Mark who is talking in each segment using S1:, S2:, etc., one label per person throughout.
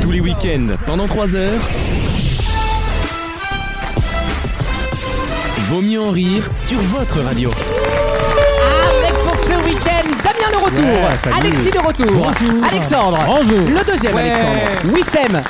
S1: Tous les week-ends, pendant 3 heures. Vaut mieux en rire sur votre radio.
S2: Avec pour ce week-end Damien le retour,
S3: Ouais, salut.
S2: Alexis le retour,
S3: Bonjour.
S2: Alexandre,
S3: Bonjour.
S2: le deuxième
S3: Ouais.
S2: Alexandre, Wissem,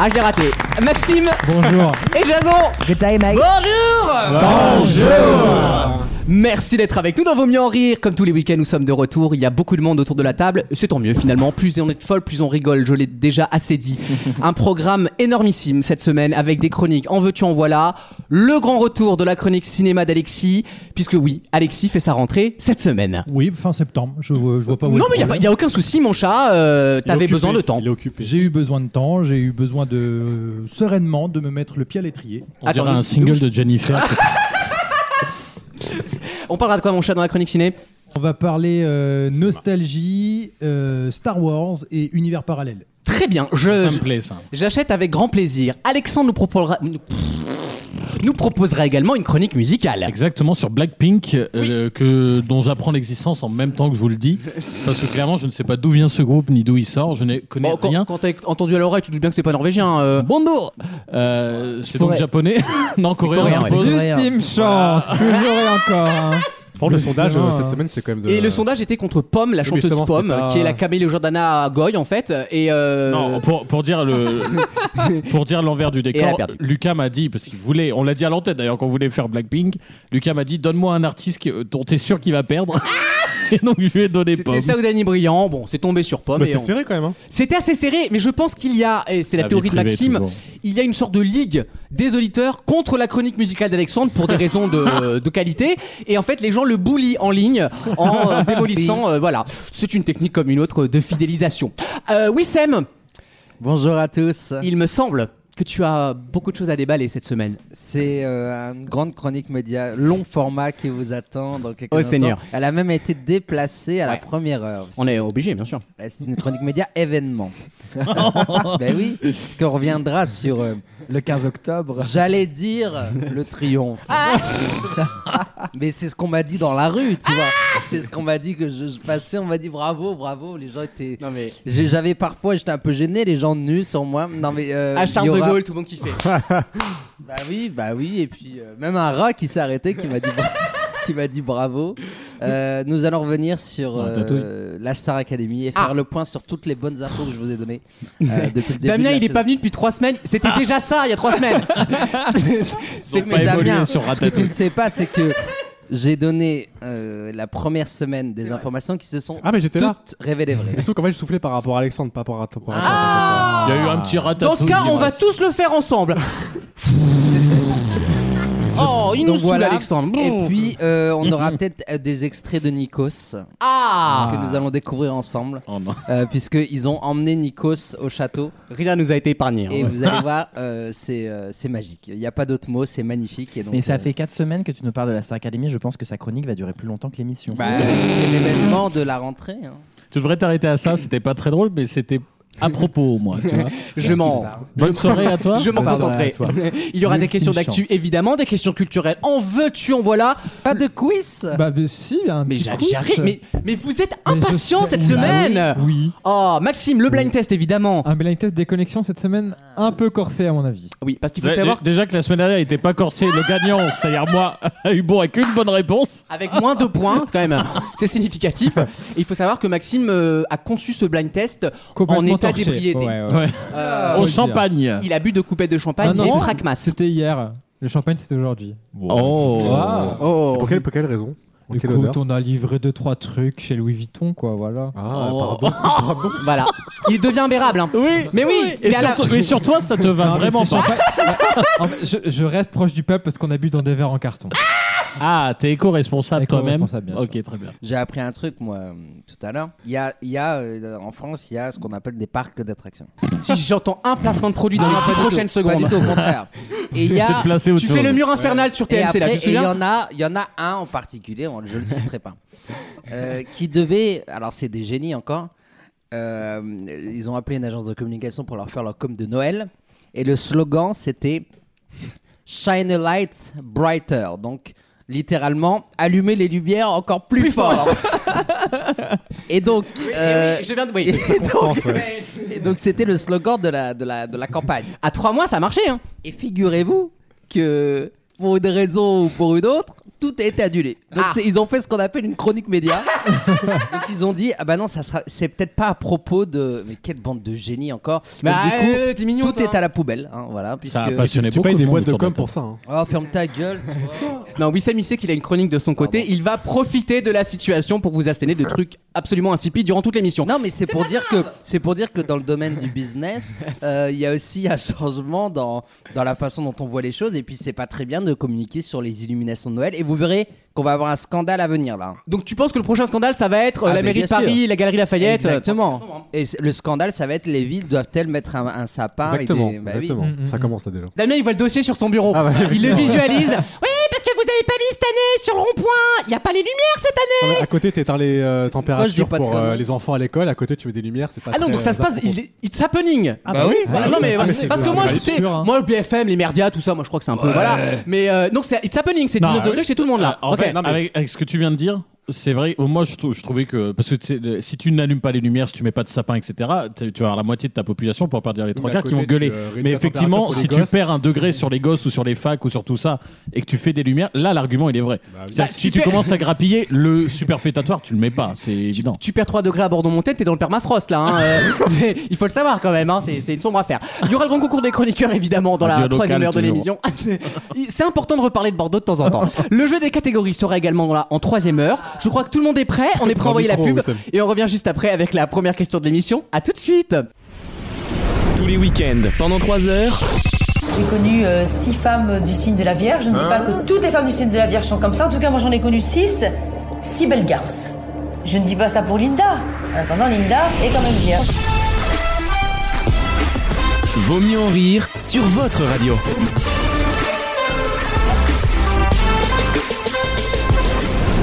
S2: ah je l'ai raté, Maxime
S3: Bonjour.
S2: et Jason.
S3: Good day, mate.
S2: Bonjour Merci d'être avec nous dans Vos Mieux en Rire. Comme tous les week-ends, nous sommes de retour. Il y a beaucoup de monde autour de la table. C'est tant mieux finalement. Plus on est folle, plus on rigole. Je l'ai déjà assez dit. Un programme énormissime cette semaine avec des chroniques. En veux-tu, en voilà. Le grand retour de la chronique cinéma d'Alexis. Puisque oui, Alexis fait sa rentrée cette semaine.
S4: Oui, fin septembre. Je, vois- je vois pas où. est
S2: Non,
S4: le
S2: mais il
S4: problème.
S2: n'y a, aucun souci, mon chat. Euh,
S5: Il est
S2: T'avais
S5: occupé,
S2: besoin de temps.
S5: Il est occupé.
S4: J'ai eu besoin de temps, j'ai eu besoin de euh, sereinement de me mettre le pied à l'étrier.
S5: On dirait
S2: Attends,
S5: un single de Jennifer.
S2: On parlera de quoi, mon chat, dans la chronique ciné
S4: On va parler euh, nostalgie, euh, Star Wars et univers parallèle.
S2: Très bien.
S5: ça
S2: Je,
S5: me plaît, ça.
S2: J'achète avec grand plaisir. Alexandre nous proposera, nous, nous proposera également une chronique musicale.
S5: Exactement sur Blackpink, euh, que, dont j'apprends l'existence en même temps que je vous le dis. Parce que clairement, je ne sais pas d'où vient ce groupe ni d'où il sort. Je ne connais
S2: Bon, quand
S5: rien.
S2: quand t'as entendu à l'oreille, tu te doutes bien que c'est pas norvégien. euh.
S5: Bonjour euh, C'est donc
S3: pourrais-
S5: japonais Non, coréen,
S2: coréen,
S5: je suppose.
S3: Ultime chance, toujours et encore. hein.
S6: Par contre, le sondage
S3: Justement,
S6: euh, cette
S3: hein.
S6: semaine, c'est quand même. de-
S2: Et le sondage était contre Pomme, la
S6: mais
S2: chanteuse
S6: justement,
S2: Pomme,
S6: c'était pas-
S2: qui est la Camille Jordana à Goy en fait. Et euh,
S5: Non, pour, pour dire le pour dire l'envers du
S2: elle a
S5: décor,
S2: perdu.
S5: Lucas m'a dit parce qu'il voulait, on l'a dit à l'antenne d'ailleurs quand on voulait faire Blackpink, Lucas m'a dit donne-moi un artiste qui- dont t'es sûr qu'il va perdre. Et donc je lui ai donné
S2: c'était
S5: Pomme.
S2: ça ou Danny Brillant. Bon, c'est tombé sur Pomme.
S6: Bah,
S2: et
S6: c'était
S2: on-
S6: serré quand même. hein.
S2: C'était assez serré, mais je pense qu'il y a, et c'est la,
S5: La vie
S2: théorie de
S5: privée,
S2: Maxime,
S5: toujours.
S2: il y a une sorte de ligue des auditeurs contre la chronique musicale d'Alexandre pour des raisons de, de qualité. Et en fait, les gens le boulient en ligne en euh, démolissant. euh, voilà, c'est une technique comme une autre de fidélisation. Euh, Wissem,
S7: Bonjour à tous.
S2: il me semble que tu as beaucoup de choses à déballer cette semaine.
S7: C'est euh, une grande chronique média, long format qui vous attend dans quelques
S2: Oh,
S7: instants.
S2: Seigneur.
S7: Elle a même été déplacée à
S2: Ouais.
S7: la première heure.
S2: On est obligé, bien sûr.
S7: Ouais, C'est une chronique média événement. ben oui, parce qu'on reviendra sur, euh,
S3: Le 15 octobre.
S7: j'allais dire, le triomphe.
S2: Ah
S7: Mais c'est ce qu'on m'a dit dans la rue, tu vois. C'est ce qu'on m'a dit que je, je passais, on m'a dit bravo, bravo. Les gens étaient.
S2: Non mais.
S7: J'ai- J'avais parfois, j'étais un peu gêné, les gens nus sur moi. Non mais. euh,
S2: À
S7: il
S2: Charles
S7: y
S2: de
S7: aura-
S2: Gaulle, tout le monde kiffait.
S7: Bah oui, bah oui, et puis euh, même un rat qui s'est arrêté qui m'a dit, bra- qui m'a dit bravo. Euh, nous allons revenir sur
S5: Ouais,
S7: euh,
S5: tatouille.
S7: la Star Academy et
S2: Ah.
S7: faire le point sur toutes les bonnes infos que je vous ai données euh, depuis le début.
S2: Damien,
S7: de la
S2: il n'est
S7: saison.
S2: pas venu depuis trois semaines. C'était déjà ça il y a trois semaines.
S7: C'est
S5: Ils ont
S7: mais
S5: pas évolué
S7: Damien,
S5: sur
S7: ce que tu
S5: Ratatouille.
S7: ne sais pas, c'est que j'ai donné euh, la première semaine des informations qui se sont
S6: Ah, mais j'étais là.
S7: toutes révélées vraies.
S6: Mais sauf qu'en fait, je soufflais par rapport à Alexandre, pas par rapport à.
S5: Il y a eu un petit ratatouille.
S2: Ah. Dans ce cas, on va
S5: Dimas.
S2: tous le faire ensemble. oh, il nous
S7: Donc
S2: saoule,
S7: voilà.
S2: Alexandre.
S7: Et puis, euh, on aura peut-être euh, des extraits de Nikos euh,
S2: ah,
S7: que nous allons découvrir ensemble,
S5: Oh non.
S7: euh, puisqu'ils ont emmené Nikos au château.
S2: rien nous a été épargné. hein.
S7: Et vous allez voir, euh, c'est euh, c'est magique. Il n'y a pas d'autre mot, c'est magnifique. Et donc,
S8: Mais ça
S7: euh,
S8: fait 4 semaines que tu nous parles de la Star Academy, je pense que sa chronique va durer plus longtemps que l'émission.
S7: bah, c'est l'événement de la rentrée. hein.
S5: Tu devrais t'arrêter à ça, c'était pas très drôle, mais c'était à propos, moi. Tu vois.
S2: je m'en,
S5: Bonne soirée à toi.
S2: je m'en
S8: Bonne soirée
S2: contenterai.
S8: à toi.
S2: Il y aura des
S8: Ultime
S2: questions d'actu,
S8: chance.
S2: évidemment, des questions culturelles. En veux-tu, en voilà.
S7: Pas de quiz
S3: Bah, bah, si, un
S2: Mais
S3: petit
S2: j'a-
S3: quiz.
S2: j'arrive. Mais, mais vous êtes impatient
S3: je sais-
S2: cette
S3: Bah
S2: semaine.
S3: Oui.
S2: Oh, Maxime, le blind test, évidemment.
S3: Un blind test déconnexion cette semaine, un peu corsé à mon avis.
S2: Oui, parce qu'il faut
S5: Dé-
S2: savoir.
S5: Déjà que la semaine dernière, il était pas corsé. Le gagnant, c'est-à-dire moi, a eu bon avec une bonne réponse.
S2: Avec moins de points, c'est quand même c'est significatif. Et il faut savoir que Maxime euh, a conçu ce blind test en
S3: Complètement
S2: état
S3: torché.
S2: d'ébriété.
S3: Ouais, ouais.
S5: Ouais.
S2: Euh,
S5: Au
S3: oui,
S5: champagne.
S2: Il a bu deux coupettes de champagne
S3: Ah non,
S2: et
S3: c'est-
S2: fracmasse.
S3: C'était hier. Le champagne, c'était aujourd'hui.
S5: Oh.
S3: Waouh.
S2: Oh
S6: Pour quelle, pour quelle raison Pour quelle
S3: Écoute,
S6: odeur
S3: on a livré deux trois trucs chez Louis Vuitton, quoi. Voilà.
S6: Ah,
S5: Oh.
S6: pardon. pardon.
S2: Voilà. Il devient imbérable. hein.
S5: Oui.
S2: Mais oui, il
S5: Et
S2: a
S5: sur,
S2: la-
S5: to- mais sur toi, ça te va
S3: Non, mais
S5: vraiment
S3: c'est
S5: pas.
S3: champagne- En fait, je, je reste proche du peuple parce qu'on a bu dans des verres en carton.
S5: Ah, t'es éco-responsable toi-même.
S3: Éco-responsable, bien sûr.
S5: Ok, très bien.
S7: J'ai appris un truc, moi, euh, tout à l'heure. Il y a, il y a, euh, en France, il y a ce qu'on appelle des parcs d'attractions.
S2: Si j'entends un placement de produit dans les
S7: Ah,
S2: dix
S7: pas du
S2: prochaines
S7: tout, Pas du
S2: secondes.
S7: tout, au contraire. Et il y a.
S5: T'es placé au
S2: Tu fais le mur infernal sur
S7: Et
S2: TMC là,
S7: après,
S2: tu te
S7: et il y
S2: souviens
S7: en a, il y en a un en particulier, on- je le citerai pas, euh, qui devait, alors c'est des génies encore, euh, ils ont appelé une agence de communication pour leur faire leur com de Noël, et le slogan c'était Shine a light brighter, donc littéralement allumer les lumières encore plus, fort. et donc, euh,
S2: Je viens de.
S7: et
S2: Oui.
S7: donc-
S6: Constance, ouais.
S7: et donc c'était le slogan de la, de la, de la campagne.
S2: À trois mois, ça a marché. Hein.
S7: Et figurez-vous que pour une raison ou pour une autre, tout a été annulé.
S2: Ah.
S7: Donc c'est- ils ont fait ce qu'on appelle une chronique média. Donc ils ont dit ah bah non ça sera c'est peut-être pas à propos de mais quelle bande de génie encore. Mais
S2: Bah,
S7: du coup
S2: euh, t'es mignon,
S7: tout
S2: toi,
S7: est à
S2: hein.
S7: la poubelle hein, voilà puisque
S5: Ça a passionné
S6: Tu
S5: beaucoup
S6: payes des
S5: monde
S6: boîtes de
S5: autour la
S6: com
S5: table.
S6: pour ça. hein.
S7: oh ferme ta gueule.
S2: Non, Wissem, il sait qu'il a une chronique de son côté. Il va profiter de la situation pour vous asséner de trucs absolument insipides durant toute l'émission.
S7: Non mais c'est pour dire que c'est pour dire que dans le domaine du business euh, il y a aussi un changement dans dans la façon dont on voit les choses et puis c'est pas très bien de communiquer sur les illuminations de Noël et vous verrez qu'on va avoir un scandale à venir là.
S2: Donc, tu penses que le prochain scandale, ça va être euh,
S7: Ah,
S2: la
S7: mais
S2: mairie de
S7: bien
S2: Paris, la galerie Lafayette euh,
S7: Exactement. Et c- le scandale, ça va être les villes doivent-elles mettre un, un sapin et
S6: Exactement.
S7: des- bah oui.
S6: exactement.
S3: Mm, mm,
S6: Ça commence là déjà.
S2: Damien, il voit le dossier sur son bureau.
S6: Ah bah,
S2: il le visualise. Oui, parce que vous avez pas mis cette année sur le rond-point. Il n'y a pas les lumières cette année.
S6: Non, mais à côté, t'éteins les euh,
S7: je dis
S6: températures
S7: pas de
S6: pour euh,
S7: conneries.
S6: les enfants à l'école. À côté, tu mets des lumières. C'est pas
S2: Ah non,
S6: très,
S2: donc ça se passe.
S6: euh,
S2: il- It's happening.
S7: Bah oui.
S2: Voilà,
S3: oui, ça-
S2: non mais,
S3: ah, mais
S2: voilà.
S6: c'est-
S2: parce que
S6: c'est
S2: moi je
S6: sûr,
S2: sais,
S3: hein.
S2: moi le BFM, les merdias, tout ça, moi je crois que c'est un peu voilà. Mais euh, donc c'est it's happening, c'est 19
S5: Non, euh, Ah,
S2: degrés chez tout le monde là.
S5: En
S2: Ok.
S5: fait, avec, avec ce que tu viens de dire, c'est vrai. Moi, je, trou- je trouvais que parce que tu sais, le- si tu n'allumes pas les lumières, si tu mets pas de sapin, etc., tu tu vas avoir la moitié de ta population, pour pas dire les trois
S6: à
S5: quarts, qui
S6: côté, tu,
S5: vont gueuler.
S6: euh, réduis
S5: Mais
S6: la température
S5: effectivement,
S6: pour
S5: si
S6: les
S5: tu
S6: gosses.
S5: perds un degré sur les gosses ou sur les facs ou sur tout ça, et que tu fais des lumières, là, l'argument il est vrai.
S6: Bah
S5: C'est-à-dire que si tu
S2: super.
S5: commences à grappiller le superfétatoire, tu le mets pas. C'est évident.
S2: Tu perds 3 degrés à Bordeaux-Montaigne, t'es dans le permafrost là. hein, euh, c'est- il faut le savoir quand même, hein, c'est c'est une sombre affaire. Il y aura le grand concours des chroniqueurs évidemment dans la
S5: Radio
S2: troisième
S5: locale,
S2: heure de
S5: toujours.
S2: l'émission. c'est important de reparler de Bordeaux de temps en temps. Le jeu des catégories sera également là en troisième heure. Je crois que tout le monde est prêt, on est prêt à
S6: Prends le
S2: envoyer la
S6: micro,
S2: pub.
S6: Wissem.
S2: Et on revient juste après avec la première question de l'émission. À tout de suite.
S1: Tous les week-ends, pendant 3 heures,
S9: J'ai connu euh, six femmes du signe de la Vierge. Je ne dis pas que toutes les femmes du signe de la Vierge sont comme ça. En tout cas, moi, j'en ai connu six. Six belles garces. Je ne dis pas ça pour Linda. En attendant, Linda est quand même vierge.
S1: Vaut mieux en rire sur votre radio.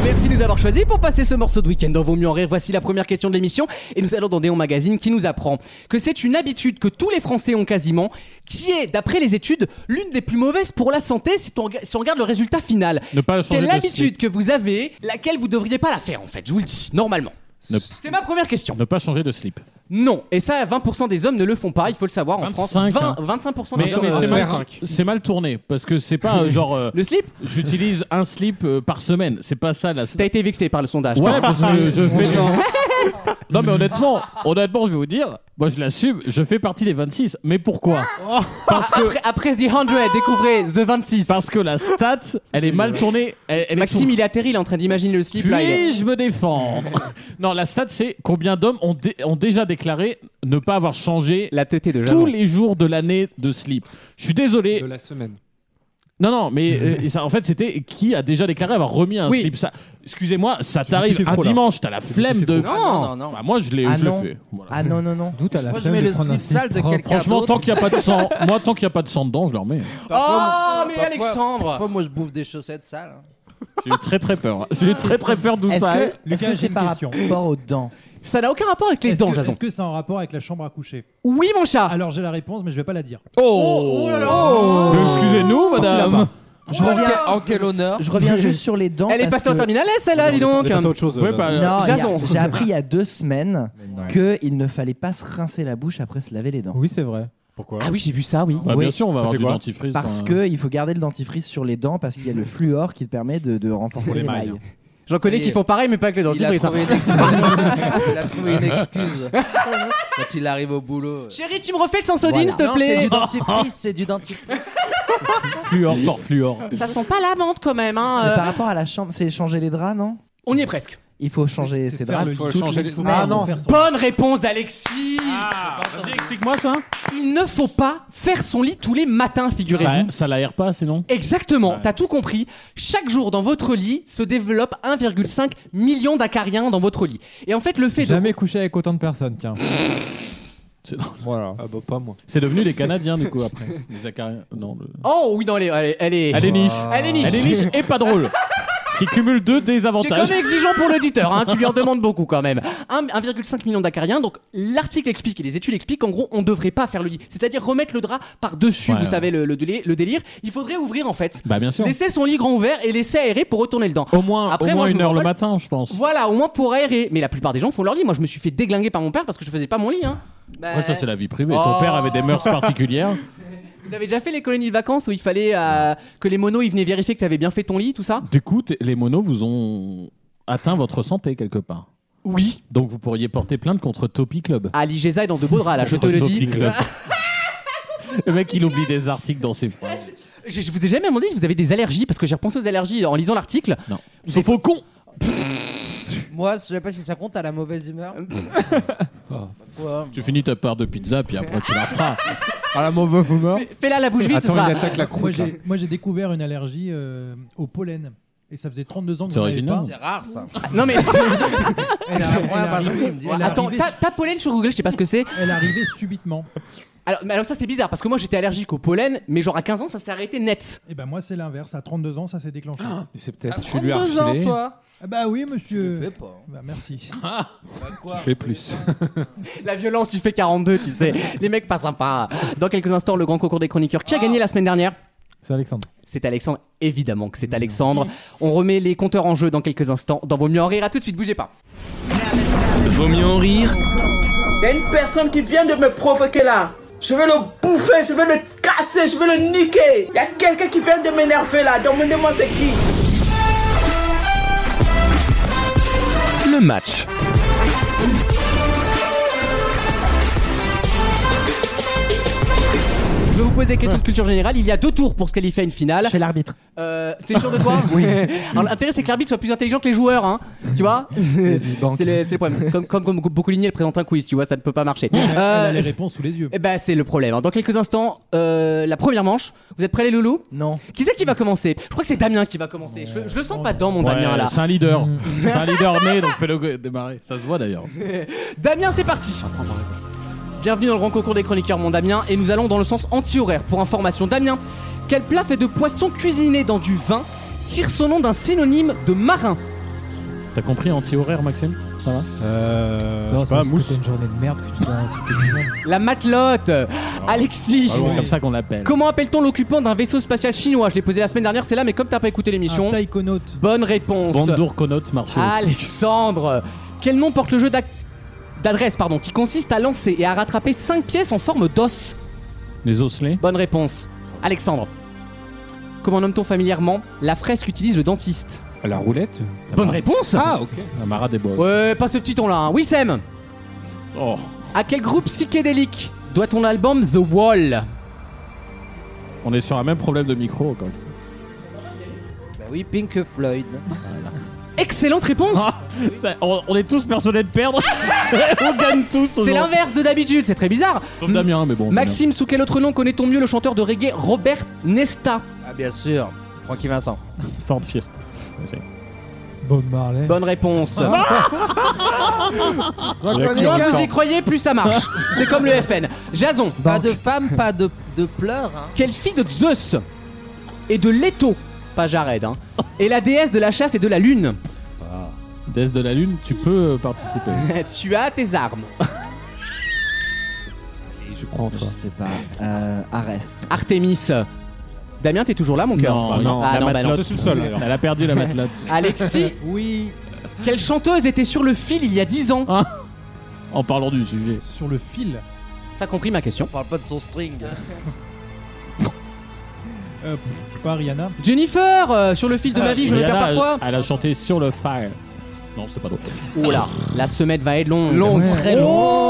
S2: Merci de nous avoir choisis pour passer ce morceau de week-end dans Vaut mieux en rire. Voici la première question de l'émission et nous allons dans Déon Magazine qui nous apprend que c'est une habitude que tous les Français ont quasiment, qui est, d'après les études, l'une des plus mauvaises pour la santé si, on- si on regarde le résultat final.
S5: Ne pas changer
S2: Quelle
S5: de
S2: habitude que vous avez, laquelle vous devriez pas la faire en fait, je vous le dis, normalement.
S5: Ne-
S2: C'est ma première question.
S5: Ne pas changer de slip.
S2: Non, et ça, 20% des hommes ne le font pas, il faut le savoir en France.
S5: 25, hein.
S2: 20, 25%
S5: Mais
S2: des hommes.
S5: mais
S2: euh,
S5: c'est
S2: le-
S5: mal, c'est mal tourné parce que c'est pas euh, genre euh,
S2: Le slip
S5: j'utilise un slip euh, par semaine. C'est pas ça la.
S2: T'as été vexé par le sondage.
S5: Ouais, parce que je fais. non, mais honnêtement, honnêtement, je vais vous dire, moi je l'assume, je fais partie des 26. Mais pourquoi Parce que,
S2: Après, après The 100, découvrez The 26.
S5: parce que la stat, elle est mal tournée. Elle, elle est
S2: Maxime, il est atterri, il est en train d'imaginer le slip. là, il est-
S5: puis-je me défendre Non, la stat, c'est combien d'hommes ont, dé- ont déjà déclaré ne pas avoir changé
S2: La teuté de
S5: tous les jours de l'année de slip. Je suis désolé.
S3: de la semaine.
S5: Non, non, mais euh, ça, en fait, c'était qui a déjà déclaré avoir remis un
S2: Oui.
S5: slip. Ça, excusez-moi, ça t'arrive
S6: justifies
S5: un
S6: trop, là.
S5: dimanche, t'as la flemme de.
S7: Ah non, non, non.
S5: Bah, moi, je l'ai
S8: Ah
S5: je l'ai
S8: non.
S5: fait. Voilà.
S8: Ah non, non, non.
S3: D'où t'as la
S7: Moi, je
S3: flemme
S7: mets
S3: de
S7: le
S3: prendre un
S7: slip sale de
S3: propre.
S7: quelqu'un
S5: Franchement,
S7: d'autre.
S5: tant qu'il n'y a pas de sang, moi, tant qu'il n'y a pas de sang dedans, je le remets.
S2: Oh, mais
S7: Parfois-
S2: Alexandre
S7: Parfois, moi, je bouffe des chaussettes sales. hein.
S5: J'ai eu très très peur. J'ai
S7: Ah,
S5: eu très très peur d'où
S8: Est-ce
S5: ça.
S8: que
S5: est.
S8: est-ce
S3: Lucas,
S8: que
S3: j'ai
S8: c'est
S3: une
S8: par
S3: question.
S8: rapport aux dents
S2: Ça n'a aucun rapport avec les
S4: Est-ce
S2: dents,
S4: que-
S2: Jason.
S4: est-ce que c'est en rapport avec la chambre à coucher
S2: Oui, mon chat
S4: Alors j'ai la réponse, mais je vais pas la dire.
S2: Oh, oh là là
S5: Mais Excusez-nous, madame.
S8: Je reviens,
S7: En quel honneur
S8: je reviens juste sur les dents.
S2: Elle est
S8: parce
S2: passée en
S8: que-
S2: terminale S, celle-là, dis donc
S6: C'est autre chose.
S5: Ouais,
S6: là.
S5: bah, euh,
S8: Non, il y a-
S2: Jason.
S8: j'ai appris il y a deux semaines qu'il ne fallait pas se rincer la bouche après se laver les dents.
S3: Oui, c'est vrai.
S6: Pourquoi
S2: Ah oui, j'ai vu ça, oui.
S5: bah,
S8: oui.
S5: Bien sûr, on va
S6: Ça
S5: avoir
S6: fait
S5: du
S6: quoi
S5: dentifrice.
S8: Parce
S5: dans-
S8: que il faut garder le dentifrice sur les dents parce qu'il y a le fluor qui te permet de, de renforcer
S6: Pour les
S8: les mailles.
S6: mailles.
S2: J'en connais
S7: Et-
S2: qui font pareil, mais pas avec les
S7: il a,
S2: dentifrices. hein.
S7: trouvé une excuse. il a trouvé une excuse. Quand il arrive au boulot.
S2: Chérie, tu me refais le sans sodine, s'il te
S7: Non, C'est
S2: plaît
S7: du dentifrice, c'est du dentifrice.
S5: Fluor, fort fluor.
S8: Euh.
S2: Ça sent pas la menthe quand même, hein,
S8: C'est
S2: euh,
S8: par rapport à la chambre, c'est changer les draps, non
S2: On y est presque.
S8: Il faut changer
S4: C'est
S8: ses
S4: faire
S8: draps.
S4: le lit.
S8: toutes les semaines.
S4: Ah non, faire son-
S2: Bonne réponse d'Alexis
S5: Ah, Vas-y, explique-moi ça.
S2: Il ne faut pas faire son lit tous les matins, figurez-vous.
S5: Ça, ça l'aère pas, sinon
S2: Exactement, t'as tout compris. Chaque jour dans votre lit se développe 1,5 million d'acariens dans votre lit. Et en fait, le fait de
S3: Jamais couché avec autant de personnes, tiens.
S5: C'est-
S3: Voilà. Ah bah pas moi.
S5: C'est devenu des Canadiens, du coup, après. Les Acariens. Non. le-
S2: Oh oui, non, elle est. Elle est,
S5: Elle est niche.
S2: elle est niche.
S5: Elle est niche et pas drôle. qui cumule deux
S2: C'est quand
S5: désavantages.
S2: même exigeant pour l'auditeur, hein, tu lui en demandes beaucoup quand même. Un- 1,5 million d'acariens, donc l'article explique et les études expliquent qu'en gros on devrait pas faire le lit, c'est-à-dire remettre le drap par-dessus,
S5: Ouais,
S2: vous
S5: ouais.
S2: savez, le, le délire, le délire. Il faudrait ouvrir en fait.
S5: Bah bien sûr.
S2: Laisser son lit grand ouvert et laisser aérer pour retourner le dent.
S5: Au moins,
S2: Après,
S5: au
S2: moi,
S5: moins
S2: je
S5: une
S2: me
S5: heure le
S2: rappelle-
S5: matin, je pense.
S2: Voilà, au moins pour aérer. Mais la plupart des gens font leur lit. Moi, je me suis fait déglinguer par mon père parce que je faisais pas mon lit. Hein. Oh.
S5: Après, ça, c'est la vie privée. Ton père avait des mœurs particulières.
S2: Vous avez déjà fait les colonies de vacances où il fallait euh, que les monos ils venaient vérifier que t'avais bien fait ton lit, tout ça
S5: Du coup, t- les monos vous ont atteint votre santé quelque part.
S2: Oui.
S5: Donc, vous pourriez porter plainte contre Topi Club.
S2: Ah, l'IGESA est dans de beaux draps là, je te le
S5: Topi
S2: dis.
S5: Club. le mec, il oublie des articles dans ses phrases.
S2: Je, je vous ai jamais demandé si vous avez des allergies parce que j'ai repensé aux allergies en lisant l'article.
S5: Non.
S2: Vous êtes-
S5: Sauf au con
S7: Moi, je sais pas si ça compte à la mauvaise humeur.
S5: Tu finis ta part de pizza, puis après, tu la feras.
S6: Ah la mauvaise humeur.
S2: Fais-la la bouche vide, ce
S6: Attends,
S2: sera.
S6: il attaque la
S4: Moi,
S6: croûte. là.
S4: j'ai- moi, j'ai découvert une allergie euh, au pollen. Et ça faisait 32 ans que
S5: C'est
S4: j'en avais
S5: original.
S4: pas.
S7: C'est rare ça.
S2: Ah,
S4: Ah,
S2: Non mais
S7: Elle a moi,
S4: Elle
S7: par
S4: arrive-
S7: exemple, il me dit-
S4: elle
S2: attends,
S4: arrivait-
S2: tape tape pollen sur Google, je sais pas ce que c'est.
S4: Elle arrivait subitement.
S2: Alors, mais alors ça c'est bizarre parce que moi j'étais allergique au pollen, mais genre à 15 ans ça s'est arrêté net.
S4: Et ben moi, c'est l'inverse. À 32 ans, ça s'est déclenché.
S6: Mais C'est peut-être.
S7: T'as
S6: Tu lui as
S7: 32 Ah. ans,
S6: refilé.
S7: toi
S4: Ah bah oui,
S7: Je
S4: monsieur.
S7: fais pas.
S4: Bah merci.
S7: Bah,
S4: Ah,
S7: quoi
S6: Fais plus.
S2: La violence, tu fais 42, tu sais. Les mecs pas sympas. Dans quelques instants, le grand concours des chroniqueurs. Qui a gagné la semaine dernière
S3: C'est Alexandre.
S2: C'est Alexandre, évidemment que c'est Alexandre. On remet les compteurs en jeu dans quelques instants. Dans Vaut mieux en rire, à tout de suite, bougez pas.
S1: Vaut mieux en rire
S10: Il y a une personne qui vient de me provoquer là. Je vais le bouffer, je vais le casser, je vais le niquer. Il y a quelqu'un qui vient de m'énerver là. Demandez-moi c'est qui.
S1: le match.
S2: Je vais vous poser des questions de culture générale. Il y a deux tours pour se qualifier à une finale.
S8: Chez l'arbitre.
S2: Euh, T'es sûr de toi Oui. Alors l'intérêt c'est que l'arbitre soit plus intelligent que les joueurs, hein. Tu vois
S8: banque.
S2: C'est le, c'est le problème. Comme, comme, comme beaucoup lignées, elle présente un quiz, tu vois, ça ne peut pas marcher.
S4: Elle a les
S2: Euh,
S4: réponses sous les yeux.
S2: eh ben c'est le problème. Dans quelques instants, euh, la première manche. Vous êtes prêts les loulous
S8: Non.
S2: Qui c'est qui va commencer Je crois que c'est Damien qui va commencer. Je, je le
S4: Oh.
S2: sens pas dedans mon Damien
S5: Ouais,
S2: là.
S5: C'est un leader. C'est un leader né, donc fais-le go- démarrer. Ça se voit d'ailleurs.
S2: Damien, c'est parti Bienvenue dans le grand concours des chroniqueurs, mon Damien, et nous allons dans le sens anti-horaire. Pour information, Damien, quel plat fait de poisson cuisiné dans du vin tire son nom d'un synonyme de marin
S5: T'as compris anti-horaire, Maxime Ça va
S6: Euh.
S3: Ça
S6: Je sais
S3: va, c'est
S6: pas,
S3: parce que
S6: mousse.
S3: t'as une journée de merde que tu dois tu fais du monde.
S2: La matelote Alexis
S5: Ah C'est comme ça qu'on l'appelle.
S2: Comment appelle-t-on l'occupant d'un vaisseau spatial chinois Je l'ai posé la semaine dernière, c'est là, mais comme t'as pas écouté l'émission,
S4: Un taïkonaute.
S2: bonne réponse
S5: Bandour Conote marché aussi.
S2: Alexandre Quel nom porte le jeu d'ac- d'adresse pardon, qui consiste à lancer et à rattraper 5 pièces en forme d'os
S5: Les osselets.
S2: Bonne réponse. Alexandre. Comment nomme-t-on familièrement la fraise qu'utilise le dentiste
S6: La roulette. Ah.
S2: Bonne réponse
S6: ok.
S5: La Ah, Mara des bois.
S2: Ouais, pas ce petit ton là. Hein. Wissem,
S5: Oh.
S2: à quel groupe psychédélique doit ton album The Wall
S5: On est sur un même problème de micro encore. une fois.
S7: Bah oui, Pink Floyd.
S2: Excellente réponse
S5: Ça- on, on est tous persuadés de perdre. on gagne tous.
S2: C'est
S5: aujourd'hui.
S2: l'inverse de d'habitude, c'est très bizarre.
S5: Sauf Damien, mais bon.
S2: Maxime, sous quel autre nom connaît-on mieux le chanteur de reggae Robert Nesta
S7: Ah, bien sûr. Francky Vincent.
S5: Damien. Ford Fiesta.
S3: Bob Marley. Ah.
S2: Bonne réponse.
S6: Il y a que
S2: Moins
S6: le
S2: vous y
S6: temps.
S2: croyez, plus ça marche. C'est comme le FN. Jason,
S7: Pas de femme, pas de, de pleurs. Hein.
S2: Quelle fille de Zeus et de Leto, pas Jared, hein, et la déesse de la chasse et de la lune
S5: Déesse de la Lune, tu peux euh, participer.
S2: Tu as tes armes.
S8: Je crois en toi. Je sais pas. Euh, Arès.
S2: Artemis. Damien, t'es toujours là, mon cœur
S5: Non, non,
S2: Ah
S5: la
S2: non, bah non.
S5: matelote. Elle a perdu la matelote.
S2: Alexis
S4: Oui.
S2: Quelle chanteuse était sur le fil il y a 10 ans
S5: Ah. en parlant du sujet.
S4: Sur le fil.
S2: T'as compris ma question
S7: On parle pas de son string.
S4: Euh, je sais pas, Rihanna.
S2: Jennifer, euh, sur le fil de ma vie, je le perds
S5: Rihanna,
S2: parfois.
S5: Elle, elle a chanté sur le fire. Non, c'était pas d'autre.
S2: Oula, la semaine va être longue. Longue,
S7: très longue.
S2: Oh,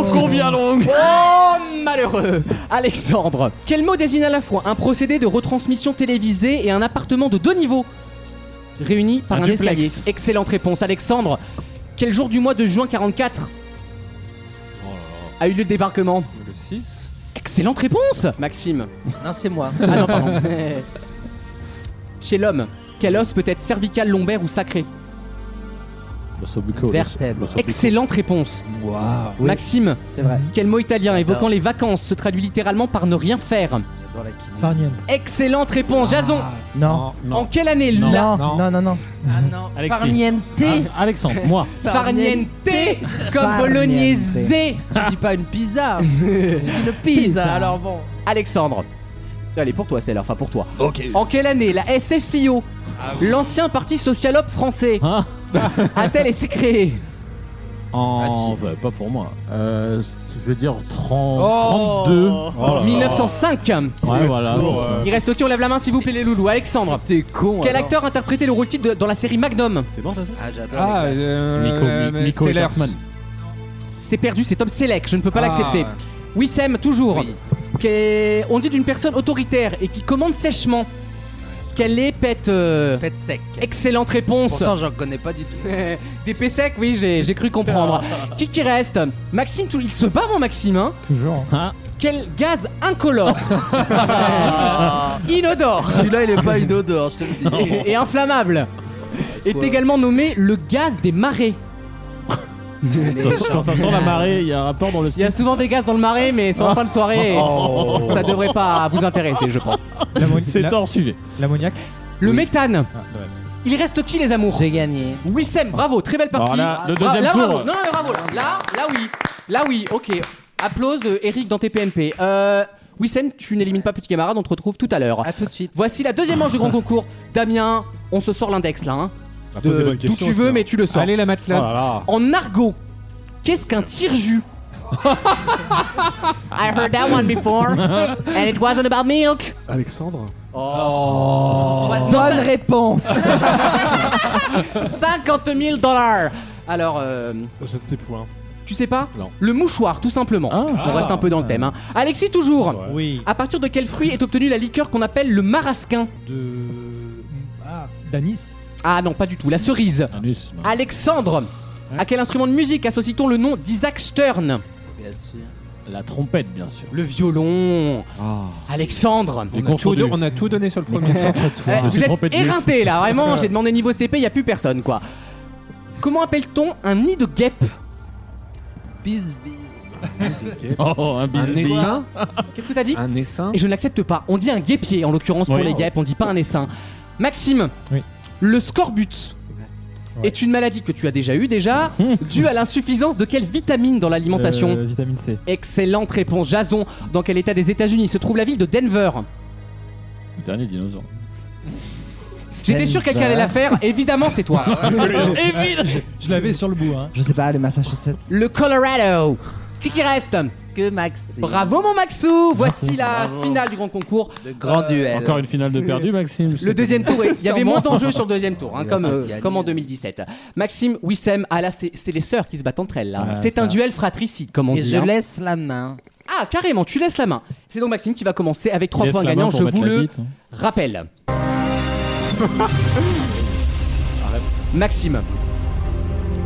S5: Oh, combien longue
S2: Oh, malheureux Alexandre, quel mot désigne à la fois un procédé de retransmission télévisée et un appartement de deux niveaux réunis par
S5: Un
S2: un,
S5: duplex.
S2: escalier Excellente réponse, Alexandre. Quel jour du mois de juin 44
S5: Oh
S2: a eu lieu le débarquement
S6: Le 6.
S2: Excellente réponse, Maxime.
S7: non, c'est moi.
S2: Ah non, pardon. Chez l'homme, quel os peut être cervical, lombaire ou sacré
S5: Le sobuco, le-
S7: Vertèbre.
S5: le sobuco.
S2: Excellente réponse.
S7: Waouh.
S2: Maxime,
S8: C'est vrai.
S2: quel mot italien évoquant les vacances se traduit littéralement par ne rien faire
S4: Farniente.
S2: Excellente réponse, Jason.
S8: Non.
S2: En quelle année
S5: Non.
S2: là
S8: Ah. Non, non, non, non.
S5: Alexis.
S7: Farniente.
S5: Ah, Alexandre, moi.
S2: Farniente comme
S8: Farniente.
S2: bolognaise.
S7: Tu dis pas une pizza. tu dis une pizza. Alors bon.
S2: Alexandre. Allez, pour toi celle-là, enfin pour toi. En quelle année la SFIO,
S7: Ah
S2: l'ancien parti socialope français,
S5: Hein
S2: a-t-elle été créée Ah,
S5: En... bah, pas pour moi. Euh, je vais dire 30... 32.
S6: Oh là là.
S2: 1905.
S5: Ouais, voilà.
S6: Pour,
S5: c'est ça.
S6: euh,
S2: Il reste qui on lève la main s'il vous plaît les loulous. Alexandre,
S7: hein. T'es con.
S2: quel acteur interprétait le rôle titre de- dans la série Magnum
S5: T'es mort, Jason
S7: Ah j'adore.
S6: Ah,
S7: les gars.
S5: Nico,
S6: euh,
S5: Mi- Nico
S6: Sellers.
S5: Hartman.
S2: C'est perdu, c'est Tom Selleck, je ne peux pas
S6: Ah.
S2: l'accepter. Wissem, toujours.
S7: Oui.
S2: Qu'est- On dit d'une personne autoritaire et qui commande sèchement qu'elle est pète. euh,
S7: Faites sec.
S2: Excellente réponse.
S7: Pourtant j'en connais pas du tout.
S2: Des Pessec, oui, j'ai j'ai cru comprendre. qui qui reste Maxime, tout- il se bat, mon Maxime, hein
S4: Toujours.
S2: Quel gaz incolore
S6: Ah.
S2: Inodore
S7: Celui-là il est pas inodore, je te le dis.
S2: et, et inflammable Est
S7: Quoi
S2: également nommé le gaz des marées.
S5: Ça sent- Quand ça sent la marée, il y a un rapport dans le
S2: Il y
S5: style. Ah. Oh.
S2: a souvent des gaz dans le marais, mais c'est en fin de soirée. Ça devrait pas vous intéresser, je pense.
S5: C'est hors sujet.
S4: L'ammoniac.
S2: Le méthane.
S5: Ah.
S2: Il reste qui, les amours
S7: J'ai gagné.
S2: Wissem, bravo, très belle partie.
S5: Voilà, le
S2: Bra-
S5: deuxième
S2: là,
S5: tour.
S2: bravo. Non, non, mais bravo. Là, là oui. Là oui, ok. Applause euh, Eric dans tes PNP. Euh, Wissem, tu n'élimines pas petit camarade, on te retrouve tout à l'heure.
S7: À tout de suite.
S2: Voici la deuxième manche du grand concours. Damien, on se sort l'index là. Hein,
S6: Bah, pose des
S11: Euh,
S2: De-
S6: bonnes
S2: D'où
S6: questions,
S2: tu veux,
S5: hein.
S6: sinon.
S2: mais tu le sors.
S3: Allez, la
S6: Oh
S3: matelas.
S6: là là.
S2: En argot, qu'est-ce qu'un tire-jus I heard that one before, and it wasn't about milk.
S6: Alexandre Oh.
S2: Bonne réponse 50 000 dollars Alors, euh,
S6: Je ne sais point.
S2: tu sais pas
S6: Non.
S2: Le mouchoir, tout simplement. On reste un peu dans le thème. hein. Alexis, toujours
S6: Ouais.
S4: Ah. Oui.
S2: À partir de quel fruit est obtenue la liqueur qu'on appelle le marasquin
S4: De. Ah, d'anis.
S2: Ah non, pas du tout, la cerise.
S5: Anus. non.
S2: Alexandre À quel instrument de musique associe-t-on le nom d'Isaac Stern
S7: Bien sûr.
S5: La trompette, bien sûr.
S2: Le violon Alexandre
S6: Ah. On
S5: Les
S6: a, tout
S5: confondus.
S6: don- on a tout donné sur le premier centre.
S2: Eh,
S5: Je suis
S2: Vous
S5: trompé
S2: êtes
S5: de geste.
S2: éreinté là, vraiment, j'ai demandé niveau CP, il a plus personne quoi. Comment appelle-t-on un nid de guêpe
S7: Bis bis.
S5: Oh, un
S6: Un
S5: bisou.
S6: essaim
S2: Qu'est-ce que t'as dit
S6: Un essaim
S2: Et je ne l'accepte pas. On dit un guêpier en l'occurrence pour
S5: Oui.
S2: les guêpes, on dit pas un essaim. Maxime,
S4: Oui.
S2: le scorbut est une maladie que tu as déjà eue déjà, due à l'insuffisance de quelle vitamine dans l'alimentation
S3: Euh, vitamine C.
S2: Excellente réponse, Jason. Dans quel état des États-Unis se trouve la ville de Denver
S5: Le dernier dinosaure.
S2: J'étais sûr que quelqu'un allait la faire, évidemment c'est toi.
S4: Je l'avais sur le bout, hein.
S8: Je sais pas, le Massachusetts.
S2: Le Colorado. Qui qui reste
S7: Que Max.
S2: Bravo mon Maxou Voici la finale du grand concours. Euh,
S7: Le grand duel.
S5: Encore une finale de perdu, Maxime.
S2: Le deuxième tour, est- il y avait
S7: Sûrement.
S2: moins d'enjeux sur le deuxième tour, hein,
S7: Il va
S2: comme,
S7: pas
S2: euh,
S7: gagner.
S2: comme en 2017. Maxime, Wissem, ah là c'est c'est les sœurs qui se battent entre elles là.
S5: Ah,
S2: c'est un
S5: ça.
S2: duel fratricide comme on
S7: Et
S2: dit.
S7: je
S2: hein.
S7: laisse la main.
S2: Ah carrément, tu laisses la main. C'est donc Maxime qui va commencer avec trois points gagnants, je vous le
S5: hein.
S2: rappelle. Maxime,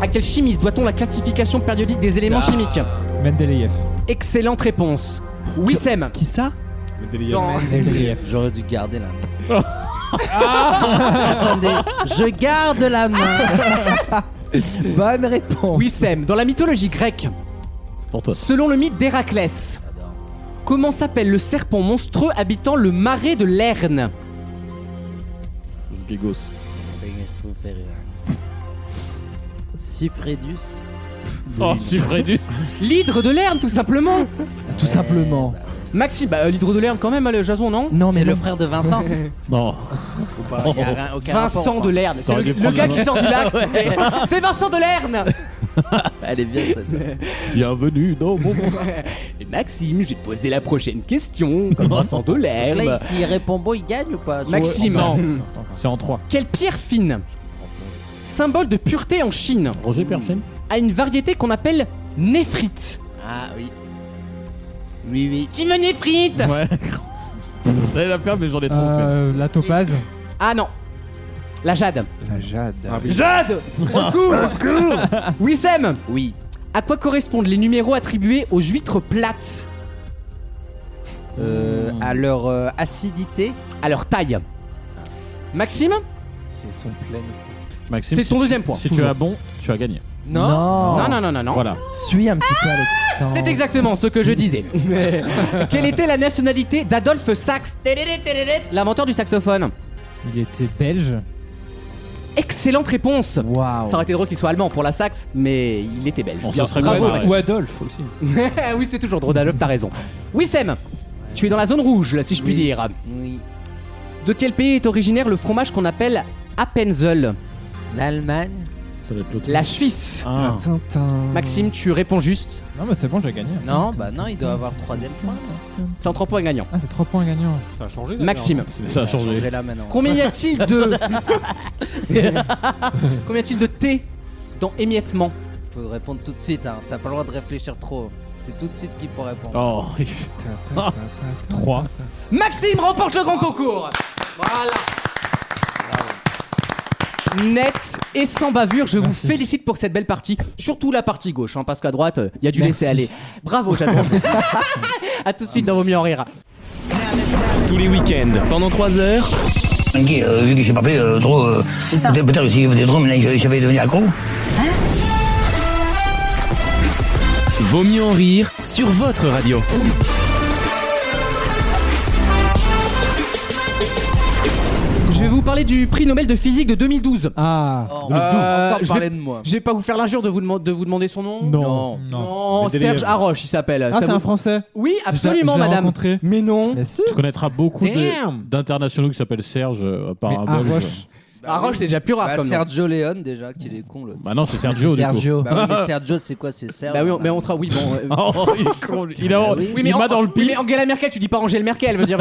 S2: à quel chimiste doit-on la classification périodique des éléments
S7: Ah.
S2: chimiques
S3: Mendeleev.
S2: Excellente réponse. Wissem,
S8: Qui ça
S6: Le délire.
S2: dans
S3: Mendeleev.
S7: J'aurais dû garder la main.
S2: Ah.
S7: Attendez, je garde la main.
S8: Bonne réponse.
S2: Wissem, dans la mythologie grecque,
S5: Pour toi.
S2: selon le mythe d'Héraclès, comment s'appelle le serpent monstrueux habitant le marais de l'Erne
S5: Sgegos.
S7: Cyprédus.
S5: Oh, Suffredus.
S2: L'hydre de l'Erne, tout simplement
S8: Tout simplement.
S2: Maxime, bah, euh, l'hydre de l'Erne quand même, hein, le Jason, non
S8: Non, mais
S7: C'est le
S8: non.
S7: frère de Vincent.
S5: Non.
S7: Faut pas- y a
S2: Oh.
S7: rien- aucun rapport,
S2: Vincent
S7: quoi.
S2: de l'Erne, c'est
S5: Oh. T'aurais
S2: le,
S5: dû
S2: le
S5: prendre
S2: gars
S5: la
S2: qui sort du lac, tu sais. C'est Vincent de l'Erne
S7: Elle est bien cette.
S5: Bienvenue dans mon monde.
S2: Et Maxime, j'ai posé la prochaine question, comme Vincent de l'Erne.
S7: Là, s'il répond bon, il gagne ou pas
S2: Maxime,
S5: Non. C'est en 3.
S2: quelle pierre fine, symbole de pureté en Chine,
S5: Roger Perfin.
S2: a une variété qu'on appelle néphrite
S7: Ah oui. Oui, oui.
S2: Qui me néphrite
S5: Ouais. J'allais la faire, mais j'en ai trop fait.
S3: Euh, la topaze.
S2: Ah non La jade
S8: La Jade.
S6: Ah oui.
S2: Jade Au secours Wissem
S7: Oui.
S2: À quoi correspondent les numéros attribués aux huîtres plates
S7: Euh, à leur euh, acidité.
S2: à leur taille Maxime
S5: Maxime,
S2: C'est ton
S5: si-
S2: deuxième point,
S5: Si tu
S2: toujours.
S5: as bon, tu as gagné.
S2: Non. Non, non, non, non, non.
S5: Voilà.
S8: Suis un petit peu Alexandre.
S2: C'est exactement ce que je disais. Quelle était la nationalité d'Adolphe Sax Tédédé, tédédé, L'inventeur du saxophone.
S3: Il était belge.
S2: Excellente réponse.
S8: Waouh.
S2: Ça aurait été drôle qu'il soit allemand pour la sax, mais il était belge.
S5: On
S2: Bien,
S5: se serait
S2: bravo,
S5: préparé.
S2: Max.
S6: Ou Adolphe aussi.
S2: oui, c'est toujours drôle Adolphe, t'as raison. Wissem, tu es dans la zone rouge, là, si je puis dire.
S7: Oui.
S2: De quel pays est originaire le fromage qu'on appelle Appenzell
S7: L'Allemagne.
S5: Ça doit être l'autre.
S2: La Suisse.
S5: Ah.
S2: Maxime, tu réponds juste.
S3: Non, mais c'est bon, j'ai gagné.
S7: Non, bah non, il doit avoir troisième point. là.
S2: C'est en 3 points gagnants.
S3: Ah, c'est 3 points gagnants.
S6: Ça a changé.
S2: Maxime,
S5: Ça a changé.
S7: J'ai là maintenant.
S2: combien y a-t-il de. combien y a-t-il de T dans émiettement
S7: Faut répondre tout de suite, hein. T'as pas le droit de réfléchir trop. C'est tout de suite qu'il faut répondre.
S5: Oh,
S11: Ah.
S5: 3.
S2: Maxime remporte le grand concours Voilà Net et sans bavure, je vous félicite pour cette belle partie, surtout la partie gauche, hein, parce qu'à droite, il y a du
S8: Merci.
S2: laisser-aller. Bravo, j'adore. à tout de suite dans Vos mieux en rire.
S1: Tous les week-ends, pendant 3 heures.
S12: euh, vu que j'ai pas fait trop. euh, peut-être, si vous trop, mais j'avais devenu accro.
S1: Vaut mieux en rire sur votre radio.
S2: Je vais vous parler du prix Nobel de physique de 2012.
S3: Ah.
S7: Oh, on
S2: Euh,
S7: va encore
S2: je-
S7: parler de moi.
S2: Je vais pas vous faire l'injure de vous, deman- de vous demander son nom.
S3: Non.
S2: Non,
S6: Mais
S2: Serge
S6: délire.
S2: Haroche, il s'appelle.
S3: Ah,
S2: Ça
S3: c'est
S2: vous-
S3: un français
S2: Oui, absolument,
S3: Je l'ai- je l'ai
S2: madame.
S3: rencontré.
S2: Mais non.
S3: Mais si.
S5: Tu connaîtras beaucoup de-
S3: Damn.
S5: d'internationaux qui s'appellent Serge, euh, par
S3: Mais
S5: un
S3: ah,
S5: belge.
S3: Roche.
S2: Haroche, c'est déjà plus rare
S7: Bah,
S2: comme nom.
S7: Sergio Leone, déjà, qu'il est con l'autre.
S5: Bah non, c'est Sergio, du coup.
S8: Sergio.
S7: Bah oui, mais Sergio, c'est quoi C'est Sergio
S2: Bah oui, on- mais on tra- oui, bon. euh,
S5: Oh, il est con, lui. Il a,
S7: Oui,
S5: il
S2: mais
S5: m'a
S2: en-
S5: dans le
S2: oui,
S5: pire.
S2: mais Angela Merkel, tu dis pas Angèle Merkel, veut dire.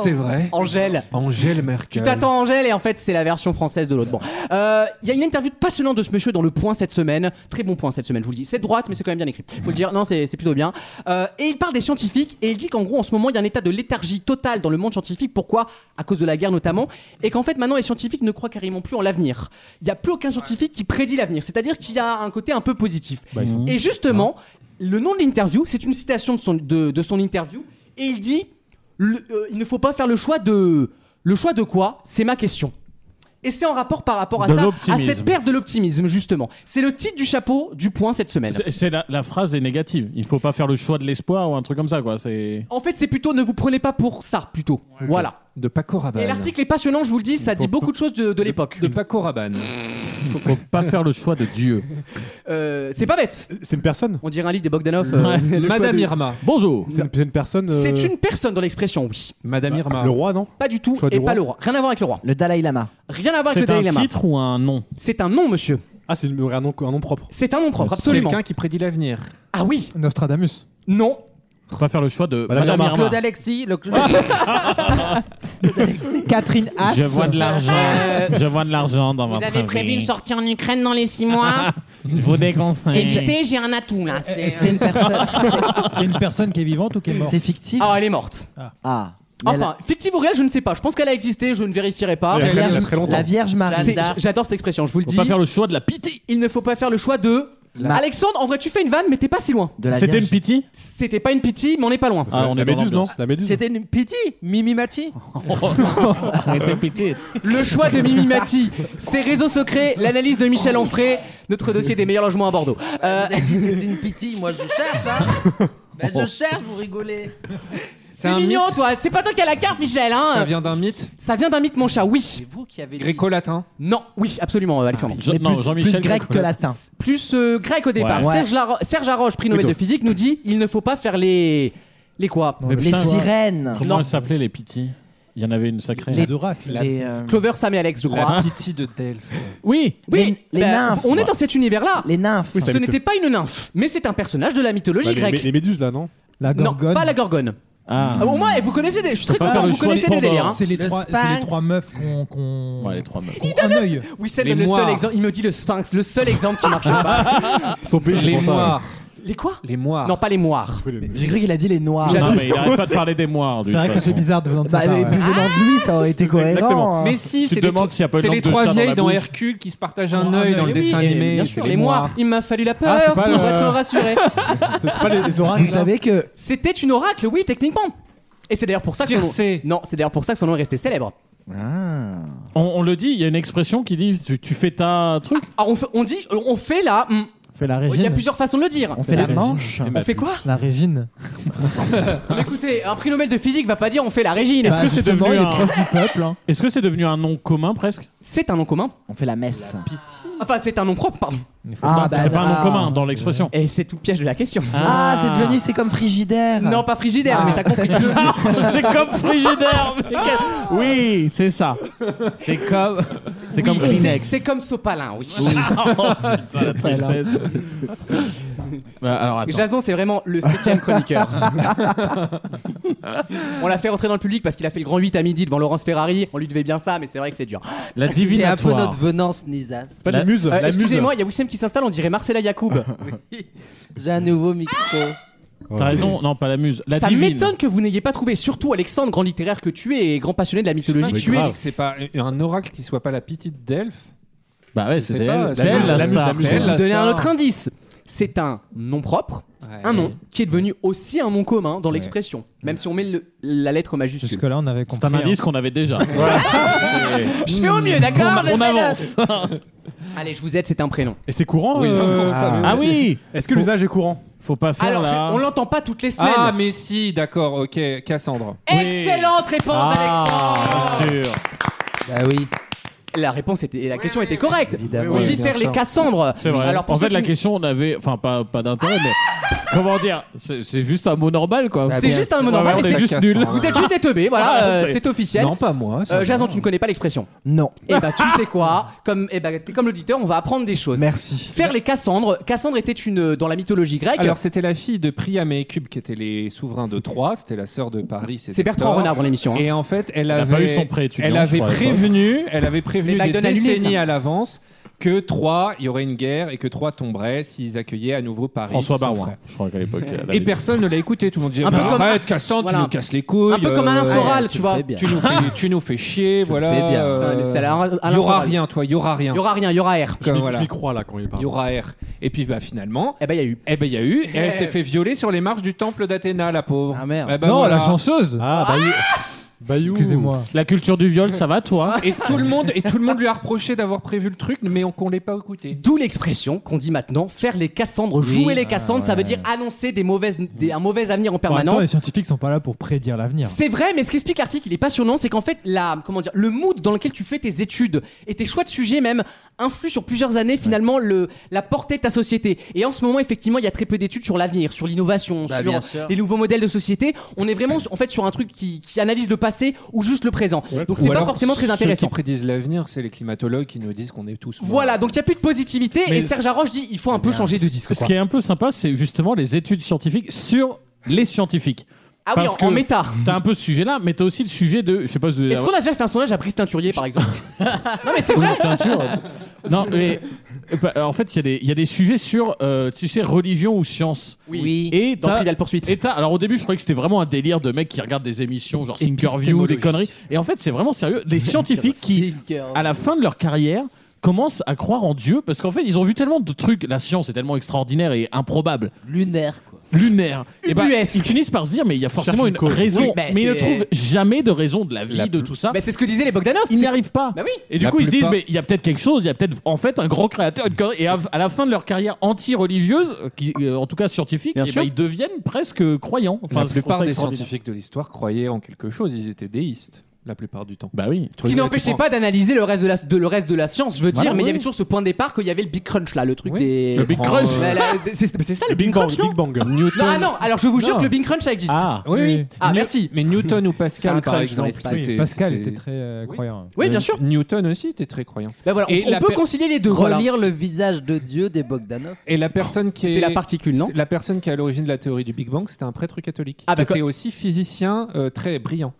S6: C'est vrai.
S2: Angèle.
S6: Angèle Merkel.
S2: Tu t'attends Angèle et en fait c'est la version française de l'autre. Bon, Euh, il y a une interview passionnante de ce monsieur dans Le Point cette semaine. Très bon point cette semaine, je vous le dis. C'est de droite mais c'est quand même bien écrit. Faut le dire, non c'est c'est plutôt bien. Euh, et il parle des scientifiques et il dit qu'en gros en ce moment il y a un état de léthargie totale dans le monde scientifique. Pourquoi À cause de la guerre notamment. Et qu'en fait maintenant les scientifiques ne croient carrément plus en l'avenir. Il n'y a plus aucun scientifique qui prédit l'avenir. C'est-à-dire qu'il y a un côté un peu positif. Et justement, le nom de l'interview, c'est une citation de son, de, de son interview, et il dit le- euh, il ne faut pas faire le choix de le choix de quoi C'est ma question. Et c'est en rapport par rapport à
S5: De
S2: ça, à
S5: l'optimisme.
S2: cette perte de l'optimisme justement. C'est le titre du chapeau du point cette semaine.
S5: C'est- C'est la, la phrase est négative. Il faut pas faire le choix de l'espoir ou un truc comme ça, quoi. C'est.
S2: En fait, c'est plutôt ne vous prenez pas pour ça plutôt. Voilà.
S6: De Paco Rabanne.
S2: Et l'article est passionnant, je vous le dis, ça
S6: faut
S2: dit
S6: pas-
S2: beaucoup de choses de, de l'époque.
S6: De Paco Rabanne.
S5: Faut, faut pas faire le choix de Dieu.
S2: Euh, c'est pas bête.
S6: C'est une personne
S2: On dirait un livre des Bogdanov. euh, le choix
S6: Madame
S2: de-
S6: Irma.
S5: Bonjour.
S6: C'est une, c'est une personne. euh,
S2: C'est une personne dans l'expression, oui.
S6: Madame Irma. Le roi, non
S2: Pas du tout
S6: Choix du
S2: et pas
S6: roi.
S2: le roi. Rien à voir avec le roi.
S8: Le Dalai Lama.
S2: Rien à voir avec le
S5: C'est un
S2: Dalai Lama.
S5: titre ou un nom
S2: C'est un nom, monsieur.
S6: Ah, c'est une- un nom, un nom propre.
S2: C'est un nom propre, absolument.
S6: qui prédit l'avenir.
S2: Ah oui
S3: Nostradamus.
S2: Non
S5: Faut pas faire le choix de
S6: Madame
S5: Madame
S6: Irma.
S5: Irma.
S7: Claude Alexis, le Claude
S8: Catherine
S2: Ah,
S8: Haas.
S5: Je vois de l'argent.
S2: Euh,
S5: Je vois de l'argent dans votre vie.
S2: sortie en Ukraine dans les 6 mois.
S5: Je vous déconseille.
S2: j'ai un atout là. euh,
S7: c'est une personne.
S4: C'est une personne qui est vivante ou qui est morte
S8: C'est fictif.
S2: Ah, elle est morte.
S8: Ah. Mais
S2: Enfin, fictive ou réelle, je ne sais pas. Je pense qu'elle a existé, je ne vérifierai pas.
S6: Elle a
S8: la, la
S6: très-
S8: Vierge,
S6: très longtemps.
S8: la Vierge Marie.
S2: C'est- J'adore cette expression, je vous le
S5: Faut
S2: dis.
S5: pas faire le choix de la pitié.
S2: Il ne faut pas faire le choix de.
S8: La-
S2: Alexandre, en vrai, tu fais une vanne, mais t'es pas si loin.
S8: De la
S5: C'était une
S8: Vierge.
S5: pitié
S2: C'était pas une pitié, mais on n'est pas loin.
S5: Ah, on
S6: La
S5: est dans
S6: méduse, non
S5: l'ambiance.
S6: La méduse.
S7: C'était une pitié, Mimi Mati.
S5: Arrêtez de pitié.
S2: Le choix de Mimi Mati, ses réseaux secrets, l'analyse de Michel Onfray, notre dossier des meilleurs logements à Bordeaux. Euh,
S7: Vous avez dit c'était une pitié, moi je cherche, hein. Ben, je cherche, vous rigolez.
S2: c'est mignon, toi. C'est pas toi qui as la carte, Michel. Hein.
S6: vient d'un mythe
S2: Ça vient d'un mythe, mon chat, oui.
S7: C'est vous qui avez dit.
S6: gréco-latin.
S2: Non, oui, absolument, euh, Alexandre.
S5: Je-
S8: Mais
S5: non,
S8: plus,
S5: Jean-Michel
S8: plus grec
S5: Gréco-
S8: que latin.
S2: Plus euh, grec au départ.
S8: Ouais.
S2: Serge, Laro- Serge Haroche, prix Nobel de physique, nous dit il ne faut pas faire les. Les quoi
S5: Mais
S8: Les
S5: putain,
S8: sirènes.
S5: Comment elles s'appelaient les pitiés Il y en avait une sacrée.
S8: Les-
S4: Les oracles.
S8: Les, euh,
S2: Clover, Sam et Alex, je crois.
S6: Pitié de Delphes.
S5: Oui.
S2: Oui, Ben,
S8: les- les nymphes.
S2: on est dans cet univers-là.
S8: les nymphes.
S2: Ce n'était pas une nymphe, mais c'est un personnage de la mythologie
S6: Bah,
S8: Bah,
S6: les,
S2: grecque.
S6: les méduses, là, non
S3: La
S2: Non,
S3: gorgone.
S2: pas la gorgone.
S5: Ah.
S2: Ah, Au moins, vous connaissez des. Je suis très
S5: pas faire
S2: content,
S5: le
S2: vous
S5: choix
S2: connaissez
S5: des
S2: des délires. hein.
S5: Pandores.
S4: C'est les,
S7: Le
S4: trois- c'est les
S7: sphinx.
S4: trois meufs qu'on. qu'on-
S5: Ouais, les trois meufs.
S4: qu'on- un œil.
S2: Oui, c'est
S6: Les
S2: le seul
S6: Noirs.
S2: exemple. Il me dit le sphinx, le seul exemple qui marche pas.
S6: Son pays, c'est
S4: Les
S6: pour ça, ouais.
S4: noirs.
S2: Les quoi
S6: Les moires.
S2: Non, pas les moires.
S8: J'ai cru qu'il a dit les noirs.
S2: J'avais-
S5: Non, mais il arrête pas de parler des moires.
S3: C'est vrai que ça fait bizarre de venir de
S8: Bah,
S3: sa part,
S8: mais
S3: ouais.
S8: plus venant de lui, ça aurait été cohérent. hein.
S6: Exactement.
S12: Mais si,
S5: Tu
S12: c'est
S5: te demandes s'il y a pas une
S12: c'est
S5: lampe
S12: les
S5: de
S12: trois
S5: chat dans la
S12: vieilles dans,
S5: bouche.
S12: Hercule qui se partagent
S2: Oh,
S12: un œil dans le
S2: oui,
S12: dessin
S2: et
S12: animé.
S2: Bien
S12: c'est
S2: sûr,
S12: les
S2: les moires.
S12: moires.
S2: Il m'a fallu la peur
S6: Ah, c'est
S2: pour
S6: pas le-
S2: être rassuré.
S6: C'est c'est pas les, les oracles.
S8: Vous savez que
S2: C'était une oracle, oui, techniquement. Et c'est d'ailleurs pour ça que son nom...
S12: Circé.
S2: Non, c'est d'ailleurs pour ça que son nom est resté célèbre.
S5: Ah. On, on le dit, il y a une expression qui dit tu, tu fais ta truc.
S2: Ah, on, fait- on dit, euh, on fait là. hum.
S3: Fais la
S2: Il
S3: régine.
S2: y a plusieurs façons de le dire.
S3: On fait la manche.
S5: Eh
S2: On
S5: ben,
S2: fait quoi
S3: La régine.
S2: Mais Bah, Écoutez, un prix Nobel de physique va pas dire on fait la régine.
S5: Est-ce que c'est devenu un
S3: peuple
S5: Est-ce que c'est devenu un nom commun presque
S2: C'est un nom commun.
S8: On fait la messe.
S2: Enfin, c'est un nom propre, pardon.
S5: Ah, bah, c'est pas un nom commun dans l'expression.
S2: Et c'est tout le piège de la question. Ah.
S8: Ah, c'est devenu, c'est comme frigidaire.
S2: Non, pas frigidaire, mais t'as compris.
S5: c'est comme frigidaire. mais quel- Ah. Oui, c'est ça. C'est comme c'est comme
S2: Oui,
S5: Kleenex. Oh,
S2: C'est comme Sopalin, oui.
S5: C'est la tristesse. Bah, alors attends.
S2: Jason, c'est vraiment le septième chroniqueur. On l'a fait rentrer dans le public parce qu'il a fait le grand 8 à midi devant Laurence Ferrari. On lui devait bien ça, mais c'est vrai que c'est dur.
S5: La
S7: C'est un peu
S5: divinatoire.
S7: notre venance, Nisa.
S6: Pas
S5: La-
S6: des muses.
S2: Euh,
S6: la muse.
S2: Excusez-moi, il y a Wissem qui s'installe, on dirait Marcella Yacoub.
S7: J'ai un nouveau micro.
S5: Ah T'as raison, non pas la muse, la
S2: ça
S5: divine.
S2: m'étonne que vous n'ayez pas trouvé, surtout Alexandre, grand littéraire que tu es et grand passionné de la mythologie que tu es.
S5: grave.
S6: C'est pas un oracle qui soit pas la petite Delphes.
S5: Bah ouais,
S6: Je sais
S5: c'était
S6: pas,
S5: elle,
S6: la
S5: c'est elle
S6: muse,
S5: la
S6: la muse,
S5: star.
S6: la muse,
S5: c'est elle.
S6: la-
S2: Vous donner un
S6: star.
S2: autre indice. C'est un nom propre, un nom qui est devenu aussi un nom commun dans l'expression, même si on met le- la lettre au majuscule.
S3: Jusque-là, on avait
S5: C'est
S3: compris.
S5: un indice qu'on avait hein. déjà.
S2: Je fais au mieux, d'accord
S5: On
S2: J'essaie de-
S5: avance.
S2: Allez, je vous aide, c'est un prénom.
S6: Et c'est courant
S5: Oui.
S6: euh,
S5: Ah oui,
S6: Est-ce que l'usage est courant
S5: faut pas faire
S2: Alors,
S5: là.
S2: je- on l'entend pas toutes les semaines.
S11: Ah, mais si, d'accord, ok, Cassandre.
S5: Oui.
S2: Excellente réponse,
S5: Ah,
S2: Alexandre
S5: bien sûr.
S7: Bah oui.
S2: La réponse était, la question était correcte.
S7: Évidemment.
S2: On dit
S7: Oui,
S2: de
S7: bien
S2: faire les
S7: sûr.
S2: Cassandres.
S5: C'est vrai.
S2: Alors, pour
S5: en
S2: ceux
S5: fait,
S2: qui- Ah
S5: la question, on avait. Enfin, pas, pas d'intérêt, mais. Comment dire C'est c'est juste un mot normal, quoi.
S2: C'est juste un mot
S5: Ah Ouais,
S2: normal,
S5: on
S2: mais
S5: est
S2: c'est-
S5: juste
S6: casse,
S5: nuls.
S6: hein.
S2: Vous êtes juste des teubés, voilà,
S5: Ah,
S2: euh,
S5: c'est-
S2: c'est officiel.
S6: Non, pas moi. ça
S2: Euh,
S6: va.
S2: Jason, tu ne connais pas l'expression.
S8: Non.
S2: Eh bah, tu sais quoi Comme, eh bah, t'es comme l'auditeur, on va apprendre des choses.
S8: Merci.
S2: Faire les Cassandres. Cassandre était une euh, dans la mythologie grecque.
S11: Alors, c'était la fille de Priam et Écube qui était les souverains de Troie, c'était la sœur de Paris. c'était
S2: c'est Bertrand
S11: Thor.
S2: Renard dans l'émission. hein.
S11: Et en fait, elle
S5: a
S11: avait,
S5: pas eu son prêt étudiant,
S11: elle
S5: je
S11: avait
S5: crois, à l'époque.
S11: prévenu, elle avait prévenu
S2: Mais
S11: des
S2: McDonald's annulé,
S11: décennies
S2: ça.
S11: à l'avance que Troie, il y aurait une guerre et que Troie tomberait s'ils accueillaient à nouveau Paris.
S5: François
S11: son
S5: Barouin,
S11: frère.
S5: je crois qu'à l'époque. elle avait
S11: Et
S5: dit.
S11: personne ne l'a écouté. Tout le monde disait
S2: Un peu
S11: bah,
S2: comme-
S11: Arrête, Cassandre,
S2: Voilà.
S11: tu nous casses les couilles.
S2: Un peu comme Alain
S11: euh,
S2: Soral, tu
S7: le
S2: vois.
S7: fais bien.
S11: tu nous, fais, tu nous fais chier, voilà.
S7: fais bien.
S2: C'est un- c'est Alain-
S11: euh,
S2: Alain
S11: y aura
S2: Soral.
S11: rien, toi, y aura rien.
S2: Il y aura rien, il y aura R.
S6: Je
S11: Comme,
S6: m'y-
S11: voilà.
S6: je m'y crois là quand il parle.
S11: Y aura R. Et puis bah finalement,
S2: Eh bah, il y a eu.
S11: eh ben il y a eu, et elle s'est fait violer sur les marches du temple d'Athéna, la pauvre.
S7: Ah, merde.
S11: Eh ben,
S3: non,
S11: voilà.
S3: la chanceuse.
S6: Ah, Bayou. Bayou.
S3: Excusez-moi.
S5: La culture du viol, ça va, toi hein.
S11: Et tout le monde, et tout le monde lui a reproché d'avoir prévu le truc, mais on qu'on l'ait pas écouté.
S2: D'où l'expression qu'on dit maintenant faire les Cassandres, jouer les Cassandres, ça veut dire annoncer des mauvaises, des- un mauvais avenir
S3: En
S2: en
S3: même temps,
S2: permanence.
S3: les scientifiques sont pas là pour prédire l'avenir.
S2: C'est vrai, mais ce qu'explique l'article, il est passionnant, c'est qu'en fait, la, comment dire, le mood dans lequel tu fais tes études et tes choix de sujets même influent sur plusieurs années finalement le, la portée de ta société. Et en ce moment, effectivement, il y a très peu d'études sur l'avenir, sur l'innovation,
S7: Bah, bien sûr.
S2: sur les nouveaux modèles de société. On est vraiment en fait sur un truc qui, qui analyse le passé ou juste le présent. Donc
S11: Ou
S2: c'est pas
S11: alors,
S2: forcément très
S11: Ceux
S2: intéressant.
S11: qui prédisent l'avenir, c'est les climatologues qui nous disent qu'on est tous. morts.
S2: Voilà, donc il n'y a plus de positivité
S5: Mais Eh
S2: et Serge Haroche dit il faut un peu changer de disque.
S5: Ce qui est un peu sympa, c'est justement les études scientifiques sur les scientifiques.
S2: Ah oui,
S5: parce
S2: en,
S5: que-
S2: en méta.
S5: T'as un peu ce sujet-là, mais t'as aussi le sujet de. Je sais pas si vous avez-
S2: Est-ce qu'on a déjà fait un sondage à Brice Teinturier par exemple Non mais c'est
S5: Oui,
S2: vrai
S5: teinture. Non, mais euh, bah, en fait, il y a des- il y, a des sujets sur, euh, tu sais, religion ou science.
S2: Oui,
S5: Et
S2: dans
S5: t'as-
S2: Trivial Poursuite.
S5: Et t'as- alors au début, je croyais que c'était vraiment un délire de mecs qui regardent des émissions genre Thinkerview, des conneries. Et en fait, c'est vraiment sérieux. Les scientifiques qui, à la fin de leur carrière, commencent à croire en Dieu parce qu'en fait, ils ont vu tellement de trucs. La science est tellement extraordinaire et improbable,
S7: Lunaire, quoi.
S5: lunaire. Et ben,
S2: Ubuesque.
S5: ils finissent par se dire, mais il y a forcément une, raison.
S2: Oui, bah,
S5: mais ils ne
S2: c'est-
S5: trouvent jamais de raison de la vie,
S11: La
S5: de
S11: plus-
S5: tout ça.
S2: Bah, c'est ce que disaient les Bogdanov.
S5: Ils n'y
S2: c'est-
S5: arrivent pas.
S2: Bah oui.
S5: Et du
S11: La
S5: coup, ils se disent,
S11: plupart-
S5: mais il y a peut-être quelque chose, il y a peut-être en fait un grand créateur. une connerie. Et à, à la fin de leur carrière anti-religieuse, euh, qui, euh, en tout cas scientifique,
S2: Bien
S5: eh ben,
S2: sûr.
S5: ils deviennent presque croyants. Enfin, je
S11: la
S5: trouve
S11: plupart
S5: ça
S11: des
S5: extraordinaire.
S11: scientifiques de l'histoire croyaient en quelque chose. Ils étaient déistes la plupart du temps.
S5: Bah oui.
S2: Ce qui n'empêchait pas d'analyser le reste de la, de- le reste de la science, je veux dire,
S11: Voilà,
S2: mais il y
S11: oui.
S2: avait toujours ce point de départ qu'il y avait le Big Crunch là, le truc
S11: Oui.
S2: des.
S5: Le Big
S11: prend,
S5: Crunch.
S2: La- la- c'est c'est ça le,
S6: Le Big Bang.
S2: Crunch,
S6: Big
S2: non
S6: Bang.
S2: Non, ah non, alors je vous jure
S3: Non.
S2: que le Big Crunch ça existe.
S5: Ah.
S11: Oui, oui.
S2: Ah,
S11: New-
S2: merci.
S11: Mais Newton ou
S2: C'est
S11: Pascal,
S2: un
S11: par
S2: crunch dans
S11: exemple,
S2: l'espace.
S11: c'était-
S3: Pascal
S11: c'était-
S3: était très euh,
S11: Oui.
S3: croyant.
S2: Oui, bien sûr.
S11: Newton aussi était très croyant.
S2: Bah voilà, on-
S11: Et
S2: on,
S11: la
S2: peut
S11: per-
S2: concilier les deux. voilà.
S7: Relire le visage de Dieu des Bogdanov.
S11: Et la personne qui
S2: C'était
S11: est
S2: la particule, non
S11: c'est- La personne qui est à l'origine de la théorie du Big Bang, c'était un prêtre catholique.
S2: Ah, bah,
S11: qui était aussi physicien euh, très brillant.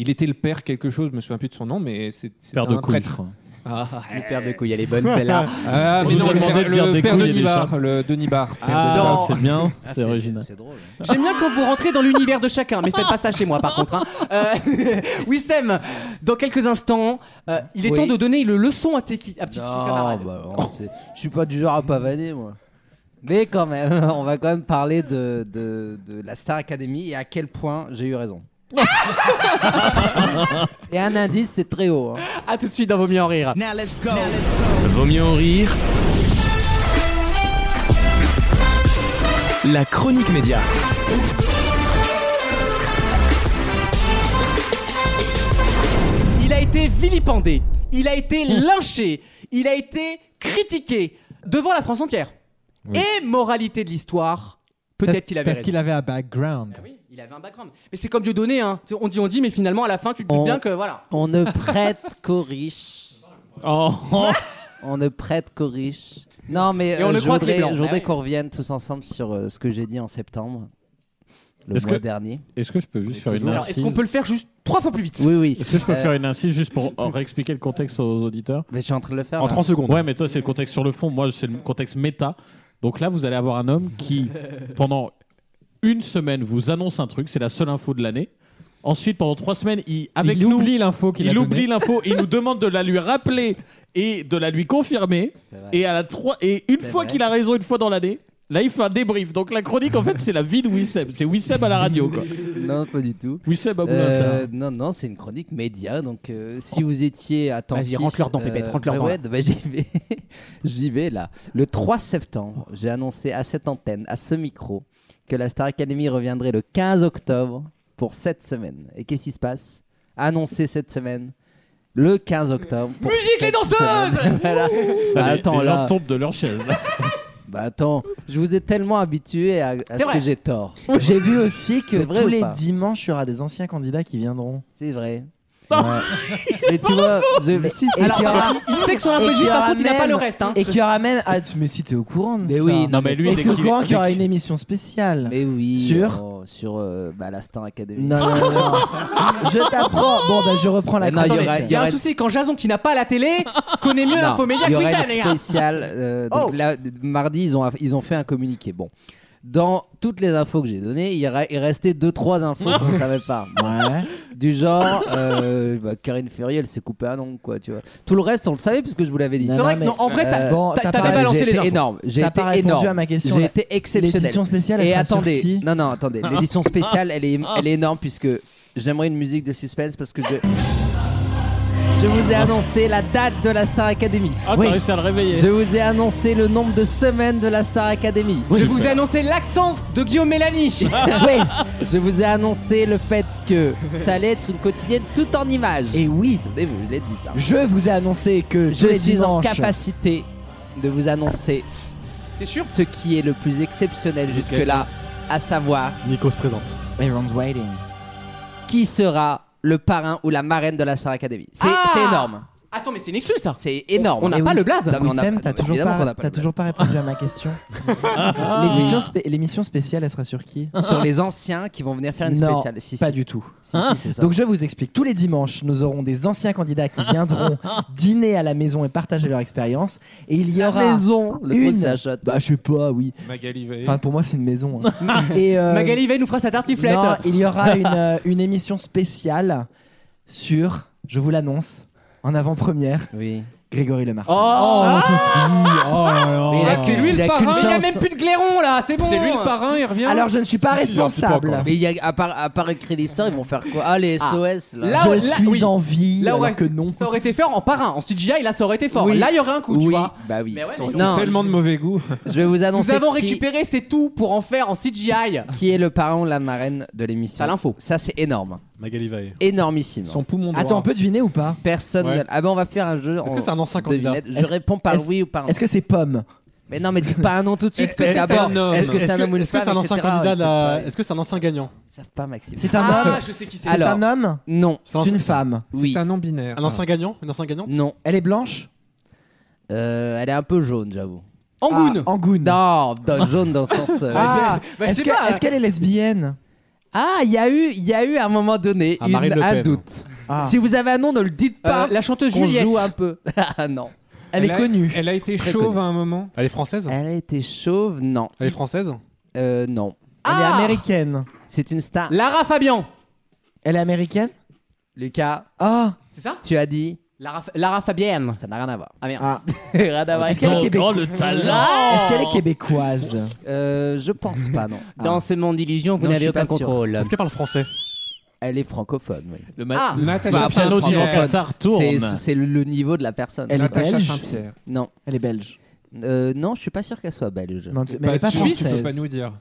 S11: Il était le père quelque chose, je me souviens plus de son nom, mais c'est c'est
S5: Père de
S11: un
S5: couilles, je
S11: prêtre.
S5: crois.
S11: Ah,
S2: Les paires de couilles, elle est bonne celle-là.
S11: ah,
S5: On
S11: mais
S5: nous
S11: non,
S5: a
S11: le
S5: demandé
S11: père,
S5: de dire
S11: le
S5: des
S11: père
S5: couilles
S11: de
S5: et des
S11: Nibar,
S5: chats.
S11: le Denis Bar.
S5: Ah,
S2: Dans-
S5: c'est bien,
S7: Ah,
S5: c'est original.
S7: C'est drôle. hein.
S2: J'aime bien quand vous rentrez dans l'univers de chacun, mais faites pas ça chez moi par contre. hein. Euh, Wissem, dans quelques instants, euh, il est
S7: Oui.
S2: temps de donner une leçon à, tes, qui- à petits petits
S7: Non,
S2: camarades.
S7: bah, on sait. je suis pas du genre à pavaner, moi. Mais quand même, on va quand même parler de, de, de la Star Academy et à quel point j'ai eu raison. Et un indice, c'est très haut. hein.
S2: A tout de suite dans Vaut mieux en rire.
S1: Vaut mieux en rire. La chronique média.
S2: Il a été vilipendé, il a été lynché, il a été critiqué devant la France entière. Et moralité de l'histoire, peut-être qu'il avait
S3: Parce qu'il
S2: raison. Ah
S3: avait un background.
S2: Il avait un background. Mais c'est comme Dieu donné, hein. Tu- On dit, on dit, mais finalement, à la fin, tu te dis
S7: On-
S2: bien que voilà.
S7: On ne prête qu'aux riches. On ne prête qu'aux riches. Non, mais
S2: Et on
S7: euh,
S2: ne
S7: je
S2: croit que les
S7: voudrais,
S2: blancs.
S7: je voudrais
S2: Ah oui.
S7: qu'on revienne tous ensemble sur euh, ce que j'ai dit en septembre, le
S5: Est-ce
S7: mois
S5: que-
S7: dernier.
S5: Est-ce que je peux juste faire une
S2: Alors, est-ce qu'on peut le faire juste trois fois plus vite
S7: Oui, oui.
S5: Est-ce que je peux
S7: Euh,
S5: faire une incise juste pour en réexpliquer le contexte aux auditeurs
S7: Mais je suis en train de le faire. là.
S5: Ouais, mais toi, c'est le contexte sur le fond. Moi, c'est le contexte méta. Donc là, vous allez avoir un homme qui, pendant une semaine, vous annonce un truc. C'est la seule info de l'année. Ensuite, pendant trois semaines, il, avec
S3: il
S5: nous,
S3: oublie l'info qu'il a
S5: il
S3: donnée.
S5: oublie l'info. Il nous demande de la lui rappeler et de la lui confirmer. Et, à la trois, et une fois qu'il a raison, une fois dans l'année, là, il fait un débrief. Donc la chronique, en fait, c'est la vie de Wissem. C'est Wissem à la radio, quoi.
S7: Non, pas du tout.
S5: Wissem à
S7: Euh, non, non, c'est une chronique média. Donc, euh, si vous étiez attentif,
S2: Vas-y, rentre-leur dans, Pépette, rentre-leur
S7: bah
S2: dans,
S7: ouais,
S2: là.
S7: bah, j'y vais, j'y vais là. Le 3 septembre, j'ai annoncé à cette antenne, à ce micro, que la Star Academy reviendrait le 15 octobre pour cette semaine. Et qu'est-ce qui se passe Annoncé cette semaine. Le 15 octobre. pour
S2: Musique les
S7: cette
S2: danseuses
S7: semaine. Voilà. Bah,
S5: les,
S7: attends,
S5: les gens
S7: là.
S5: tombent de leur chaise. là.
S7: Bah, attends, je vous ai tellement habitué à, à ce
S2: vrai.
S7: que j'ai tort.
S8: J'ai vu aussi que
S7: C'est vrai
S8: tous
S7: ou
S8: les
S7: pas
S8: dimanches, il y aura des anciens candidats qui viendront.
S7: C'est vrai.
S8: Ouais.
S7: Mais tu vois, je- si, si,
S8: Et qu'il y aura-
S2: il sait que son info est
S8: et
S2: juste,
S8: qu'il y
S2: par
S8: aura
S2: contre, il n'a pas
S8: même-
S2: le reste, hein.
S8: Et qu'il y aura même. Ah, tu- mais si t'es au courant de
S7: Mais
S8: ça.
S7: oui, non,
S5: Non, mais lui,
S8: Et
S5: dès
S8: t'es au
S5: qu'il-
S8: courant qu'il y aura
S5: dès
S8: une émission spéciale.
S7: Mais oui.
S8: Sur
S7: oh, sur euh, bah, la Star Academy.
S8: Non, non, non. non.
S7: Euh,
S8: je t'apprends. Bon,
S7: ben,
S8: bah, je reprends la
S7: Mais Eh non, il y
S8: chronique.
S7: aura-
S2: Il y a un
S7: aurait-
S2: souci quand Jason qui n'a pas la télé connaît mieux
S7: Ah, Non,
S2: l'info média
S7: Il y
S2: que
S7: aurait
S2: Wissem,
S7: une
S2: les gars.
S7: spéciale. euh, donc
S2: Oh.
S7: là, d- mardi, ils ont, ils ont fait un communiqué. Bon. Dans toutes les infos que j'ai données, il, y ra- il restait 2-3 infos qu'on ne savait pas.
S8: Ouais.
S7: Du genre, euh, bah, Karine Ferrier, elle s'est coupée un ongle, quoi, tu vois. Tout le reste, on le savait puisque je vous l'avais dit.
S8: Non,
S2: C'est vrai que
S8: mais-
S2: non, en vrai, t'as
S7: Euh,
S8: bon,
S2: t'as-
S8: t'as
S2: t'as
S8: pas-
S2: débalancé
S7: j'ai
S2: les
S7: été
S2: infos.
S7: énorme. J'ai
S8: T'as
S7: été
S8: pas répondu
S7: énorme.
S8: à ma question,
S7: J'ai
S8: là.
S7: été exceptionnel.
S8: L'édition spéciale, elle
S7: Et
S8: sera sur
S7: attendez,
S8: qui
S7: non, non, attendez. L'édition spéciale, elle
S2: Ah.
S7: est, elle est énorme puisque j'aimerais une musique de suspense parce que je. Je vous ai annoncé la date de la Star Academy.
S5: Ah, t'as
S7: Oui.
S5: réussi à le réveiller.
S7: Je vous ai annoncé le nombre de semaines de la Star Academy.
S2: Je vous ai annoncé l'accence de Guillaume Mélanie.
S7: Oui. Je vous ai annoncé le fait que ça allait être une quotidienne tout en images.
S8: Et oui,
S7: Attendez, je l'ai dit ça.
S8: je vous ai annoncé que tous
S7: Je
S8: les
S7: suis en
S8: dimanches-
S7: capacité de vous annoncer
S2: T'es sûr
S7: ce qui est le plus exceptionnel jusque-là, à savoir
S6: Nico se présente.
S8: Everyone's waiting.
S7: qui sera le parrain ou la marraine de la Star Academy. C'est
S2: Ah
S7: c'est énorme.
S2: Attends, mais c'est une exclu ça.
S7: C'est énorme.
S2: On n'a
S8: Et
S2: pas
S8: Wissem-
S2: le blaze.
S7: Non, mais on a-
S8: Wissem, t'as toujours,
S7: évidemment qu'on
S8: pas,
S7: n'a pas
S8: t'as
S7: le
S8: toujours pas répondu à ma question. L'édition spé- L'émission spéciale, elle sera sur qui
S7: Sur les anciens qui vont venir faire une
S8: Non,
S7: spéciale. Si,
S8: pas
S7: si.
S8: du tout. Hein?
S7: Si, si, c'est ça.
S8: Donc je vous explique, tous les dimanches, nous aurons des anciens candidats qui viendront dîner à la maison et partager leur expérience. Et il y
S7: la
S8: aura...
S7: maison, le truc
S8: une-
S7: s'achète.
S8: Bah je sais pas, oui.
S6: Magali Veil.
S8: Enfin pour moi c'est une maison. hein. et, euh,
S2: Magali Veil nous fera sa tartiflette.
S8: non, il y aura une, euh, une émission spéciale sur, je vous l'annonce, en avant-première,
S7: Oui.
S8: Grégory Lemarchand.
S2: Oh,
S8: Oh
S7: Mais il a
S2: C'est
S7: qu'une-
S2: lui le
S7: il a
S2: parrain.
S7: qu'une
S2: Il a
S7: chance.
S2: même plus de glairon là, Ah, c'est bon. hein.
S6: C'est lui le parrain, il revient.
S8: Alors je ne suis pas
S6: Si, si, il y a un petit peu
S8: responsable. Ah.
S6: encore.
S7: Mais il y a, à, part, à part écrire l'histoire, ils vont faire quoi Ah, les
S2: Ah.
S7: SOS là.
S2: Là,
S8: je
S2: là,
S8: suis
S2: oui.
S8: en vie,
S2: Là,
S8: alors
S2: ouais,
S8: que non.
S2: Ça aurait été fort en parrain. En CGI, là, ça aurait été fort. Là, il y aurait un coup,
S7: oui,
S2: tu vois.
S7: Bah oui.
S2: Mais ouais, mais
S7: Ils ont
S2: ils
S7: non,
S6: Tellement de mauvais goût.
S7: je vais vous annoncer
S2: Nous avons
S7: qui,
S2: récupéré, c'est tout pour en faire en CGI.
S7: qui est le parrain ou la marraine de l'émission.
S2: T'as l'info.
S7: Ça, c'est énorme.
S6: Magali Veil.
S7: Énormissime.
S6: Son poumon droit.
S8: Attends, on peut deviner ou pas
S7: Personne.
S6: Ouais.
S7: ne- Ah ben on va faire un jeu.
S6: Est-ce
S7: en
S6: que c'est un ancien candidat
S7: devinette. Je
S8: Est-ce-
S7: réponds par
S8: est-ce-
S7: oui ou par non.
S8: Est-ce que c'est Pomme
S7: Mais non, mais dis pas un nom tout de suite,
S6: Est-ce que
S7: parce
S6: c'est un
S7: qu'abord,
S6: homme
S7: est-ce que c'est un homme ou une
S6: Est-ce que
S7: femme
S6: c'est un ancien
S7: etc.,
S6: candidat
S7: ils
S6: de la-
S7: savent pas.
S6: Est-ce que c'est un ancien gagnant
S7: Ils savent pas, Maxime.
S8: C'est un
S2: Ah,
S8: homme
S2: je sais qui c'est.
S8: C'est
S7: alors-
S8: un homme
S7: Non,
S8: C'est une femme
S7: oui,
S11: C'est un non binaire.
S6: Un ancien gagnant Une ancienne gagnante
S7: non.
S8: Elle est blanche
S7: Euh, elle est un peu jaune, j'avoue.
S2: Angoune.
S8: Ah, Angoune.
S7: Non, dans- jaune dans le sens. euh,
S8: Ah,
S2: Bah, je
S8: est-ce
S2: sais
S8: que-
S2: pas.
S8: est-ce qu'elle est lesbienne
S7: hein. Ah, il y a eu, il y a eu à un moment donné
S6: Ah,
S7: une-
S6: Marine Le
S7: un
S6: Pen.
S7: doute.
S8: Ah.
S7: Si vous avez un nom, ne le dites
S2: Euh,
S7: pas.
S2: la chanteuse
S7: qu'on
S2: Juliette.
S7: joue un peu. ah non.
S8: Elle est
S11: a-
S8: connue.
S11: Elle a été
S7: Très
S11: chauve
S7: connue.
S11: à un moment.
S6: Elle est française
S7: Elle a été chauve, non.
S6: Elle est française
S7: Euh, non.
S8: Elle est
S2: Ah
S8: américaine.
S7: C'est une star.
S2: Lara Fabian.
S8: Elle est américaine
S7: Lucas,
S8: Ah,
S2: C'est ça
S7: tu as dit.
S2: Lara, Fa- Lara Fabienne.
S7: Ça n'a rien à voir.
S2: Ah merde.
S8: Ah.
S7: rien à voir.
S8: Est-ce qu'elle est,
S5: Oh,
S8: québé-
S5: oh, le talent
S8: Est-ce qu'elle est québécoise
S7: Euh, je pense pas, non.
S2: Dans ce monde d'illusion, vous
S7: Non, je
S2: n'avez
S7: suis pas
S2: aucun
S7: sûr.
S2: contrôle.
S6: Est-ce qu'elle parle français
S7: Elle est Ah. Bah, francophone, oui.
S5: Le ma- Natacha Piano
S7: francophone,
S5: dirait que ça retourne.
S7: C'est, c'est le, le niveau de la personne.
S8: Elle est
S7: Natacha
S8: belge
S7: Saint-Pierre. Non. Euh,
S8: Elle est belge.
S7: non, je suis pas sûr qu'elle soit belge.
S8: Non, tu- mais elle est pas Suisse. française.
S11: pas nous dire.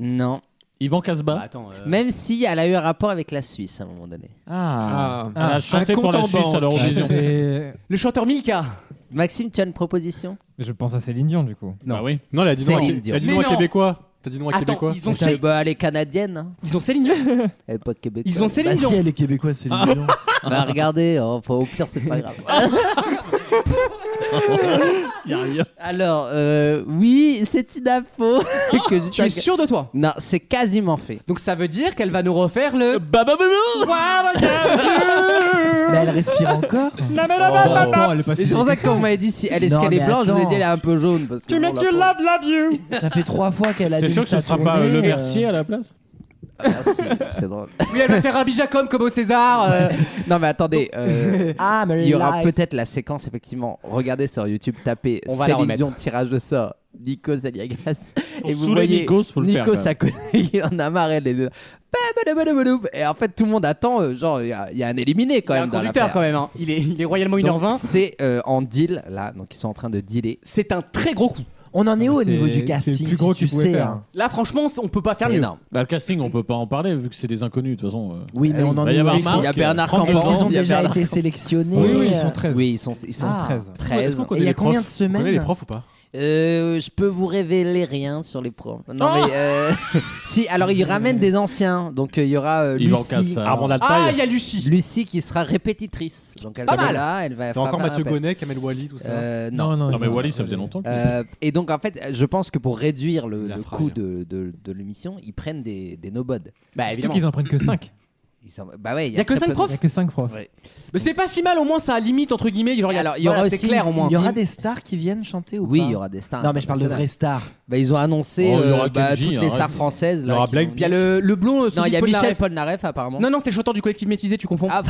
S7: Non.
S5: Yvan
S7: Bah,
S5: Casbah
S7: Même si elle a eu un rapport avec la Suisse à un moment donné.
S8: Ah.
S5: Ah. Elle a chanté pour la Suisse à l'Eurovision.
S3: C'est-
S2: Le chanteur Milka.
S7: Maxime, tu as une proposition
S3: Je pense à Céline Dion du coup.
S5: Non, Bah oui.
S6: Non, elle a dit non, à-
S7: Céline
S6: elle a dit
S7: Dion.
S6: non à
S7: Mais non.
S6: Québécois. T'as dit non à
S7: Attends,
S6: Québécois.
S7: ils ont Céline- bah, elle est canadienne. hein.
S2: Ils ont Céline Dion.
S7: Elle est pas québécoise.
S2: Ils ont Céline Dion.
S8: est québécoise, Céline Dion.
S7: Bah regardez, enfin, au pire c'est pas grave. Alors, euh, oui, c'est une info. que je
S2: Tu es sûr de toi
S7: Non, c'est quasiment fait.
S2: Donc ça veut dire qu'elle va nous refaire le.
S5: Bah,
S8: Mais elle respire encore.
S2: Oh.
S13: Oh,
S3: Attends, elle est pas
S7: Mais
S3: si-
S7: C'est pour ça que quand vous m'avez dit si elle est, ce
S8: Non,
S7: qu'elle est
S8: mais
S7: blanche, je vous ai dit
S8: attends.
S7: elle est un peu jaune. Parce que bon, la pauvre.
S5: love you.
S8: Ça fait trois fois qu'elle a
S5: T'es
S8: dit
S5: sûr que ce sera pas euh, le Mercier à la place
S7: Merci, Ah, bah, c'est drôle.
S2: Oui, elle va faire Rabbi Jacob comme au César. euh,
S7: Non mais attendez, euh,
S8: Ah, mais
S7: il y aura peut-être la séquence effectivement. Regardez sur YouTube, tapez
S2: On va la
S7: Céline
S2: remettre.
S7: Dion tirage de sort. Nikos Aliagas. Et vous
S5: saouler
S7: voyez
S5: Nikos, faut le faire, quand même.
S7: à côté, il en a marre. elle est là. Babadabadabadou. Et en fait, tout le monde attend. euh, Genre, il y, a- il y a un éliminé quand
S2: il y a
S7: même.
S2: un
S7: dans
S2: conducteur
S7: l'affaire.
S2: quand même. hein. Il, est, il est royalement 1h20.
S7: Donc, C'est euh, en deal là, donc ils sont en train de dealer.
S2: C'est un très gros coup.
S8: On en est où au
S3: C'est-
S8: niveau du
S3: c'est
S8: casting
S3: le plus gros
S8: si tu
S3: que tu pouvais
S8: sais,
S3: faire.
S8: hein.
S2: Là, franchement, on peut pas faire
S7: C'est
S2: mieux.
S7: énorme.
S5: Bah, le casting, on peut pas en parler vu que c'est des inconnus de toute façon. euh.
S8: Oui, mais
S7: Ah oui.
S8: on en
S5: Bah, il
S8: est
S5: y
S8: où
S5: avait
S8: Est-ce
S5: Marc,
S7: Il y a
S5: euh,
S7: Bernard
S5: Franck
S7: Campan.
S8: qu'ils ont
S7: il y a
S8: déjà
S7: Bernard-
S8: été sélectionnés
S3: Oui, oui, ils sont
S8: euh,
S3: 13.
S7: Oui, ils sont, ils sont
S8: Ah.
S3: 13.
S7: 13.
S8: Et il y a combien de semaines
S6: Vous connaissez les profs ou pas
S7: Euh, je peux vous révéler rien sur les pros. Non
S8: Ah
S7: mais euh, si, alors ils ramènent des anciens, donc euh, il y aura euh,
S5: Yvan
S7: Lucie,
S5: Cassard.
S6: Armand
S2: Ah, il
S6: Alpaï.
S2: y a Lucie.
S7: Lucie qui sera répétitrice. Donc elle
S2: Pas
S7: sera
S2: mal. hein,
S7: là, elle va
S6: T'as
S7: faire
S6: encore
S7: un
S6: Mathieu
S7: rappel.
S6: Gonnet, Kamel Wally, tout ça.
S7: Euh,
S3: Non,
S7: non.
S3: non,
S5: Non,
S3: ils
S5: mais
S3: ont-
S5: Wally, ça faisait longtemps. que-
S7: Euh, et donc en fait, je pense que pour réduire le,
S6: La
S7: le
S6: frappe.
S7: coût de, de, de l'émission, ils prennent des, des no-bods.
S2: Bah
S3: Surtout
S2: évidemment.
S3: qu'ils en prennent que 5.
S7: Ils sont- Bah ouais, il
S2: Il y a que
S7: très
S2: 5
S7: peu de-
S3: Il n'y a
S2: profs.
S3: que 5 profs.
S2: Mais c'est pas si mal au moins, ça limite entre guillemets. Genre,
S7: Alors, il y aura
S2: voilà, c'est
S7: aussi-
S2: clair au moins.
S8: Il y aura des stars qui viennent chanter ou
S7: Oui,
S8: pas
S7: il y aura des stars.
S8: Non, mais je parle de vraies stars.
S7: Bah, ils ont annoncé
S5: Oh, il y aura
S7: euh, bah,
S5: Kenji,
S7: toutes les
S5: arrête.
S7: stars françaises.
S6: Il y aura Black
S2: Il y a le, le blond. euh,
S7: Non, il y a
S2: Sophie
S7: Michel
S2: Polnareff.
S7: Polnareff apparemment.
S2: Non, non, c'est le chanteur du collectif métisé, tu confonds.
S7: Ah,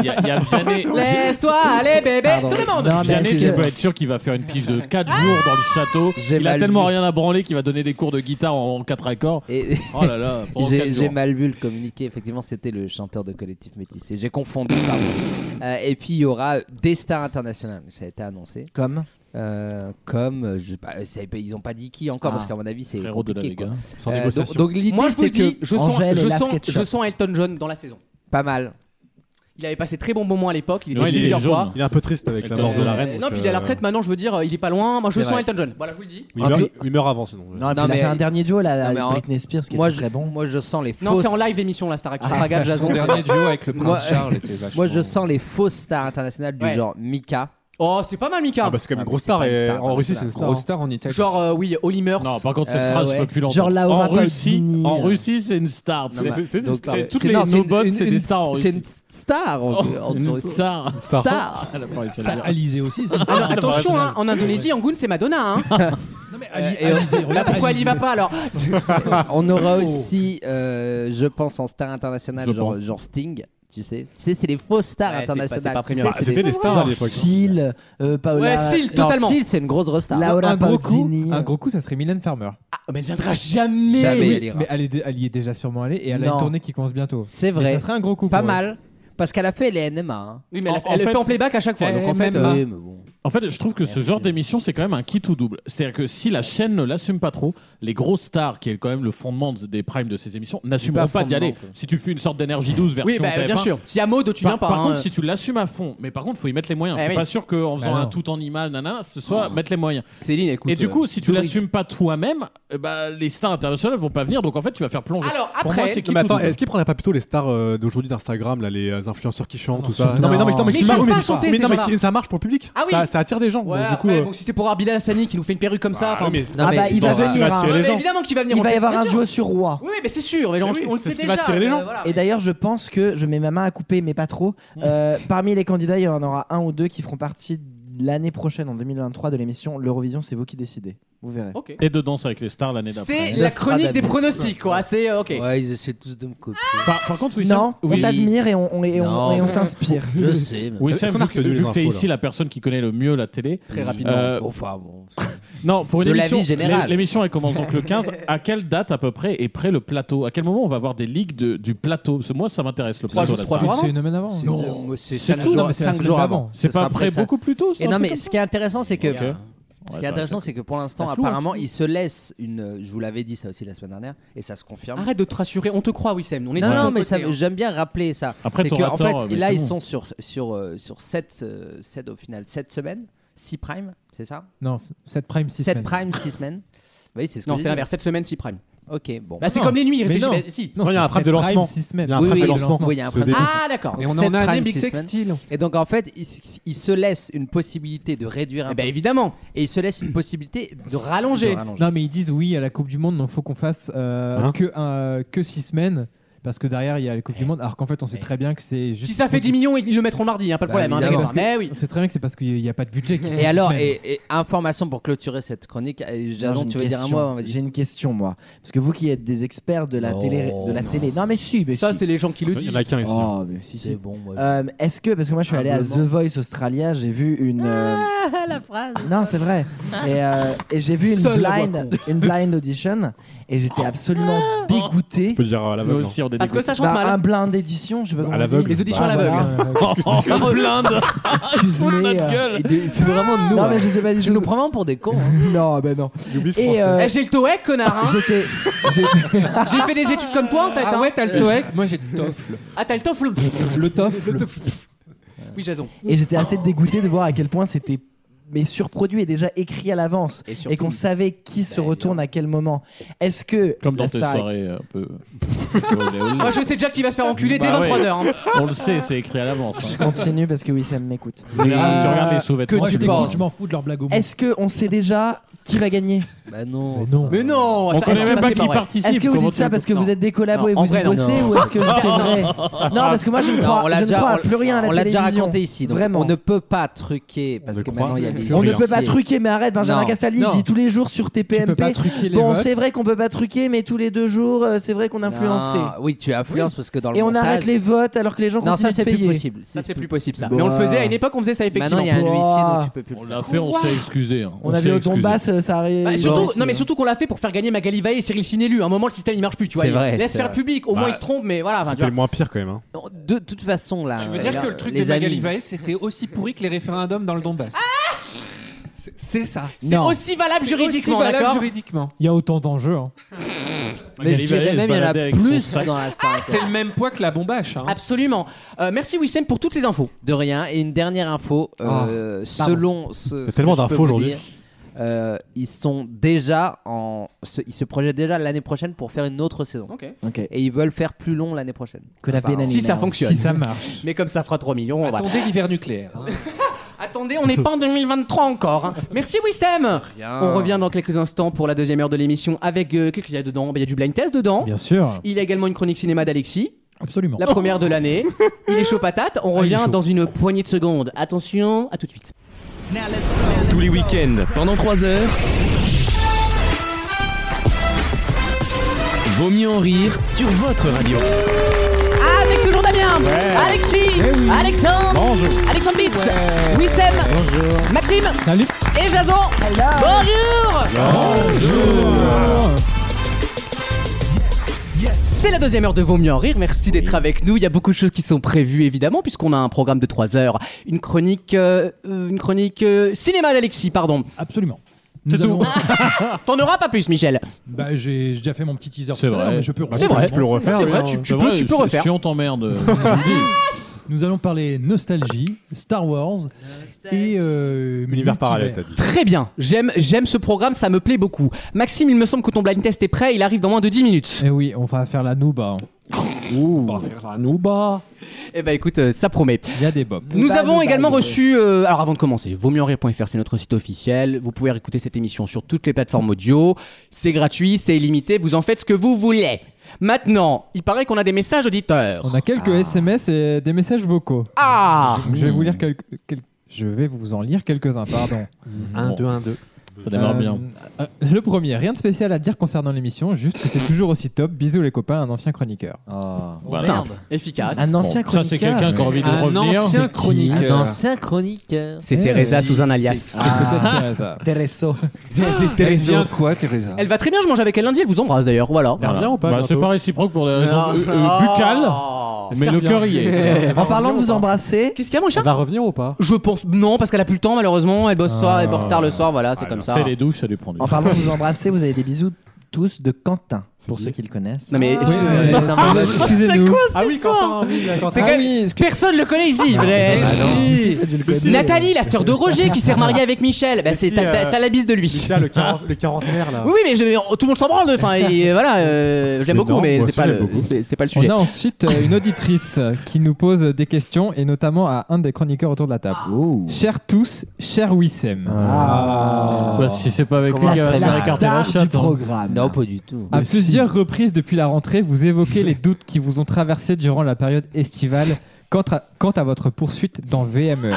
S5: Il y a, il y a Vianney,
S2: Laisse-toi
S7: Eh,
S2: aller, bébé.
S7: Pardon.
S2: Tout le monde.
S8: Non, mais
S5: Vianney,
S8: c'est
S5: tu
S8: que-
S5: peux être sûr qu'il va faire une pige de 4 jours dans le château.
S7: Ah. J'ai
S5: Il a
S7: mal
S5: tellement
S7: vu.
S5: rien à branler qu'il va donner des cours de guitare en 4 accords.
S7: Et-
S5: Oh là là, pendant
S7: J'ai-
S5: 4
S7: J'ai
S5: jours.
S7: mal vu le communiqué, effectivement, c'était le chanteur de collectif métissé. J'ai confondu, pardon. Euh, et puis il y aura des stars internationales, ça a été annoncé.
S8: Comme
S7: Euh, comme, euh, je- bah, c'est- ils n'ont pas dit qui encore,
S8: Ah.
S7: parce qu'à mon avis, c'est
S5: Frérot de la
S7: compliqué.
S5: Vega.
S7: quoi.
S6: Sans
S7: Euh,
S6: négociation.
S7: donc donc l'idée,
S2: Moi, je vous
S7: c'est
S2: le
S7: que
S2: dis, je sens,
S8: Angèle et
S2: je,
S8: la
S2: sens,
S8: Sketchup.
S2: je sens Elton John dans la saison.
S7: pas mal.
S2: Il avait passé très bon moment à l'époque, il était
S5: Ouais,
S2: chez
S5: il est
S2: plusieurs
S5: jaune.
S2: fois.
S6: Il est un peu triste avec la
S5: Elton
S6: mort de la
S5: John.
S6: reine.
S2: Euh,
S6: donc,
S2: non, puis il est à la
S6: euh, bah
S2: retraite maintenant, je veux dire, euh, il est pas loin. Moi, je
S7: C'est
S2: sens
S7: vrai.
S2: Elton John. Voilà, je vous le dis.
S6: Il
S7: Un
S6: meurt,
S7: peu-
S6: il meurt avant, sinon.
S8: Non,
S7: Non,
S8: mais il
S7: mais-
S8: a fait un dernier duel à,
S7: Non,
S8: à
S7: mais en-
S8: Britney Spears qui
S7: Moi
S8: était
S7: je,
S8: très bon.
S7: moi, je sens les fausses.
S2: Non, c'est en live émission, la Starac.
S7: Ah,
S2: Fraga, Jason.
S11: Son dernier duo avec le prince
S7: Moi-
S11: Charles était vachement.
S7: Moi, je sens les fausses stars internationales du
S2: Ouais.
S7: genre Mika.
S2: Oh, c'est pas mal, Mika.
S6: Ah, bah, c'est quand même
S7: Ah,
S6: une
S7: mais
S6: grosse
S7: c'est
S6: star.
S7: pas une
S6: et
S7: star,
S6: En Russie, c'est
S7: c'est
S6: une
S7: pas
S6: star.
S11: Gros star en Italie.
S2: Genre, euh, oui, Oliver
S5: Non, par contre, cette
S7: Euh,
S5: phrase,
S7: ouais.
S5: je peux plus l'entendre.
S8: Genre Laura
S5: en Russie,
S8: Pausini,
S5: en
S8: euh.
S5: Russie, c'est une star.
S7: Non,
S5: C'est-
S7: bah,
S5: c'est-
S7: donc,
S5: c'est-
S7: euh,
S5: Toutes
S7: c'est-
S5: les
S7: non, c'est une-
S5: no-bots, c'est
S7: une-
S5: des stars en
S7: C'est
S5: Russie.
S7: une star en, en-
S5: Une
S7: en-
S5: star.
S7: star.
S5: Ah, la pauvre, c'est la-
S4: Alizé aussi.
S5: Ah,
S4: c'est-
S2: Alors attention, hein, en Indonésie, Angoun, c'est Madonna. Hein.
S4: Ali-
S7: et-
S4: Alizé,
S2: Euh, Là,
S4: regarde,
S2: pourquoi elle
S4: Alizé.
S2: y va pas alors
S7: On
S2: Oh.
S7: aura aussi, euh, je pense, en star international,
S5: Je
S7: genre,
S5: pense.
S7: genre Sting, tu sais. Tu sais, c'est les fausses stars
S2: Ouais, c'est pas- c'est
S7: internationales.
S2: pas
S7: tu
S2: premium.
S7: sais,
S6: Ah,
S7: c'est
S6: C'était
S7: des-
S6: des stars à
S8: hein.
S6: l'époque.
S8: Seal, euh,
S2: Ouais,
S8: Paola.
S2: Seal,
S7: Non,
S2: totalement.
S7: Seal, c'est une grosse resta.
S8: Là, Laura
S3: un, gros coup,
S8: Pausini.
S3: un gros coup, ça serait Mylène Farmer.
S2: Ah, Mais elle viendra jamais.
S7: Jamais.
S3: Oui,
S7: elle ira.
S3: mais elle, est, elle y est déjà sûrement allée et elle a
S8: Non.
S3: une tournée qui commence bientôt.
S7: C'est
S3: Mais
S7: vrai.
S3: ça serait un gros coup.
S7: Pas
S3: pour elle.
S7: mal. Parce qu'elle a fait les NMA. hein.
S2: Oui, mais elle, a-
S5: En- en
S2: elle le fait,
S5: fait,
S2: en playback à chaque fois. Donc en fait,
S7: Oui,
S2: euh,
S7: mais bon.
S5: En fait, je trouve que ce
S7: Merci.
S5: genre d'émission, c'est quand même un kit ou double. C'est-à-dire que si la chaîne ne l'assume pas trop, les grosses stars, qui est quand même le fondement des primes de ces émissions, n'assumeront
S7: pas
S5: pas, d'y
S7: fondement,
S5: aller.
S7: quoi.
S5: Si tu fais une sorte d'énergie 12 version
S2: oui, bah,
S5: TF1,
S2: bien sûr. Si à Maud, tu viens
S5: Par,
S2: pas.
S5: par
S2: hein.
S5: contre, si tu l'assumes à fond, mais par contre, faut y mettre les moyens.
S2: Eh
S5: je suis
S2: oui.
S5: pas sûr qu'en faisant
S3: Bah
S5: un
S3: non.
S5: tout en image, nanana, ce soit mettre les moyens.
S2: Céline, écoute.
S5: Et du
S2: euh,
S5: coup, si tu
S2: Kubrick.
S5: l'assumes pas toi-même, eh bah, les stars internationales vont pas venir. Donc en fait, tu vas faire plonger.
S2: Alors,
S5: Pour
S2: après-
S5: moi, c'est
S6: Non,
S5: kit
S6: mais
S5: ou
S6: attends,
S5: double.
S6: est-ce qu'ils prendraient pas plutôt les stars euh, d'aujourd'hui d'Instagram, là, les euh, influenceurs qui chantent, tout ça
S8: surtout-
S6: Non, mais non, mais, attends, mais,
S2: Mais
S6: qui
S2: ils
S6: marchent-
S2: savent
S6: mais-
S2: pas chanter,
S6: mais
S2: ces
S6: non, mais
S2: gens-là.
S6: qui- ça marche pour le public.
S2: Ah oui.
S6: Ça, ça attire des gens.
S2: Ouais,
S6: donc, du coup,
S2: après,
S6: euh,
S2: bon, si c'est pour Arbila Hassani qui nous fait une perruque comme ça. enfin,
S5: Ah, mais-
S7: Non,
S8: Ah
S7: mais
S8: bah, il va
S6: dans un-
S8: venir.
S6: dans un
S8: hein.
S6: ciel.
S2: Ouais,
S6: les
S2: mais
S6: gens.
S2: évidemment qu'il va venir.
S8: Il
S2: on
S8: va
S2: le
S8: y
S2: sait,
S8: avoir
S2: bien
S8: un
S2: sûr.
S8: duo sur Roi.
S2: Eh Oui, oui, mais c'est sûr. mais on,
S6: oui,
S2: on le
S6: c'est
S2: sait
S6: ce qui
S2: déjà.
S6: va attirer les gens.
S2: euh, voilà.
S8: Et d'ailleurs, je pense que je mets ma main à couper, mais pas trop. Euh, parmi les candidats, il y en aura un ou deux qui feront partie de l'année prochaine, en 2023, de l'émission L'Eurovision, c'est vous qui décidez. Vous verrez.
S5: Et de danse avec les stars l'année d'après.
S2: C'est la chronique des pronostics, quoi. C'est euh, ok.
S7: Ouais, ils essaient tous de me copier.
S5: Par, par contre, Wissem,
S8: Non, on
S5: oui.
S8: t'admire et on, on- et on-
S7: Non.
S8: et on s'inspire.
S7: Je sais. mais-
S5: Oui, Sam,
S7: Est-ce qu'on a
S5: vu que,
S7: retenu les
S5: vu que t'es
S7: infos,
S5: ici la personne qui connaît le mieux la télé.
S7: Très rapidement.
S5: euh,
S7: Bon, enfin, bon.
S5: Non, pour une
S7: De la
S5: émission.
S7: vie générale.
S5: l'é- L'émission elle commence donc le 15. à quelle date à peu près est prêt le plateau À quel moment on va avoir des ligues de- du plateau Parce que moi ça m'intéresse le
S7: Trois
S5: plateau.
S7: jours,
S5: là,
S7: trois
S5: ça.
S7: jours avant
S5: C'est-
S7: Non, mais c'est
S5: c'est
S7: 5
S5: tout. Non,
S7: jours,
S5: mais c'est la
S7: cinq
S5: semaine
S7: jours
S5: d'avant.
S7: avant.
S5: C'est
S7: Ça
S5: pas
S7: sera
S5: après
S7: ça.
S5: beaucoup plus tôt, ça,
S7: Et
S5: un
S7: non,
S5: truc
S7: mais
S5: comme
S7: ce qui est intéressant, c'est que.
S5: Ok. Ouais,
S7: Ce qui est
S5: bah,
S7: intéressant, c'est que pour l'instant,
S2: ça se loue,
S7: apparemment,
S2: hein.
S7: ils se laissent une. Je vous l'avais dit ça aussi la semaine dernière, et ça se confirme.
S2: Arrête de te rassurer, on te croit, Wissem. On est de
S7: non,
S2: ton
S7: non, mais
S2: côté,
S7: ça-
S2: hein.
S7: j'aime bien rappeler ça.
S2: Après,
S7: c'est que,
S2: t'auras
S7: en
S2: tort,
S7: fait,
S2: mais
S7: là,
S2: c'est
S7: ils
S2: bon.
S7: sont sur, sur, euh, sur 7, au final, 7 semaines, 6 prime, c'est ça
S3: Non, 7 prime, 6
S7: 7 prime, 6 semaines. Oui, c'est ce que
S2: Non,
S7: j'ai
S2: c'est
S7: dit.
S2: l'inverse. Cette semaine, 6 prime.
S7: Ok, bon.
S2: Bah, c'est comme les nuits. réfléchis, bah, si.
S7: Non, il y a un
S3: frappe
S7: frappe
S3: de
S7: de
S3: prime, lancement.
S7: lancement.
S3: six semaines.
S2: Oui, oui,
S7: Oui, il y a un frappe.
S2: Ah, d'accord.
S7: Donc
S2: Et on est
S7: sept
S2: en année
S7: primes,
S2: Big
S7: six
S2: Sex
S7: semaines.
S2: Steel.
S7: Et donc en fait, ils il se laissent une possibilité de réduire un peu.
S2: évidemment.
S7: Et ils se laissent une possibilité de rallonger.
S3: Non, mais ils disent oui à la Coupe du Monde, non, faut qu'on fasse euh,
S7: Hein
S3: que, un- que 6 semaines. Parce que derrière, il y a la Coupe du Monde, alors qu'en fait, on sait très bien que c'est juste.
S2: Eh. Si ça fait 10 millions, ils le mettront le mardi, hein, pas de problème. hein,
S3: Mais
S2: d'accord.
S3: parce que
S2: Mais oui.
S3: Bah On sait très bien que c'est parce qu'il n'y a pas de budget. qui fait
S7: Et
S3: six
S7: alors,
S3: semaines.
S7: et, et information pour clôturer cette chronique, euh,
S8: Non,
S7: Jason,
S8: j'ai
S7: tu
S8: une
S7: veux dire un
S8: question.
S7: mot avant, vas-y.
S8: J'ai une question, moi. Parce que vous qui êtes des experts de la
S7: Non,
S8: télé. De la
S7: non.
S8: télé. Non, mais si, mais
S2: Ça,
S8: si.
S2: c'est les gens qui le disent.
S8: Oh, mais si,
S7: Ah, C'est
S8: si.
S7: bon, moi.
S8: Euh, Est-ce que, parce que moi je suis allé à The
S7: Humblement.
S8: Voice Australia, j'ai vu une.
S7: Ah
S8: euh,
S7: la phrase.
S8: Non, c'est vrai. Et, euh, et j'ai vu une
S7: Seule la voix
S8: blind, une blind audition et j'étais absolument dégoûté. Tu
S6: peux le dire à l'aveugle. Nous aussi, on est
S8: Ah. Parce que
S6: dégoûté.
S8: ça chante
S6: Bah,
S8: mal.
S6: un
S8: blind édition, je sais pas
S6: comment on dit.
S8: Les auditions à Ah, l'aveugle.
S5: Oh, blinde
S8: Excuse-moi.
S7: C'est vraiment nous. hein.
S8: Non, mais je sais pas du
S7: Tu nous prends vraiment pour des cons. hein.
S8: Non, ben non. euh,
S7: français.
S2: Eh, j'ai le TOEIC, connard. hein.
S8: J'étais.
S2: J'ai fait des études comme toi, en fait.
S7: Ah
S2: hein.
S11: moi j'ai le toffle.
S2: Ah, t'as le TOEFL.
S8: Le tof.
S2: Oui, Jason.
S8: Et j'étais assez dégoûté de voir à quel point c'était mais surproduit et déjà écrit à l'avance
S7: et,
S5: surtout-
S8: qu'on savait qui se retourne à quel moment. Est-ce que
S5: Comme dans
S8: la
S5: tes
S8: Star-
S5: soirées euh, un peu.
S2: Moi, je sais déjà qu'il va se faire enculer dès
S5: Bah ouais.
S2: 23h.
S5: On le sait, c'est écrit à l'avance. hein.
S8: Je continue parce que oui, ça m'écoute. Euh,
S5: Mais tu regardes les sous-vêtements.
S8: que
S5: tu
S8: tu
S5: les
S8: penses
S5: vois.
S4: Je m'en fous de leur blague au monde.
S8: Est-ce que on sait déjà qui va gagner
S7: Bah non.
S2: Mais non,
S5: On
S2: ça-
S5: connaît
S2: ça,
S5: même
S2: ça,
S5: pas
S2: c'est
S5: qui
S2: vrai.
S5: participe.
S8: Est-ce que vous
S5: comment
S8: dites
S5: tu
S8: ça
S5: le
S8: parce que
S5: peux-
S8: vous êtes des collabos
S2: Non,
S8: et
S2: en
S8: vous
S2: vrai,
S8: y
S2: non,
S8: bossez
S2: non.
S8: ou est-ce que c'est vrai Non, parce que moi je ne
S7: Non, on
S8: crois,
S7: l'a
S8: je ne
S7: déjà,
S8: crois à
S7: on-
S8: plus rien à la
S7: on l'a déjà
S8: télévision.
S7: raconté ici. Donc
S8: Vraiment.
S7: on ne peut pas truquer parce
S6: ne
S7: que
S6: croit
S7: maintenant il y a
S6: plus
S7: les.
S6: rien.
S8: On ne peut pas
S7: financiers.
S8: truquer, mais arrête, Benjamin
S7: Non.
S8: Castaldi il
S3: Non.
S8: dit tous les jours sur
S3: Tu peux
S8: TPMP.
S3: pas truquer les
S8: Bon,
S3: votes.
S8: c'est vrai qu'on peut pas truquer, mais tous les deux jours, euh, c'est vrai qu'on
S7: Non.
S8: influencé.
S7: Oui, tu influences parce que dans le
S8: Et on
S7: montage-
S8: arrête les votes alors que les gens
S7: Non, ça
S8: continuent
S7: c'est
S8: de
S7: plus
S8: payer.
S7: possible.
S2: Ça, c'est plus possible, ça.
S8: Bah.
S2: Mais on le faisait à une époque, on faisait ça effectivement.
S7: Maintenant il y a un
S8: Bah.
S7: huissier donc tu peux plus
S5: On
S7: le faire.
S5: l'a fait, on s'est excusé. hein.
S8: On a
S5: s'est
S8: vu au
S5: excusé.
S8: Donbass, euh, ça arrive.
S2: Bah,
S8: Ouais,
S2: surtout,
S8: c'est-
S2: non mais surtout qu'on l'a fait pour faire gagner Magali Vaille et Cyril Cinélu. À un moment le système il marche plus, tu vois.
S7: C'est
S2: Il
S7: vrai,
S2: laisse
S7: c'est
S2: faire
S7: vrai.
S2: public, au moins
S6: Bah,
S2: il se trompe, mais voilà. enfin, tu
S6: C'était
S2: vois.
S6: le moins pire quand même. hein.
S7: Non, De toute façon là.
S11: Je veux dire
S7: euh,
S11: que le truc
S7: les
S11: de Magali
S7: amis-
S11: Vae, c'était aussi pourri que les référendums dans le Donbass. C'est- C'est ça.
S2: Ah, C'est aussi valable
S11: C'est
S2: juridiquement,
S11: aussi valable
S2: d'accord
S11: juridiquement.
S3: Il y a autant d'enjeux. hein.
S7: Mais je
S5: Magali Vae,
S7: dirais
S5: elle se
S7: même il y en a
S5: baladait avec son
S7: plus
S5: sac.
S7: dans la Star
S11: C'est le même poids que la bombache. hein.
S2: Absolument. Euh, merci Wissem pour toutes ces infos. Ah,
S7: De rien. Et une dernière info, euh, selon ce.
S6: C'est tellement
S7: ce que je
S6: d'infos
S7: peux vous
S6: aujourd'hui.
S7: dire, euh, ils sont déjà en. se- ils se projettent déjà l'année prochaine pour faire une autre saison.
S2: Ok.
S8: Ok.
S7: Et ils veulent faire plus long l'année prochaine.
S8: Que la peine
S2: Si ça
S8: animale.
S2: fonctionne.
S3: Si ça marche.
S2: Mais comme ça fera 3 millions, on va.
S11: Attendez l'hiver nucléaire. hein.
S2: Attendez, on n'est pas en 2023 encore. hein. Merci Wissem. On revient dans quelques instants pour la deuxième heure de l'émission avec euh, qu'est-ce qu'il y a dedans Bah, Il y a du blind test dedans.
S3: Bien sûr.
S2: Il y a également une chronique cinéma d'Alexis.
S4: Absolument. Ah,
S2: La première de l'année. Il est chaud patate. On
S4: il est
S2: revient
S4: chaud.
S2: dans une poignée de secondes. Attention, à tout de suite.
S1: Tous les week-ends, pendant 3 heures. Vaut mieux en rire sur votre radio.
S2: Ah, Avec toujours Damien, Alexis,
S4: Eh
S2: Alexandre, Alexandre Bis, Wissem, Maxime
S3: Salut.
S2: et Jason. Bonjour C'est la deuxième heure de Vaut mieux en rire. Merci d'être avec nous. Il y a beaucoup de choses qui sont prévues, évidemment, puisqu'on a un programme de 3 heures. Une chronique. euh, euh, une chronique euh, cinéma d'Alexis, pardon.
S4: Absolument.
S5: C'est
S4: Nous
S5: tout.
S4: allons-
S2: T'en auras pas plus, Michel.
S4: Bah, j'ai j'ai déjà fait mon petit teaser.
S5: C'est
S4: tout à l'heure,
S5: vrai.
S4: mais je peux
S2: C'est vrai.
S6: Bah, Tu peux le refaire.
S2: C'est
S6: oui,
S2: vrai,
S6: hein.
S2: tu-
S5: C'est
S2: peux-
S5: vrai,
S2: tu peux
S5: si-
S2: refaire.
S5: Si on t'emmerde. euh,
S4: Nous allons parler nostalgie, Star Wars et euh,
S6: Univers
S4: multivers.
S6: parallèle, t'as dit.
S2: Très bien. J'aime j'aime ce programme, ça me plaît beaucoup. Maxime, il me semble que ton blind test est prêt. Il arrive dans moins de 10 minutes.
S3: Et Eh oui, on va faire la nouba. hein.
S11: On va faire un Ouba.
S2: Eh ben écoute, euh, ça promet.
S3: Il y a des bobs.
S2: Nous
S8: Bah,
S2: avons
S8: bah,
S2: également
S8: bah,
S2: reçu, euh, alors avant de commencer, vaut mieux en rire.fr, c'est notre site officiel. Vous pouvez écouter cette émission sur toutes les plateformes audio. C'est gratuit, c'est illimité, vous en faites ce que vous voulez. Maintenant, il paraît qu'on a des messages auditeurs.
S3: On a quelques SMS et des messages vocaux.
S2: Ah
S5: Mm.
S2: Mm.
S3: Donc, je vais vous lire quelques- quel- Je vais vous en lire quelques-uns, pardon.
S11: 1, 2, 1, 2.
S5: Ça démarre
S3: Euh,
S5: bien.
S3: euh, le premier, rien de spécial à dire concernant l'émission, juste que c'est toujours aussi top. Bisous les copains, un ancien chroniqueur.
S5: Voilà.
S2: Ah. Simple, efficace.
S3: Un ancien
S5: Bon, ça, c'est chroniqueur. quelqu'un qui a envie de Un revenir. ancien C'est qui Eh, chroniqueur.
S7: Un ancien chroniqueur.
S2: C'est
S3: Eh
S2: Teresa sous un alias.
S3: Ah. Teresa.
S8: Tereso.
S11: Elle vient quoi, Teresa
S2: Elle va très bien, je mange avec elle lundi, elle vous embrasse d'ailleurs, voilà. Ah.
S5: Voilà. Bah, C'est pas réciproque pour des raisons
S2: Non.
S5: euh, euh, buccales,
S2: Oh,
S5: mais le cœur y est. Euh,
S8: En parlant de vous embrasser,
S2: Qu'est-ce qu'il y a, mon cher
S6: va revenir ou pas
S2: Je pense non parce qu'elle a plus le temps malheureusement. Elle bosse soir, elle bosse tard le soir. Voilà, c'est
S5: Ah,
S2: comme
S5: non,
S2: ça.
S5: C'est les douches, ça lui prend du
S8: en
S5: temps.
S8: parlant de vous embrasser, vous avez des bisous tous de Quentin, pour ceux qui le connaissent.
S2: Non mais excusez-moi.
S8: ouais, ouais.
S2: Non, mais-
S4: Excusez-nous.
S6: Ah oui, Quentin, oui, Quentin.
S2: c'est quand même- personne le connaît ici.
S6: Ah, bah,
S2: mais-
S4: ah,
S2: Si. Nathalie, la sœur de Roger qui s'est remariée avec Michel. Bah, c'est
S6: si,
S2: t'as- t'as
S6: euh,
S2: t'as la bise de lui.
S6: Michel, le, quar- le quarantenaire là.
S4: Ah.
S2: Oui, oui, mais je- tout le monde s'en branle. Enfin, et, euh, voilà, euh, je l'aime
S6: Mais
S2: beaucoup,
S6: non,
S2: mais
S6: moi
S2: c'est
S6: aussi,
S2: pas
S6: je
S2: le,
S6: l'aime beaucoup.
S2: c'est- c'est pas le sujet.
S3: On a ensuite euh, une auditrice euh, qui nous pose des questions et notamment à un des chroniqueurs autour de la table. Chers tous, cher Wissem.
S8: Ah.
S5: Bah, si c'est pas avec lui,
S8: La,
S5: elle va se
S8: la
S5: faire écarter la
S8: star du
S5: chatte. hein. Bah,
S8: programme.
S7: Non, pas du tout.
S3: À plusieurs reprises depuis la rentrée, vous évoquez les doutes qui vous ont traversé durant la période estivale quant à, quant à votre poursuite dans VMER.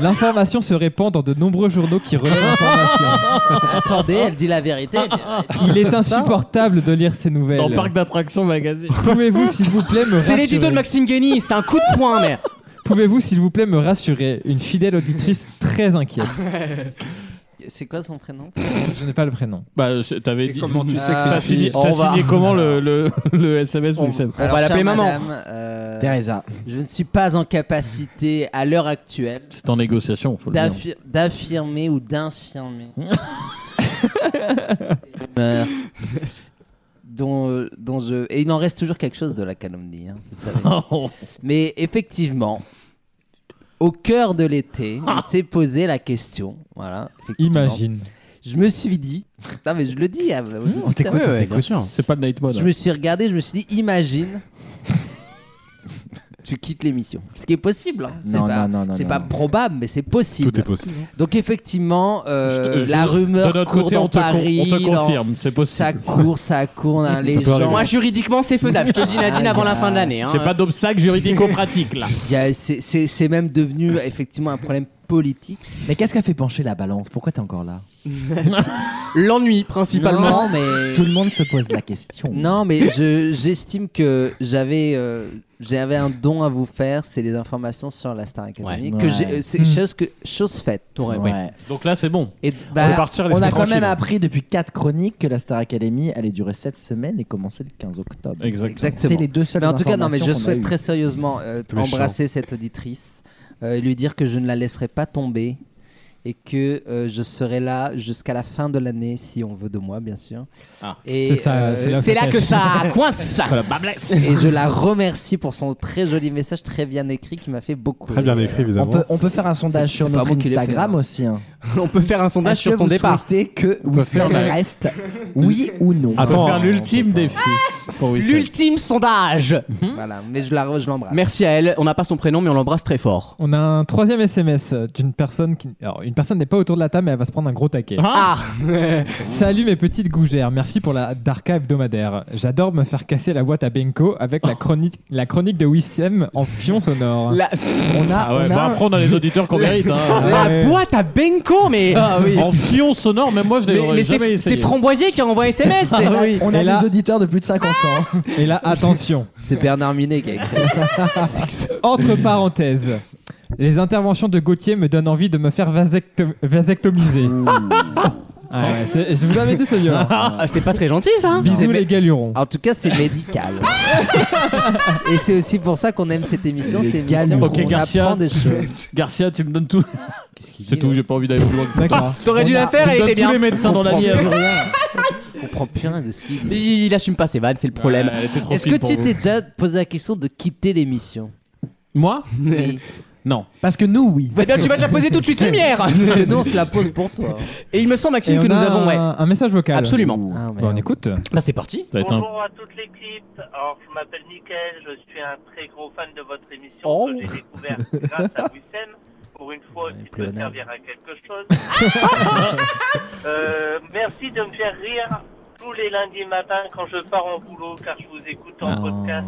S3: L'information se répand dans de nombreux journaux qui relaient l'information.
S7: Attendez, elle dit la vérité.
S3: Il est insupportable de lire ces nouvelles.
S5: Dans Parc d'attractions magazine.
S3: Pouvez-vous, s'il vous plaît, me
S2: C'est l'édito de
S3: rassurer
S2: Maxime Guény, c'est un coup de poing, mais.
S3: Pouvez-vous, s'il vous plaît, me rassurer Une fidèle auditrice très inquiète.
S7: C'est quoi son prénom
S3: Je n'ai pas le prénom.
S5: Bah, je- t'avais dit. Comment tu
S7: sais que c'est
S5: T'as
S7: une
S5: signé,
S2: fille
S5: t'as
S2: On va-
S5: signé comment le, le, le SMS Wissem
S2: va l'appeler
S7: chère
S2: maman.
S7: madame, euh,
S8: Teresa.
S7: je ne suis pas en capacité, à l'heure actuelle,
S5: C'est en négociation, faut le dire.
S7: d'affir- d'affirmer ou d'infirmer. Humeur dont, euh, dont je... Et il en reste toujours quelque chose de la calomnie, hein, vous savez. Mais effectivement, au cœur de l'été, il s'est posé la question. Voilà, effectivement.
S3: Imagine.
S7: Je me suis dit, non mais je le dis, à-
S5: Mmh.
S8: On t'écoute, on t'écoute.
S5: C'est pas le night mode. hein.
S7: je me suis regardé, je me suis dit, imagine. Tu quittes l'émission. Ce qui est possible. hein. C'est
S8: Non,
S7: pas,
S8: non, non, non,
S7: c'est
S8: non,
S7: pas
S8: non.
S7: probable, mais c'est possible.
S6: Tout est possible.
S7: Donc, effectivement, euh,
S5: Je te- je-
S7: la rumeur
S5: de notre
S7: court
S5: côté,
S7: dans
S5: on te, con-
S7: Paris.
S5: on te
S7: dans-
S5: confirme, c'est
S7: Ça
S5: possible.
S7: court, ça court.
S2: Ah,
S7: on a les
S5: peut arriver.
S7: gens.
S2: Moi, juridiquement, c'est faisable. Je te le dis, Nadine, avant la fin de l'année. hein.
S5: C'est pas d'obstacle juridico-pratique là.
S7: Il y a- c'est- C'est c'est même devenu effectivement un problème politique.
S8: Mais qu'est-ce qui a fait pencher la balance Pourquoi t'es encore là
S2: L'ennui, principalement.
S7: Non, mais.
S8: Tout le monde se pose la question.
S7: Non, mais je- j'estime que j'avais euh, j'avais un don à vous faire, c'est les informations sur la Star Academy.
S8: Ouais.
S7: que
S8: Ouais.
S7: j'ai- euh, c'est chose que chose faite.
S8: Ouais.
S5: Donc là, c'est bon.
S7: Et
S5: On
S7: bah,
S5: peut partir les
S8: On a quand même appris depuis 4 chroniques que la Star Academy allait durer 7 semaines et commencer le 15 octobre.
S5: Exactement.
S8: C'est
S7: exactement.
S8: les deux seules
S7: Mais en tout cas, non, mais je
S8: informations qu'on a
S7: souhaite
S8: eues.
S7: très sérieusement euh,
S6: Méchant.
S7: embrasser cette auditrice euh, et lui dire que je ne la laisserai pas tomber et que euh, je serai là jusqu'à la fin de l'année si on veut de moi, bien sûr.
S5: Ah.
S7: Et, euh,
S3: C'est ça, c'est là
S2: C'est là que ça coince.
S7: et je la remercie pour son très joli message, très bien écrit, qui m'a fait beaucoup.
S6: Très bien
S7: rire.
S6: écrit,
S8: On
S6: évidemment.
S8: peut, on peut faire un sondage
S7: C'est-
S8: sur
S7: c'est pas
S8: notre
S7: moi qui l'ai fait,
S8: Instagram
S7: hein.
S8: aussi. hein.
S2: On peut faire un sondage
S8: Est-ce
S2: sur
S8: que
S2: ton
S8: vous
S2: départ.
S8: souhaitez que Wissem reste oui ou non
S5: On peut
S6: Attends,
S5: faire
S6: hein,
S5: l'ultime défi pour Wissem.
S2: L'ultime sondage.
S7: Voilà, mais je la re- je l'embrasse.
S2: Mhm. Merci à elle. On n'a pas son prénom, mais on l'embrasse très fort.
S3: On a un troisième SMS d'une personne qui. Alors, une personne n'est pas autour de la table, mais elle va se prendre un gros taquet.
S2: Ah
S3: Salut mes petites gougères, merci pour la Darka hebdomadaire. J'adore me faire casser la boîte à Benko avec la chronique, la chronique de Wissem en fion sonore.
S2: Oh. La,
S8: On a,
S5: Ah ouais,
S8: on a
S5: bah après, on a les auditeurs qu'on mérite. hein.
S2: la
S3: ouais.
S2: boîte à Benko, mais.
S5: En fion sonore, même moi, je
S2: Ah, Mais, mais
S5: l'ai jamais
S2: c'est c'est
S5: essayé.
S2: Framboisier qui a envoyé SMS. c'est-
S8: on a- on a
S3: Et
S8: des
S3: là-
S8: auditeurs de plus de 50 ans.
S3: Et là, attention,
S7: C'est Bernard Minet qui a écrit.
S3: entre parenthèses, les interventions de Gauthier me donnent envie de me faire vasecto- vasectomiser. Ah ouais, c'est- je vous avais dit, c'est violent.
S2: Ah, c'est pas très gentil ça.
S3: Bisous
S7: mais-
S3: les galurons.
S7: En tout cas, c'est médical. Et c'est aussi pour ça qu'on aime cette émission. C'est émission
S5: galurons.
S7: où
S5: Ok,
S7: on
S5: Garcia,
S7: apprend des choses.
S5: Garcia, tu me donnes tout.
S7: Qu'est-ce qu'il dit,
S5: C'est tout,
S7: là
S5: j'ai pas envie d'aller plus loin que ça.
S3: D'accord.
S2: T'aurais dû
S8: On a-
S2: la faire,
S5: Tu
S2: elle
S5: donnes
S2: était
S5: tous
S2: bien.
S5: les médecins dans la hein.
S7: On
S5: Nièvre.
S7: comprend plus rien. On comprend plus rien de ce qu'il dit.
S2: Il, il assume pas ses vannes, c'est le problème.
S5: Ouais, elle était trop
S7: Est-ce
S5: fine
S7: que
S5: pour
S7: tu
S5: vous.
S7: t'es déjà posé la question de quitter l'émission
S5: Moi
S7: Oui.
S5: Non.
S8: Parce que nous, oui.
S2: Bah, bien, tu vas te la poser tout de suite, lumière.
S7: Parce que nous, on se la pose pour toi.
S2: Et il me semble
S3: Et
S2: Maxime que
S3: on
S2: nous
S3: a
S2: avons, ouais.
S3: un, un message vocal.
S2: Absolument.
S7: Ah, merde.
S3: Bah, on écoute.
S2: Bah c'est parti.
S5: Ça va être un-
S14: Bonjour à toute l'équipe. Alors, je m'appelle Mickaël, je suis un très gros fan de votre émission
S2: Oh.
S14: que j'ai découvert grâce à Wissem. Pour une fois, qui peut
S7: pléonasme.
S14: servir à quelque chose. Euh, merci de me faire rire tous les lundis matins quand je pars en boulot, car je vous écoute en podcast.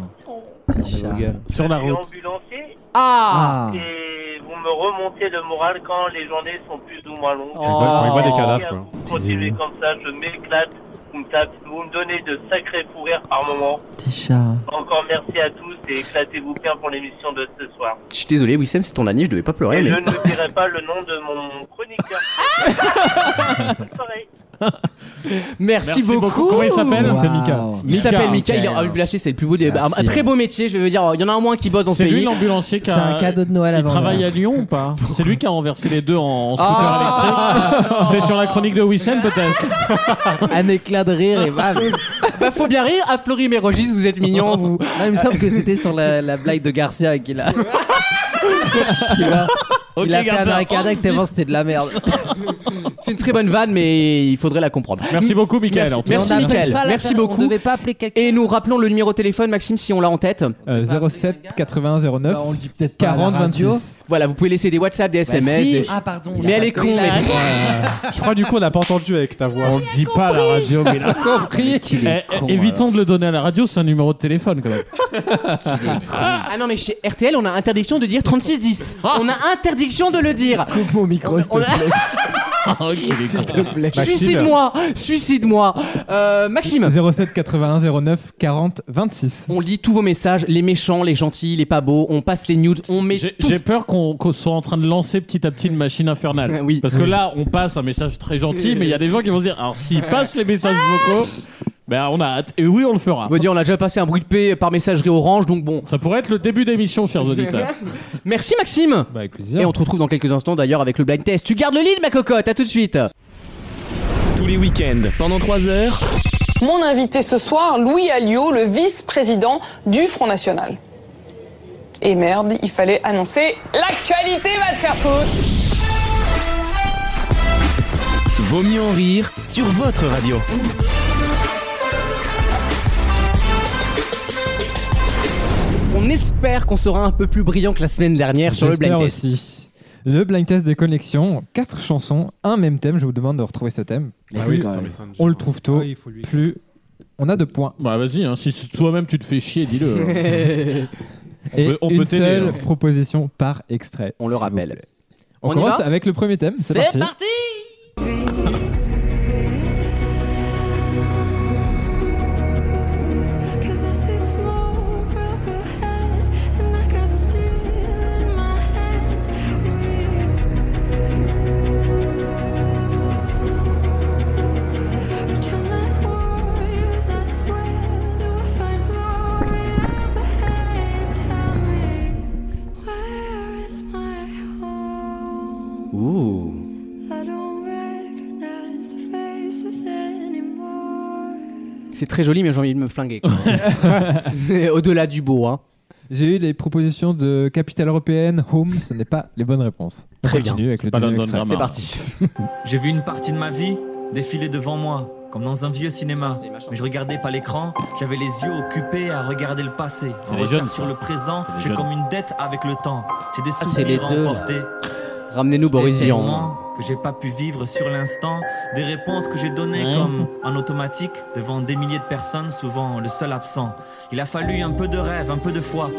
S7: Ferme vos gueules.
S5: Sur la
S14: Je suis
S5: route.
S14: ambulancier
S2: Ah,
S8: Ah.
S14: et vous me remonter le moral quand les journées sont plus ou moins longues.
S6: Quand il voit- quand il voit des cadavres, quoi.
S14: Continuez comme ça, je m'éclate. Vous me, tapez- vous me donnez de sacrés fous rires par moment.
S8: Petit chat.
S14: Encore merci à tous et éclatez-vous bien pour l'émission de ce soir.
S2: Je suis désolé, Wissem, c'est ton année, je devais pas pleurer.
S14: Et
S2: Mais...
S14: je ne vous dirai pas le nom de mon chroniqueur. Pareil.
S2: Merci,
S5: Merci
S2: beaucoup.
S5: beaucoup. Comment il s'appelle C'est Mika.
S2: Il s'appelle
S5: Mika.
S2: Mika. Il a lâché, c'est le plus beau des.
S5: Merci.
S2: Un très beau métier, je vais vous dire. Il y en a un moins qui bosse dans ce
S5: C'est
S2: pays.
S5: lui l'ambulancier qui a. Il travaille à Lyon ou pas C'est lui qui a renversé les deux en, en scooter
S7: Ah
S5: électrique. C'était sur la chronique de Wissem peut-être.
S2: Un éclat de rire et bam. bah faut bien rire à Fleury Mérogis, vous êtes mignon, vous.
S7: il me semble que c'était sur la, la blague de Garcia qu'il a. qu'il a-
S2: Ok,
S7: il a fait un
S2: Garcia,
S7: arrêt cardiaque
S5: Oh,
S2: on
S7: tellement c'était de la merde.
S2: C'est une très bonne vanne, mais il faudrait la comprendre. Mm.
S5: Merci beaucoup, Michael, en tout
S2: Merci,
S5: cas.
S2: Merci,
S5: On n'appelle
S2: Michael.
S5: pas la
S2: Merci
S5: personne, on
S2: beaucoup.
S5: devait
S7: pas appeler
S2: Et nous rappelons le numéro de téléphone, Maxime, si on l'a en tête.
S3: Euh, 07 81 09
S2: pas à la
S3: 40
S2: radio.
S3: 26.
S2: Voilà, vous pouvez laisser des WhatsApp,
S5: Bah,
S2: des SMS.
S3: si.
S2: des-
S3: Ah, pardon,
S2: Mais elle est con.
S3: compris,
S2: elle
S3: là.
S2: est con.
S6: Je crois du coup on n'a pas entendu avec ta voix. On
S5: le dit pas à la radio, mais là.
S3: compris.
S5: Eh, eh, évitons de le donner à la radio, c'est un numéro de téléphone quand même.
S2: Ah non, mais chez RTL, on a interdiction de dire 3610. On a interdiction de le dire.
S8: Coupe mon micro, s'il te plaît.
S2: Ah,
S8: S'il te plaît.
S2: Suicide-moi, suicide-moi. Euh, Maxime.
S3: 07 81 09 40 26.
S2: On lit tous vos messages, les méchants, les gentils, les pas beaux. On passe les news, on met.
S5: J'ai- J'ai peur qu'on qu'on soit en train de lancer petit à petit une machine infernale.
S2: Oui.
S5: Parce que là, on passe un message très gentil, mais il y a des gens qui vont se dire alors s'ils passent les messages vocaux, ben on a hâte. Et oui, on le fera.
S2: On va dire, on a déjà passé un bruit de paix par messagerie orange, donc bon.
S5: Ça pourrait être le début d'émission, chers auditeurs. Bah,
S2: Merci Maxime.
S3: avec plaisir.
S2: Et on te retrouve dans quelques instants d'ailleurs avec le blind test. Tu gardes le lead, ma cocotte. À tout de suite.
S1: Tous les week-ends, pendant 3 heures.
S15: Mon invité ce soir, Louis Alliot, le vice-président du Front National. Et merde, il fallait annoncer l'actualité va te faire faute.
S1: Vaut mieux en rire sur votre radio.
S2: On espère qu'on sera un peu plus brillant que la semaine dernière sur le blind
S3: J'espère
S2: test.
S3: aussi. Le blind test des connexions, quatre chansons, un même thème. Je vous demande de retrouver ce thème.
S6: Ah oui, ça, mais ça ne
S3: on le trouve tôt. plus on a deux points.
S5: Bah vas-y, hein, si toi-même tu te fais chier, dis-le. On
S3: Et
S5: peut- on
S3: une
S5: peut t'aider,
S3: seule
S5: hein.
S3: proposition par extrait.
S2: On
S3: s'il
S2: le
S3: vous
S2: rappelle.
S3: plaît. On,
S2: On y
S3: commence
S2: va
S3: avec le premier thème. C'est
S2: C'est
S3: parti.
S2: Ouh. C'est très joli, mais j'ai envie de me flinguer. quoi. C'est Au-delà du beau, hein.
S3: J'ai eu les propositions de capitale européenne, home, ce n'est pas les bonnes réponses. On
S2: Très
S3: continue
S2: bien.
S3: avec le
S2: Pas
S3: deuxième
S2: Don Don
S3: extrait.
S2: Grammar. C'est parti.
S16: J'ai vu une partie de ma vie défiler devant moi, comme dans un vieux cinéma. Mais je regardais pas l'écran, j'avais les yeux occupés à regarder le passé.
S5: C'est
S16: En
S5: les
S16: retard
S5: jeunes,
S16: sur
S5: ça.
S16: le présent,
S5: C'est les
S16: j'ai
S5: jeunes.
S16: comme une dette avec le temps. J'ai des
S2: Ah, c'est les
S16: souvenirs à
S2: deux, là.
S16: emporter.
S2: Ramenez-nous Boris
S16: Des
S2: Vian.
S16: moments que j'ai pas pu vivre sur l'instant, des réponses que j'ai données
S2: Ouais.
S16: comme en automatique devant des milliers de personnes, souvent le seul absent. Il a fallu un peu de rêve, un peu de foi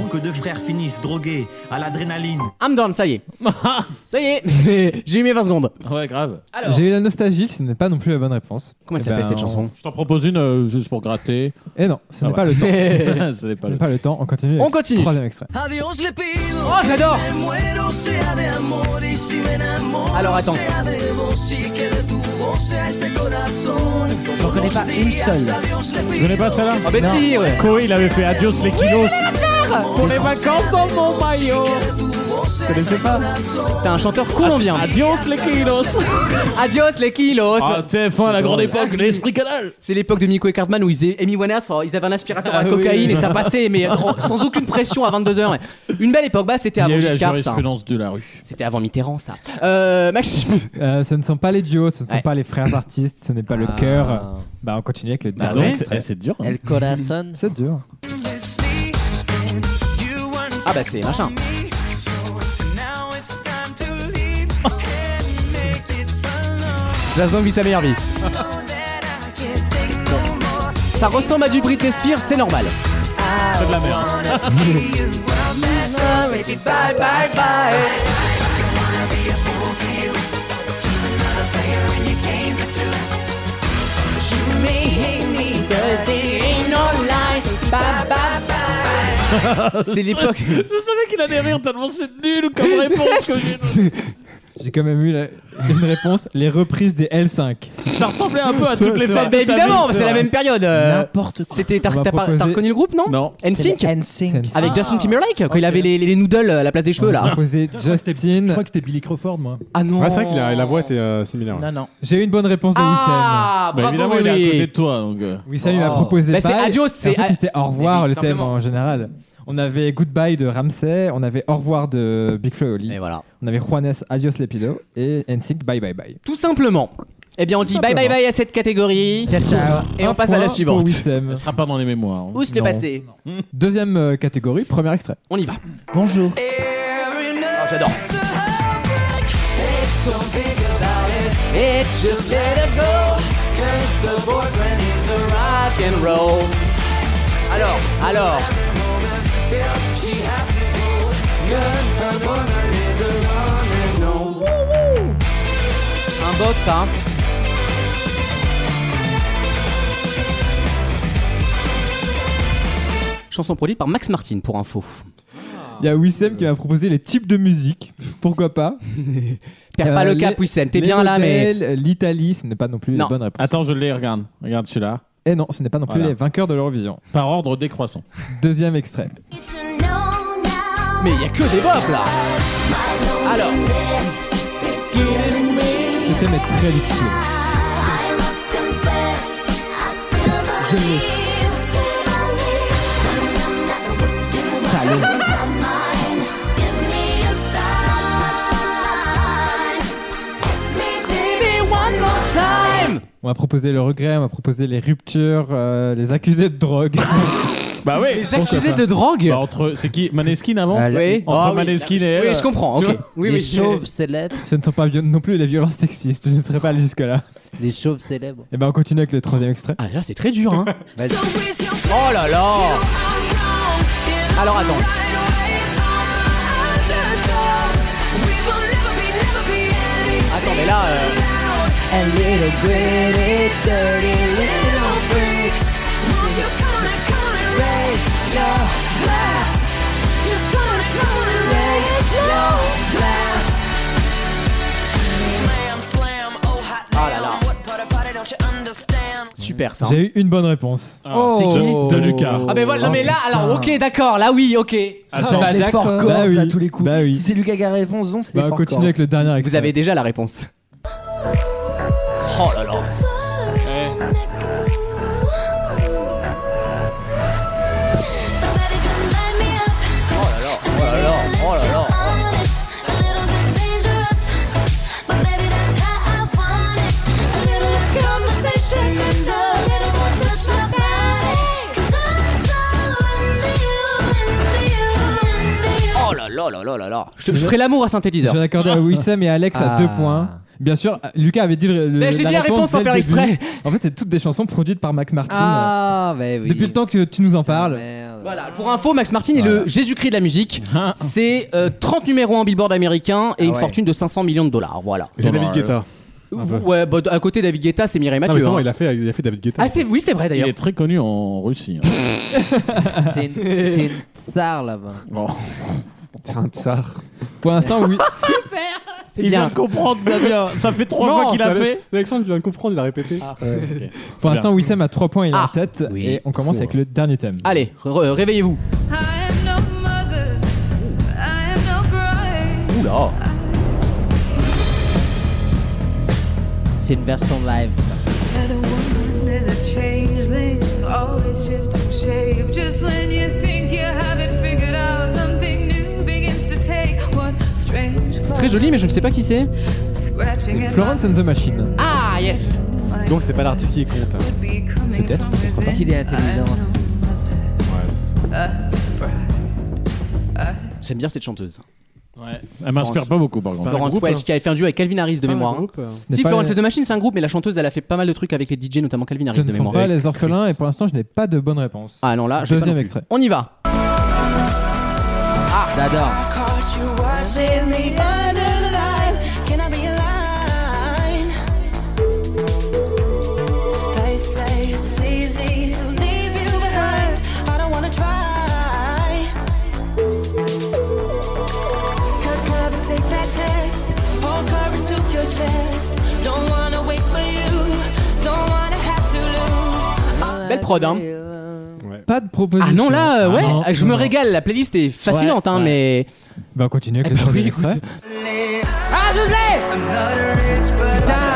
S16: pour que deux frères finissent drogués à l'adrénaline.
S2: I'm done, ça y est. ça y est. j'ai eu mes 20 secondes.
S5: Ouais, grave.
S3: J'ai eu la nostalgie, ce n'est pas non plus la bonne réponse.
S2: Comment elle
S3: Eh
S2: s'appelle,
S3: ben,
S2: cette
S3: on-
S2: chanson
S5: Je t'en propose une euh, juste pour gratter. Ah bah.
S3: Eh non, ce n'est pas le temps.
S5: Ce n'est
S3: Ce
S5: pas
S3: n'est
S5: le
S3: pas le temps, on continue.
S5: On continue.
S3: Troisième extrait.
S13: Adiós le pido.
S2: Oh, j'adore.
S13: Me muero sea de amor y si me enamoro
S2: Alors, attends.
S13: sea de vos y que de tu voz sea este corazón.
S2: J'en connais pas une seule.
S5: Tu connais pas celle-là
S2: Ah bah
S5: Non.
S2: si, ouais.
S5: Koé, il avait fait Adios les kilos. Pour les vacances dans mon maillot.
S2: Je connaissais pas. C'était un chanteur colombien.
S5: Adios les kilos.
S2: Adios les kilos.
S5: Ah, TF1, la grande époque, l'esprit canal.
S2: C'est l'époque de Miko et Cartman où ils, faisaient- Amy Winehouse, oh, ils avaient un aspirateur à
S5: Ah oui,
S2: cocaïne
S5: oui.
S2: et ça passait, mais en- sans aucune pression à 22h. Une belle époque, bah
S5: Il y
S2: c'était
S5: a
S2: avant
S5: eu la
S2: Giscard, ça.
S5: jurisprudence de la rue.
S2: C'était avant Mitterrand, ça. Euh, Maxime.
S3: Euh, ce ne sont pas les duos, ce ne sont
S2: Ouais.
S3: pas les frères artistes, ce n'est pas le
S2: Ah.
S3: cœur. Bah, on continue avec le
S5: Bah
S3: dernier
S5: ouais,
S3: extrait.
S5: eh, c'est dur, hein.
S7: El corazón.
S3: C'est dur.
S2: Ah bah c'est machin. Jason vit sa meilleure vie. Ça ressemble à du Britney Spears, c'est normal.
S5: C'est de la merde.
S13: summer, maybe bye bye bye. You may hate me, but there ain't no lie. Bye bye bye.
S2: C'est l'époque.
S5: Je savais qu'il allait rire tellement c'est nul comme réponse que j'ai.
S3: J'ai quand même eu la- une réponse les reprises des L5.
S5: Ça ressemblait un peu à
S3: Ça,
S5: toutes les
S3: c'est
S5: femmes.
S3: vrai.
S2: Mais
S3: Tout à
S2: Bah, évidemment,
S3: fait,
S2: c'est la
S3: c'est vrai.
S2: même période. euh,
S3: N'importe quoi.
S2: C'était t'as
S3: On va
S2: t'as pas-
S3: proposer- Ah.
S2: t'as reconnu le groupe non
S5: Non.
S2: NSYNC.
S8: NSYNC.
S2: Avec Justin Timberlake quand il
S4: Ok.
S2: avait les, les noodles à la place des cheveux là.
S3: Posé
S4: Je
S3: Justin.
S4: crois que c'était Billy Crawford, moi.
S2: Ah non.
S6: Ouais, c'est vrai que la, la voix était euh, similaire.
S8: Non, non.
S3: J'ai eu une bonne réponse de
S2: Ah,
S5: Bah,
S2: bravo,
S5: évidemment, il
S2: oui.
S5: est à côté de toi. Donc, euh.
S3: Wissem. Wissem il m'a
S2: Oh.
S3: proposé.
S2: Bah, c'est
S3: Bye.
S2: adios,
S3: Et
S2: c'est
S3: En
S2: a-
S3: fait, c'était au revoir
S2: Oui,
S3: le
S2: tout
S3: thème
S2: simplement.
S3: en général. On avait Goodbye de Ramsey, on avait Au revoir de Big Flo et Oli.
S2: Et voilà.
S3: On avait Juanes Adios Lepido et NSYNC Bye Bye Bye.
S2: Tout simplement. Eh bien, on dit bye bye bye à cette catégorie. Ciao ciao. Et
S3: Un
S2: on passe à
S3: point
S2: la
S3: pour
S2: suivante.
S3: Wissem.
S5: Ça sera pas dans les mémoires. hein.
S2: Où se l'est
S3: Non.
S2: passé
S3: Deuxième euh, catégorie, premier extrait.
S2: On y va.
S8: Bonjour.
S2: Oh, J'adore. It's just let it go, 'cause the boyfriend is a rock and roll. Alors, alors. Un bot ça. hein. Chanson produite par Max Martin pour info.
S5: Ah.
S3: Il y a Wissem qui m'a proposé les types de musique. Pourquoi pas
S2: Perds pas
S3: Euh,
S2: le cap,
S3: les-
S2: Wissem, t'es
S3: les
S2: bien là, mais.
S3: modèles, L'Italie, ce n'est pas non plus
S2: Non.
S3: la bonne réponse.
S5: Attends, je l'ai, regarde. Regarde celui-là.
S3: Et non, ce n'est pas non plus
S5: Voilà.
S3: les vainqueurs de l'Eurovision.
S5: Par ordre décroissant.
S3: Deuxième extrait.
S2: Mais il y a que des bops là Alors,
S3: Ce thème est très difficile.
S8: Je l'ai. Salaud.
S2: time
S3: On m'a proposé le regret, on m'a proposé les ruptures, euh, les accusés de drogue.
S5: Bah oui.
S2: Les accusés de drogue
S5: Bah, entre c'est qui Maneskin avant
S2: Ah, oui.
S5: Entre
S2: Ah, oui.
S5: Maneskin et elle.
S2: Oui, je comprends,
S5: tu
S2: ok.
S5: vois
S2: Oui,
S7: les
S2: oui,
S7: chauves célèbres,
S3: Ce ne sont pas viol- non plus les violences sexistes, je ne serais pas allé jusque-là.
S7: les chauves célèbres.
S3: Et ben on continue avec le troisième extrait.
S2: Ah là, c'est très dur, hein Oh là là Alors attends. Attends, mais là... euh, ah
S13: Oh là là.
S2: Super, ça. hein.
S3: J'ai eu une bonne réponse. Oh.
S5: De, de Lucas.
S2: Ah mais voilà, non, mais là, alors, ok, d'accord, là, oui, ok.
S5: Ah,
S8: C'est
S5: ça,
S8: des fort corps
S3: Bah oui.
S8: à tous les coups.
S3: Bah oui.
S8: Si c'est Lucas Garré-Ponzon, c'est
S3: Bah
S8: des
S3: on
S8: fort
S3: continue avec le dernier extrait.
S2: Vous avez déjà la réponse. Oh là là Oh là là Oh là là Oh là là là là là là Je, je ferai l'amour à
S3: Je
S2: synthétiseur.
S3: vais l'accorder à Wissem et Alex à
S2: Ah.
S3: deux points. Bien sûr, euh, Lucas avait dit le, le-
S2: Mais j'ai dit la réponse sans
S3: dès le
S2: faire
S3: début.
S2: exprès.
S3: En fait, c'est toutes des chansons produites par Max Martin.
S2: Ah, bah oui.
S3: Depuis le temps que tu nous en parles.
S2: Voilà, pour info, Max Martin est le Jésus-Christ de la musique. C'est euh, 30 numéros en billboard américain et une
S8: ouais.
S2: fortune de 500 millions de dollars. Voilà.
S6: Et C'est David Guetta. peu.
S2: Ouais, bah, à côté David Guetta, c'est Mireille
S6: Non, mais
S2: Mathieu.
S6: justement,
S2: hein.
S6: il a fait, il a fait David Guetta.
S2: Ah, c'est, oui, c'est vrai
S5: Il
S2: d'ailleurs.
S5: est très connu en Russie. hein.
S7: C'est une, c'est une tsar là-bas.
S5: Bon.
S11: C'est un tsar.
S3: Pour l'instant, oui.
S2: C'est
S5: Il vient
S2: bien.
S5: de comprendre, Damien. Ça fait trois
S6: Non,
S5: fois qu'il
S6: c'est
S5: a
S6: Alex-
S5: fait.
S6: Alexandre vient de comprendre, il a répété.
S3: Pour l'instant, Wissem a 3 points, il est en
S2: Ah.
S3: tête.
S2: Oui.
S3: Et on commence avec le dernier thème.
S2: Allez, re- re- réveillez-vous. Oula.
S7: C'est une version live, ça.
S17: Just when you think you have it figured out, something new begins to take one strange
S2: Très joli, mais je ne sais pas qui c'est.
S17: scratching
S3: C'est Florence and the Machine.
S2: Ah, yes.
S6: Donc, c'est pas l'artiste qui compte. hein.
S17: Peut-être,
S7: Qu'il est intelligent.
S2: J'aime bien cette chanteuse.
S5: Ouais. Elle m'inspire
S2: Florence-
S5: pas beaucoup, par contre.
S2: Florence
S6: groupe,
S2: Welch
S6: hein.
S2: qui avait fait un duo avec Calvin Harris de mémoire. hein.
S3: Ce n'est
S2: Si,
S3: pas
S2: Florence
S3: les-
S2: and the Machine, c'est un groupe, mais la chanteuse, elle a fait pas mal de trucs avec les DJ, notamment Calvin
S3: Ce
S2: Harris
S3: ne
S2: de
S3: sont
S2: mémoire.
S3: pas les orphelins et pour l'instant je n'ai pas de bonne réponse.
S2: Ah non, là, je l'ai pas
S3: Deuxième
S2: non plus.
S3: extrait.
S2: On y va. Ah.
S7: J'adore.
S13: Caught you watching me under the line. Can I be a line? They say it's easy to leave you behind. I don't wanna try. Cut cover, take that test. Hold courage to your chest. Don't wanna wait for you. Don't wanna have to lose.
S2: Belle prod, hein.
S3: Pas de proposition.
S2: Ah non, là, euh,
S3: Ah
S2: ouais,
S3: non,
S2: je
S3: non,
S2: me
S3: non.
S2: régale, la playlist est fascinante, hein,
S3: Ouais,
S2: mais.
S3: Bah, on continue avec
S2: Eh
S3: le
S2: ben
S3: premier
S2: oui,
S3: extrait.
S7: Ah, je l'ai Putain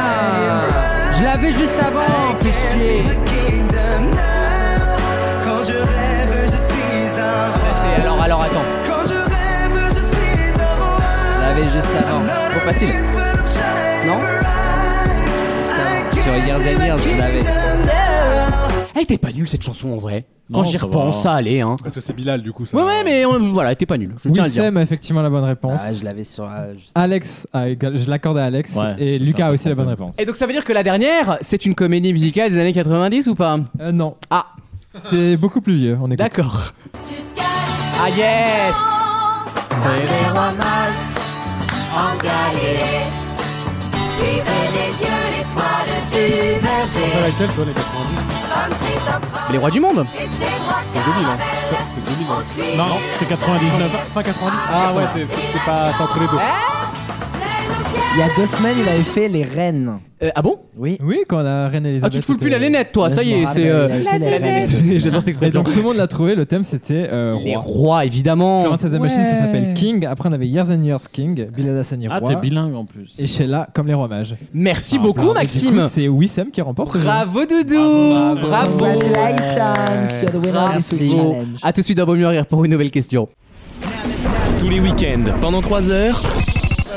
S7: Je l'avais juste avant, fais chier.
S13: Quand je rêve, je suis un roi.
S2: Et Ah, alors, alors, attends.
S13: Quand je rêve, je suis un roi.
S7: Je l'avais juste avant. Trop facile. Non Sur Years and Years, je l'avais.
S2: Elle était pas nulle cette chanson en vrai. Quand
S6: Non,
S2: j'y
S6: ça
S2: repense,
S6: va.
S2: ça allait, hein.
S6: Parce que c'est Bilal, du coup. Ça...
S2: Ouais, ouais, Eh, mais on- voilà, elle était pas nulle, je tiens à le dire.
S3: Wissem a effectivement la bonne réponse.
S7: Ah, je l'avais sur. euh, je-
S3: Alex, a égal- je l'accorde à Alex.
S5: Ouais,
S3: et Lucas a aussi la bonne réponse.
S2: Et donc, ça veut dire que la dernière, c'est une comédie musicale des années 90 ou pas
S3: Euh, non.
S2: Ah,
S3: C'est beaucoup plus vieux, on écoute.
S2: D'accord. ah yes
S13: C'est les rois mages en Galilée. Suivez les yeux les poils du
S6: Pense à
S13: berger.
S6: laquelle, toi, les 90
S13: Comme Christophe
S2: Les rois du monde
S13: et ses rois
S6: C'est 2000, hein. C'est 2000, hein.
S5: Non, c'est 99.
S6: Fin 90. Ah ouais, c'est- c'est pas c'est entre les deux.
S8: Il y a deux semaines, il avait fait les reines.
S7: Euh,
S2: ah bon
S8: Oui.
S3: Oui, quand la reine Elisabeth.
S2: Ah, tu te fous le plus la
S3: était-
S2: nénette, toi, ça y est, c'est. euh,
S8: La nénette.
S2: J'adore cette
S3: Et
S2: expression.
S3: donc tout le monde l'a trouvé, le thème c'était euh,
S2: Les rois, évidemment.
S3: Florence and the Machine, ça
S2: Ouais.
S3: s'appelle King. Après, on avait Years and Years King, Bilal Hassani
S5: Ah,
S3: Roi.
S5: t'es bilingue en plus.
S3: Et Sheila, comme les rois mages.
S2: Merci
S3: Ah,
S2: beaucoup,
S3: bravo.
S2: Maxime.
S3: Du coup, C'est Wissem qui remporte. ce jeu.
S2: Bravo Doudou, bravo.
S8: Congratulations, you're the winner of this
S2: Merci.
S8: challenge.
S2: À tout de suite dans Vaut mieux rire pour une nouvelle question.
S1: Tous les week-ends, pendant 3 heures.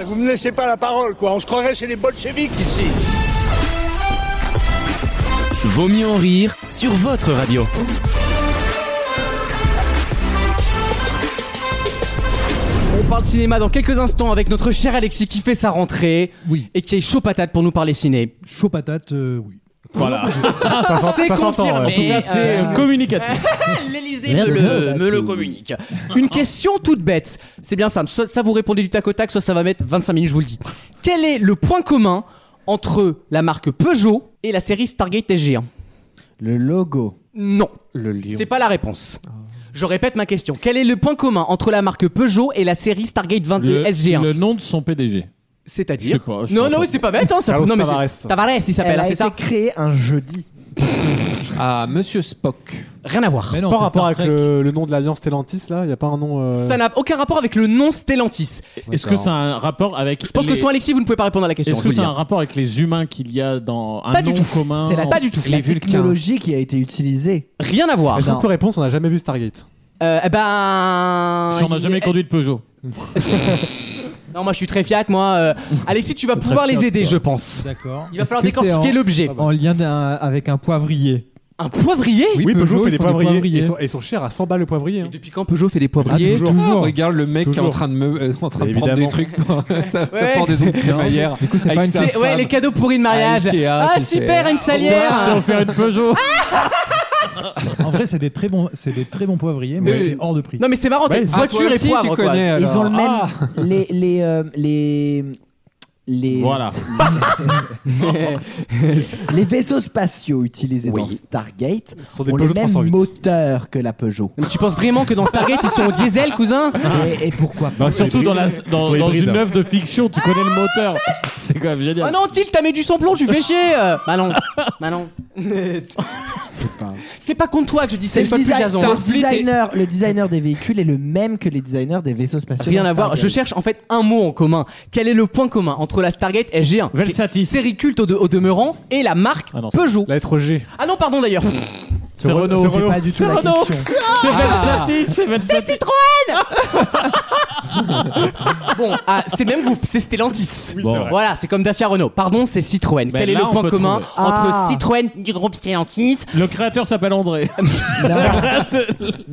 S18: Vous me laissez pas la parole, quoi. On se croirait chez les bolcheviks ici.
S1: Vaut mieux en rire sur votre radio.
S2: On parle cinéma dans quelques instants avec notre cher Alexis qui fait sa rentrée et qui est chaud patate pour nous parler ciné.
S4: Chaud patate, euh, oui.
S5: Voilà. Ah,
S2: C'est confirmé.
S5: En tout cas, c'est
S2: Euh,
S5: communicatif.
S2: L'Elysée me le, me le communique. Une question toute bête. C'est bien simple. Soit ça vous répondez du tac au tac, soit ça va mettre 25 minutes, je vous le dis. Quel est le point commun entre la marque Peugeot et la série Stargate SG1
S8: Le logo.
S2: Non.
S8: Le lion.
S2: C'est pas la réponse. Je répète ma question. Quel est le point commun entre la marque Peugeot et la série Stargate 20
S5: Le,
S2: SG1
S5: le nom de son PDG.
S2: C'est-à-dire
S5: Je sais pas, je
S2: Non,
S5: sais
S2: non,
S5: pas.
S2: mais c'est pas bête. Hein, ça...
S5: Carlos
S2: non, mais
S5: Tavares.
S2: c'est- Tavares, il s'appelle,
S8: Elle
S2: hein,
S8: a
S2: c'est
S8: été
S2: ça
S8: créée un jeudi.
S11: Ah, Monsieur Spock.
S2: Rien à voir.
S6: C'est pas rapport avec le, le nom de l'Alliance Stellantis, là Il a pas un nom. euh,
S2: Ça n'a aucun rapport avec le nom Stellantis.
S5: Est-ce que ça a un rapport avec.
S2: Je pense que
S5: les-
S2: sans Alexis, vous ne pouvez pas répondre à la question.
S5: Est-ce
S2: je
S5: que
S2: vous le
S5: ça a
S2: dis.
S5: un rapport avec les humains qu'il y a dans un
S2: Pas
S5: nom
S2: du tout.
S5: commun
S8: C'est la,
S2: Pas du tout.
S8: la
S2: Les Vulcains.
S8: technologie qui a été utilisée.
S2: Rien à voir.
S6: Est-ce qu'on
S8: Non.
S6: peut répondre On n'a jamais vu Stargate.
S2: Euh, eh ben.
S5: Si on n'a jamais conduit de Peugeot.
S2: Non, moi je suis très fiat, moi. euh, Alexis, tu vas pouvoir les aider, je pense.
S4: D'accord.
S2: Il va falloir
S3: Est-ce que c'est
S2: décortiquer
S3: en-
S2: l'objet.
S3: En lien d'un- avec un poivrier.
S2: Un poivrier
S6: Oui,
S3: Peugeot,
S6: Peugeot,
S3: ils
S6: fait des
S3: font des
S6: poivriers.
S3: poivriers.
S6: Et ils sont, et ils sont chers à 100 balles le poivrier. hein.
S2: Depuis quand Peugeot fait des
S3: Ah,
S2: poivriers
S3: toujours.
S11: Ah, regarde le mec qui est en
S6: Toujours.
S11: train de me, euh, en train de
S6: Et
S11: prendre des
S6: évidemment.
S11: trucs. pour- ça
S2: Ouais.
S11: prend des ongles de crémaillère.
S3: Du coup, c'est
S11: Avec
S3: pas une
S11: sa
S2: C'est- Ouais,
S11: femme.
S2: les cadeaux pourris de mariage.
S11: À Ikea,
S2: ah,
S11: tu sais.
S2: super, une
S5: Je t'ai
S2: salière.
S5: offert une Peugeot.
S4: En vrai, c'est des très bons, c'est des très bons poivriers, mais
S2: Oui.
S4: c'est hors de prix.
S2: Non, mais c'est marrant, t'as
S11: Ouais,
S2: une
S11: c'est- Ah, toi
S2: voiture et
S11: aussi,
S2: poivre,
S11: tu
S2: quoi.
S11: connais, alors.
S8: Ils ont le même.
S11: Ah.
S8: Les. Les. euh, les... Les,
S5: Voilà.
S8: les vaisseaux spatiaux utilisés
S2: Oui.
S8: dans Stargate
S6: sont des
S8: ont
S6: Peugeot
S8: le même
S6: 308.
S8: moteur que la Peugeot.
S2: Mais tu penses vraiment que dans Stargate, ils sont au diesel, cousin
S5: Ah.
S8: Et, et pourquoi pas
S6: Non, ils sont
S5: Bah, Surtout dans, la,
S6: hybrides. Ils
S5: dans,
S6: sont
S5: dans
S6: hybrides.
S5: une œuvre de fiction, tu connais le moteur. C'est quand même
S2: Ah
S5: génial.
S2: non, Tilt, t'as mis du sans plomb, tu fais chier. euh. Bah non, bah non. C'est pas contre toi que je dis ça,
S8: C'est
S2: une
S8: le,
S2: fois de plus,
S8: design-
S2: Jason.
S8: le designer, le designer des véhicules est le même que les designers des vaisseaux spatiaux.
S2: Rien
S8: dans
S2: à voir, je
S8: Stargate.
S2: cherche en fait un mot en commun. Quel est le point commun entre la Stargate SG1 c'est-
S5: Velsatis.
S2: Série culte au, de- au demeurant et la marque
S5: Ah non, c'est-
S2: Peugeot.
S6: La lettre G.
S2: Ah non, pardon d'ailleurs.
S5: C'est Renault.
S8: C'est pas du tout
S5: C'est
S8: la
S5: Renault.
S8: question.
S5: C'est Versatis, c'est
S2: C'est
S5: Versatis.
S2: Citroën Bon, ah, c'est le même groupe, c'est Stellantis.
S6: Bon.
S2: Voilà, c'est comme Dacia Renault. Pardon, c'est Citroën.
S5: Ben
S2: Quel est
S5: là,
S2: le
S5: on
S2: point
S5: peut
S2: commun
S5: trouver.
S2: entre
S8: Ah.
S2: Citroën du groupe Stellantis
S5: Le créateur s'appelle André.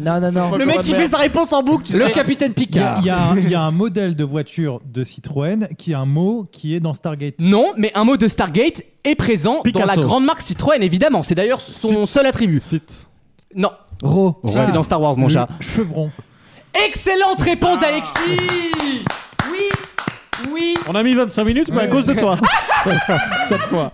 S8: Non, non, non.
S2: Le mec qui fait sa réponse en boucle, tu sais.
S11: capitaine
S4: Il y, a,
S11: Picard.
S4: il y a un- il y a un modèle de voiture de Citroën qui a un mot qui est dans Stargate.
S2: Non, mais un mot de Stargate est présent dans
S5: Picasso.
S2: la grande marque Citroën, évidemment. C'est d'ailleurs son seul attribut.
S6: Site.
S2: Non,
S8: Ro.
S2: c'est dans Star Wars, mon
S4: Le
S2: chat.
S4: Chevron.
S2: Excellente réponse
S5: Ah.
S2: d'Alexis Oui Oui Ah.
S5: On a mis 25 minutes, mais à cause de toi. Cette fois.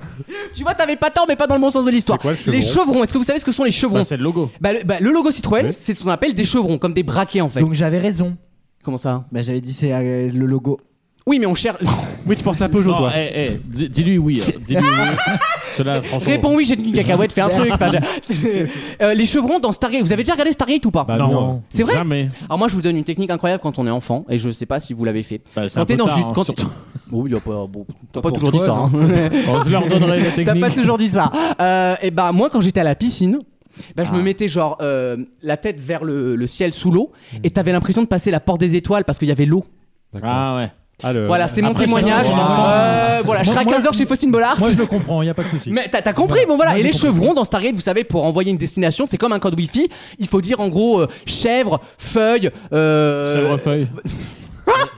S2: Tu vois, t'avais pas tort, mais pas dans le bon sens de l'histoire. les chevrons, est-ce que vous savez ce que sont les chevrons
S5: Bah, c'est le logo.
S2: Bah, le, bah, le logo Citroën, c'est ce qu'on appelle des chevrons, comme des braquets en fait.
S8: Donc j'avais raison.
S2: Comment ça
S8: Bah j'avais dit c'est euh, le logo.
S2: Oui, mais on cherche.
S5: Oui, tu penses à
S2: Peugeot,
S5: non,
S2: toi.
S5: eh, eh, dis- Dis-lui oui. hein. Dis-lui oui. Cela, franchement.
S2: Réponds oui, j'ai une cacahuète, fais un truc. enfin, je- Euh, les chevrons dans Stargate, vous avez déjà regardé Stargate ou pas
S5: Bah, non. non.
S2: C'est vrai
S5: Jamais.
S2: Alors moi je vous donne une technique incroyable quand on est enfant, et je sais pas si vous l'avez fait.
S5: c'est un
S2: quand t'es
S5: peu
S2: dans
S5: tard,
S2: une-
S5: hein,
S2: quand
S5: surtout.
S2: Bon, il y a pas, bon, t'as pas
S5: pour
S2: toujours dit
S5: toi,
S2: ça.
S5: non.
S2: hein.
S5: On se leur donnerait les
S2: T'as pas
S5: techniques.
S2: toujours dit ça. Euh, et ben moi quand j'étais à la piscine. Bah,
S5: Ah.
S2: je me mettais genre euh, la tête vers le, le ciel sous l'eau et t'avais l'impression de passer la porte des étoiles parce qu'il y avait l'eau.
S5: Ah ouais.
S2: Voilà, c'est mon
S5: Après,
S2: témoignage.
S5: c'est bon.
S2: Euh,
S5: Wow.
S2: voilà, je
S5: Moi-
S2: serai à
S5: moi-
S2: 15h chez Faustine Bollard.
S4: Moi, je le comprends, il n'y a pas de souci.
S2: Mais t'as t'as compris, bon voilà.
S4: Moi,
S2: et
S4: j'ai
S2: les
S4: compris.
S2: chevrons dans Stargate, vous savez, pour envoyer une destination, c'est comme un code Wi-Fi. Il faut dire en gros euh, chèvre, feuille. Euh...
S5: Chèvrefeuille.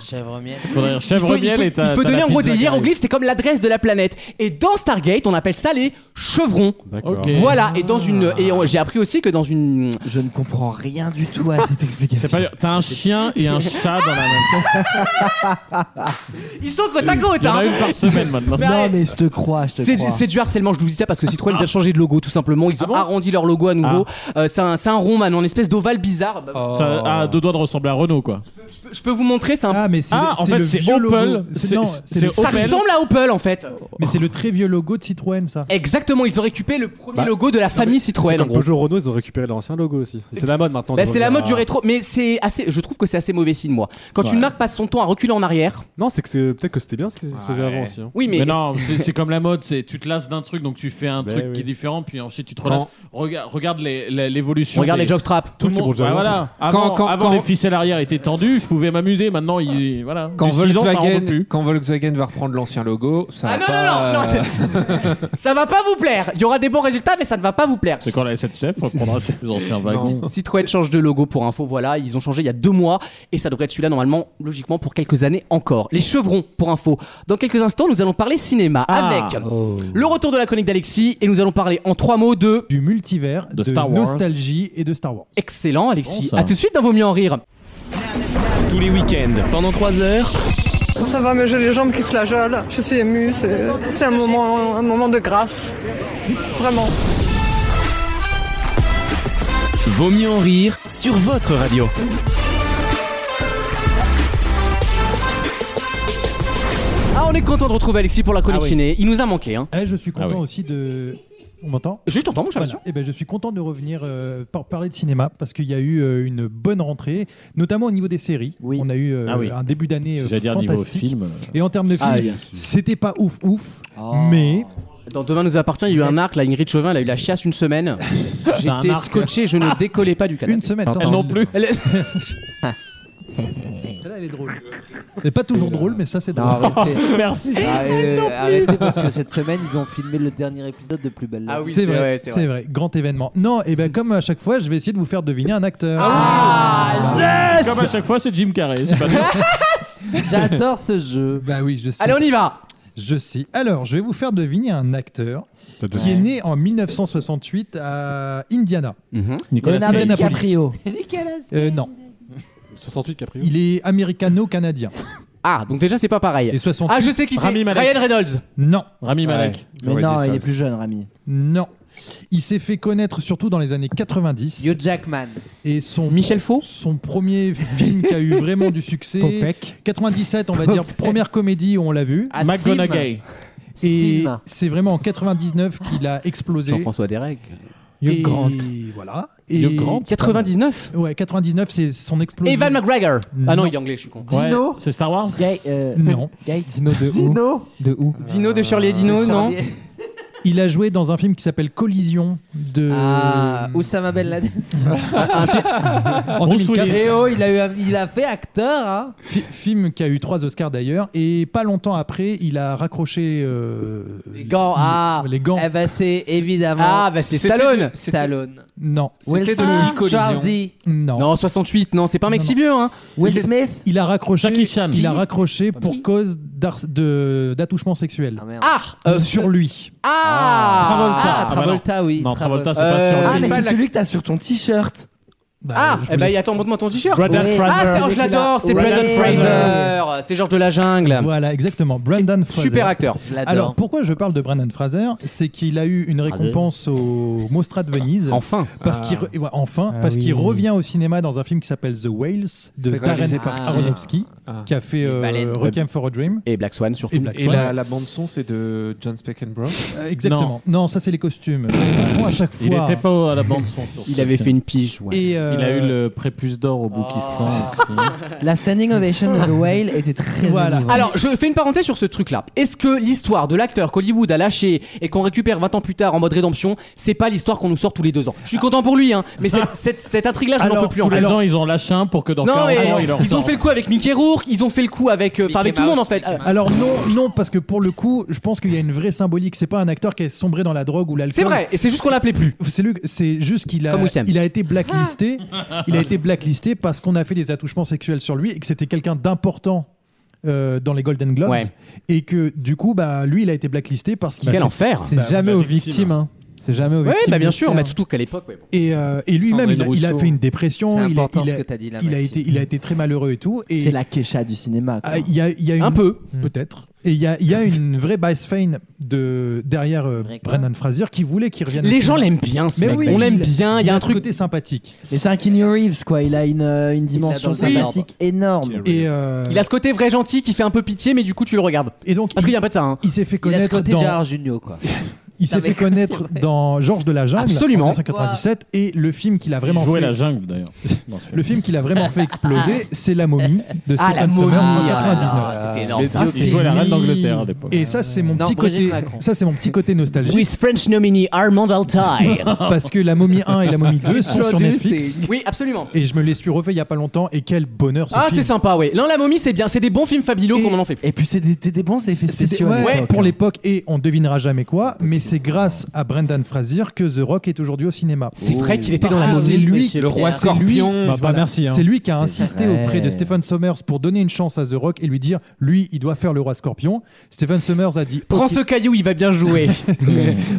S7: Chèvre miel.
S5: Faudrait dire chèvre
S2: il
S5: miel
S2: faut,
S5: et t'as-
S2: il faut
S5: t'as
S2: donner
S5: la
S2: en gros
S5: pizza
S2: des
S5: qui arrive.
S2: hiéroglyphes, c'est comme l'adresse de la planète. Et dans Stargate, on appelle ça les chevrons.
S5: D'accord. Ah. Ok.
S2: Voilà. Et dans une, et on- j'ai appris aussi que dans une,
S8: je ne comprends rien du tout à cette explication.
S5: C'est pas dur. T'as un chien et un chat dans la même.
S2: Ils sont côte à côte,
S5: Il y en a
S2: hein.
S5: une par semaine maintenant.
S2: Mais
S8: non
S2: arrête.
S8: mais je te crois, je te
S2: C'est du,
S8: crois.
S2: c'est du harcèlement, je vous dis ça parce que Citroën
S5: Ah.
S2: vient de changer de logo tout simplement. Ils ont arrondi leur logo à nouveau. Euh, c'est un, c'est un rond man, en espèce d'ovale bizarre. Bah,
S5: Ça a ah, deux doigts de ressembler à Renault quoi.
S2: je, peux- je peux vous montrer, c'est un.
S4: Ah, mais c'est
S5: Ah,
S4: le-
S5: en
S4: c'est
S5: fait,
S4: le
S5: c'est
S4: vieux
S5: Opel.
S4: logo.
S5: C'est-
S4: non,
S5: c'est
S4: le- Oh.
S2: Ça ressemble à Opel en fait.
S4: Mais c'est le très vieux logo de Citroën, ça.
S2: Exactement, ils ont récupéré le premier
S6: Bah,
S2: logo de la famille Citroën en
S6: Comme
S2: gros.
S6: Peugeot Renault, ils ont récupéré leur ancien logo aussi. C'est la mode maintenant.
S2: Bah,
S6: de
S2: c'est la
S6: revenir
S2: mode du
S6: à-
S2: rétro, mais c'est assez. Je trouve que c'est assez mauvais signe, moi. Quand
S6: Ouais.
S2: une marque passe son temps à reculer en arrière.
S6: Non, c'est que c'est peut-être que c'était bien ce qui se faisait avant aussi. hein.
S2: Oui, mais-
S5: non, c'est c'est comme la mode, c'est tu te lasses d'un truc donc tu fais un
S6: Ben
S5: truc
S6: oui.
S5: qui est différent puis ensuite tu te
S6: Quand-
S5: relasses. Rega- regarde les- les- l'évolution.
S2: Regarde
S5: des-
S2: les jockstraps.
S5: Tout le monde.
S2: Tout le monde-
S5: ouais, voilà.
S2: Quand-
S5: Avant,
S2: quand-
S5: avant
S2: quand-
S5: les ficelles arrière étaient tendues, je pouvais m'amuser. Maintenant, il voilà.
S11: Quand
S5: Du six ans, ça rentre
S11: Volkswagen,
S5: plus.
S11: quand Volkswagen va reprendre l'ancien logo, ça
S2: Ah
S11: va
S2: non,
S4: Euh.
S11: pas, euh,
S2: non, non, Ça va pas vous plaire. Il y aura des bons résultats, mais ça ne va pas vous plaire.
S5: C'est quand la SNCF reprendra ses anciens wagons.
S2: Citroën change de logo pour info, voilà, ils ont changé il y a deux mois et ça devrait être celui-là normalement, logiquement, pour quelques années encore. Les chevrons pour info. Dans quelques instants, nous allons parler cinéma
S5: Ah.
S2: avec le retour de la chronique d'Alexis et nous allons parler en trois mots de...
S4: Du multivers,
S2: de,
S4: Star Wars. nostalgie et de Star Wars.
S2: Excellent Alexis,
S1: Bon, ça.
S2: à tout de suite dans Vaut mieux en rire.
S1: Tous les week-ends, pendant 3 heures.
S19: Ça va, mais j'ai les jambes qui flageolent. Je suis émue. C'est c'est un moment, un moment de grâce. Vraiment.
S1: Vaut mieux en rire sur votre radio.
S2: Ah, on est content de retrouver Alexis pour la chronique
S4: Ah oui.
S2: ciné. Il nous a manqué. Hein.
S4: Eh, je suis content aussi de. On m'entend
S2: Je t'entends, mon cher.
S4: Voilà. Eh ben, je suis content de revenir euh, par- parler de cinéma parce qu'il y a eu euh, une bonne rentrée, notamment au niveau des séries. On a eu euh,
S5: Ah oui.
S4: un début d'année euh,
S5: J'allais dire niveau
S4: fantastique.
S5: film, euh.
S4: Et en termes de
S2: Ah,
S4: films,
S2: oui.
S4: c'était pas ouf ouf,
S7: Ah.
S4: mais
S2: Dans Demain Oh. nous appartient, il y a eu un arc, là, Ingrid Chauvin, elle a eu la chiasse une semaine.
S4: J'ai un
S2: J'étais
S4: arc.
S2: scotché, je ne décollais pas du canapé.
S4: Une semaine,
S2: Pardon.
S4: Elle non plus.
S2: Elle-
S4: Celle-là, elle est drôle. C'est pas toujours drôle, mais ça, c'est drôle.
S7: Non, arrêtez. Ah, euh,
S4: Non plus.
S7: arrêtez parce que cette semaine ils ont filmé le dernier épisode de Plus Belle
S2: Ah
S5: Ah
S7: la vie.
S4: c'est vrai, c'est vrai. Grand événement. Non, et ben comme à chaque fois, je vais essayer de vous faire deviner un acteur.
S5: Ah, Comme à chaque fois, c'est Jim Carrey. c'est pas drôle.
S4: J'adore ce jeu. Bah oui, je sais.
S2: Allez, on y va.
S4: Je sais. Alors, je vais vous faire deviner un acteur
S6: deviné.
S4: qui est né en 1968 à Indiana.
S2: Mm-hmm.
S5: Nicolas Cage.
S4: Indianapolis.
S5: DiCaprio.
S4: Euh, non.
S6: 68 Caprio.
S4: Il est américano-canadien.
S2: Ah, donc déjà, c'est pas pareil.
S4: Et 68.
S2: Ah, je sais qui c'est.
S4: Rami Malek.
S2: Ryan Reynolds.
S4: Non.
S5: Rami Malek.
S8: Mais non, il est plus jeune, Rami.
S4: Non. Il s'est fait connaître surtout dans les années 90. Hugh
S7: Jackman.
S4: Et son
S2: Michel Faux.
S4: Son premier film qui a eu vraiment du succès.
S5: Popek.
S4: 97, on va dire première comédie où on l'a vu.
S5: Ah, McGonagall. Sim.
S4: Et
S5: Sim.
S4: c'est vraiment en 99 qu'il a explosé.
S2: Jean-François Derek.
S4: Et
S2: Hugh Grant.
S4: Voilà.
S2: Hugh Grant. 99.
S4: Ouais, 99, c'est son explosion.
S2: Evan McGregor. Ah non, il est anglais, je suis con.
S4: Dino
S5: C'est Star Wars
S4: Non.
S8: Dino de
S4: Dino
S8: De où
S2: Dino de Shirley Dino, non
S4: Il a joué dans un film qui s'appelle Collision de.
S7: Ah, Oussama Ben Laden.
S4: En 2004.
S7: Eh oh, il a, eu un- il a fait acteur, hein.
S4: Fi- film qui a eu trois Oscars d'ailleurs et pas longtemps après il a raccroché euh, les
S7: gants ah
S4: les gants
S7: eh ben c'est évidemment
S2: Ah, bah, c'est C'était Stallone. du- c'était-
S7: Stallone
S4: non
S7: Will C'était Smith. du Collision. Schwarzy.
S4: non
S2: Non, 68, non, c'est pas un mec si vieux. Hein. C'est-
S4: il a raccroché
S5: Jackie Chan.
S4: il a raccroché pour cause d'ar- de d'attouchement sexuel
S2: Ah euh,
S4: sur lui
S2: Ah
S5: Travolta.
S7: Ah, Travolta,
S5: bah non.
S7: oui,
S5: Non, Travolta,
S7: Travolta.
S5: c'est pas sur
S8: Ah,
S5: lui.
S8: mais
S5: Pas
S8: c'est
S5: la-
S8: celui que t'as sur ton t-shirt.
S2: ah, eh ben, attends, montre-moi ton t-shirt.
S4: Brendan
S2: Oui.
S4: Fraser.
S2: Ah, Serge Lador, c'est
S4: Brendan
S2: Brendan
S4: Fraser.
S2: Fraser. C'est Georges de la Jungle.
S4: Voilà, exactement. Brendan Fraser.
S2: Super acteur. Je l'adore.
S4: Alors pourquoi je parle de Brendan Fraser C'est qu'il a eu une récompense au Mostra de Venise.
S2: Enfin.
S4: Parce
S2: Ah.
S4: qu'il re- ouais, enfin
S2: Ah
S4: parce qu'il
S2: oui.
S4: revient au cinéma dans un film qui s'appelle The Whales de
S2: C'est
S4: Darren
S2: réalisé par qui
S4: Aronofsky,
S11: Ah.
S4: qui a fait
S11: Et
S4: euh,
S11: Baleine.
S4: Requiem for a Dream
S2: et Black Swan surtout.
S4: Et Black
S11: Et
S4: Swan.
S11: la, bande son, c'est de John Speckenbrough.
S4: Euh, Exactement. Non. ça c'est les costumes. C'est vraiment à chaque fois.
S5: Il était pas au- à la bande son. sur
S2: Il
S5: ce
S2: avait
S5: film.
S2: fait une pige, ouais.
S4: Et, euh,
S5: Il a eu le prépuce d'or au Boukistan.
S8: La standing ovation de The Whale était très
S2: Voilà.
S8: émouvante.
S2: Alors, je fais une parenthèse sur ce truc-là. Est-ce que l'histoire de l'acteur qu'Hollywood a lâché et qu'on récupère 20 ans plus tard en mode rédemption, c'est pas l'histoire qu'on nous sort tous les deux ans Je suis content pour lui, hein, mais cette, cette- cette intrigue-là, je n'en peux plus en
S5: tous
S2: fait.
S5: les ans, ils en lâchent un pour que dans 40
S2: non, mais
S5: ans, il leur
S2: ils ont fait le coup avec Mickey Rourke, ils ont fait le coup avec, euh, enfin, avec tout le monde en fait. Euh,
S4: Alors non, non, parce que pour le coup, je pense qu'il y a une vraie symbolique. C'est pas un acteur qui est sombré dans la drogue ou l'alcool.
S2: C'est vrai, et c'est juste qu'on l'appelait plus.
S4: C'est le- c'est juste qu'il a,
S2: Comme Wissem.
S4: il a été blacklisté. il a été blacklisté parce qu'on a fait des attouchements sexuels sur lui et que c'était quelqu'un d'important. euh, dans les Golden Globes
S2: Ouais.
S4: et que du coup bah lui il a été blacklisté parce qu'il
S2: Quel enfer.
S3: C'est
S4: Bah,
S3: jamais
S4: bah,
S3: aux
S4: victime.
S3: victimes. hein. C'est jamais aux
S2: Ouais,
S3: victimes.
S2: bah bien sûr, mais
S3: militaires.
S2: surtout qu'à l'époque, ouais, bon.
S4: et, euh, et lui-même il, a-
S2: Sandrine
S4: il a
S2: Rousseau.
S4: fait une dépression
S2: C'est
S4: il a,
S2: important
S4: il a-
S2: ce que t'as dit, là,
S4: il a
S2: Maxime.
S4: été il a été très malheureux et tout et
S8: C'est la Kesha du cinéma. quoi.
S4: Ah, Il y a, il y a une... Mm.
S2: Un peu.
S4: Peut-être. Et il y a, il y a une vraie bias fane de... derrière euh, Brendan Fraser qui voulait qu'il revienne. au
S2: Les
S4: cinéma.
S2: gens l'aiment bien, ce
S4: Mais
S2: mec.
S4: oui,
S2: On
S4: il-
S2: l'aime bien, il y a un
S4: ce
S2: truc.
S4: côté sympathique.
S8: Mais c'est un Keanu Reeves, quoi. Il a une, euh, une dimension
S2: dans le
S8: sympathique énorme.
S4: Et, euh,
S2: Il a ce côté vrai gentil qui fait un peu pitié, mais du coup, tu le regardes.
S4: Et donc,
S2: Parce qu'il y a pas de ça, hein.
S4: Il s'est fait
S7: Il a ce
S4: connaître
S7: côté
S4: dans...
S7: Gérard Junior, quoi.
S4: Il s'est fait connaître dans Georges de la Jungle
S2: Absolument.
S4: en 1997 et le film qu'il a vraiment
S5: Il jouait
S4: fait...
S5: la jungle d'ailleurs. dans ce film.
S4: Le film qu'il a vraiment fait exploser, c'est La Momie de
S2: Ah, La
S4: Stephen Sommers en
S2: Momie, ah,
S4: 99.
S2: c'était énorme. Mais ça,
S4: Ah,
S2: c'est
S5: Il jouait la reine d'Angleterre à l'époque.
S4: Et ça, c'est mon
S2: Non,
S4: petit
S2: Brigitte
S4: côté,
S2: Macron.
S4: ça, c'est mon petit côté nostalgique.
S2: With French nominee Armand Altaï.
S4: Parce que La Momie 1 et La Momie 2 sont sur Netflix.
S2: Oui, absolument.
S4: Et je me les suis refait il y a pas longtemps et quel bonheur ce
S2: Ah,
S4: film.
S2: c'est sympa, ouais. Non, la momie, c'est bien. C'est des bons films Fabilo qu'on en fait.
S8: Et puis c'est des, des- des bons effets
S4: C'était-
S8: spéciaux. à
S4: ouais,
S8: l'époque.
S4: pour l'époque hein. et on devinera jamais quoi, mais c'est grâce à Brendan Fraser que The Rock est aujourd'hui au cinéma.
S2: C'est vrai qu'il était dans
S4: Parce
S2: la
S4: que
S2: momie.
S4: c'est lui,
S2: Monsieur Pierre.
S4: c'est lui-
S11: Scorpion,
S4: bah,
S3: voilà.
S4: merci, hein.
S3: C'est
S4: C'est lui qui a insisté
S3: vrai.
S4: auprès de Stephen Sommers pour donner une chance à The Rock et lui dire lui, il doit faire le roi Scorpion. Stephen Sommers a dit
S2: Prends
S4: Ok.
S2: ce caillou, il va bien jouer.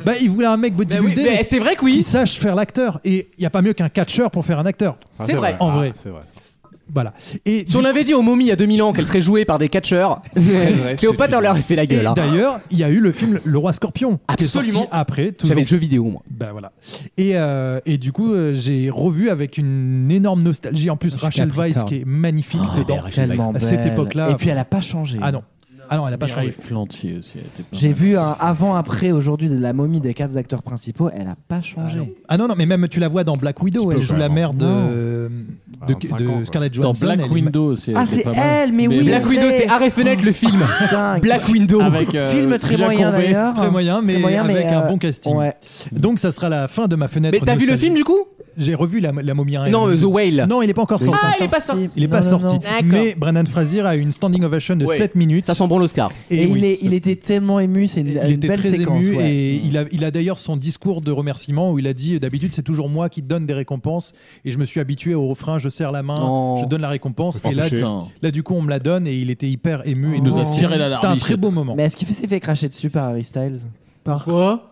S4: bah, il voulait un mec bodybuildé.
S2: mais c'est vrai que oui.
S4: Qui sache faire l'acteur et il y a pas mieux qu'un catcheur pour faire un acteur.
S2: C'est c'est vrai. vrai.
S4: En
S2: Ah,
S4: vrai.
S6: C'est vrai. ça.
S4: Voilà. Et
S2: Si on avait dit aux momies il y a 2000 ans qu'elles seraient jouées par des catcheurs,
S6: vrai,
S2: Cléopâtre leur aurait fait la
S4: Et
S2: gueule. hein.
S4: d'ailleurs, il y a eu le film Le Roi Scorpion. Qui est
S2: Absolument.
S4: sorti après, toujours.
S2: J'avais le jeu vidéo, moi.
S4: Ben voilà. Et, euh, et du coup, euh, j'ai revu avec une énorme nostalgie. En plus,
S8: suis
S4: Rachel
S8: Capricorne.
S4: Weisz qui est magnifique
S2: Ah,
S4: dedans.
S8: Tellement
S4: à cette
S8: belle.
S4: époque-là.
S8: Et puis elle a pas changé.
S4: Ah non. Ah non, elle a pas
S5: Mireille
S4: changé.
S5: Flantier aussi. elle était pas
S8: J'ai
S5: mal.
S8: vu un avant-après aujourd'hui de la momie des quatre acteurs principaux. Elle a pas changé.
S4: Ah non, non, mais même tu la vois dans Black Widow. Elle joue la mère de,
S8: Non.
S4: euh,
S5: Ah,
S4: de, de Scarlett
S5: Dans
S4: Johansson.
S5: Black
S4: elle est
S5: Window aussi. elle
S8: Ah,
S5: était
S8: c'est
S5: pas mal.
S8: elle, mais, oui.
S2: Black
S8: vrai.
S2: Widow, c'est Arrêt Fenêtre, le film.
S8: Dingue.
S2: Black Window.
S5: Avec, euh,
S8: Film très
S5: Julien
S8: moyen
S5: Courbet.
S8: d'ailleurs.
S4: Très moyen, mais
S8: Très moyen, mais,
S4: avec un
S8: euh,
S4: bon casting.
S8: ouais.
S4: Donc, ça sera la fin de ma fenêtre.
S2: Mais t'as vu le
S4: nostalgie.
S2: film du coup
S4: J'ai revu la, la momie 1 et la
S2: Non, euh,
S4: momie
S2: The
S4: 2.
S2: Whale.
S4: Non, il est pas encore sorti.
S2: Ah, il est pas sorti.
S4: Il est pas
S8: Non, non,
S4: sorti.
S8: non.
S2: D'accord.
S4: Mais Brendan Fraser a une standing ovation de
S2: Ouais.
S4: 7 minutes.
S2: Ça sent bon l'Oscar.
S8: Et,
S4: oui,
S8: il, est- il était tellement ému, c'est une,
S4: Il
S8: une
S4: était
S8: belle
S4: très
S8: séquence.
S4: ému
S8: ouais. Mm.
S4: et il a, il a d'ailleurs son discours de remerciement où il a dit d'habitude c'est toujours moi qui te donne des récompenses et je me suis habitué au refrain je serre la main
S2: Oh.
S4: je donne la récompense
S5: Faut
S4: et là,
S5: toucher.
S4: là du coup on me la donne et il était hyper ému et
S5: Il nous a
S4: tout.
S5: tiré la
S4: c'était un très
S5: larmichette.
S4: beau moment
S8: Mais est-ce qu'il s'est fait cracher dessus par Harry Styles
S2: Pourquoi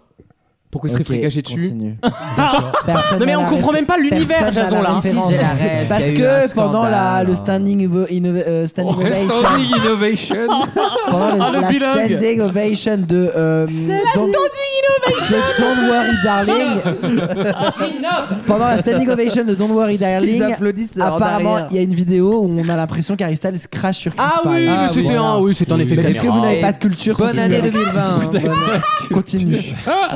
S2: Pourquoi il serait
S8: Ok,
S2: fait cacher dessus
S8: continue.
S4: D'accord.
S8: Personne
S2: Non, mais
S8: n'a
S2: on
S8: la
S2: comprend
S8: réf-
S2: même pas l'univers,
S8: personne n'a
S2: Jason,
S8: la
S2: là, hein.
S8: référence.
S7: Si, j'ai la ref,
S8: Parce
S7: il y a eu
S8: que
S7: un
S8: pendant la,
S7: scandale,
S8: le
S7: hein.
S8: standing, ovo- innova- euh, standing ovation,
S11: Standing Innovation.
S8: pendant le-
S5: Ah, le
S8: la
S5: bilingue.
S8: standing ovation de euh, Don't- de Don't Worry Darling, pendant la standing ovation de Don't Worry
S7: Ils
S8: Darling,
S7: applaudissent en
S8: apparemment
S7: arrière.
S8: il y a une vidéo où on a l'impression qu'Harry Styles crache sur Chris
S2: Ah
S8: Pine.
S2: oui, mais
S8: Ah,
S2: c'était
S8: voilà.
S2: un, oui, c'est un effet
S8: Mais Est-ce que vous
S2: caméra.
S8: n'avez pas de culture
S7: Bonne
S8: continue,
S7: année
S8: hein.
S7: 2020. hein. Bonne-
S8: Continue.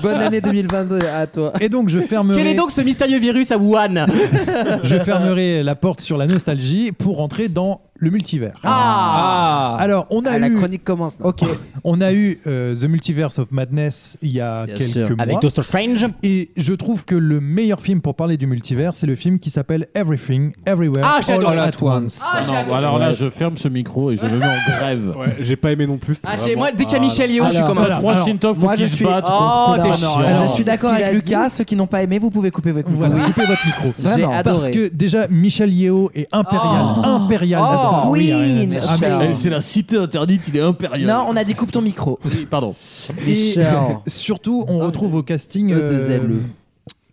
S7: Bonne année 2022 à toi.
S4: et donc je
S2: Quel est
S4: fermerai,
S2: donc ce mystérieux virus à Wuhan
S4: je fermerai la porte sur la nostalgie pour rentrer dans le multivers
S2: Ah,
S4: alors on a
S7: Ah, la
S4: eu
S7: chronique commence. là.
S4: Ok. On a eu euh, The Multiverse of Madness il y a
S7: Bien
S4: quelques
S7: sûr,
S4: mois.
S2: Avec Doctor Strange
S4: Et je trouve que le meilleur film pour parler du multivers, c'est le film qui s'appelle Everything, Everywhere,
S2: Ah, j'ai
S4: All
S2: adoré.
S4: at Once.
S5: Ah non, bah alors là, je ferme ce micro et je me mets en grève.
S6: Ouais, j'ai pas aimé non plus. c'était
S2: Ah, j'ai-
S6: vraiment-
S2: moi, dès qu'il y a Michel Yeo, je suis
S4: Alors,
S2: comme
S5: T'as
S2: un.
S5: trois
S4: alors,
S5: Shintoff
S8: moi,
S5: qui
S8: je
S5: se
S8: suis-
S5: battent.
S2: Oh,
S8: Condamné.
S2: t'es chiant.
S8: Alors,
S4: Alors,
S8: je suis d'accord
S7: ce qu'il
S8: avec
S7: a
S8: Lucas, ceux qui n'ont pas aimé, vous pouvez couper votre micro.
S4: Voilà, coupez votre micro.
S7: J'ai
S8: Vraiment.
S4: Parce
S7: adoré.
S4: que déjà, Michel Yeo est impérial. Impérial.
S7: Oh,
S4: la drame.
S8: Queen.
S4: Oui, Ariane.
S8: Michel.
S4: Ah, mais-
S5: Eh, C'est la cité interdite, il est impérial.
S8: Non, on a dit coupe ton micro.
S5: Oui, pardon.
S4: Et
S7: Michel. Oh, E
S4: surtout, on retrouve au casting euh,
S7: E2L.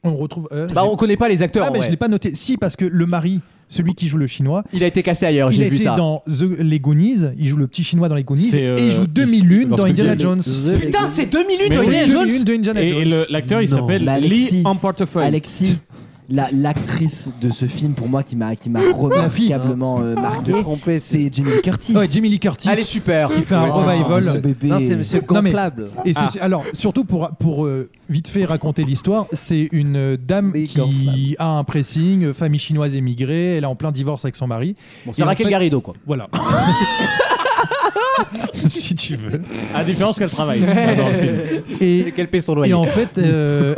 S4: On retrouve. euh,
S2: Bah,
S4: je-
S2: on connaît pas les acteurs,
S4: Ah,
S2: en
S4: mais
S2: vrai.
S4: je l'ai pas noté. Si, parce que le mari, celui qui joue le chinois.
S2: Il a été cassé ailleurs,
S4: il
S2: j'ai
S4: a
S2: vu
S4: été
S2: ça.
S4: dans The- les Goonies. Il joue le petit chinois dans les Goonies.
S5: C'est, euh,
S4: et il joue
S5: il-
S4: 2001
S5: dans
S4: dans,
S5: Scooby-Doo.
S4: Indiana Jones.
S2: Putain, c'est 2001
S5: Mais
S2: dans
S5: oui.
S2: Indiana Jones.
S4: 2001 de Indiana
S5: Et- et
S4: Jones.
S5: le- l'acteur, il
S4: Non.
S5: s'appelle
S8: Mais
S5: Lee
S8: Alexis-
S5: en portefeuille.
S8: Alexis, la- l'actrice de ce film pour moi qui m'a qui m'a remarquablement euh, marqué, c'est Jamie Lee Curtis.
S4: Ouais, Jamie Lee Curtis.
S8: Elle est super.
S4: Qui fait un
S8: Ouais, c'est
S4: revival.
S8: ça, ce bébé. Non, c'est Monsieur
S4: Non, mais-
S8: Gonflable.
S4: Et c'est-
S8: Ah.
S4: c'est- alors, surtout pour, pour euh, vite fait raconter l'histoire, c'est une euh, dame qui a un pressing, euh, famille chinoise émigrée, elle est en plein divorce avec son mari.
S2: c'est
S4: Et en
S2: Raquel
S4: fait-
S2: Garrido, quoi.
S4: Voilà. si tu veux.
S5: À différence qu'elle travaille dans le film.
S4: Et,
S2: qu'elle paie son loyer.
S4: Et en fait, euh,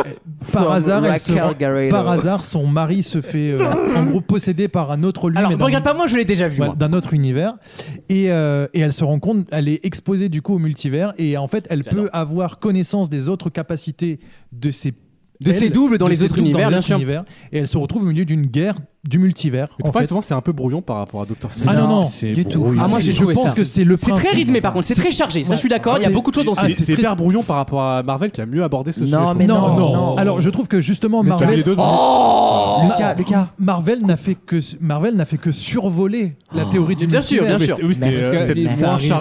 S4: par,
S2: From
S4: hasard, elle se
S2: Raquel
S4: rend-
S2: Garrido.
S4: par hasard, son mari se fait euh, en gros possédé par un autre lui.
S2: Alors,
S4: mais
S2: me
S4: d'un-
S2: regarde pas, moi, je l'ai déjà vu,
S4: voilà,
S2: moi.
S4: D'un autre univers. Et, euh, et elle se rend compte, elle est exposée du coup au multivers. Et en fait, elle peut avoir connaissance des autres capacités de ses.
S2: De ses
S4: elle,
S2: doubles dans
S4: de
S2: les
S4: ses
S2: autres
S4: doubles
S2: univers,
S4: les
S2: bien
S4: autres
S2: sûr.
S4: univers. et elle se retrouve au milieu d'une guerre du multivers. En fait,
S6: c'est un peu brouillon par rapport à Doctor Sleep.
S4: Ah non, non,
S6: brouillon.
S4: Ah, moi, j'ai joué
S6: Je pense
S4: ça.
S6: que c'est le
S2: C'est très
S6: principe.
S2: rythmé, par contre, c'est très chargé. Ça,
S6: Ouais.
S2: je suis d'accord. Il y a
S6: C'est-
S2: beaucoup de choses dans ce
S6: ah,
S2: film.
S6: C'est hyper brouillon par rapport à Marvel qui a mieux abordé ce sujet. je trouve.
S4: non, Alors, je trouve que justement,
S6: Le
S4: Marvel.
S6: cas- les deux, non.
S4: Ma-
S6: Lucas,
S4: Marvel n'a fait que Marvel n'a fait que survoler la théorie du
S2: Ah. Bien sûr, bien
S4: multivers.
S2: sûr.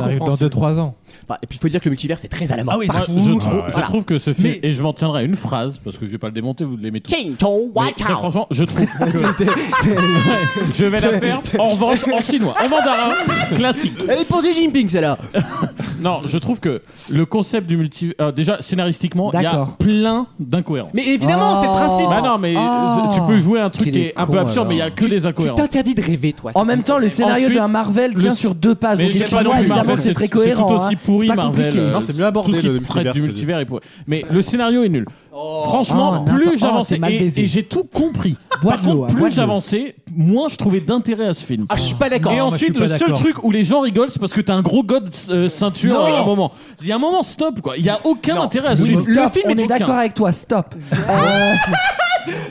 S2: euh,
S4: ans.
S2: Bah, et puis, il faut dire que le multivers, c'est très à la mode.
S4: Ah oui,
S5: Moi,
S2: partout.
S5: je, trouve, je
S2: Voilà.
S5: trouve que ce film,
S2: Mais-
S5: et je m'en tiendrai à une phrase, parce que je vais pas le démonter, vous l'aimez tous.
S2: Ching chong,
S5: Mais
S2: wa
S5: très
S2: chao.
S5: franchement, je trouve que. je vais la faire en revanche en chinois, en mandarin, classique.
S2: Elle est pour Xi Jinping, celle-là.
S5: non, je trouve que le concept du multi. euh, déjà, scénaristiquement, il y a
S2: D'accord.
S5: plein d'incohérences.
S2: Mais évidemment, c'est le principe.
S5: Bah non, mais
S2: Ah.
S5: tu peux jouer un truc
S2: Qu'il
S5: qui
S2: est
S5: est un
S2: con,
S5: peu absurde,
S2: alors.
S5: mais il y a que
S2: Tu-
S5: les
S2: Tu
S5: incohérences.
S2: t'interdis de rêver, toi.
S8: En même temps, le scénario
S5: Ensuite,
S8: d'un Marvel
S5: le-
S8: tient sur deux pages,
S5: Mais
S8: donc
S5: j'ai pas non
S8: effectivement,
S5: plus
S8: évidemment,
S5: Marvel,
S8: que c'est très
S5: C'est
S8: cohérent.
S5: tout aussi
S8: hein.
S5: pourri
S8: C'est pas
S5: Marvel.
S8: compliqué.
S5: euh,
S6: Non, c'est mieux abordé,
S5: Tout ce qui
S6: le
S5: traite
S6: multivers,
S5: du
S6: je te dis.
S5: multivers est pourri. Mais le scénario est nul. Franchement,
S8: Oh,
S5: plus
S8: n'importe- oh,
S5: j'avançais
S8: t'es mal
S5: et-
S8: baisé.
S5: et, j'ai tout compris.
S8: Bois
S5: Par
S8: de l'eau,
S5: contre,
S8: hein, bois
S5: plus
S8: de l'eau.
S5: j'avançais, moins je trouvais d'intérêt à ce film.
S2: Ah, je suis pas d'accord.
S5: Et
S2: Ah, moi, je suis
S5: ensuite,
S2: pas
S5: le seul
S2: d'accord.
S5: truc où les gens rigolent, c'est parce que t'as un gros god euh, ceinture
S2: Non.
S5: à un moment. Il y a un moment stop quoi. Il y a aucun intérêt à ce
S8: Oui,
S5: film.
S8: stop, on est d'accord avec toi, stop. Euh,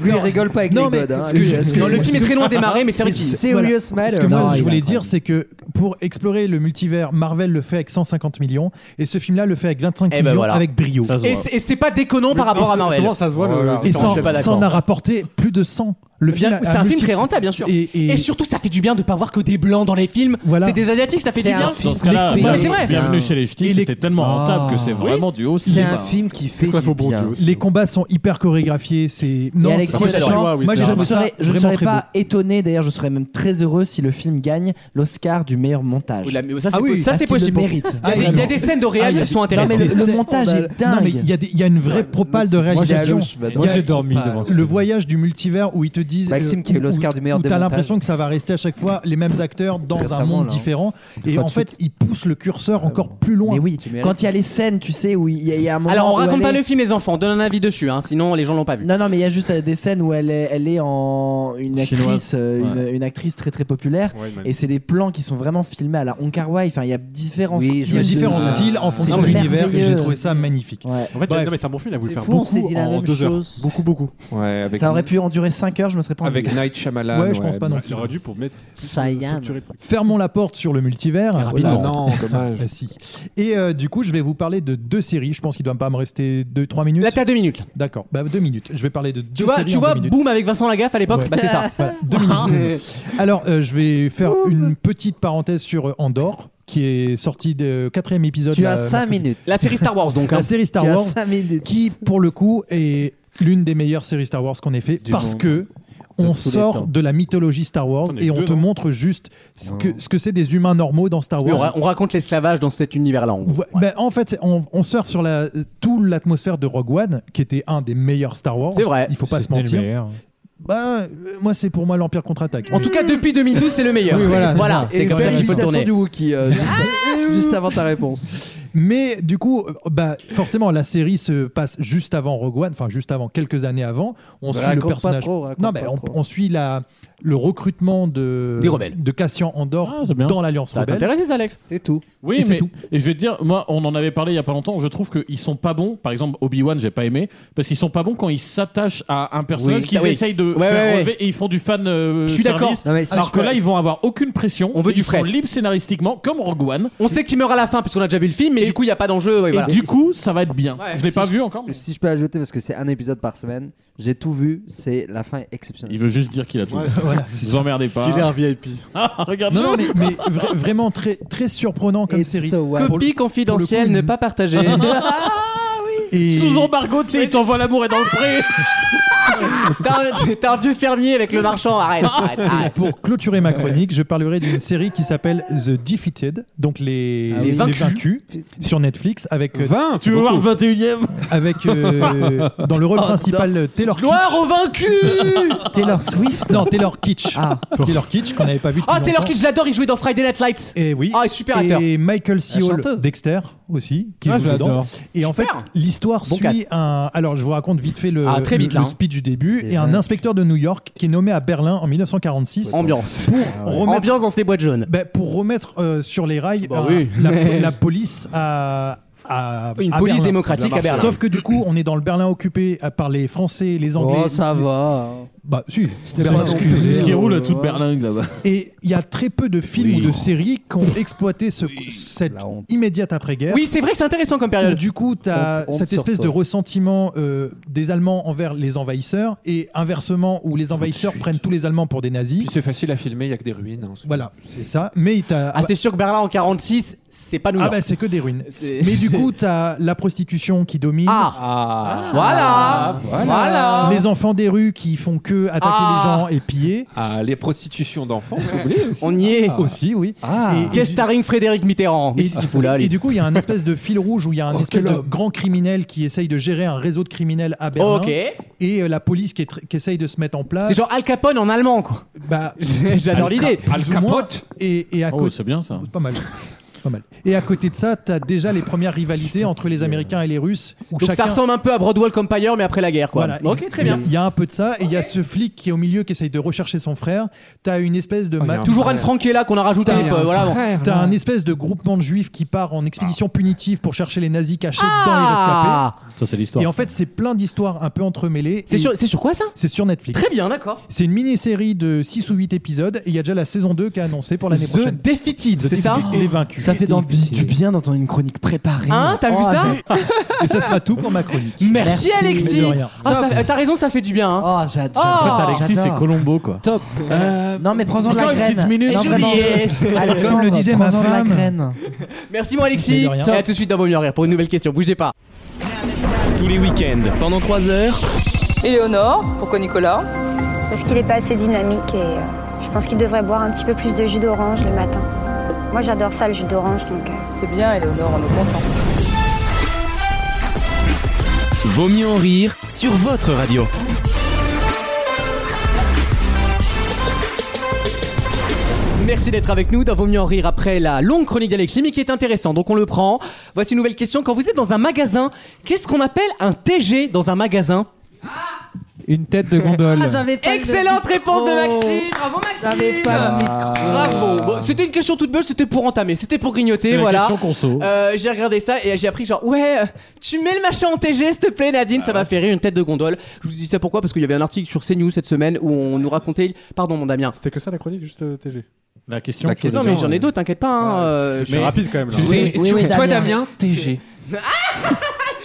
S7: Lui, il rigole pas avec
S4: Ah, Non,
S7: les
S4: mais
S7: godes. hein.
S4: ce que
S7: Lui,
S4: j'ai- ce que- ce que-
S7: euh,
S4: Voilà.
S7: Serious
S4: Ce
S7: matter.
S4: que moi,
S7: Non,
S4: je
S7: il
S4: voulais
S7: est
S4: dire, c'est que pour explorer le multivers, Marvel le fait avec 150 millions et ce film-là le fait avec 25
S2: Eh ben
S4: millions
S2: voilà.
S4: avec brio.
S2: Ça se voit. Et c'est- et c'est pas déconnant par
S4: Mais-
S2: rapport
S4: et
S2: à
S4: c'est-
S2: Marvel.
S4: comment ça se voit, le-
S2: Voilà.
S4: Et
S2: Je
S4: ça,
S2: suis pas
S4: ça
S2: d'accord.
S4: en a rapporté plus de 100. Le film
S2: Bien-
S4: a-
S2: c'est
S4: a
S2: un film
S4: multi-
S2: très rentable, bien sûr.
S4: Et-
S2: Et,
S4: et-
S2: surtout, ça fait du bien de pas voir que des blancs dans les films.
S4: Voilà.
S2: C'est des asiatiques, ça fait
S7: C'est
S2: du
S7: un
S2: bien.
S7: film
S5: Dans ce cas-là,
S7: qui fait-
S5: bah,
S7: Mais c'est vrai.
S5: bienvenue chez les ch'tis, c'était tellement bah. rentable que c'est vraiment du haut
S7: C'est un film qui fait du bien.
S4: Les combats sont hyper chorégraphiés. C'est non,
S8: et
S4: c'est-
S8: Alexis
S4: moi, je-
S8: Auchan,
S4: moi, je
S8: je ne
S4: trouve ça
S8: serais, je ne
S4: vraiment
S8: serais
S4: très beau.
S8: pas étonné, d'ailleurs je serais même très heureux si le film gagne l'Oscar du meilleur montage.
S2: Ou la- mais ça, c'est
S8: Ah oui,
S2: po- ça,
S8: parce
S2: c'est
S8: qu'il le
S2: possible.
S8: mérite.
S2: Il y a des- il y a des scènes de réel
S8: Ah, il y a
S2: qui
S8: des-
S2: sont
S8: non, mais
S2: intéressantes.
S8: le- le montage est
S4: Non, mais
S8: dingue.
S4: il y, a des- il y a une vraie propale de
S8: Moi, j'ai
S4: réalisation.
S8: halluciné.
S4: Il y a-
S8: Moi, j'ai dormi devant ça.
S4: Le voyage du multivers où ils te disent. euh,
S7: Maxime qui a eu
S4: où-
S7: l'Oscar
S4: où-
S7: du meilleur
S4: où T'as
S7: démontage.
S4: l'impression que ça va rester à chaque fois les mêmes acteurs dans un
S7: Récemment,
S4: monde
S7: là, hein.
S4: différent.
S7: Deux
S4: Et
S7: fois
S4: en
S7: de Ah
S4: fait, ils poussent le curseur encore plus loin.
S8: Mais oui,
S4: mérites.
S8: quand il y a les scènes, tu sais, où il y, a- il y a un moment.
S2: Alors, on
S8: où
S2: raconte
S8: elle
S2: pas
S8: est-
S2: le film, les enfants. Donne un avis dessus, hein, sinon les gens l'ont pas vu.
S8: Non, non, mais il y a juste euh, des scènes où elle est, elle est en une
S2: Chinoise.
S8: actrice, euh, une-
S2: Ouais.
S8: une, actrice très très populaire,
S2: Ouais, man.
S8: et c'est des plans qui sont vraiment filmés à la Hong Kar Wai. Enfin, il y a différents
S7: Oui, je
S8: styles,
S7: me
S8: de-
S7: souviens.
S8: Ah.
S4: style en
S8: C'est
S4: fonction de l'univers et j'ai
S8: merveilleux.
S4: trouvé ça magnifique.
S6: En fait, non, mais c'est un bon film, il a voulu
S7: C'est
S6: faire
S7: fou, on s'est dit
S6: beaucoup
S7: la
S6: en
S7: même
S6: deux heures.
S7: chose.
S6: Beaucoup, beaucoup.
S11: Ouais, avec
S8: Ça aurait pu endurer 5 heures, je me serais pas
S11: Avec
S8: ennuyé.
S11: Night Shyamalan.
S4: Ouais, je pense pas non plus.
S6: Il aurait dû pour mettre.
S7: Ça y est.
S4: Fermons la porte sur le multivers.
S11: rapidement. Ah non, dommage.
S4: Ah, si. Et euh, du coup, je vais vous parler de deux séries. Je pense qu'il ne doit pas me rester 2-3 minutes. Là,
S2: t'as 2 minutes.
S4: D'accord, bah 2 minutes. Je vais parler de deux
S2: Tu vois,
S4: séries
S2: tu
S4: en
S2: vois,
S4: deux minutes.
S2: boum avec Vincent Lagaffe à l'époque,
S4: Ouais.
S2: bah c'est ça.
S4: Voilà, deux minutes. Alors, euh, je vais faire une petite parenthèse sur euh, Andorre, qui est sorti de quatrième épisode.
S2: Tu
S4: là,
S2: as cinq
S4: mercredi.
S2: minutes. La série Star Wars, donc, hein.
S4: La série Star
S2: Tu as
S4: Wars,
S2: cinq
S4: qui pour le coup est l'une des meilleures séries Star Wars qu'on ait fait, parce
S6: monde.
S4: que
S6: De
S4: on
S6: tous les temps.
S4: sort de la mythologie Star Wars
S6: est
S4: et on
S6: deux,
S4: te
S6: non
S4: montre juste ce que ce que c'est des humains normaux dans Star
S2: Ah. Oui, on, ra-
S4: Wars.
S2: on raconte l'esclavage dans cet univers-là. en gros.
S4: Ouais, ben, en fait, c'est- on, on surfe sur la, tout l'atmosphère de Rogue One, qui était un des meilleurs Star Wars.
S2: C'est vrai.
S4: Il faut pas se
S2: C'était le
S4: mentir.
S2: meilleur.
S4: Bah, euh, moi, c'est pour moi l'Empire contre-attaque.
S2: En tout cas, depuis 2012, c'est le meilleur.
S4: Oui, voilà, c'est ça.
S2: c'est
S4: Et
S2: comme ça
S4: belle
S2: qu'il faut le
S4: imitation
S2: tourner. Ah
S4: du
S7: Wookie,
S2: euh,
S7: Euh, juste avant ta réponse.
S4: Mais du coup, euh, bah, forcément, la série se passe juste avant Rogue One, enfin juste avant, quelques années avant. On
S7: Bah,
S4: suit le
S7: raconte pas
S4: personnage.
S7: trop, raconte
S4: non, mais
S7: pas
S4: on,
S7: trop.
S4: on suit la, le recrutement de,
S5: Des rebelles.
S4: de Cassian Andorre
S5: Ah,
S4: dans l'Alliance
S5: Ça va
S4: Rebelle.
S5: t'intéresser, ça,
S2: Alex C'est tout.
S5: Oui,
S4: Bah, Et c'est
S5: mais
S4: tout.
S5: et je vais te dire, moi, on en avait parlé il y a pas longtemps. Je trouve qu'ils sont pas bons. Par exemple, Obi Wan, j'ai pas aimé parce qu'ils sont pas bons quand ils s'attachent à un personnage
S2: Oui, ça,
S5: qu'ils
S2: oui.
S5: essayent de
S2: Ouais,
S5: faire
S2: ouais, ouais.
S5: relever et ils font du fan. euh,
S2: Je suis d'accord.
S5: service,
S2: Non, mais c'est-
S5: Alors que
S2: je-
S5: là, ils vont avoir aucune pression.
S2: On veut
S5: et
S2: du
S5: ils
S2: frais.
S5: sont libres scénaristiquement, comme Rogue One.
S2: On sait qu'il meurt à la fin, puisqu'on a déjà vu le film, mais du coup, il n'y a pas d'enjeu. ouais,
S5: Et
S2: voilà.
S5: du coup, ça va être bien.
S2: Ouais.
S5: Je l'ai
S2: Si
S5: pas
S2: je-
S5: vu encore. mais-
S20: Si je peux ajouter, parce que c'est un épisode par semaine, j'ai tout vu, c'est la fin est exceptionnelle.
S5: Il veut juste dire qu'il a tout.
S20: Ouais,
S5: voilà. Vous emmerdez pas.
S20: Qu'il est un
S5: VIP. Ah, regarde.
S4: Non, non, mais, mais vra- vraiment très, très surprenant comme série. Pour le-
S2: Copie confidentielle, ne pas partager.
S4: Et-
S5: Sous embargo, tu sais, il t'envoie l'amour et dans le pré.
S2: T'as un- t'as un vieux fermier avec le marchand, arrête, arrête, arrête.
S4: pour clôturer ma chronique, je parlerai d'une série qui s'appelle The Defeated, donc les,
S2: Ah oui.
S4: vaincus.
S2: vaincus.
S4: sur Netflix avec euh,
S5: 20, Tu veux voir le 21ème
S4: avec euh, dans le rôle
S2: Ah,
S5: Oh,
S4: principal
S5: non.
S4: Taylor
S2: Gloire
S4: Kitsch.
S2: aux vaincus
S4: Taylor Swift Non, Taylor Kitsch. Taylor Kitsch qu'on n'avait pas vu.
S2: Ah,
S4: depuis
S2: Taylor
S4: longtemps.
S2: Kitsch, je l'adore, il jouait dans Friday Night Lights.
S4: Et oui.
S2: Ah, il est super acteur.
S4: Et Michael C. Hall,
S2: chanteuse.
S4: Dexter aussi, qui
S2: Ah,
S4: joue
S2: je
S4: dedans.
S2: l'adore.
S4: Et en fait,
S2: Super.
S4: l'histoire
S2: Bon
S4: suit
S2: cast.
S4: un. Alors, je vous raconte vite fait le,
S2: Ah, très
S4: le-
S2: vite, là,
S4: le
S2: hein.
S4: speech du début. Et,
S2: Et
S4: un
S2: ouais.
S4: inspecteur de New York qui est nommé à Berlin en 1946.
S2: Ambiance.
S4: Pour
S2: Ah ouais.
S4: remettre-
S2: Ambiance dans ses boîtes jaunes.
S4: Bah, pour remettre euh, sur les rails
S2: Bah
S4: euh,
S2: oui.
S4: la,
S2: Mais-
S4: la police à. à-
S2: Une
S4: à
S2: police
S4: Berlin.
S2: démocratique à Berlin.
S4: Sauf que du coup, on est dans le Berlin occupé euh, par les Français, les Anglais.
S20: Oh, ça va.
S4: Bah, si. C'était
S5: Berlin occupé. Ce qui roule à toute
S4: Berlin
S5: berlingue là-bas.
S4: et il y a très peu de films
S5: Oui.
S4: ou de séries qui ont exploité ce, cette immédiate après-guerre.
S2: Oui, c'est vrai que c'est intéressant comme période.
S4: Où, Du coup, tu as
S2: Honte- honte
S4: cette
S2: sur
S4: espèce
S2: toi.
S4: de ressentiment euh, des Allemands envers les envahisseurs et inversement où les envahisseurs prennent tous les Allemands pour des nazis.
S11: Puis c'est facile à filmer, il n'y a que des ruines. hein.
S4: Voilà, c'est ça. Mais t'as-
S2: Ah, c'est sûr que Berlin en 46, c'est pas nous.
S4: Ah bah c'est que des ruines.
S2: C'est-
S4: Mais du coup, t'as la prostitution qui domine.
S2: Ah. Voilà. Voilà. Voilà.
S4: Les enfants des rues qui font que attaquer
S2: Ah.
S4: les gens et piller.
S11: Ah, les prostitutions d'enfants, vous oubliez aussi. Ah.
S2: On y est.
S4: Aussi, oui. Et-
S2: Guest starring Frédéric Mitterrand. Mais qu'est-ce qu'il fout là,
S4: Et
S2: lui
S4: du coup, il y a un espèce de fil rouge où il y a un
S2: Oh,
S4: espèce
S2: quel
S4: de
S2: homme.
S4: grand criminel qui essaye de gérer un réseau de criminels à Berlin.
S2: Ok.
S4: Et euh, la police qui, est tr- qui essaye de se mettre en place.
S2: C'est genre Al Capone en allemand, quoi.
S4: Bah,
S2: J'adore l'idée.
S4: Plus ou moins. Et, et à
S5: Oh,
S4: côté-
S5: c'est bien ça.
S4: Pas mal. Pas mal. Et à côté de ça, t'as déjà les premières rivalités entre les Américains et les Russes. Où
S2: Donc ça
S4: chacun-
S2: ressemble un peu à Broadwall Empire, mais après la guerre, quoi.
S4: Voilà,
S2: ok,
S4: ex-
S2: très bien.
S4: Il y a un peu de ça, et il y a ce flic qui est au milieu qui essaye de rechercher son frère. T'as une espèce de.
S2: Oh, il y a
S4: ma-
S2: un Toujours frère. Anne Frank qui est là, qu'on a rajouté,
S4: T'as-
S2: euh, voilà, bon.
S4: T'as
S2: là.
S4: un espèce de groupement de juifs qui part en expédition punitive pour chercher les nazis cachés
S2: Ah
S4: dans les rescapés.
S5: Ça, c'est l'histoire.
S4: Et en fait, c'est plein d'histoires un peu entremêlées.
S2: C'est
S4: Et-
S2: sur- c'est sur quoi ça
S4: C'est sur Netflix.
S2: Très bien, d'accord.
S4: C'est une mini-série de 6 ou 8 épisodes, et il y a déjà la saison 2 qui est annoncée pour l'année
S2: The
S4: prochaine.
S2: Defeated, c'est ça
S4: Defeated, Les vaincus.
S8: Ça fait dans, du bien d'entendre une chronique préparée. Oh,
S2: Hein, t'as vu ça
S4: Et ça sera tout pour ma chronique.
S2: Merci, Alexis.
S4: Mais de rien. Ah,
S2: Ah, ça- euh, T'as raison, ça fait du bien. Hein.
S8: Oh, j'adore. Euh,
S5: En fait, Alexis, c'est Colombo quoi.
S2: Top.
S8: non, mais prends-en de la
S2: encore une
S8: graine.
S2: petite minute.
S8: Non,
S2: J'ai
S8: vraiment.
S2: oublié.
S8: Alexandre,
S2: Comme le disait ma
S8: prends-en de la
S2: femme.
S8: graine.
S2: Merci, mon
S1: Mais
S2: Alexis.
S1: de rien.
S2: Et à tout de suite dans Vaut mieux en rire pour une nouvelle question. Bougez pas.
S1: Tous les week-ends, pendant 3 heures.
S21: Éléonore, pourquoi Nicolas
S22: Parce qu'il n'est pas assez dynamique et euh, je pense qu'il devrait boire un petit peu plus de jus d'orange le matin.
S2: Bah,
S22: Moi j'adore ça le jus d'orange donc. euh.
S21: C'est bien, Éléonore, on est content.
S1: Vaut mieux en rire sur votre radio.
S2: Merci d'être avec nous dans Vaut mieux en rire après la longue chronique d'Alexis, mais qui est intéressante. Donc on le prend. Voici une nouvelle question. Quand vous êtes dans un magasin, qu'est-ce qu'on appelle un TG dans un magasin
S3: Une tête de gondole.
S2: Excellente réponse de Maxime. Bravo Maxime.
S7: J'avais pas le
S5: Ah.
S7: micro.
S2: Bravo. Bon, c'était une question toute belle, c'était pour entamer, c'était pour grignoter,
S5: C'est la
S2: voilà.
S5: question conso.
S2: Euh, j'ai regardé ça et j'ai appris genre ouais, euh, tu mets le machin en TG s'il te plaît Nadine,
S5: Ah.
S2: ça m'a fait rire une tête de gondole. Je vous dis ça pourquoi parce qu'il y avait un article sur CNews cette semaine où on nous racontait pardon mon Damien. C'était que ça la chronique juste euh, TG.
S5: La question.
S2: La
S5: tu vois,
S2: question,
S5: les
S2: mais
S5: gens,
S2: j'en ai
S5: euh,
S2: d'autres, t'inquiète pas. hein, euh,
S5: c'est rapide quand même, là. Oui,
S11: oui, oui, Damien. TG.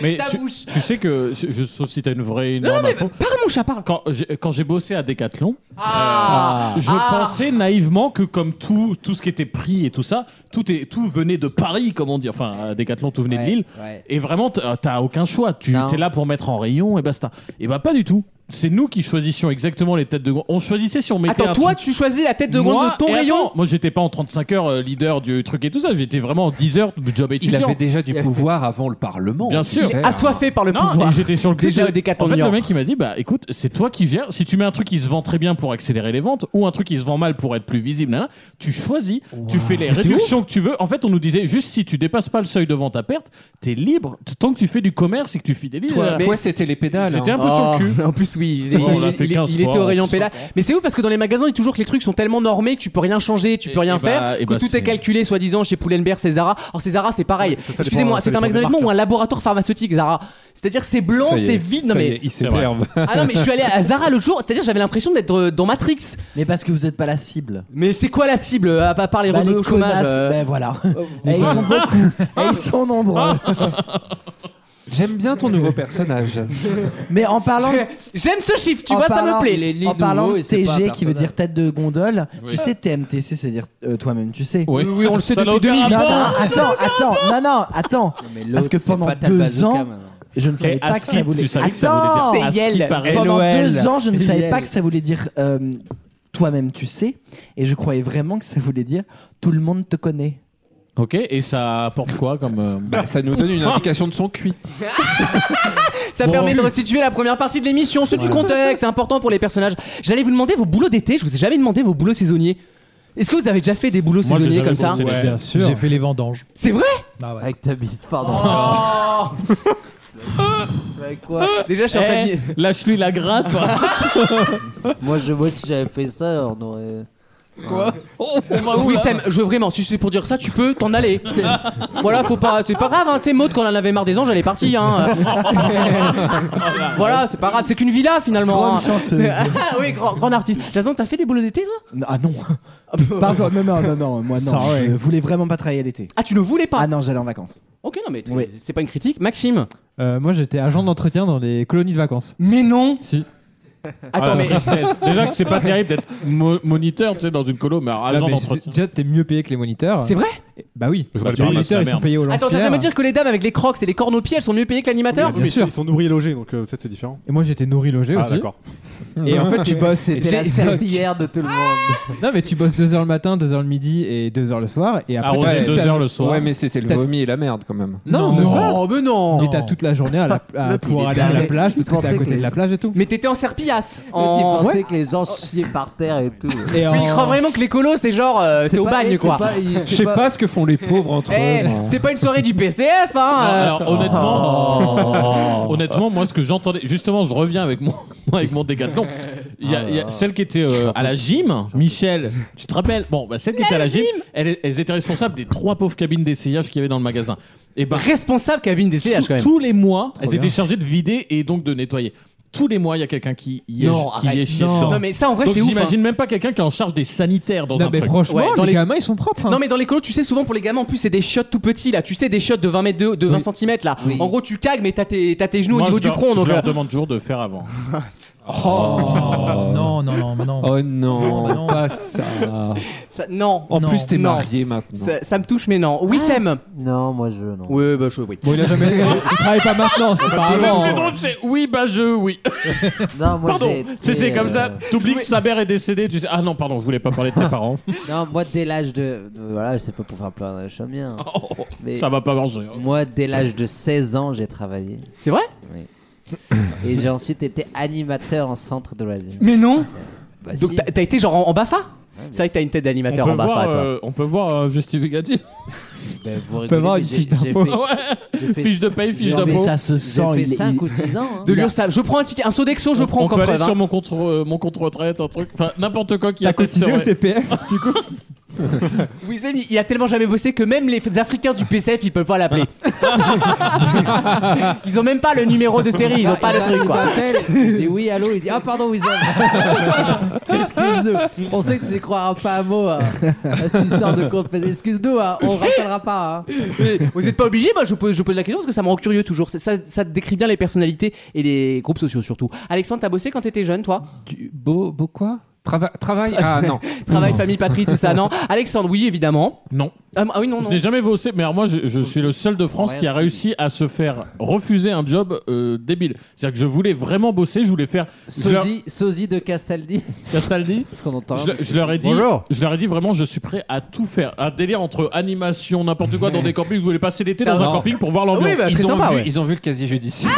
S5: Mais
S2: Ta
S5: tu,
S2: bouche.
S5: tu sais que, je- je, sauf si t'as une vraie énorme
S2: non, mais
S5: info.
S2: Parle mon chat, parle.
S5: Quand j'ai- Quand j'ai bossé à Decathlon,
S2: Ah.
S5: euh, je
S2: Ah.
S5: pensais naïvement que comme tout, tout ce qui était prix et tout ça, tout, est, tout venait de Paris, comme on dit. Enfin, à Decathlon, tout venait de Lille. Et vraiment, t- euh, t'as aucun choix. Tu
S2: Non.
S5: es là pour mettre en rayon et basta. Et bah pas du tout. C'est nous qui choisissions exactement les têtes de gondole. On choisissait si on mettait
S2: Attends,
S5: un
S2: toi
S5: truc-
S2: tu choisis la tête de gondole
S5: Moi-
S2: de ton
S5: et
S2: rayon.
S5: attends, moi j'étais pas en 35 heures euh, leader du truc et tout ça, j'étais vraiment en 10 heures de job étudiant.
S11: avait déjà du pouvoir avant le Parlement.
S5: Bien
S11: tu
S5: sûr.
S11: sais, hein.
S2: Assoiffé par le
S5: Non,
S2: pouvoir.
S5: et j'étais sur le cul.
S2: Déjà
S5: de-
S2: au Décathlon
S5: En fait,
S2: Niort.
S5: le mec il m'a dit bah écoute, c'est toi qui gères. Si tu mets un truc qui se vend très bien pour accélérer les ventes ou un truc qui se vend mal pour être plus visible, nanana, tu choisis, tu fais les
S2: Mais c'est
S5: réductions que tu veux. En fait, on nous disait juste si tu dépasses pas le seuil de vente à perte, t'es libre tant que tu fais du commerce et que tu fidélises.
S11: Toi,
S5: euh,
S11: mais- Toi, c'était les pédales,
S5: J'étais
S11: hein.
S5: un peu sur
S11: Oh,
S5: le cul.
S2: en plus, tous, oui. Il,
S5: Ouais, on l'a
S2: il-
S5: fait
S2: il-
S5: 15
S2: il était
S5: fois,
S2: au rayon
S5: on
S2: Pella. Mais c'est ouf parce que dans les magasins, il est toujours que les trucs sont tellement normés que tu peux rien changer, tu peux rien
S5: et bah-
S2: faire,
S5: et
S2: que
S5: bah,
S2: tout est
S5: c'est-
S2: calculé, soi-disant, chez Pull&Bear, c'est Zara. Alors, c'est Zara, c'est pareil.
S5: ça dépend-
S2: Excusez-moi,
S5: ça
S2: c'est un
S5: dépend
S2: magasin
S5: des
S2: de vêtements ou un laboratoire pharmaceutique, Zara. C'est-à-dire, c'est blanc,
S5: Ça y est,
S2: c'est vide. Non,
S5: ça y
S2: mais.
S5: est, il s'énerve.
S2: Ah non, mais je suis allé à Zara l'autre jour, c'est-à-dire, j'avais l'impression d'être euh, dans Matrix.
S8: Mais parce que vous n'êtes pas la cible.
S2: Mais c'est quoi la cible, euh, à à part les
S8: Bah,
S2: revenus
S8: les
S2: au chômage
S8: connasses,
S2: euh,
S8: ben voilà. Et ils sont beaucoup. Et ils sont nombreux.
S11: J'aime bien ton nouveau personnage.
S8: Mais en parlant.
S2: J'aime ce chiffre, tu
S8: en
S2: vois, ça
S8: parlant-
S2: me plaît. Les- les
S8: en parlant
S2: nouveaux,
S8: de
S2: et c'est pas un
S8: TG qui veut dire
S2: personnage.
S8: tête de gondole,
S2: Oui.
S8: tu sais, TMTC, c'est dire euh, toi-même, tu sais.
S2: Oui. Oui, on le sait
S8: Ça
S2: depuis
S8: n'a aucun
S2: 2000.
S8: rapport.
S2: Ça n'a
S8: Non, non, attends, attends, non, non, attends. Parce que
S2: l'autre, c'est
S8: pendant
S2: Fatal
S8: deux
S2: Bazooka,
S8: ans.
S2: maintenant.
S8: Je ne savais
S2: Et
S8: pas que ça
S2: Askip,
S8: voulait
S2: tu
S8: dire.
S2: savais que ça voulait dire
S8: Attends,
S2: ça. C'est Yel.
S8: Pendant
S2: LOL.
S8: deux ans, je ne savais
S2: Yel.
S8: pas que ça voulait dire euh, toi-même, tu sais. Et je croyais vraiment que ça voulait dire tout le monde te connaît.
S5: Ok, et ça apporte quoi comme. euh,
S11: Bah, ça nous donne une indication de son cuit.
S2: Ça
S5: Bon.
S2: permet de restituer la première partie de l'émission, ceux du
S5: Ouais.
S2: contexte, c'est important pour les personnages. J'allais vous demander vos boulots d'été, je vous ai jamais demandé vos boulots saisonniers. Est-ce que vous avez déjà fait des boulots
S4: Moi, j'ai
S2: saisonniers
S4: jamais
S2: comme ça
S4: bossé l'été. Ouais, bien sûr. J'ai fait les vendanges. Ah
S2: C'est vrai
S8: Avec ta bite,
S2: Oh.
S8: pardon.
S7: quoi
S2: Déjà, je suis en train de
S7: Eh,
S2: dire-
S5: Lâche-lui la
S2: Ah,
S5: grappe.
S7: Moi, je vois si j'avais fait ça, on aurait.
S2: Quoi Oh, bah, Oui Sam, je vraiment, si c'est pour dire ça, tu peux t'en aller. voilà, faut pas, c'est pas grave, hein, tu sais, Maud quand elle en avait marre des anges, elle est partie. Hein. voilà, c'est pas grave, c'est qu'une villa finalement.
S8: Grande
S2: hein.
S8: chanteuse.
S2: Ah oui, grand, grande artiste. Jason, t'as fait des boulots d'été toi
S8: Ah non Pardon, non, non, non, non, moi non,
S2: Ça, ouais.
S8: je voulais vraiment pas travailler l'été.
S2: Ah, tu ne voulais pas
S8: Ah non, j'allais en vacances.
S2: Ok, non mais t'es- c'est pas une critique. Maxime
S3: Euh, moi, j'étais agent d'entretien dans les colonies de vacances.
S2: Mais non
S3: Si.
S5: Ah, la tristesse. Déjà que c'est pas terrible d'être mo- moniteur, tu sais, dans une colo, mais alors
S3: Ah,
S5: agent
S3: mais
S5: d'entretien.
S3: c'est- déjà, t'es mieux payé que les moniteurs.
S2: C'est vrai
S3: Bah oui.
S5: Parce que
S3: les
S5: tu ramasses
S3: moniteurs,
S5: la
S3: ils sont
S5: merde.
S3: payés au
S2: Attends, t'as
S3: lance-pierre.
S2: à me dire que les dames avec les crocs et les cornes aux pieds, elles sont mieux payées que l'animateur
S23: Mais ils- Ils sont nourris et logés, donc euh, peut-être c'est différent.
S3: Et moi, j'étais nourri logé
S23: Ah,
S3: aussi.
S23: d'accord.
S3: Et en fait, tu bosses.
S7: C'était la
S3: J'ai-
S7: serpillière de tout le
S3: Ah
S7: monde.
S3: Non, mais tu bosses 2h le matin, 2h le midi et 2h le soir. Et après,
S11: Ouais,
S3: t'as-
S11: t'as-
S3: t'as-
S11: Ouais, mais c'était le
S3: t'as-
S11: vomi et la merde quand même.
S3: Non,
S2: non, mais non
S3: Et t'as toute la journée à la- à-
S11: Le type
S3: pour
S11: est
S3: aller à la
S11: taré.
S3: plage
S11: Il
S3: parce que t'es à
S11: pensait
S3: côté
S11: que-
S3: de la plage et tout.
S2: Mais t'étais en serpillasse.
S7: En... Tu
S2: En...
S7: pensais que les gens chiaient par terre et tout.
S3: Et
S2: Oui, il croit vraiment que l'écolo, c'est genre, euh, c'est au
S7: pas-
S2: bagne
S7: c'est
S2: quoi.
S7: pas- il-
S11: Je sais pas ce que font les pauvres entre
S2: Eh,
S11: eux. moi.
S2: c'est pas une soirée du PCF, hein
S5: Non,
S2: euh.
S5: alors
S7: Ah.
S5: honnêtement, honnêtement, moi ce que j'entendais, justement, je reviens avec mon, moi, avec mon décathlon. Il y a,
S2: Ah.
S5: il y a celle qui était euh, à la gym, Michel, tu te rappelles Bon, bah, celle qui était à la gym, elles, elles étaient responsables des trois pauvres cabines d'essayage qu'il y avait dans le magasin. Et ben,
S2: Responsable cabine des CH
S5: sous-
S2: quand même.
S5: tous les mois, elles
S2: bien.
S5: étaient chargées de vider et donc de nettoyer. Tous les mois, il y a quelqu'un qui y est,
S2: Non,
S5: qui y est
S2: arrête,
S5: chié
S2: non.
S5: dedans.
S2: Non, mais ça, en vrai,
S5: Donc,
S2: c'est ouf, hein.
S5: J'imagine même pas quelqu'un qui est en charge des sanitaires dans
S3: Non,
S5: un
S3: mais
S5: truc.
S3: franchement,
S2: Ouais, dans
S3: les,
S2: les-
S3: gamins, ils sont propres. hein.
S2: Non mais dans les colos tu sais souvent pour les gamins en plus c'est des chiottes tout petits là tu sais des chiottes de 20 mètres de, de 20 cm là en gros tu cagues mais t'as tes, t'as tes genoux
S5: Moi,
S2: au niveau
S5: je
S2: du
S5: leur-
S2: front donc
S5: je leur
S2: euh, Oh.
S5: demande toujours de faire avant.
S4: Non, non, non, non.
S11: Oh
S4: Non,
S11: non,
S4: non.
S11: pas ça.
S2: ça- non
S11: En
S2: Non.
S11: plus, t'es
S2: Non.
S11: marié maintenant.
S2: ça, ça me touche mais non oui
S5: Ah.
S2: Sam
S7: Non, moi je non.
S2: oui bah je oui
S3: Bon, il a jamais. il travaille pas maintenant, c'est pas avant. hein.
S5: Le plus drôle, c'est oui, bah je, oui.
S7: Non, Ah, moi
S5: Pardon,
S7: j'ai été,
S5: c'est c'est comme ça.
S7: euh,
S5: T'oublies que Saber est décédé, tu sais. Ah non, pardon, je voulais pas parler de tes parents.
S7: Non, moi dès l'âge de. Voilà, c'est pas pour faire pleurer un chum bien. hein. Mais
S5: Oh, Ça va pas hein. manger.
S7: moi dès l'âge de 16 ans, j'ai travaillé.
S2: c'est vrai
S7: Oui. Et j'ai ensuite été animateur en centre de loisirs.
S2: mais non
S7: Bah,
S2: donc
S7: si.
S2: t'as, t'as été genre en, en Bafa c'est vrai que t'as une tête
S5: On
S2: d'animateur
S5: peut,
S2: en Bafa
S5: voir,
S2: toi
S5: euh, on peut voir euh, justificatif.
S7: Ben, vous
S3: peut avoir
S7: rigolez,
S3: une
S7: mais j'ai
S3: fiche
S7: j'ai fait.
S3: d'impôt.
S7: j'ai fait-
S5: Fiche de paye, fiche
S7: j'ai
S5: d'impôt.
S7: fait-
S5: Mais ça
S8: se sent,
S7: J'ai
S8: il
S7: fait
S8: est-
S7: 5
S8: il-
S7: ou 6 ans. hein.
S2: de l'URSSAF je prends un ticket un Sodexo je prends
S5: on peut
S2: comme
S5: aller
S2: preuve hein.
S5: sur mon compte, euh, mon compte retraite, un truc. Enfin, n'importe quoi qui
S3: T'as cotisé au
S5: attesterait.
S3: CPF, du coup
S2: oui Sam il il a tellement jamais bossé que même les Africains du PCF ils peuvent pas l'appeler ils ont même pas le numéro de série ils ont
S7: Ah,
S2: pas
S7: il
S2: le
S7: m'a-
S2: truc
S7: il
S2: quoi
S7: m'appelle, Je dis oui, allô, il dit ah pardon, Wizard. Excuse-nous. On sait que tu croiras pas un mot hein, à cette histoire de compte. Mais Excuse-nous, hein, on rappellera pas. hein.
S2: Mais Vous n'êtes pas obligé, moi je vous pose, je vous pose la question parce que ça me rend curieux toujours. C'est- Ça, ça décrit bien les personnalités et les groupes sociaux surtout. Alexandre, t'as bossé quand t'étais jeune, toi
S11: Du beau, beau quoi Trava- Travail Ah non.
S2: Travail, famille,
S7: euh,
S2: patrie, tout ça, non Alexandre, oui, évidemment.
S5: Non.
S2: Ah, ah oui, non,
S5: Je
S2: non.
S5: n'ai jamais bossé, mais alors moi je, je suis le seul de France
S2: Rien,
S5: qui a
S2: c'est-
S5: réussi à se faire refuser un job euh, débile. C'est-à-dire que je voulais vraiment bosser, je voulais faire. je leur-
S7: Sosie, sosie de Castaldi.
S5: Castaldi
S7: Parce qu'on entend.
S5: Je, le- je leur ai dit,
S7: Bonjour.
S5: je leur ai dit vraiment, je suis prêt à tout faire. Un délire entre animation, n'importe quoi dans des campings. Je voulais passer l'été dans
S2: Non.
S5: un camping pour voir l'ambiance.
S2: Oui, bah,
S11: ils,
S2: très
S11: ont
S2: sympa,
S11: vu,
S2: ouais.
S11: ils ont vu le casier judiciaire.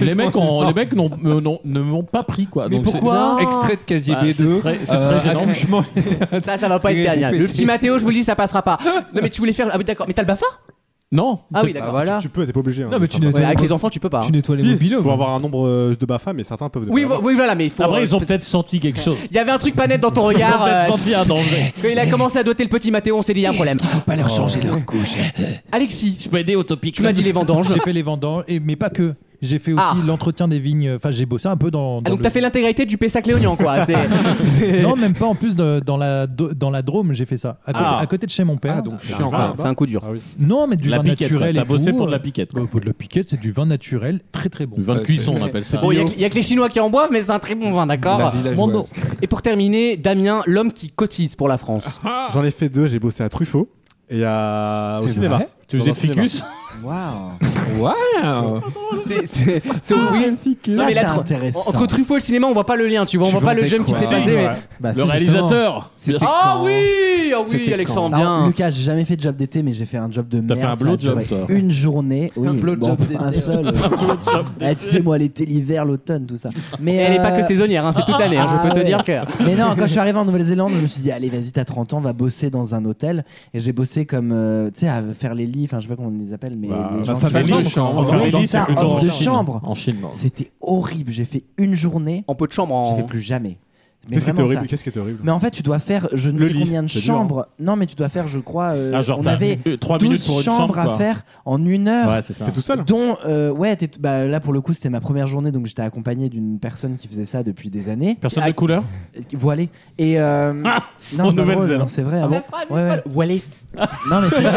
S5: les mecs, ont, les mecs n'ont- me- n'ont- ne m'ont pas pris quoi.
S11: Mais
S5: Donc c'est-
S11: pourquoi Extrait de casier
S5: Bah, c'est
S11: B2.
S5: très- c'est très gênant.
S11: Accouchement.
S2: Ça, ça va pas être
S11: Et
S2: dernier.
S11: vous
S2: Le
S11: pétez.
S2: petit Mathéo, je vous le dis, ça passera pas. Non, mais tu voulais faire. Ah oui, d'accord. Mais t'as le BAFA
S5: Non.
S2: Ah oui,
S6: Tu-
S2: d'accord.
S6: tu-
S2: voilà.
S6: Tu, peux, t'es pas obligé. hein,
S2: Non, mais
S6: de
S2: tu
S6: faire
S2: nettoies-
S6: ça.
S2: Avec les enfants, tu peux pas, hein.
S6: Si,
S2: mobilos,
S6: Faut
S2: ouais.
S6: avoir un nombre euh, de BAFA, mais certains peuvent. ne
S2: Oui,
S6: pas
S2: vo-
S6: avoir.
S2: oui, voilà, mais il faut.
S5: Après, ils ont
S2: euh,
S5: peut-être senti quelque chose.
S2: Il y avait un truc pas net dans ton regard. euh,
S5: Ils ont peut-être senti un danger.
S2: Quand il a commencé à doter le petit Mathéo, on s'est dit, il y a un problème. Il faut pas
S5: leur changer leur
S2: couche. Alexis.
S5: Je peux aider au topic.
S2: Tu m'as dit les vendanges.
S4: J'ai fait les vendanges, et, mais pas que. J'ai fait aussi
S2: Ah.
S4: l'entretien des vignes. Enfin, j'ai bossé un peu dans.
S2: Ah,
S4: dans
S2: donc
S4: le-
S2: t'as fait l'intégralité du Pessac-Léognan, quoi. C'est.
S4: non, même pas. En plus, de- dans, la, do- dans la Drôme, j'ai fait ça. À côté,
S2: Ah.
S4: à côté de chez mon père.
S2: Ah, donc Ah, chiant, ça, quoi. c'est un coup dur.
S4: Non, mais du
S5: La
S4: vin
S5: piquette,
S4: naturel.
S5: quoi. T'as
S4: et
S5: bossé
S4: tout,
S5: pour de la
S4: euh,
S5: piquette,
S4: bah, Pour de la piquette, c'est du vin naturel très très bon. Euh,
S5: Du vin de Ouais, cuisson, c'est- on appelle ça.
S4: C'est
S2: Bon, il y a
S4: bio.
S2: que- il y, a que les Chinois qui en boivent, mais c'est un très bon vin,
S6: La
S2: d'accord
S6: villageoise.
S2: Bon, non. Et pour terminer, Damien, l'homme qui cotise pour la France.
S5: Ah.
S6: J'en ai fait deux, j'ai bossé à Truffaut et à... au
S2: C'est
S6: cinéma.
S2: vrai Tu faisais
S6: Dans un
S2: de ficus
S6: cinéma.
S11: Waouh. Waouh.
S2: C'est c'est- c'est
S11: Ah,
S2: oui.
S11: magnifique.
S2: Non, mais
S11: Ça,
S2: la-
S11: c'est intéressant.
S2: Entre Truffaut et le cinéma, on voit pas le lien, hein, tu vois, on voit pas le jump qui s'est passé. mais-
S8: Bah,
S5: Le réalisateur.
S2: Ah oui, ah oui, Alexandre,
S8: Alors,
S2: bien.
S8: Lucas, j'ai jamais fait de job d'été, mais j'ai fait un job de merde.
S5: T'as fait un
S8: ça a
S5: blowjob,
S8: duré
S5: toi.
S8: Une journée, oui.
S2: Un blowjob
S8: bon,
S2: d'été.
S8: Un seul.
S2: Un blowjob
S8: Ah, tu sais, moi, l'été, l'hiver, l'automne, tout ça. Mais
S2: elle est
S8: euh,
S2: pas que saisonnière, hein, c'est toute l'année, hein, je
S8: ah
S2: peux te
S8: ouais.
S2: dire que-
S8: Mais non, quand je suis arrivé en Nouvelle-Zélande, je me suis dit, allez, vas-y, t'as 30 ans, va bosser dans un hôtel. Et j'ai bossé comme, euh, tu sais, à faire les lits, enfin, je sais pas comment on les appelle, mais.
S5: Bah,
S8: les
S5: bah,
S8: gens qui-
S5: famille de chambre.
S8: Ouais,
S5: Faire les
S8: dans
S5: lits,
S8: ça,
S5: c'est plutôt
S8: homme
S5: en
S8: de
S5: Chine.
S8: chambre.
S5: En Chine, non.
S8: C'était horrible. J'ai fait une journée.
S2: En peu de chambre,
S8: J'ai fait plus jamais. Mais
S6: Qu'est-ce qui était
S8: vraiment
S6: horrible
S8: ça.
S6: Qu'est-ce qui était horrible
S8: Mais en fait, tu dois faire je ne
S6: Le
S8: sais
S6: lit,
S8: combien de
S6: c'est dur, hein.
S8: chambres. Non, mais tu dois faire, je crois, euh,
S6: Ah, genre,
S8: on
S6: t'as
S8: avait
S6: euh, trois
S8: 12
S6: minutes pour une
S8: chambres
S6: chambre,
S8: à
S6: quoi.
S8: faire en une heure.
S6: Ouais, c'est ça. T'es tout seul
S8: Dont, euh, ouais, t'es- bah, là pour le coup, c'était ma première journée, donc j'étais accompagné d'une personne qui faisait ça depuis des années.
S5: Personne de couleur
S8: Voilée. Et euh,
S5: en
S6: Ah,
S8: non, c'est pas
S5: Nouvelle-Zélande.
S8: drôle, non, c'est vrai.
S5: Ah,
S8: ah bon
S5: la phrase est
S8: Ouais, ouais.
S2: Voilée.
S8: Non, mais c'est vrai.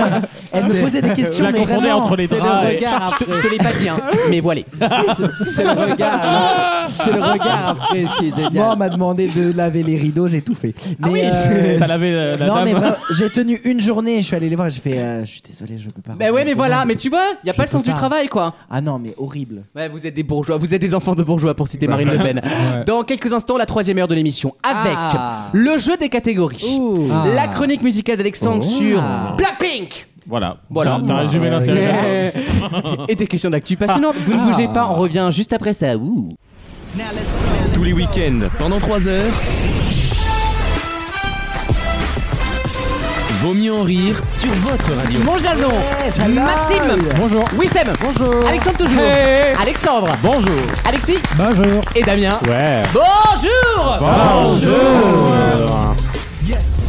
S8: Elle me
S2: C'est-
S8: posait des questions.
S2: Je la
S8: mais
S2: confondais
S8: vraiment.
S2: entre les C'est le draps et- regard Je te- après. je te l'ai pas dit, hein, mais voilée.
S20: C'est- C'est le
S2: hein.
S20: regard. non. C'est le regard après ce qui est génial.
S8: Ah. Moi, on m'a demandé de laver les rideaux, j'ai tout fait.
S2: Ah
S8: Mais, euh,
S20: oui.
S2: euh,
S5: T'as lavé la- la
S8: non,
S5: dame.
S8: mais vraiment, j'ai tenu une journée, je suis allé les voir, j'ai fait, euh, je suis désolé, je peux pas.
S2: Mais ouais, mais voilà, mais tu vois, y a
S8: Je
S2: pas le sens
S8: peux
S2: du
S8: pas.
S2: travail, quoi.
S8: Ah non, mais horrible.
S2: Ouais, vous êtes des bourgeois, vous êtes des enfants de bourgeois pour citer Marine Le Pen.
S8: Ouais.
S2: Dans quelques instants, la troisième heure de l'émission avec
S5: Ah.
S2: le jeu des catégories,
S5: Ah.
S2: la chronique musicale d'Alexandre
S5: Oh.
S2: sur
S7: Ah.
S2: Blackpink.
S5: Voilà.
S2: Voilà.
S5: T'as- T'as résumé l'intérêt.
S2: Et des questions d'actu passionnantes. Vous ne bougez pas, on revient juste après ça. Ouh.
S1: Tous les week-ends, pendant 3 heures. Vaut mieux en rire sur votre radio.
S2: Mon Jason, Maxime, bonjour, Wissem, bonjour, Alexandre toujours,
S1: Hey.
S2: Alexandre, bonjour, Alexis,
S4: bonjour,
S2: et Damien,
S6: Ouais.
S2: bonjour,
S6: Bonjour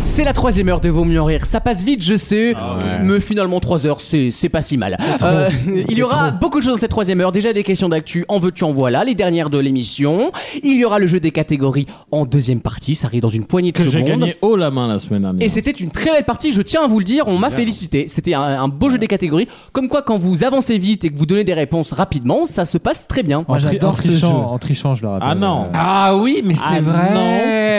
S2: C'est la troisième heure de Vaut mieux en rire. Ça passe vite, je sais,
S11: Ah
S2: mais finalement, trois heures, c'est c'est pas si mal. Euh, il y aura beaucoup de choses dans cette troisième heure. Déjà des questions d'actu, en veux-tu, en voilà, les dernières de l'émission. Il y aura le jeu des catégories en deuxième partie. Ça arrive dans une poignée de
S5: Que j'ai
S2: secondes.
S5: gagné haut la main la semaine
S11: Oh,
S5: dernière.
S2: Et c'était une très belle partie, je tiens à vous le dire, on m'a
S5: Évidemment.
S2: félicité. C'était un, un beau jeu des catégories. Comme quoi, quand vous avancez vite et que vous donnez des réponses rapidement, ça se passe très bien.
S3: En, tri- en trichant, en trichant, je le rappelle.
S5: Ah non.
S11: Ah oui, mais
S5: Ah
S11: c'est vrai.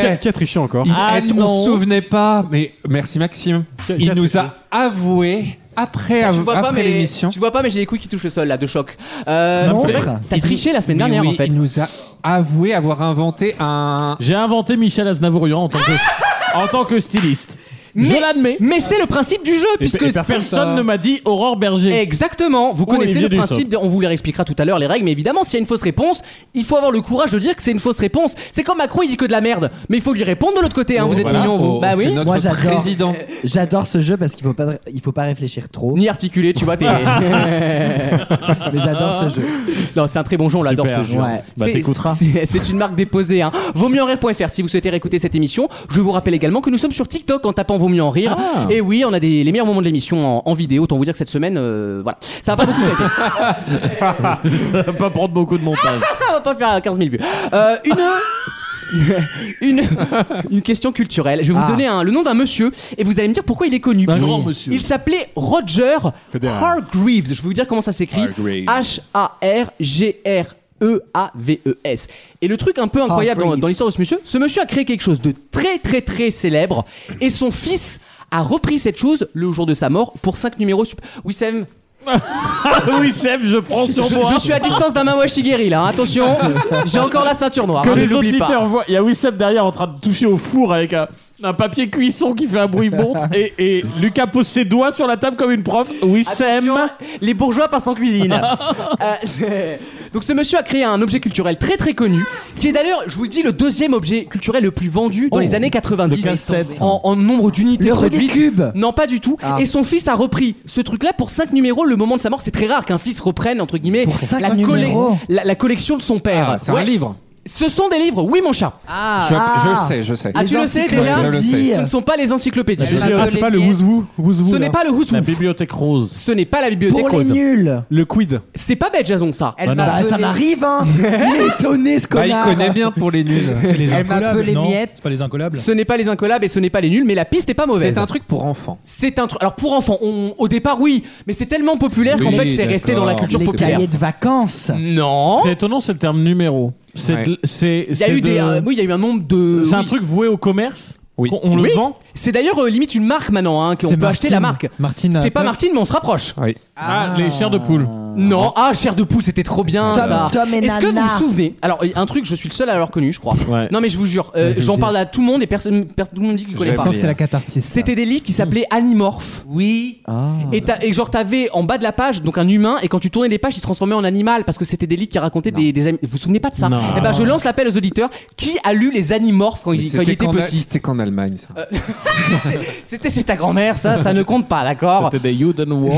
S5: non.
S11: Qui a-
S6: triché encore
S11: Il,
S5: Ah
S11: on
S5: non.
S11: se souvenait pas, mais merci Maxime. Il nous a avoué après,
S2: Bah, Tu
S11: av-
S2: vois, pas,
S11: après
S2: mais,
S11: l'émission.
S2: tu vois pas, mais j'ai les couilles qui touchent le sol là, de choc. Euh,
S11: Non,
S2: c'est
S11: c'est
S2: vrai
S11: ça.
S2: que T'as
S11: Il-
S2: triché la semaine
S11: mais
S2: dernière
S11: oui,
S2: en fait.
S11: Il nous a avoué avoir inventé un.
S5: J'ai inventé Michel Aznavourian en tant que, en tant que styliste.
S2: Mais, mais c'est le principe du jeu,
S5: Et
S2: puisque
S5: pe- et
S2: c'est-
S5: personne ne m'a dit Aurore Berger.
S2: Exactement, vous
S5: Ou
S2: connaissez
S5: Olivier
S2: le
S5: Dussopt.
S2: principe, de- on vous les expliquera tout à l'heure les règles, mais évidemment, s'il y a une fausse réponse, il faut avoir le courage de dire que c'est une fausse réponse. C'est comme Macron, il dit que de la merde, mais il faut lui répondre de l'autre côté, hein, vous êtes
S11: voilà.
S2: mignons, vous.
S11: Oh,
S2: bah
S11: c'est
S2: oui,
S11: notre
S8: Moi, j'adore.
S11: président.
S8: J'adore ce jeu parce qu'il faut pas, il faut pas réfléchir trop.
S2: ni articulé, tu vois, t'es.
S8: mais j'adore ce jeu.
S2: Non, c'est un très bon jeu, on l'adore ce
S5: Super.
S2: jeu.
S5: Ouais. Bah,
S2: C'est-
S5: t'écouteras.
S2: c'est- C'est une marque déposée. Hein. Vaut mieux en rire.fr si vous souhaitez réécouter cette émission. Je vous rappelle également que nous sommes sur TikTok en tapant Vaut mieux en rire.
S5: Ah.
S2: Et oui, on a des, les meilleurs moments de l'émission en, en vidéo. Autant vous dire que cette semaine, euh, voilà. Ça va pas beaucoup s'aider.
S5: Ça va pas prendre beaucoup de montage.
S2: on va pas faire 15 000 vues. Euh, une. une, une question culturelle. Je vais vous
S5: Ah.
S2: donner un- le nom d'un monsieur et vous allez me dire pourquoi il est connu.
S5: D'un grand monsieur.
S2: Il s'appelait Roger
S5: Federer.
S2: Hargreaves. Je vais vous dire comment ça s'écrit.
S5: Hargreaves.
S2: E H-A-R-G-R-E-A-V-E-S. Et le truc un peu incroyable dans,
S5: Hargreaves.
S2: dans l'histoire de ce monsieur, ce monsieur a créé quelque chose de très très très célèbre et son fils a repris cette chose le jour de sa mort pour 5 numéros. sup- Wissem,
S5: Ah oui, Seb, je prends
S2: je,
S5: sur moi.
S2: je suis à distance d'un Mawashigeri là, hein. attention, j'ai encore la ceinture noire.
S5: Que
S2: hein,
S5: les
S2: j'oublie pas.
S5: auditeurs voient. Il y a Wissem derrière en train de toucher au four avec un, un papier cuisson qui fait un bruit bon. et, et Lucas pose ses doigts sur la table comme une prof. Wissem.
S2: Les bourgeois passent en cuisine. Euh, Donc ce monsieur a créé un objet culturel très très connu, qui est d'ailleurs, je vous le dis, le deuxième objet culturel le plus vendu dans
S7: Oh.
S2: les années 90
S7: Le casse-tête.
S2: en, en nombre d'unités
S7: Le Rubik's
S2: produites.
S7: Cube.
S2: Non, pas du tout.
S7: Ah.
S2: Et son fils a repris ce truc-là pour 5 numéros le moment de sa mort. C'est très rare qu'un fils reprenne entre guillemets
S8: cinq
S2: la, colle-
S8: numéros.
S2: la- la collection de son père.
S11: Ah, c'est un livre.
S2: Ce sont des livres, oui mon chat.
S8: Ah.
S11: Je- je sais, je sais.
S2: Ah, tu
S11: Les
S2: le sais déjà
S11: encyclopédies. Je le sais.
S2: Ce ne sont pas les encyclopédies.
S11: La bibliothèque. Ah, c'est pas le hein.
S2: wouzou. Ce
S11: là.
S2: n'est pas le wouzou.
S5: La bibliothèque rose.
S2: Ce n'est pas la bibliothèque
S8: Pour les
S2: rose.
S8: nuls.
S2: Le quid. C'est pas bête, Jason, ça.
S8: Elle Bah m'a non. appelé- Bah, ça m'arrive, hein. Il est étonné, ce Bah, il connard. connaît bien pour les nuls.
S4: C'est les
S2: Elle
S4: incollables,
S2: m'appelait
S4: non
S2: miette.
S4: C'est pas les incollables
S2: Ce n'est pas les incollables et ce n'est pas les nuls, mais la piste n'est pas mauvaise.
S11: C'est un truc pour enfants.
S2: C'est un truc. Alors pour enfants, on- au départ, oui, mais c'est tellement populaire qu'en
S5: Oui,
S2: fait, c'est resté dans
S5: d'accord.
S2: la culture
S5: Les
S2: populaire.
S5: cahiers de
S2: vacances. Non.
S5: C'est étonnant, c'est le terme numéro. C'est.
S2: Ouais.
S5: de- c'est-
S2: Il y a
S5: c'est
S2: eu des.
S5: de-
S2: euh, oui, il y a eu un nombre de.
S5: C'est un
S2: oui.
S5: truc voué au commerce. qu'on- On le
S2: Oui.
S5: vend.
S2: C'est d'ailleurs euh, limite une marque maintenant, hein, qu'on
S5: C'est
S2: peut acheter la
S5: Martine.
S2: marque.
S5: Martine a
S2: C'est pas
S5: peur.
S2: Martine, mais on se rapproche.
S5: Ah, les chairs de poule.
S2: Non, ah, chair de poule, c'était trop bien
S5: Tom-
S2: ça.
S5: Tom et
S2: Est-ce que vous
S5: Nana.
S2: vous souvenez Alors, un truc, je suis le seul à l'avoir connu, je crois. Non, mais je vous jure, euh,
S3: Vas-y,
S2: j'en
S3: dis.
S2: parle à tout le monde et personne, per- tout le monde dit qu'il connaît
S3: Je
S2: pas.
S3: sens que c'est la catharsis. ça.
S2: C'était des livres qui s'appelaient Animorphes. Oui. Et, t'as- et genre, t'avais en bas de la page donc un humain, et quand tu tournais les pages, il se transformait en animal parce que c'était des livres qui racontaient des, des anim- Vous vous souvenez pas de ça
S11: Non.
S2: Eh ben, je lance l'appel aux auditeurs. Qui a lu les Animorphes quand,
S11: Mais
S2: il, quand il
S11: c'était
S2: était
S11: qu'en-
S2: petit
S11: C'était qu'en Allemagne, ça.
S2: C'était chez ta grand-mère, ça, ça ne compte pas, d'accord
S5: C'était des Judenwolf.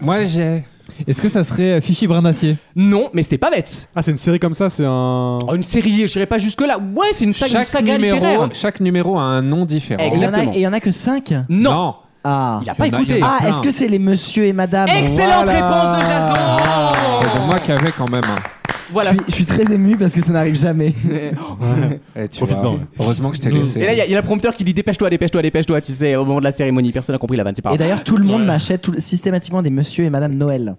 S11: Moi, j'ai.
S3: Est-ce que ça serait euh, Fifi Brindacier
S2: Non, mais c'est pas bête.
S6: Ah, c'est une série comme ça, c'est un.
S2: Oh, une série, je dirais pas jusque-là. Ouais, c'est une saga, une
S11: Chaque
S2: saga
S11: numéro,
S2: littéraire.
S11: chaque numéro a un nom différent.
S2: Exactement.
S8: Et il y en a- Et il y en a que 5
S2: Non.
S8: Ah.
S11: Il a pas Il y en a- écouté. il y en a
S8: Ah,
S11: plein.
S8: est-ce que c'est les monsieur et madame
S2: Excellente réponse de Jason
S11: Ah, C'est pour moi qui avais quand même. hein.
S2: Voilà.
S8: Je suis, je suis très ému parce que ça n'arrive jamais.
S11: Eh, tu vois, heureusement que je t'ai
S8: Mm.
S11: laissé.
S2: Et là, il y, a- il y a le prompteur qui dit dépêche-toi, dépêche-toi, dépêche-toi, tu sais, au moment de la cérémonie, personne n'a compris la vanne, c'est pas
S8: Et
S2: grave.
S8: d'ailleurs, tout le monde m'achète tout le- systématiquement des monsieur et madame Noël.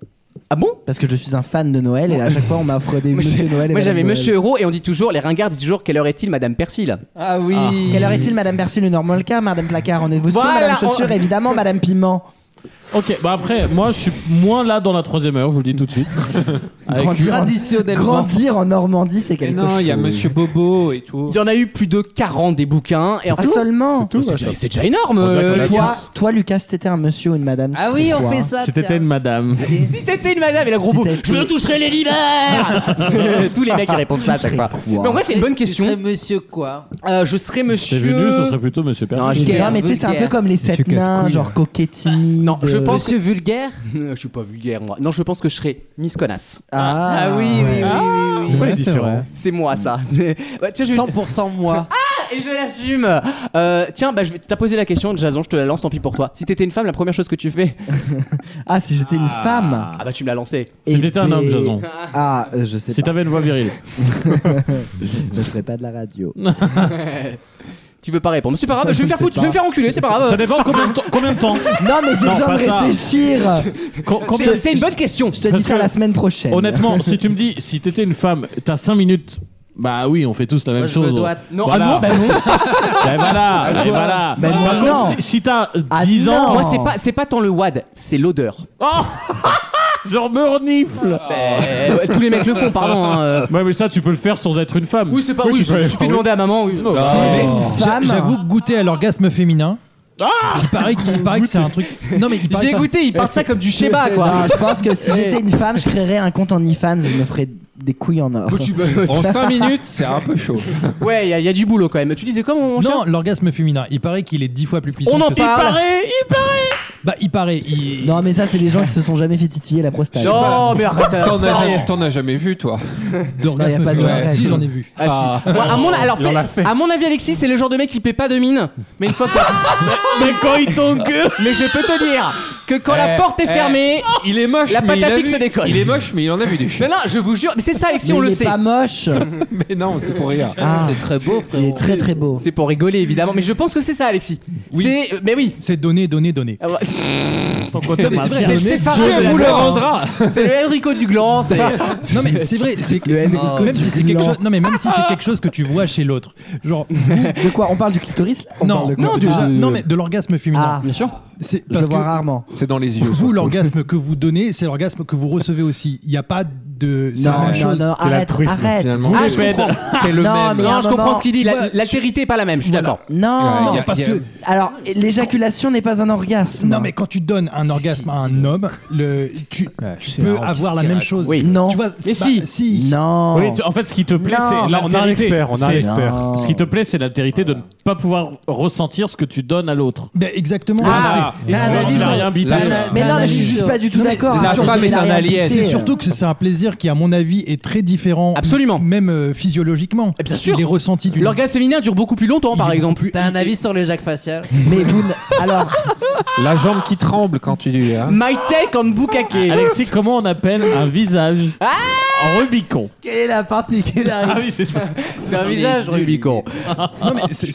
S2: Ah bon
S8: Parce que je suis un fan de Noël et à chaque fois on m'offre des
S2: Moi,
S8: monsieur
S2: j'ai-
S8: Noël. Et
S2: Moi
S8: madame
S2: j'avais
S8: Noël.
S2: Monsieur Euro et on dit toujours, les ringards disent toujours quelle heure est-il Madame Persil
S8: Ah oui. Quelle heure est-il, Madame Persil, le normal cas, Madame Placard On est vous sûr,
S2: Voilà,
S8: Madame
S2: on-
S8: Chaussure, évidemment, Madame Piment.
S5: Ok, bah après, moi je suis moins là dans la troisième heure, je vous le dis tout de suite. Avec
S8: Grandir, en-
S5: traditionnellement.
S8: grandir en Normandie, c'est quelque chose.
S11: non, il y a Monsieur Bobo et tout.
S2: Il y en a eu plus de 40 des bouquins. Et en
S8: Ah
S2: fait-
S8: seulement
S2: C'est hein, déjà- C'est déjà énorme
S5: On dirait qu'on
S2: euh,
S5: a
S2: toi.
S8: toi, toi, Lucas, si t'étais un monsieur ou une madame. tu
S2: Ah
S8: serais
S2: oui, on
S8: quoi
S2: fait ça,
S5: Si t'étais une madame.
S2: Si t'étais une madame et la gros
S8: Si
S2: beau,
S8: t'étais-
S2: je me toucherais les limaires Tous les mecs ils répondent ça à chaque fois. Mais en vrai, c'est une bonne question.
S7: Tu serais monsieur quoi
S2: Euh, je serais monsieur.
S5: C'est venu, ce serait plutôt Monsieur Persil.
S2: Non, j'ai-
S8: Non, ah, mais tu sais, c'est un peu comme les sept nains, genre euh, coquettine. Non,
S2: je pense que-
S8: vulgaire.
S2: Je suis pas vulgaire moi. Non, je pense que je serais Miss Connasse.
S8: Ah,
S7: Ah oui, oui, oui, oui, oui.
S2: C'est quoi les
S7: Ouais, c'est
S2: différents
S7: vrai.
S2: C'est moi ça. C'est- Ouais, tiens, je-
S7: 100% moi.
S2: Ah, et je l'assume. Euh, tiens, bah, je vais- t'as posé la question, Jason, je te la lance, tant pis pour toi. Si t'étais une femme, la première chose que tu fais.
S8: Ah, si j'étais une femme.
S2: Ah bah tu me l'as lancée.
S5: Si t'étais un homme, Jason.
S8: Ah, euh, je sais
S5: Si
S8: pas.
S5: t'avais une voix virile.
S8: Je ferais pas de la radio.
S2: Tu veux pas répondre. C'est pas grave, je vais me faire
S8: Je sais
S2: foutre, je vais me
S8: pas.
S2: faire enculer, c'est pas grave.
S5: Ça dépend combien de temps. Combien de temps
S8: Non, mais j'ai
S5: Non,
S8: besoin
S5: pas
S8: de
S5: ça.
S8: réfléchir.
S5: Com- combien-
S2: C'est- C'est une bonne question.
S8: Je te dis ça la semaine prochaine.
S5: Honnêtement, si tu me dis, si t'étais une femme, t'as 5 minutes. Bah oui, on fait tous la même
S7: Moi, je
S5: chose.
S7: me doite.
S2: Non,
S5: Voilà.
S2: ah non, bah non.
S5: Eh voilà, eh voilà.
S2: Mais
S5: Par
S2: non.
S5: contre, si, si t'as
S8: Ah,
S5: 10
S2: Non,
S5: ans,
S2: Moi, c'est pas, c'est pas tant le WAD, c'est l'odeur.
S5: genre me renifle.
S2: Euh, ouais, tous les mecs le font, pardon. hein, euh.
S5: Ouais, mais ça, tu peux le faire sans être une femme.
S2: Oui, c'est pas.
S5: tu
S2: Oui,
S5: peux
S2: je
S5: le
S2: suffit
S5: faire,
S2: de demander à maman. Oui.
S5: Non.
S4: J'a- Ah. J'avoue que goûter à l'orgasme féminin.
S5: Ah.
S4: il paraît, qu'il- il paraît que c'est un Ah, truc. Non mais il paraît
S2: J'ai
S4: que-
S2: écouté, ils parlent ça comme du schéma,
S8: Non,
S2: quoi.
S8: je pense que si j'étais une femme, je créerais un compte OnlyFans, je me ferais des couilles en or.
S11: En 5 minutes, c'est un peu chaud.
S2: Ouais, il y, a- y a du boulot quand même. Tu disais quoi, mon
S4: Non,
S2: chien
S4: l'orgasme féminin, il paraît qu'il est dix fois plus puissant.
S2: On en
S4: que-
S2: parle. Il paraît,
S5: il paraît.
S4: Bah, il paraît. il-
S8: Non, mais ça, c'est les gens qui se sont jamais fait titiller la prostate.
S2: Non, mais arrête.
S11: T'en as,
S2: arrête.
S11: jamais- t'en as jamais vu, toi
S8: Non, y a pas de
S4: féminin.
S8: règle.
S4: Si, j'en ai vu.
S2: Ah, si. Moi, à, mon, alors,
S5: Il en
S2: fait-
S5: a fait.
S2: à mon avis, Alexis, c'est le genre de mec qui paie pas de mine. Mais une fois que.
S5: Mais quand il t'engueule.
S2: mais je peux te dire que quand la
S11: Eh,
S2: porte est
S11: eh,
S2: fermée.
S11: Il est moche,
S2: La
S11: mais il
S2: pâte à
S11: a
S2: fixe
S11: vu-
S2: décolle.
S11: Il est moche, mais il en a vu des chiens.
S2: Non, non, je vous jure. Mais c'est ça, Alexis,
S8: Mais
S2: on
S8: il
S2: le
S8: est
S2: sait.
S8: pas moche.
S11: Mais non, c'est pour rire.
S8: Ah,
S7: T'es très beau, frère.
S8: il est très très beau.
S2: C'est pour rigoler, évidemment. Mais je pense que c'est ça, Alexis.
S4: Oui.
S2: C'est. euh, Mais oui.
S4: C'est donner, donner, donner.
S2: Ah ouais.
S5: côté
S2: Mais
S5: m'a
S2: c'est vrai,
S5: donné
S2: c'est le
S5: Dieu
S2: Céphareux de la
S5: vous le
S2: Normandie.
S5: rendra.
S2: C'est le Enrico du gland, c'est.
S4: Non mais c'est vrai, c'est que-
S8: Le Enrico
S4: même
S8: du
S4: si c'est quelque
S8: gland.
S4: chose, non mais même si c'est quelque chose que tu vois chez l'autre, genre
S8: De quoi On parle du clitoris là On
S4: non,
S8: parle de quoi
S4: non, déjà, non mais de l'orgasme féminin,
S8: Ah, bien sûr.
S4: c'est
S8: Je le
S4: parce que
S8: vois rarement.
S11: C'est dans les yeux.
S4: vous l'orgasme que vous donnez, c'est l'orgasme que vous recevez aussi. Il n'y a pas de. c'est
S8: Non,
S4: la même
S8: non,
S4: chose
S8: non,
S4: que
S8: arrête,
S4: l'altruisme,
S8: arrête.
S4: finalement.
S8: Ah, je comprends.
S2: C'est le
S8: Non,
S2: même.
S8: mais à un
S2: Non, je comprends
S8: moment,
S2: ce qu'il dit.
S8: tu
S2: La,
S8: vois,
S2: l'altérité est pas la même. Je suis d'accord.
S8: Non,
S4: Non, parce que.
S8: Alors, l'éjaculation n'est pas un orgasme.
S4: Non, mais quand tu donnes un orgasme à un homme, le, tu, tu peux
S8: marrant,
S4: avoir la
S8: qu'est-ce
S4: même
S8: qu'il
S4: chose.
S8: raconte. Oui. Non.
S4: Tu vois,
S8: Mais
S4: c'est
S8: si.
S4: pas- si.
S8: Non.
S5: Oui, tu- en fait, ce qui te plaît,
S4: Non.
S5: c'est
S4: On a un
S5: l'altérité.
S4: expert, on a un
S5: C'est-
S4: expert. Non.
S5: Ce qui te plaît, c'est l'altérité de ne pas pouvoir ressentir ce que tu donnes à l'autre.
S4: Ben, exactement.
S5: Ah,
S4: C'est-
S5: t'as un
S4: on a
S5: analyse,
S4: rien
S5: hein.
S4: bité.
S5: T'as un- Mais t'as non, un mais je suis analyse.
S8: juste pas du tout
S4: Non, mais
S8: d'accord.
S4: c'est
S8: La
S4: surtout-
S8: femme est
S4: c'est-
S8: un alien.
S4: C'est surtout que c'est un plaisir qui, à mon avis, est très différent. Absolument. Même euh, physiologiquement.
S2: Bien sûr.
S4: Il est ressenti d'une.
S2: L'orgasme féminin dure beaucoup plus longtemps, par exemple.
S7: T'as un avis sur les Jacques faciales
S8: Mais vous. Alors.
S11: La jambe qui tremble quand tu dis. hein.
S2: My take on Bukake.
S5: Alexis, comment on appelle un visage
S2: Ah
S5: en Rubicon
S7: Quelle est la particularité
S5: Ah oui, c'est ça.
S2: D'un visage Rubicon.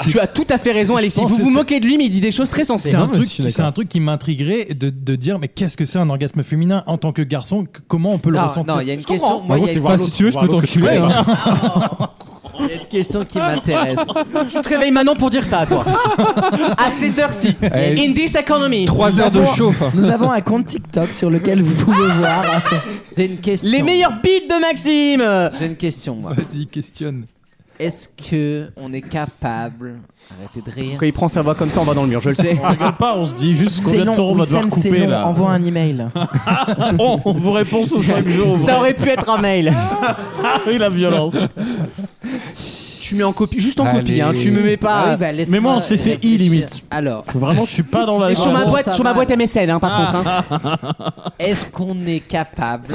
S2: Tu as tout à fait raison,
S4: Je
S2: Alexis.
S4: pense
S2: Vous
S4: que
S2: vous
S4: c'est-
S2: moquez de lui, mais il dit des choses très sensées.
S4: C'est un, truc, c'est un truc qui m'intriguerait de, de dire mais qu'est-ce que c'est un orgasme féminin en tant que garçon que- Comment on peut le
S7: Non,
S4: ressentir
S7: non, il y a une Je question, comprends. moi, il y a une-
S4: Enfin, si tu veux, je peux t'enculer.
S7: Ouais,
S4: hein.
S7: Il y a une question qui m'intéresse.
S2: Tu te réveilles maintenant pour dire ça, toi. à cette heure-ci.
S8: Eh,
S2: In this economy.
S8: Nous avons- Nous avons un compte TikTok sur lequel vous pouvez voir.
S7: J'ai une question.
S2: Les meilleurs beats de Maxime.
S7: J'ai une question, moi.
S4: Vas-y, questionne.
S7: Est-ce que on est capable Arrêtez de rire.
S2: Quand il prend sa voix comme ça, on va dans le mur, je le sais.
S5: On rigole pas, on se dit juste
S8: C'est
S5: combien de
S8: long,
S5: temps on va
S8: Wissem,
S5: devoir
S8: c'est
S5: couper
S8: long.
S5: là. Oh,
S8: Envoie un email.
S5: on, on vous répond sous 5 jours.
S2: Ça aurait pu être un mail.
S5: Ah oui, la violence.
S2: Tu mets en copie, juste en
S5: Allez.
S2: copie, hein. tu me mets
S7: Ah
S2: pas.
S7: oui, bah, laisse-moi
S5: Mais moi, en CCI
S7: réfléchir.
S5: limite.
S7: Alors,
S5: Vraiment, je suis pas dans la. Ah,
S2: Et sur ma
S7: Vraiment,
S2: boîte,
S7: ça
S2: sur ma
S7: va,
S2: boîte
S7: là.
S2: MSN, hein, par contre. hein.
S7: est-ce qu'on est capable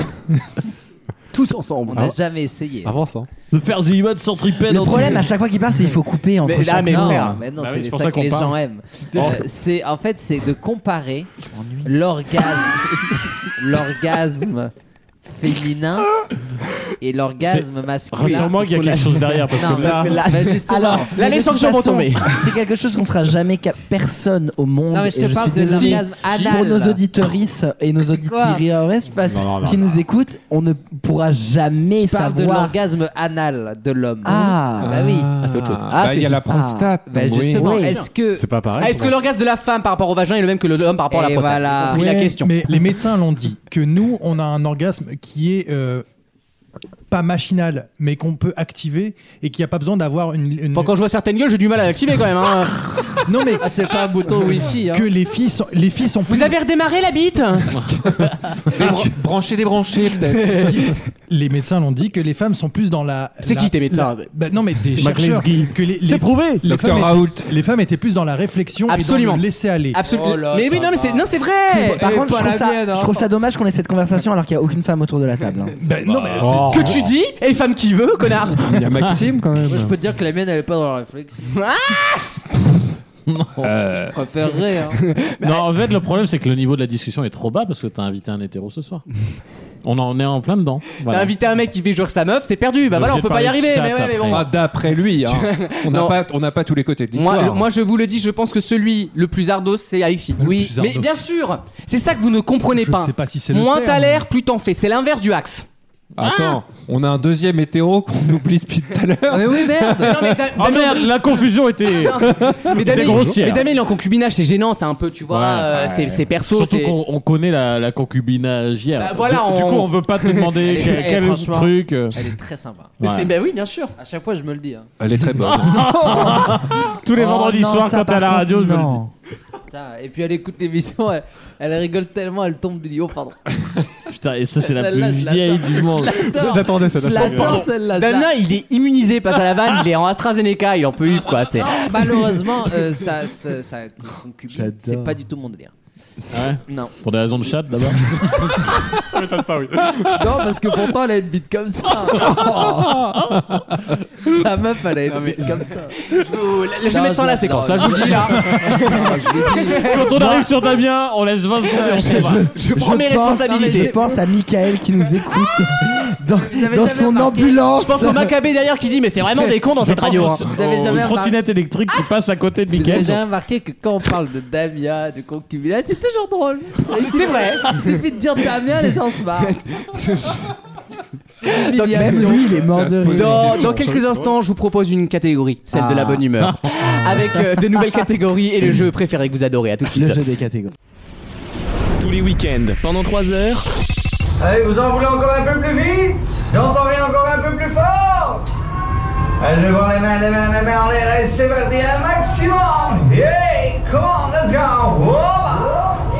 S2: Tous ensemble.
S7: On n'a jamais essayé.
S5: Ah,
S6: Avance, hein.
S5: De faire The Human centripède.
S8: Le problème à chaque fois qu'il parle, c'est qu'il faut couper entre
S7: Mais là,
S8: chaque
S7: mais
S8: mot.
S7: non, mais non,
S5: Bah oui,
S7: c'est
S5: c'est pour
S7: ça
S5: ça
S7: que
S5: qu'on
S7: les
S5: parle.
S7: gens aiment. Euh, c'est en fait, c'est de comparer l'orgasme, l'orgasme féminin et l'orgasme masculin.
S5: Rassure-moi qu'il y a quelque chose derrière parce
S7: Non,
S5: que
S7: mais
S5: là.
S7: c'est là- bah, justement,
S8: Alors,
S2: Là,
S8: mais
S2: les
S8: de toute
S2: sanctions vont
S8: façon,
S2: tomber.
S8: C'est quelque chose qu'on sera jamais cap. Personne au monde.
S7: Non, mais je
S8: et
S7: te parle
S8: suis
S7: de
S8: désolé,
S7: l'orgasme anal,
S8: Pour
S7: là.
S8: nos auditoristes et nos auditeurs
S7: Non, non, non,
S8: qui nous écoutent, on ne pourra jamais
S7: je parle de
S8: savoir.
S7: l'orgasme anal de l'homme.
S8: Ah.
S7: bah oui.
S11: Ah,
S2: c'est autre chose.
S11: Ah, bah, il y a la prostate.
S7: Bah,
S11: donc, oui.
S7: justement,
S11: Oui.
S7: est-ce que
S6: C'est pas pareil.
S2: Ah, Est-ce que l'orgasme de la femme par rapport au vagin est le même que le de l'homme par rapport à la
S7: Et
S2: prostate
S7: voilà.
S2: J'ai compris la
S4: Ouais,
S2: question.
S4: Mais les médecins l'ont dit que nous, on a un orgasme qui est euh, pas machinal, mais qu'on peut activer et qu'il n'y a pas besoin d'avoir une. une-
S2: Enfin, quand je vois certaines gueules, j'ai du mal à l'activer quand même. hein.
S4: Non mais
S7: Ah, c'est pas un bouton wifi. Hein.
S4: que les filles sont, les filles sont plus.
S2: Vous avez redémarré la bite
S11: Débran- Brancher, débrancher peut-être.
S4: Les médecins l'ont dit que les femmes sont plus dans la.
S2: C'est
S4: la-
S2: qui tes médecins
S4: la- bah, Non mais des
S5: Mac
S4: chercheurs.
S5: Lesguy.
S4: Que les, les-
S5: C'est prouvé.
S4: les
S11: Docteur
S4: femmes étaient-
S11: Raoult.
S4: Les femmes étaient plus dans la réflexion
S2: Absolument.
S4: et dans le laisser aller.
S2: Absolument.
S7: Oh là,
S2: mais oui,
S7: ça
S2: non, mais c'est
S7: va.
S2: non, c'est vrai.
S8: Par
S7: Et
S8: contre, je
S7: pas
S8: trouve,
S7: la
S8: ça,
S7: mienne, hein.
S8: je trouve ça dommage qu'on ait cette conversation alors qu'il n'y a aucune femme autour de la table. hein.
S4: Ben, non, mais
S6: Oh.
S2: Que tu dis Et femme qui veut, connard.
S11: Il y a Maxime quand même.
S7: Moi, je peux te dire que la mienne, elle est pas dans la réflexion. Je préférerais. Hein.
S5: Euh. Non, en fait, le problème, c'est que le niveau de la discussion est trop bas parce que t'as invité un hétéro ce soir. On en est en plein dedans. Voilà.
S2: T'as invité un mec qui fait jouer sa meuf, c'est perdu. Bah
S5: On est
S2: voilà, on
S5: obligé
S2: peut
S5: de
S2: pas y
S5: parler de
S2: arriver.
S5: chat
S2: Mais ouais, mais
S5: après.
S2: bon.
S11: Ah, d'après lui, hein. on n'a
S2: Non.
S11: pas, on n'a pas tous les côtés de l'histoire.
S2: Moi, je- moi, je vous le dis, je pense que celui le plus ardos, c'est Alexis.
S4: Le
S2: Oui,
S4: plus ardos.
S2: mais bien sûr, c'est ça que vous ne comprenez
S4: Je
S2: pas.
S4: sais pas si c'est le
S2: Moins
S4: terme.
S2: t'as l'air, plus t'en fais. C'est l'inverse du axe. Ah
S11: Attends, on a un deuxième hétéro qu'on oublie depuis tout à l'heure. Ah,
S7: Mais oui, merde.
S2: Mais non, mais Da-
S5: Oh
S2: Damien-
S5: merde, la confusion était.
S2: mais Damien-
S5: grossière.
S2: mais Damien, il est en concubinage, c'est gênant, c'est un peu, tu vois,
S5: Ouais,
S2: euh, c'est- c'est perso.
S5: Surtout
S2: c'est-
S5: qu'on on connaît la, la concubinagière.
S2: Bah voilà,
S5: du,
S2: on-
S5: du coup, on veut pas te demander
S7: Elle est-
S5: quel,
S7: elle est
S5: quel
S7: franchement-
S5: truc. euh,
S7: Elle est très sympa.
S2: Mais c'est-
S5: ouais.
S2: Bah oui, bien sûr.
S7: À chaque fois, je me le dis. Hein.
S11: Elle est très bonne.
S5: Tous les
S8: Oh
S5: vendredis
S8: non,
S5: soirs,
S8: ça,
S5: quand t'es
S8: par
S5: à la
S8: contre,
S5: radio, je me le dis.
S8: non.
S7: Putain, et puis elle écoute l'émission, elle, elle rigole tellement, elle tombe du lit. Oh, pardon.
S5: Putain, et ça, c'est la
S7: Celle-là,
S5: plus
S7: je l'adore.
S5: vieille du monde.
S7: J'adore.
S6: J'attendais ça.
S7: Je
S2: Oh,
S7: l'adore celle-là. ça.
S2: Damien, il est immunisé, passe à la vanne, il est en AstraZeneca, il en peut plus, quoi. C'est
S7: Non, malheureusement, euh, ça, ça, ça concubine.
S8: J'adore.
S7: C'est pas du tout mon délire.
S5: Ouais.
S7: Non.
S5: Pour des raisons de chat, d'abord.
S7: Non, parce que pourtant, elle a une bite comme ça. La meuf, elle a une bite comme ça.
S2: Oh, là, je vais
S7: Non,
S2: mettre fin à la
S7: je-
S2: séquence,
S7: non,
S2: là, je vous le dis là.
S7: Non, je l'ai dit.
S5: Quand on arrive sur Damien, on laisse 20 secondes et on s'en va.
S2: Je prends mes
S8: pense,
S2: responsabilités.
S8: je pense à Michael qui nous écoute dans,
S7: Ah avez
S8: dans
S7: jamais
S8: son
S7: remarqué
S8: ambulance.
S2: Je pense au Maccabé derrière qui dit Mais c'est vraiment des cons dans cette radio. hein. Ah.
S7: Vous avez jamais
S5: Une trottinette électrique qui passe à côté de
S7: Vous avez
S5: Mickaël.
S7: jamais remarqué que quand on parle de Damien, de concubinage, c'est toujours drôle. Il
S2: Ah, C'est
S7: suffit-
S2: vrai.
S7: Il suffit de dire Damien, les gens se marrent.
S8: Donc même lui, il est mort
S11: Ça se
S8: de
S11: pose.
S8: rire.
S2: Dans,
S11: question,
S2: dans quelques
S11: ça.
S2: instants, je vous propose une catégorie, celle de la
S8: Ah.
S2: bonne humeur, avec euh, des nouvelles catégories et le jeu préféré que vous adorez. À tout de suite.
S8: Le jeu des catégories.
S1: Tous les week-ends, pendant 3 heures.
S10: Allez, vous en voulez encore un peu plus vite J'entends rien encore un peu plus fort Allez, devant les mains, les mains, les mains en l'air et c'est parti un maximum Yeah Come on, let's go Oh, bah.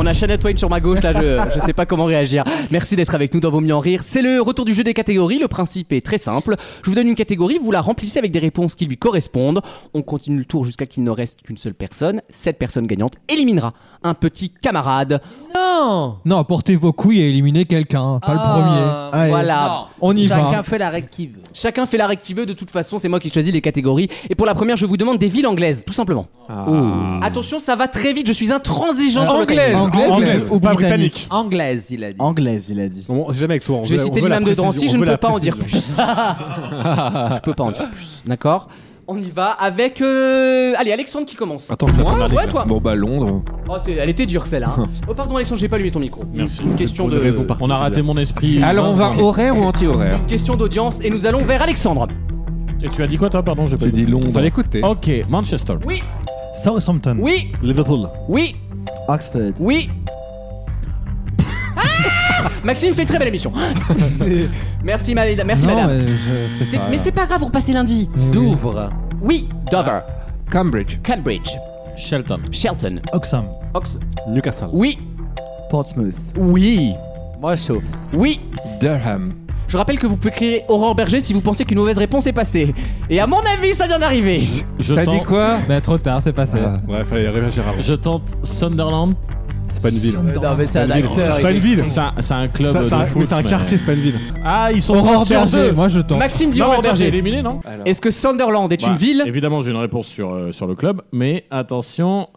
S2: On a Shannon Twain sur ma gauche, là, je, je sais pas comment réagir. Merci d'être avec nous dans Vos Mieux en Rire. C'est le retour du jeu des catégories. Le principe est très simple. Je vous donne une catégorie, vous la remplissez avec des réponses qui lui correspondent. On continue le tour jusqu'à qu'il ne reste qu'une seule personne. Cette personne gagnante éliminera un petit camarade.
S3: Non Non, portez vos couilles et éliminez quelqu'un, hein, pas le
S2: Ah,
S3: premier. Allez,
S2: voilà.
S3: on y va.
S2: la règle qu'il veut. Chacun fait la règle qu'il veut. De toute façon, c'est moi qui choisis les catégories. Et pour la première, je vous demande des villes anglaises, tout simplement.
S7: Oh.
S2: Attention, ça va très vite. Je suis intransigeant sur le
S7: Anglaise,
S2: timing.
S7: anglaise, ou,
S2: pas
S7: britannique. Anglaise, il a dit.
S8: Anglaise, il a dit.
S6: On, jamais avec toi.
S2: Je vais citer l'imam de Drancy, je ne peux pas en dire plus.
S6: Ah.
S2: je peux pas en dire plus, d'accord On y va avec. euh, Allez, Alexandre qui commence.
S11: Attends, c'est la
S2: moi
S11: première
S2: Ouais,
S11: ligue,
S2: toi
S11: là. Bon, bah, Londres.
S2: Oh, c'est- Elle était dure celle-là. hein. oh, pardon, Alexandre, j'ai pas allumé ton micro.
S5: Merci.
S2: Une question
S5: Pour
S2: de.
S5: des raisons particulières. On a raté mon esprit.
S11: Alors, on va horaire ou anti-horaire
S2: Une question d'audience et nous allons vers Alexandre.
S5: Et tu as dit quoi, toi Pardon, j'ai pas dit Londres. Fallait écouter. Ok, Manchester.
S2: Oui.
S4: Southampton.
S2: Oui.
S6: Liverpool.
S2: Oui.
S8: Oxford.
S2: Oui. Ah Maxime fait une très belle émission. merci, madame. Merci,
S3: Non,
S2: madame.
S3: mais je- c'est
S2: C'est-
S3: pas-
S2: Mais c'est pas grave, vous repassez lundi. Douvres. Oui, Dover.
S11: Cambridge.
S2: Cambridge.
S5: Shelton.
S2: Shelton.
S4: Oxham.
S2: Ox.
S6: Newcastle.
S2: Oui.
S8: Portsmouth.
S2: Oui.
S7: Moi, sauf.
S2: Oui.
S11: Durham.
S2: Je rappelle que vous pouvez créer Aurore Berger si vous pensez qu'une mauvaise réponse est passée. Et à mon avis, ça vient d'arriver.
S5: Je
S3: T'as
S5: tente- Ah,
S3: dit quoi Bah trop tard, c'est passé.
S6: Ouais, fallait réagir avant.
S5: Je tente Sunderland.
S6: C'est pas une ville.
S7: Non, mais c'est un
S5: Sunderland.
S7: acteur.
S5: C'est
S7: il
S5: pas
S7: est-
S5: une ville. C'est un- c'est un club.
S6: Ça,
S5: de
S6: ça-
S5: foot,
S6: oui, c'est un quartier, c'est pas une ville.
S5: Ah, ils sont
S3: Aurore
S5: pas sûrs
S3: Berger,
S5: d'eux.
S3: moi je tente.
S2: Maxime dit
S5: Non, mais
S2: Aurore
S5: attends, j'ai
S2: Berger.
S5: éliminé, non
S2: Est-ce que Sunderland est
S5: Bah,
S2: une ville
S5: Évidemment, j'ai une réponse sur, euh, sur le club, mais attention.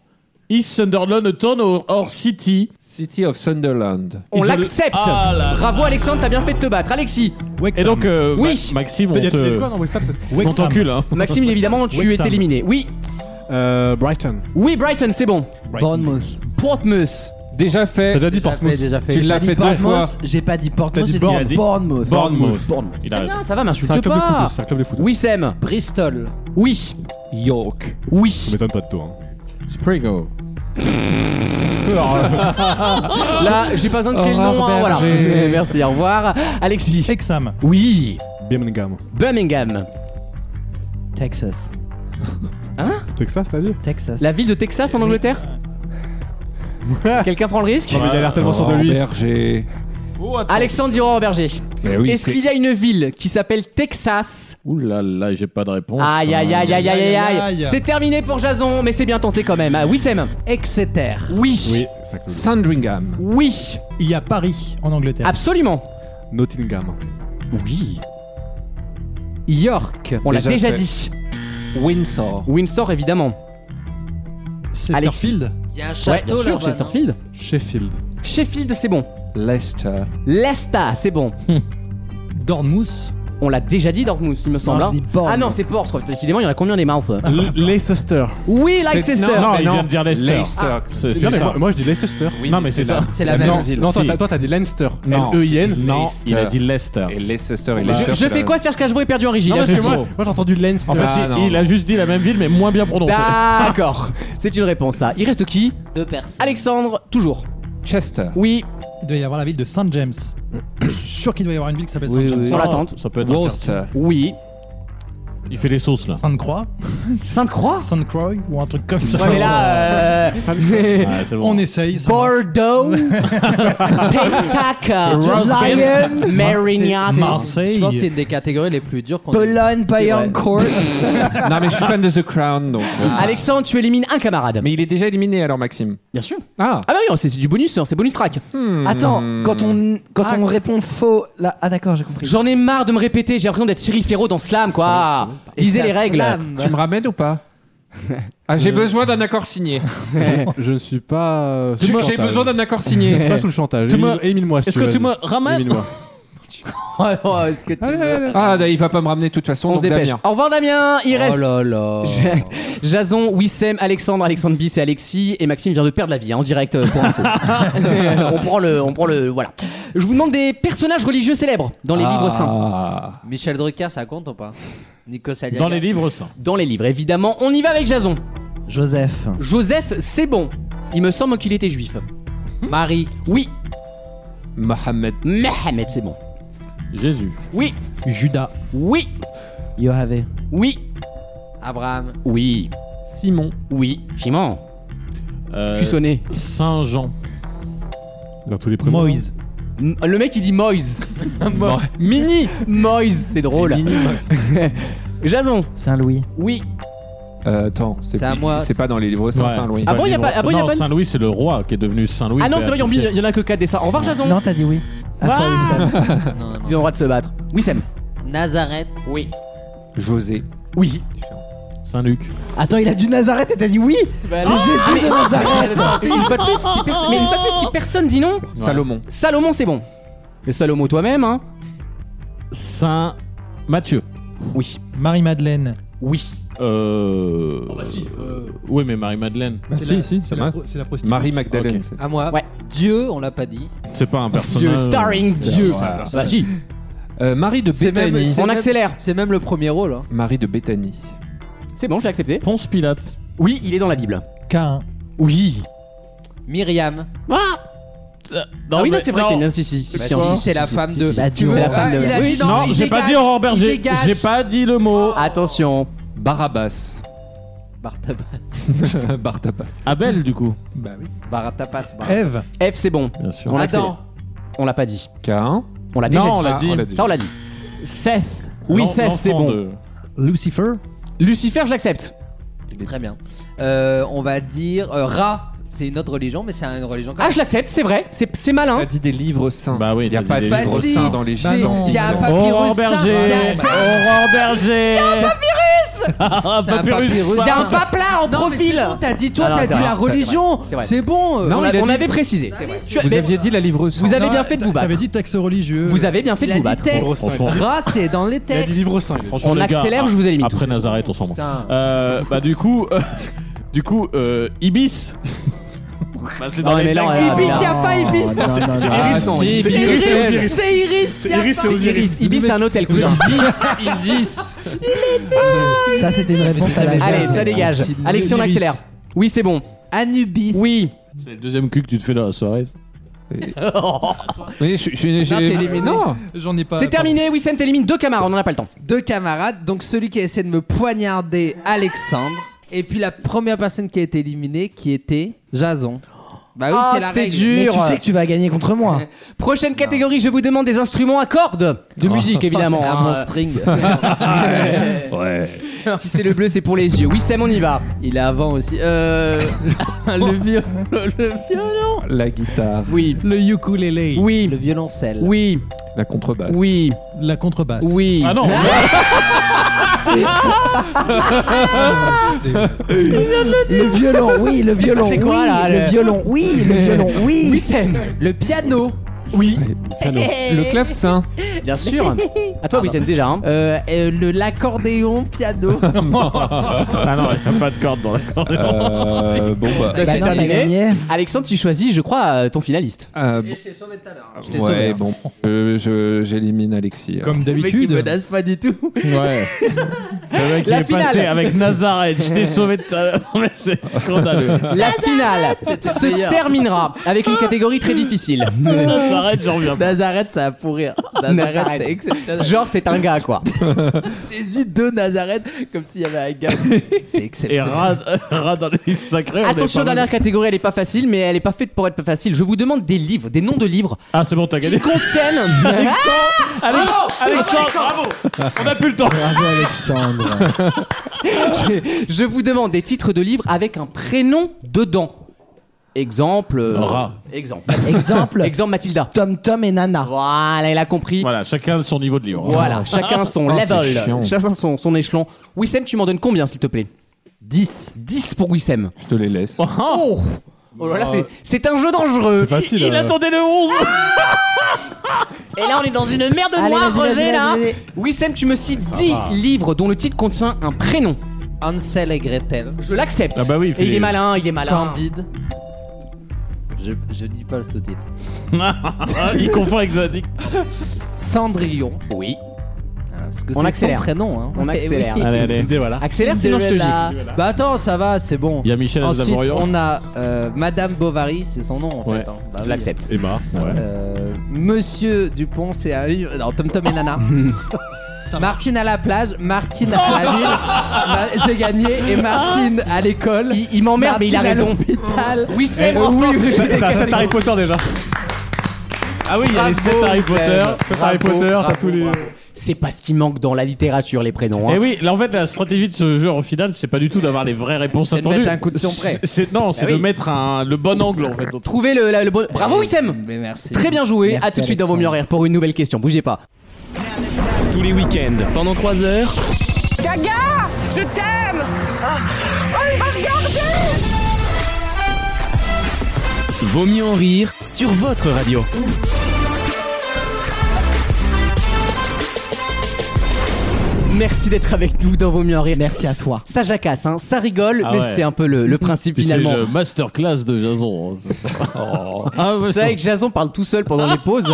S5: East Sunderland tourne au- hors City.
S11: City of Sunderland.
S2: On
S5: Ils ont-
S2: l'accepte.
S5: Ah là là.
S2: Bravo Alexandre, t'as bien fait de te battre. Alexis,
S5: Et donc, euh,
S2: Oui.
S5: Ma- Maxime, on
S6: Il y a il y a de
S5: te.
S6: quoi dans West Ham
S5: On t'encule, hein.
S2: Maxime, évidemment, tu es
S6: Wrexham.
S2: éliminé. Oui,
S6: Euh, Brighton.
S2: oui, Brighton, c'est bon.
S8: Bournemouth.
S2: Portsmouth.
S11: Déjà fait.
S6: T'as déjà dit Portsmouth.
S7: déjà fait.
S11: Tu l'as
S8: J'ai
S11: fait
S8: dit
S11: deux fois.
S8: Bournemouth, j'ai pas dit Portsmouth,
S6: dit
S8: j'ai
S6: Bourne.
S8: dit Bournemouth.
S5: Bournemouth.
S2: Bournemouth.
S5: Il a raison.
S2: Eh Bien, ça va,
S6: C'est un
S2: m'insulte
S6: club de
S2: pas.
S6: foot. C'est un club de foot.
S2: Oui, Sam.
S7: Bristol.
S2: Oui,
S11: York.
S6: Je
S2: oui.
S6: m'étonne pas de toi. hein.
S11: Spriggle.
S2: Là, j'ai pas besoin de créer le nom. hein, voilà.
S11: Berger.
S2: Merci, au revoir. Alexis.
S4: Exam.
S2: Oui.
S6: Birmingham.
S2: Birmingham.
S8: Texas.
S6: Texas, t'as dit
S8: Texas.
S2: Hein La ville de Texas en Angleterre Quelqu'un prend le risque
S6: Non, mais il a l'air tellement sûr de lui. Oh,
S11: Berger.
S2: Alexandre Diron Berger.
S11: Mais oui,
S2: Est-ce
S11: c'est-
S2: qu'il y a une ville qui s'appelle Texas
S5: Eh Ouh là là, j'ai pas de réponse.
S2: Aïe aïe aïe aïe aïe aïe aïe.
S4: aïe.
S2: C'est terminé pour Jason, mais c'est bien tenté quand même. Ah, Oui Sam.
S7: Exeter.
S2: Oui.
S6: Oui, ça colle.
S11: Sandringham.
S2: Oui.
S4: Il y a Paris en Angleterre.
S2: Absolument.
S6: Nottingham.
S2: Oui.
S7: York.
S2: On l'a
S11: Déjà
S2: déjà
S11: fait.
S2: dit.
S11: Windsor.
S2: Windsor évidemment.
S4: Chesterfield.
S7: Il y a un
S2: Ouais, bien
S7: château
S2: sûr,
S7: là-bas. non
S2: Chesterfield.
S6: Sheffield.
S2: Sheffield, c'est bon.
S11: Leicester.
S2: Leicester, c'est bon.
S4: Dortmouth.
S2: On l'a déjà dit Dortmund, il me semble.
S8: je
S2: hein.
S8: dis Bourne.
S2: ah non, c'est Ports, quoi. Décidément, il y en a combien des mouths
S6: Leicester.
S2: Oui,
S11: Non,
S2: Leicester.
S5: Non, il
S11: non.
S5: vient de dire Leicester.
S11: Leicester.
S5: Ah, c'est c'est
S6: Non, mais
S5: ça.
S6: moi, moi, je dis Leicester.
S11: Oui,
S5: Non, mais c'est ça.
S7: C'est la
S6: non,
S7: même ville.
S11: ville.
S6: non, toi,
S5: Si.
S6: t'as- toi, t'as dit E Leinster.
S11: Non.
S6: L-E-I-N.
S5: Non,
S11: Leicester.
S5: il a dit Leicester.
S11: Et Leicester et
S2: Je-
S11: Leicester.
S2: je,
S11: c'est
S2: fais
S11: la-
S2: quoi Serge Cajou est perdu en régie
S6: Non,
S2: là,
S6: parce
S2: je
S6: que
S2: le
S6: moi,
S2: trouve.
S6: moi, j'ai entendu Leinster.
S5: Hein, En fait,
S11: Ah,
S5: il-
S11: non.
S5: il a juste dit la même ville, mais moins bien prononcée.
S2: D'accord. C'est une réponse ça. Il reste qui
S7: Deux personnes.
S2: Alexandre, toujours.
S11: Chester.
S2: Oui,
S4: Il doit y avoir la ville de St. James. Je suis sûr qu'il doit y avoir une ville qui s'appelle
S7: Oui,
S4: St. James.
S7: oui.
S2: sur l'attente.
S5: Ça peut être. un
S11: Worcester.
S2: Oui.
S5: quartier. Il fait les sauces là.
S4: Sainte-Croix.
S2: Sainte-Croix
S4: Sainte-Croix ou un truc comme ça.
S2: Ouais, mais là, euh,
S5: Ah, c'est bon.
S4: On essaye. ça marche.
S2: Bordeaux, Pessac,
S5: Rosbeth.
S2: Lyon,
S7: C'est-
S2: Mérignac.
S4: Marseille.
S7: Je pense que c'est une des catégories les plus dures qu'on ait.
S8: Bologne, Bayern Court.
S11: non, mais je suis fan de The Crown, donc. euh.
S2: Alexandre, tu élimines un camarade.
S11: Mais il est déjà éliminé alors, Maxime.
S2: Bien sûr.
S11: Ah.
S2: Ah bah oui, c'est c'est du bonus, hein, c'est bonus track.
S6: Hmm.
S8: Attends, quand on, quand
S2: Ah.
S8: on répond faux. Là... Ah d'accord, j'ai compris.
S2: J'en ai marre de me répéter, j'ai l'impression d'être Cyril Ferraud dans Slam, quoi. Lisez
S7: Et
S2: les
S7: ça
S2: règles.
S7: slame.
S11: Tu me ramènes ou pas Ah, j'ai besoin d'un accord signé.
S6: Je ne suis pas. euh, sous
S11: Tu
S6: le
S11: vois, j'ai
S6: chantage.
S11: besoin d'un accord
S6: Je
S11: signé.
S6: suis pas sous le chantage.
S5: Tu me-
S6: Émile- Émile-moi, si
S5: Est-ce
S6: tu
S5: que
S6: veux,
S5: tu me
S6: vas-y.
S5: ramènes
S6: Émile-moi.
S2: Alors, est-ce que tu veux-
S11: Ah, il va pas me ramener de toute façon.
S2: On se
S11: donc
S2: dépêche.
S11: Damien.
S2: Au revoir Damien, il
S11: Oh
S2: reste.
S11: là là.
S2: Ja- Jason, Wissem, Alexandre, Alexandre Bis et Alexis. Et Maxime vient de perdre la vie hein, en direct euh, pour info. on prend le, on prend le, voilà. Je vous demande des personnages religieux célèbres dans les
S7: Ah.
S2: livres saints.
S7: Michel Drucker, ça compte ou pas Nico Aliaga.
S2: Dans les livres
S5: saints.
S2: Dans les livres, évidemment. On y va avec Jason.
S9: Joseph.
S2: Joseph, c'est bon. Il me semble qu'il était juif. Marie, oui.
S11: Mohamed.
S2: Mohamed, c'est bon.
S5: Jésus.
S2: Oui.
S4: Judas.
S2: Oui.
S9: Yohavé.
S2: Oui.
S7: Abraham.
S2: Oui.
S11: Simon.
S2: Oui. Simon.
S5: Euh,
S2: Cuissonnet.
S5: Saint Jean.
S6: Dans tous les prénoms.
S4: Moïse.
S2: M- Le mec il dit Moïse. Mo- Mini Moïse, c'est drôle. Jason.
S9: Saint-Louis.
S2: Oui.
S11: Euh, attends, c'est
S2: C'est à moi.
S11: c'est pas dans les livres saints,
S5: Ouais,
S11: Saint-Louis.
S5: c'est pas
S2: Ah bon,
S5: les
S2: y a
S5: livres-
S2: pas- ah bon, y a
S5: Non,
S2: pas une-
S5: Saint-Louis, c'est le roi qui est devenu Saint-Louis.
S2: ah non, c'est vrai, il y en a que 4 dessins. Au revoir, Jason. Ah.
S9: Non, t'as dit oui. À toi, Wissem.
S2: Ils ont le droit de se battre. Wissem.
S7: Nazareth.
S2: Oui.
S11: José.
S2: Oui.
S5: Saint-Luc.
S9: Attends, il a dit Nazareth et t'as dit oui C'est
S2: non. Ah, mais-
S9: Jésus de Nazareth
S2: Mais une fois de plus, si personne- mais une fois de plus, si personne dit non,
S11: Salomon.
S2: Salomon, c'est bon. Mais Salomon, toi-même, hein
S5: Saint Matthieu.
S2: Oui.
S4: Marie-Madeleine.
S2: Oui.
S5: Euh.
S4: Oh,
S5: Oui, mais Marie-Madeleine.
S4: Bah C'est si, la- si, c'est c'est la va. pro- c'est la prostituée.
S5: Marie-Magdalene.
S7: À moi. Dieu, on l'a pas dit.
S5: C'est pas un personnage.
S7: Dieu, starring Dieu.
S5: Ouais.
S7: Bah si.
S11: Euh, Marie de
S7: C'est même-
S11: Béthanie.
S7: c'est même-
S2: C'est même le premier rôle.
S7: hein.
S11: Marie de Béthanie.
S2: C'est bon, je l'ai accepté.
S5: Ponce Pilate.
S2: Oui, il est dans la Bible.
S4: Cain.
S2: Oui.
S7: Myriam.
S5: Ah
S2: Ah oui, là, c'est vrai qu'il y en a- si, si, si,
S7: Bah
S2: si, on-
S7: si, c'est la
S2: si,
S7: femme
S2: si,
S7: de.
S2: si, si,
S7: Tu
S2: si,
S7: veux-
S2: c'est la
S7: Ah,
S2: femme de-
S7: il a dit
S2: Oui.
S7: non,
S5: Non,
S7: il
S5: j'ai pas
S7: dégage,
S5: dit Aurore
S7: il
S5: Berger.
S7: dégage.
S5: J'ai pas dit le mot.
S2: Attention.
S11: Barabbas.
S7: Bartabas.
S11: Bartabas.
S5: Abel, du coup.
S11: Bah oui.
S7: euh, Baratapas. Bar-
S4: Eve.
S2: F, c'est bon.
S5: Bien sûr.
S2: On l'a
S7: Adam.
S2: accepté. On l'a pas dit.
S11: Cain.
S2: On l'a
S5: Non,
S2: déjà
S5: on l'a
S2: Ah,
S5: dit.
S2: Ça, on l'a dit. Seth. Oui,
S5: L'en-
S2: Seth, c'est
S5: l'enfant
S2: bon.
S5: de-
S9: Lucifer.
S2: Lucifer, je l'accepte.
S7: Très bien. Euh, on va dire euh, Ra. C'est une autre religion, mais c'est une religion. quand
S2: Ah,
S7: même.
S2: je l'accepte, c'est vrai. C'est c'est malin.
S11: T'as dit des livres saints.
S5: Bah oui,
S11: Il y a
S5: t'as
S11: pas
S5: dit
S11: de
S5: des
S11: livres
S7: livres.
S11: saints dans les
S7: Bah
S11: livres
S7: non. Y a un
S11: antiques.
S7: papier-
S5: Aurore
S7: Papyrus
S5: Berger.
S7: Saint. Il y a-
S5: Aurore
S2: Eh.
S5: Berger.
S11: Euh.
S5: Ah,
S7: C'est un
S5: Papyrus
S7: papyrus
S5: Saint.
S2: Il y a un
S7: Saint.
S2: papelin en
S7: Non, mais c'est
S2: profil.
S7: bon, t'as dit toi,
S2: Ah, non,
S7: t'as
S2: c'est
S7: dit
S2: vrai,
S7: la
S2: c'est vrai,
S7: religion.
S2: c'est vrai.
S7: C'est bon. euh,
S11: Non,
S2: on
S11: il a
S2: a- on
S11: dit-
S2: avait précisé. Je-
S11: Vous
S2: mais-
S11: aviez dit la livre saint.
S2: Vous avez
S4: Non,
S2: bien fait de vous
S4: T'avais
S2: battre.
S4: dit texte religieux.
S2: Vous avez bien fait
S7: Il
S2: de
S7: a
S2: vous
S7: dit
S2: battre.
S7: texte.
S5: Franchement.
S7: Ra, c'est dans les
S6: Il y a des
S7: textes.
S6: livres saints.
S5: Franchement,
S2: On
S5: les gars,
S2: accélère,
S5: ah,
S2: je vous élimine
S5: Après Nazareth, on s'en branle.
S7: Putain.
S5: Euh, bah du coup, euh, du coup, euh, Ibis. Bah, c'est dans
S2: Non, mais
S5: les
S2: là,
S5: textes.
S2: on a-
S7: Ibis, y a pas
S9: Non,
S7: Ibis.
S9: non, non, non.
S11: Ah,
S6: Iris, non,
S11: si,
S6: c'est
S11: qui
S6: Iris,
S11: c'est
S6: c'est Iris.
S7: C'est Iris. y a
S6: Iris,
S7: pas-
S6: c'est Osiris.
S2: Ibis, Ibis, c'est un hôtel, cousin.
S11: Isis.
S9: Ça, c'était une réponse à la
S2: Allez,
S9: Jazz.
S2: ça dégage.
S4: c'est
S2: Alexis, on
S4: Ibis.
S2: accélère. Oui, c'est bon.
S7: Anubis.
S2: Oui.
S5: C'est le deuxième cul que tu te fais dans la soirée.
S11: Oui, je- je- je-
S7: t'es éliminé.
S11: Non.
S4: J'en ai pas.
S2: C'est terminé. Wissem t'élimine deux camarades. On n'en a pas le temps.
S7: Deux camarades. Donc celui qui a essayé de me poignarder, Alexandre. Et puis la première personne qui a été éliminée, qui était Jason. Bah oui,
S2: Ah,
S9: Oh,
S7: c'est la
S2: c'est
S7: règle.
S2: dur.
S9: Mais tu sais que tu vas gagner contre moi.
S2: Prochaine catégorie, je vous demande des instruments à cordes. De musique, évidemment.
S7: Oh. Un
S2: hein.
S7: mon string.
S5: Ouais.
S2: Si c'est le bleu, c'est pour les yeux. Wissem, on y va.
S7: Il est avant aussi. Euh. le viol- le violon.
S11: La guitare.
S2: Oui.
S4: Le ukulélé.
S2: Oui.
S7: Le violoncelle.
S2: Oui.
S11: La contrebasse.
S2: Oui.
S4: La contrebasse.
S2: Oui.
S5: Ah non.
S9: Le violon, oui, le violon.
S2: c'est quoi,
S9: oui,
S2: là,
S9: Le
S2: le-
S9: violon, oui, le violon, oui.
S2: Wissem.
S7: Le piano.
S2: Oui.
S11: Piano. Le clavecin.
S2: Bien sûr. À toi, Wissem, déjà. hein.
S7: Euh, euh, le l'accordéon piano.
S5: Ah non, il n'y a pas de corde dans la corde.
S11: Euh, bon bah.
S2: Bah,
S9: Bah
S2: c'est
S9: non, t'as
S2: terminé.
S9: gagné.
S2: Alexandre, tu choisis, je crois, euh, ton finaliste.
S11: euh,
S7: Et je t'ai sauvé tout à l'heure. hein. Je t'ai
S11: bon,
S7: sauvé.
S11: ouais,
S7: hein.
S11: bon. Euh, je- J'élimine Alexis. alors.
S4: Comme
S7: Le mec il
S4: d'habitude.
S7: menace pas du tout.
S5: Ouais. Le mec, il
S2: La
S5: est
S2: finale.
S5: passé avec Nazareth. Je t'ai sauvé tout à l'heure. Mais c'est scandaleux.
S2: La finale se terminera avec une catégorie
S7: Oh.
S2: très difficile.
S5: Nazareth, j'en reviens pas.
S7: Nazareth, ça va pourrir. Nazareth,
S2: Nazareth.
S7: c'est exceptionnel.
S2: Genre, c'est un gars, quoi.
S7: Jésus de Nazareth, comme s'il y avait un gars. C'est
S5: Et
S7: exceptionnel.
S5: rat, rat dans les livres sacrés. on est
S2: Attention,
S5: pas mal.
S2: dernière catégorie, elle est pas facile, mais elle est pas faite pour être pas facile. Je vous demande des livres, des noms de livres
S5: Ah, c'est bon, t'as
S2: qui
S5: gagné.
S2: contiennent.
S5: Alex-
S2: Bravo,
S5: Alexandre, bravo. On a plus le temps.
S9: Bravo, Alexandre.
S2: Je vous demande des titres de livres avec un prénom dedans. Exemple. euh,
S5: Rat.
S2: Exemple.
S9: Exemple,
S2: Exemple Mathilda.
S9: Tom Tom et Nana.
S2: Voilà, il a compris.
S5: Voilà, chacun son niveau de livre.
S2: Voilà, chacun son
S11: Oh,
S2: level,
S11: c'est chiant.
S2: chacun son, son échelon. Wissem, tu m'en donnes combien, s'il te plaît 10. 10 pour Wissem.
S11: Je te les laisse.
S2: Oh, oh là là, c'est- c'est un jeu dangereux.
S6: C'est facile.
S5: Il
S6: euh,
S5: attendait le 11.
S2: Et là, on est dans une merde
S20: Allez,
S2: noire,
S20: vas-y,
S2: Roger,
S20: vas-y,
S2: là.
S20: vas-y.
S2: Wissem, tu me cites 10
S20: va.
S2: livres dont le titre contient un prénom.
S7: Hansel et Gretel.
S2: Je l'accepte.
S7: Ah bah oui, il fait
S2: Et il
S7: les-
S2: est malin, il est malin.
S7: Candide. Je, je dis pas le sous-titre.
S5: Il confond avec Zadig.
S7: Cendrillon.
S2: Oui.
S7: Parce que
S2: On
S7: c'est
S2: accélère.
S7: son prénom. Hein.
S2: On
S7: Eh oui.
S2: accélère. Allez, allez.
S7: Cinderella.
S2: Accélère, sinon je te
S7: Cinderella.
S2: gifle.
S7: Bah attends, ça va, c'est bon.
S5: Il y a Michel
S7: Ensuite,
S5: Azamorian.
S7: on a euh, Madame Bovary, c'est son nom en
S5: Ouais.
S7: fait. hein. Bah
S5: Je
S7: oui.
S5: l'accepte.
S1: Eh ben,
S5: Emma, ouais.
S7: Euh, Monsieur Dupont, c'est un livre. Non, Tom Tom et Nana. Martine à la plage, Martine à la ville. Bah, J'ai gagné et Martine à l'école. Il,
S2: m'emmerde, mais il a raison. Euh, Oui, c'est
S7: c'est
S2: bon, enfin, je suis
S6: T'as
S2: décalé.
S6: 7 Harry Potter déjà.
S5: Ah oui,
S6: il y a les sept Harry Potter, sept Harry Potter, t'as tous les- Eh
S2: C'est pas ce qui manque dans la littérature, les prénoms. hein.
S5: Et Eh oui, là en fait la stratégie de ce jeu en finale, c'est pas du tout d'avoir les vraies réponses
S2: C'est de
S5: attendues.
S2: mettre un coup de son près.
S5: C'est- c'est- non, c'est
S2: Ah
S5: de
S2: oui.
S5: mettre un, le bon angle en fait.
S2: Trouvez le, la- le bon. Bravo, Wissem Très bien joué.
S1: Merci,
S2: à tout de suite dans Vos
S1: Alexandre.
S2: Mieux en Rire pour une nouvelle question. Bougez pas.
S1: Tous les week-ends, pendant 3 heures.
S13: Gaga, je t'aime. Oh, il m'a regardé.
S1: Vaut mieux en rire sur votre radio.
S2: Merci d'être avec nous dans Vos Mieux en Rire. Merci à toi. Ça jacasse, hein, ça rigole,
S6: Ah
S2: mais c'est un peu le, le principe
S5: Ah Puis
S2: finalement.
S5: C'est le masterclass de Jason. hein, c'est- Oh. Ah, ouais.
S2: C'est vrai que Jason parle tout seul pendant les pauses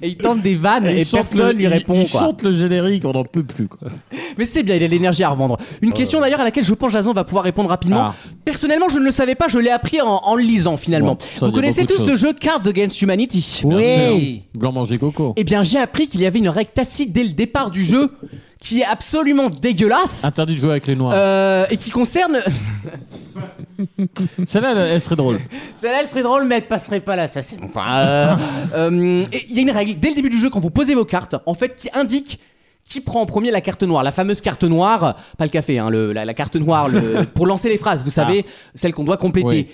S2: et il tente des vannes
S5: Et
S2: et,
S5: il chante
S2: personne
S5: le-
S2: lui
S5: il-
S2: répond.
S5: il
S2: quoi.
S5: chante le générique, on n'en peut plus. Quoi. Euh.
S2: Mais c'est bien, il a l'énergie à revendre. Une question d'ailleurs à laquelle je pense Jason va pouvoir répondre rapidement.
S5: Ah.
S2: Personnellement, je ne le savais pas, je l'ai appris en, en le lisant finalement.
S5: Bon, ça
S2: Vous
S5: dit
S2: connaissez
S5: beaucoup de
S2: tous le
S5: choses.
S2: jeu Cards Against Humanity
S5: Bien sûr. Ah, Blanc manger coco.
S2: Eh bien, j'ai appris qu'il y avait une règle tacite dès le départ du jeu qui est absolument dégueulasse
S5: Interdit de jouer avec les noirs.
S2: euh, et qui concerne. euh,
S5: Celle-là, elle, elle serait drôle.
S2: Celle-là, elle serait drôle, mais elle passerait pas là, ça c'est bon. Euh, euh, et Il y a une règle dès le début du jeu quand vous posez vos cartes, en fait, qui indique. Qui prend en premier la carte noire La fameuse carte noire, pas le café, hein, le- la, la carte noire le- pour lancer les phrases, vous
S5: Ah.
S2: savez, celle qu'on doit compléter.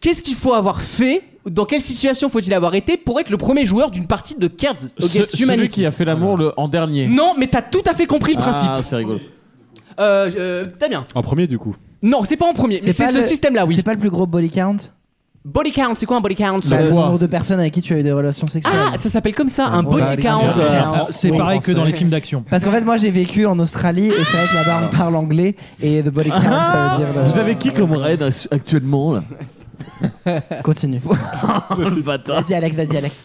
S2: Qu'est-ce qu'il faut avoir fait Dans quelle situation faut-il avoir été pour être le premier joueur d'une partie de Cards
S5: Ce-
S2: Against
S5: celui
S2: Humanity
S5: qui a fait l'amour le- en dernier.
S2: Non, mais t'as tout à fait compris le principe.
S5: Ah, c'est rigolo.
S2: Euh, euh, t'as bien.
S6: En premier du coup.
S2: Non, c'est pas en premier, mais c'est
S8: pas
S2: ce
S8: le-
S2: système-là, oui.
S8: C'est pas le plus gros body count
S2: Body count, c'est quoi un body count
S8: Bah, Le nombre de personnes avec qui tu as eu des relations sexuelles.
S2: Ah, ça s'appelle comme ça, un body
S8: body
S2: count.
S8: count.
S2: euh,
S8: Ah,
S4: C'est
S8: Oui,
S4: pareil que
S8: français.
S4: dans les films d'action.
S8: Parce qu'en fait, moi j'ai vécu en Australie et c'est vrai que là-bas on parle anglais et the
S2: Ah,
S8: body count
S5: Ah,
S8: ça veut dire. le-
S12: Vous avez qui comme raid as- actuellement là
S8: Continue. Vas-y, Alex, vas-y, Alex.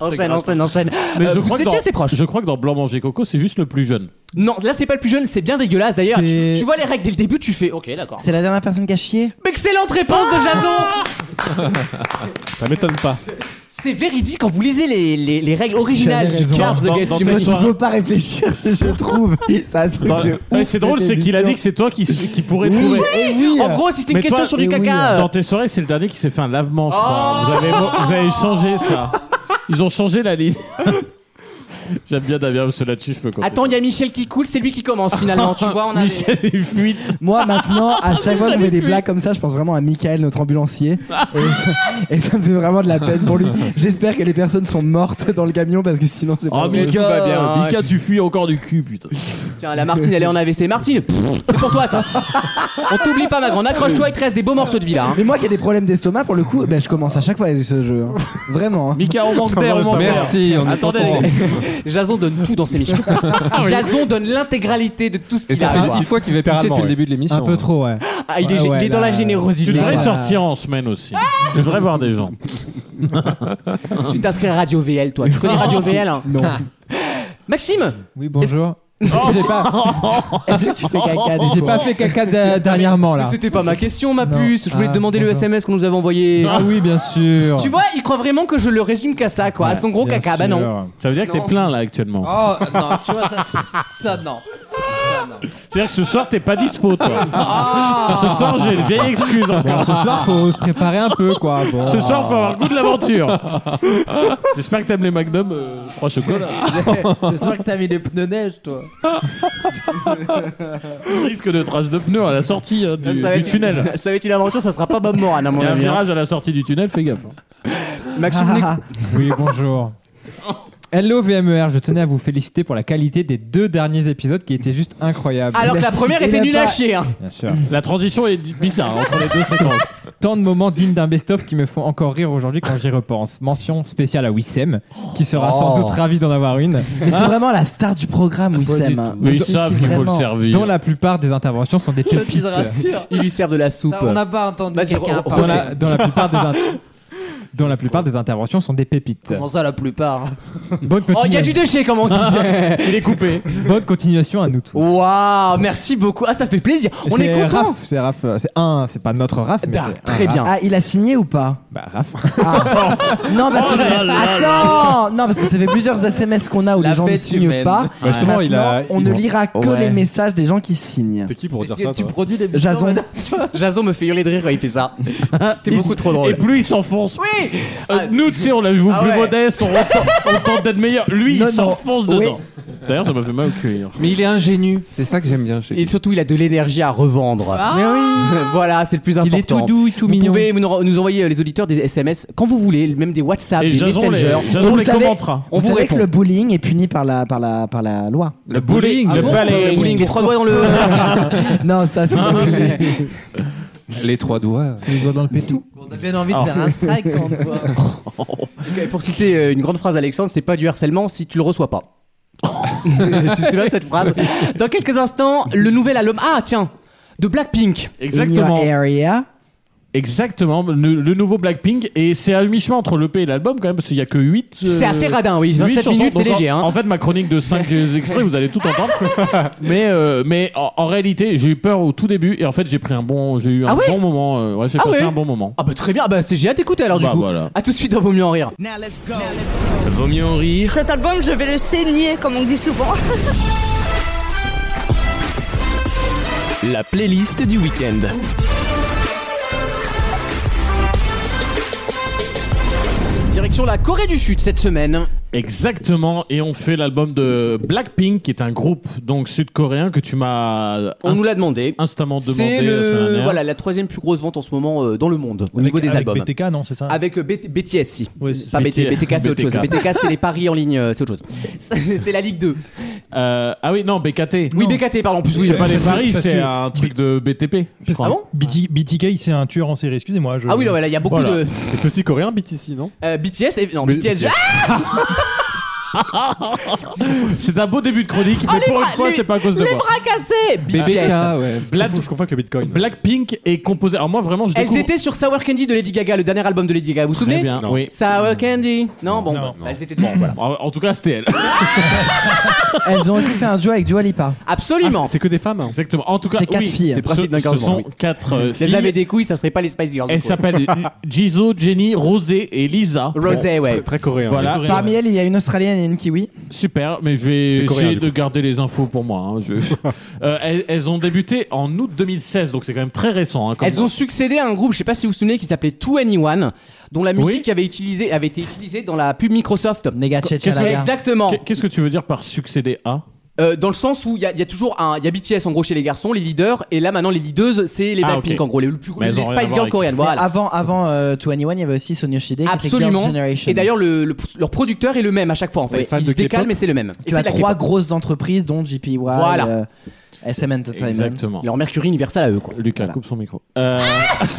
S2: Enchaîne, enchaîne, enchaîne.
S5: Mais
S2: Euh,
S5: je
S2: vous
S5: crois que
S2: étiez
S5: dans-
S2: assez proche.
S5: Je crois que dans Blanc manger coco, c'est juste le plus jeune.
S2: Non, là c'est pas le plus jeune, c'est bien dégueulasse d'ailleurs.
S8: C'est-
S2: Tu, tu vois les règles dès le début, tu fais ok, d'accord.
S8: C'est la dernière personne qui a chié Ah
S2: Excellente réponse de Jason
S6: Ça m'étonne pas.
S2: C'est véridique quand vous lisez les, les- les règles originales
S8: J'avais
S2: du
S8: raison.
S2: Cards
S5: Dans-
S2: Against
S5: dans tes
S2: Humanity.
S5: soirées.
S8: Faut pas réfléchir, je, je trouve. C'est un truc
S5: Dans-
S8: de
S5: Ouais,
S8: ouf,
S5: Bah, c'est drôle,
S8: cette
S5: c'est qu'il a dit
S8: émission.
S5: que c'est toi qui, qui pourrais
S8: Oui,
S5: trouver.
S8: eh oui. En gros, si
S2: c'était une
S5: Mais
S2: question sur du Eh caca, Oh. oui. euh.
S5: hein. Dans tes soirées, c'est le dernier qui s'est fait un lavement, je crois. Vous, avez, vous avez changé ça. Ils ont changé la ligne. J'aime bien Damien, parce que là-dessus, je peux comprendre.
S2: Attends, il y a Michel qui coule, c'est lui qui commence finalement, tu vois. On a
S5: Michel, il fuite.
S8: Moi maintenant, à chaque fois qu'on fait des blagues comme ça, je pense vraiment à Michael, notre ambulancier. Et ça, et ça me fait vraiment de la peine pour lui. J'espère que les personnes sont mortes dans le camion parce que sinon
S5: Ah,
S2: Ah,
S8: c'est pas
S12: Oh,
S8: drôle.
S12: Mika,
S2: hein,
S12: Mika,
S2: et
S12: tu fuis encore du cul, putain.
S2: Tiens, la Martine, elle est en AVC. Martine, pff, c'est pour toi ça. On t'oublie pas, ma grande. Accroche-toi, il te reste des beaux morceaux de vie là. hein.
S8: Ah. Mais moi qui ai des problèmes d'estomac, pour le coup, ben, je commence à chaque fois avec ce jeu. hein. Vraiment. hein.
S5: Mika, on manque d'air, on manque d'air. Attendez,
S2: Jason donne tout dans ses missions. Jason donne l'intégralité de tout ce
S11: Et
S2: qu'il
S11: ça
S2: a.
S11: fait six fois qu'il va pisser depuis le début de l'émission. hein.
S2: Un peu
S11: trop, ouais.
S2: Ah, il est, il est dans la
S5: Tu
S2: générosité.
S5: devrais
S2: Voilà.
S5: sortir en semaine aussi. Tu devrais voir des gens.
S2: Tu t'inscris à Radio VL, toi. Tu connais Radio VL hein
S5: Non.
S2: Maxime
S3: Oui, bonjour. Est-ce que j'ai pas.
S2: Est-ce que tu fais caca des
S3: J'ai
S2: fois
S3: pas fait caca de- dernièrement là.
S2: C'était pas ma question, ma
S3: Non.
S2: puce. Je voulais
S3: Ah,
S2: te demander le
S3: bonjour.
S2: SMS qu'on nous avait envoyé.
S3: Ah oui, bien sûr.
S2: Tu vois, il croit vraiment que je le résume qu'à ça, quoi. à son gros
S5: Bien
S2: caca. Bah
S5: sûr.
S2: non.
S5: Ça veut dire que t'es
S2: Non.
S5: plein là actuellement.
S7: Oh non, tu vois ça, c'est- ça non.
S5: C'est-à-dire que ce soir, t'es pas dispo, toi.
S11: Ah.
S2: Ah.
S5: Ce soir, j'ai une vieille excuse
S3: Bon,
S5: encore.
S3: ce soir, faut se préparer un peu quoi. Bon. Ah,
S5: Ce soir, faut avoir le goût de l'aventure. J'espère que t'aimes les Magnum euh, trois chocolats.
S7: J'espère que t'as mis les pneus neige, toi.
S5: Risque de traces de pneus à la sortie hein, du,
S2: Ça va
S5: du
S2: être-
S5: tunnel.
S2: Ça va être une aventure, ça sera pas Bob Moran, à
S5: Il
S2: mon
S5: y a un
S2: avis. hein.
S5: virage à la sortie du tunnel, fais gaffe. hein.
S2: Maxime,
S3: Oui, ah, bonjour. Hello VMER, je tenais à vous féliciter pour la qualité des deux derniers épisodes qui étaient juste incroyables.
S2: Alors que la première était nulle à chier. hein.
S3: Bien sûr.
S5: La transition est bizarre entre les deux séquences.
S3: Tant de moments dignes d'un best-of qui me font encore rire aujourd'hui quand j'y repense. Mention spéciale à Wissem, qui sera sans
S9: Oh.
S3: doute ravi d'en avoir une.
S9: Mais c'est
S3: Hein
S9: vraiment la star du programme, Wissem. hein.
S3: Mais
S9: C'est-
S3: c'est
S9: c'est vraiment-
S3: vraiment- Dont la plupart des interventions sont des pépites.
S2: Ils lui servent de la soupe.
S20: On n'a pas entendu
S2: Vas-y,
S20: quelqu'un
S2: re-
S20: parler.
S3: Dans la, dans la plupart des in- dont la plupart des interventions sont des pépites.
S20: Comment ça, la plupart
S3: Bonne
S2: Oh, il y a
S3: continuation.
S2: du déchet, comme on dit.
S7: Ah,
S3: Il
S5: est coupé.
S3: Bonne continuation à nous tous.
S2: Waouh, merci beaucoup. Ah, ça fait plaisir. On est,
S3: C'est
S2: content.
S3: Raph, C'est Raph, euh, c'est un, c'est pas notre Raph, mais c'est un
S9: Très
S3: Raph.
S9: bien. Ah, il a signé ou pas
S3: Bah, Raph.
S8: Ah.
S9: Non, parce
S3: Oh
S9: que
S3: là
S9: c'est-
S3: là là.
S9: Attends Non, parce que ça fait plusieurs SMS qu'on a où les gens ne
S20: bête
S9: signent
S20: humaine.
S9: pas.
S20: Bah, justement, il a-
S9: Maintenant, On
S20: il-
S9: ne lira que
S20: Ouais.
S9: les messages des gens qui signent.
S6: T'es qui pour
S2: dire que ça, tu toi produis
S9: les Jason.
S2: Jason me fait hurler de rire quand il fait ça. T'es
S5: Il-
S2: beaucoup trop drôle.
S5: Et plus il s'enfonce.
S2: Oui
S5: Euh, Nous, tu sais, on la joue
S2: Ah
S5: plus
S2: ouais.
S5: modeste, on tente, on tente d'être meilleur. Lui,
S2: Non, non.
S5: il s'enfonce
S2: Oui.
S5: dedans. D'ailleurs, ça m'a fait mal au cul. hier.
S11: Mais il est ingénu, c'est ça que j'aime bien chez lui.
S2: Et surtout, il a de l'énergie à revendre. voilà, c'est le plus important.
S11: est tout doux et tout
S2: vous
S11: mignon.
S2: pouvez nous, nous envoyer euh, les auditeurs des SMS quand vous voulez, même des WhatsApp,
S5: Et
S2: des
S5: Jason les-
S2: Messenger.
S5: Jason
S2: On vous
S5: les
S2: savez-
S5: commentera.
S2: On vous,
S9: savez
S2: répond.
S9: que le bullying est puni par la, par la, par la loi.
S5: Le bowling, le
S2: Ah Le
S5: balai.
S2: bowling, les trois doigts dans le.
S9: non, ça
S11: Ah
S9: c'est pas bullying.
S11: Les trois doigts.
S3: C'est les doigts dans le pétou.
S20: On a bien envie de
S2: Alors.
S20: faire un strike quand on voit.
S2: Ok, Pour citer euh, une grande phrase, Alexandre, c'est pas du harcèlement si tu le reçois pas. tu te souviens de cette phrase Dans quelques instants, le nouvel album. Ah, tiens De Blackpink.
S5: Exactement.
S9: In your area.
S5: Exactement, le, le nouveau Blackpink. Et c'est à mi-chemin entre l'EP et l'album quand même, parce qu'il n'y a que euh, 8.
S2: C'est assez radin, oui. 27 minutes, c'est léger, hein.
S5: En fait, ma chronique de 5 extraits, vous allez tout entendre. mais euh, mais en, en réalité, j'ai eu peur au tout début. Et en fait, j'ai pris un bon, j'ai eu un
S2: Ah ouais
S5: bon moment. euh, ouais, j'ai
S2: Ah
S5: passé
S2: ouais
S5: un bon moment.
S2: Ah, bah très bien, Ah bah, c'est j'ai hâte d'écouter alors du
S5: Bah,
S2: coup.
S5: voilà.
S2: À tout de suite dans Vaut mieux en rire.
S1: Vaut mieux en rire.
S14: Cet album, je vais le saigner, comme on dit souvent.
S1: La playlist du week-end.
S2: Direction la Corée du Sud cette semaine.
S5: Exactement, et on fait l'album de Blackpink, qui est un groupe donc sud-coréen que tu m'as.
S2: On nous l'a demandé.
S5: Instamment demandé.
S2: C'est
S5: euh, la semaine
S2: le
S5: dernière.
S2: voilà la troisième plus grosse vente en ce moment euh, dans le monde au niveau des
S4: avec
S2: albums.
S4: BTK, non, c'est ça
S2: Avec euh, B- BTS, si. Pas
S5: BTS.
S2: BTS, BTK, c'est autre chose.
S5: BTK.
S2: BTK, c'est les paris en ligne, euh, c'est autre chose. C'est c'est la Ligue 2.
S5: Euh, ah oui, non, BKT.
S2: Oui, BKT, pardon. en Plus, oui,
S5: c'est pas les paris,
S4: parce
S5: c'est
S4: que-
S5: un truc de BTP. je crois.
S2: Ah bon
S4: BT- BTK, c'est un tueur en série, excusez-moi. je-
S2: Ah oui, non, mais là, il y a beaucoup
S4: Voilà.
S2: de.
S6: Et c'est aussi coréen, BTC, non
S2: Euh, BTS et. Non, BTS.
S6: BTS.
S5: C'est un beau début de chronique, mais pour une fois, c'est pas à cause de
S2: Oh, Les
S5: moi.
S2: bras cassés
S6: Ah,
S2: BTS
S5: Black- Blackpink est composé. Alors moi, vraiment, je
S2: Elles
S5: découvre.
S2: étaient sur Sour Candy de Lady Gaga, le dernier album de Lady Gaga, vous vous souvenez
S5: Très bien, oui.
S2: Sour Candy Non, bon, bah, elles étaient dessus, voilà.
S5: En, en tout cas, c'était elle.
S9: Elles ont aussi fait un duo avec Dua Lipa.
S2: Absolument
S6: Ah, C'est que des femmes. hein.
S5: Exactement. En tout cas,
S9: C'est quatre
S5: oui,
S9: filles.
S2: C'est le principe
S5: ce-
S2: d'un
S5: Ce
S2: quinze ans,
S5: sont
S2: oui.
S5: quatre euh,
S2: Si elles avaient
S5: filles.
S2: des couilles, ça serait pas les Spice Girls.
S5: Elles
S2: du coup.
S5: s'appellent Jizo, Jenny, Rosé et Lisa.
S2: Rosé, ouais.
S6: Très coréen.
S5: Voilà.
S9: Parmi elles, il y a une Australienne et une Kiwi.
S5: Super, mais je vais
S6: C'est coréen,
S5: essayer
S6: du
S5: de garder les infos pour moi. hein, je- Euh, elles, elles ont débuté en août 2016, donc c'est quand même très récent. hein, comme-
S2: Elles ont succédé à un groupe, je sais pas si vous vous souvenez, qui s'appelait 2NE1, dont la musique avait, utilisé, avait été utilisée dans la pub Microsoft. Mega
S5: Qu'est-ce que-
S2: Exactement.
S5: qu'est- Qu'est-ce que tu veux dire par succéder à
S2: Euh, dans le sens où il y, a- il y a toujours un. Il y a BTS en gros chez les garçons, les leaders, et là maintenant les leaders, c'est les
S5: Ah,
S2: Blackpink
S5: ok.
S2: en gros, les, plus,
S5: Mais
S2: les
S5: elles ont rien à
S2: Spice
S5: voir
S2: Girls
S5: avec-
S2: coréennes.
S9: Mais
S2: Voilà.
S9: Avant, avant euh, 21, il y avait aussi Sonia Shide. qui était Girls'
S2: Absolument.
S9: Generation.
S2: Et d'ailleurs, le, le- le producteur est le même à chaque fois en fait.
S9: Oui, fan
S2: il
S9: de
S2: se décale,
S9: K-pop.
S2: mais c'est le même. Et
S9: tu
S2: c'est
S9: as
S2: de la
S9: trois
S2: K-pop.
S9: grosses entreprises, dont JPY,
S2: Voilà.
S9: euh, SM Entertainment.
S5: Exactement.
S2: Leur Mercury Universal à eux quoi.
S5: Lucas, coupe son micro. Euh,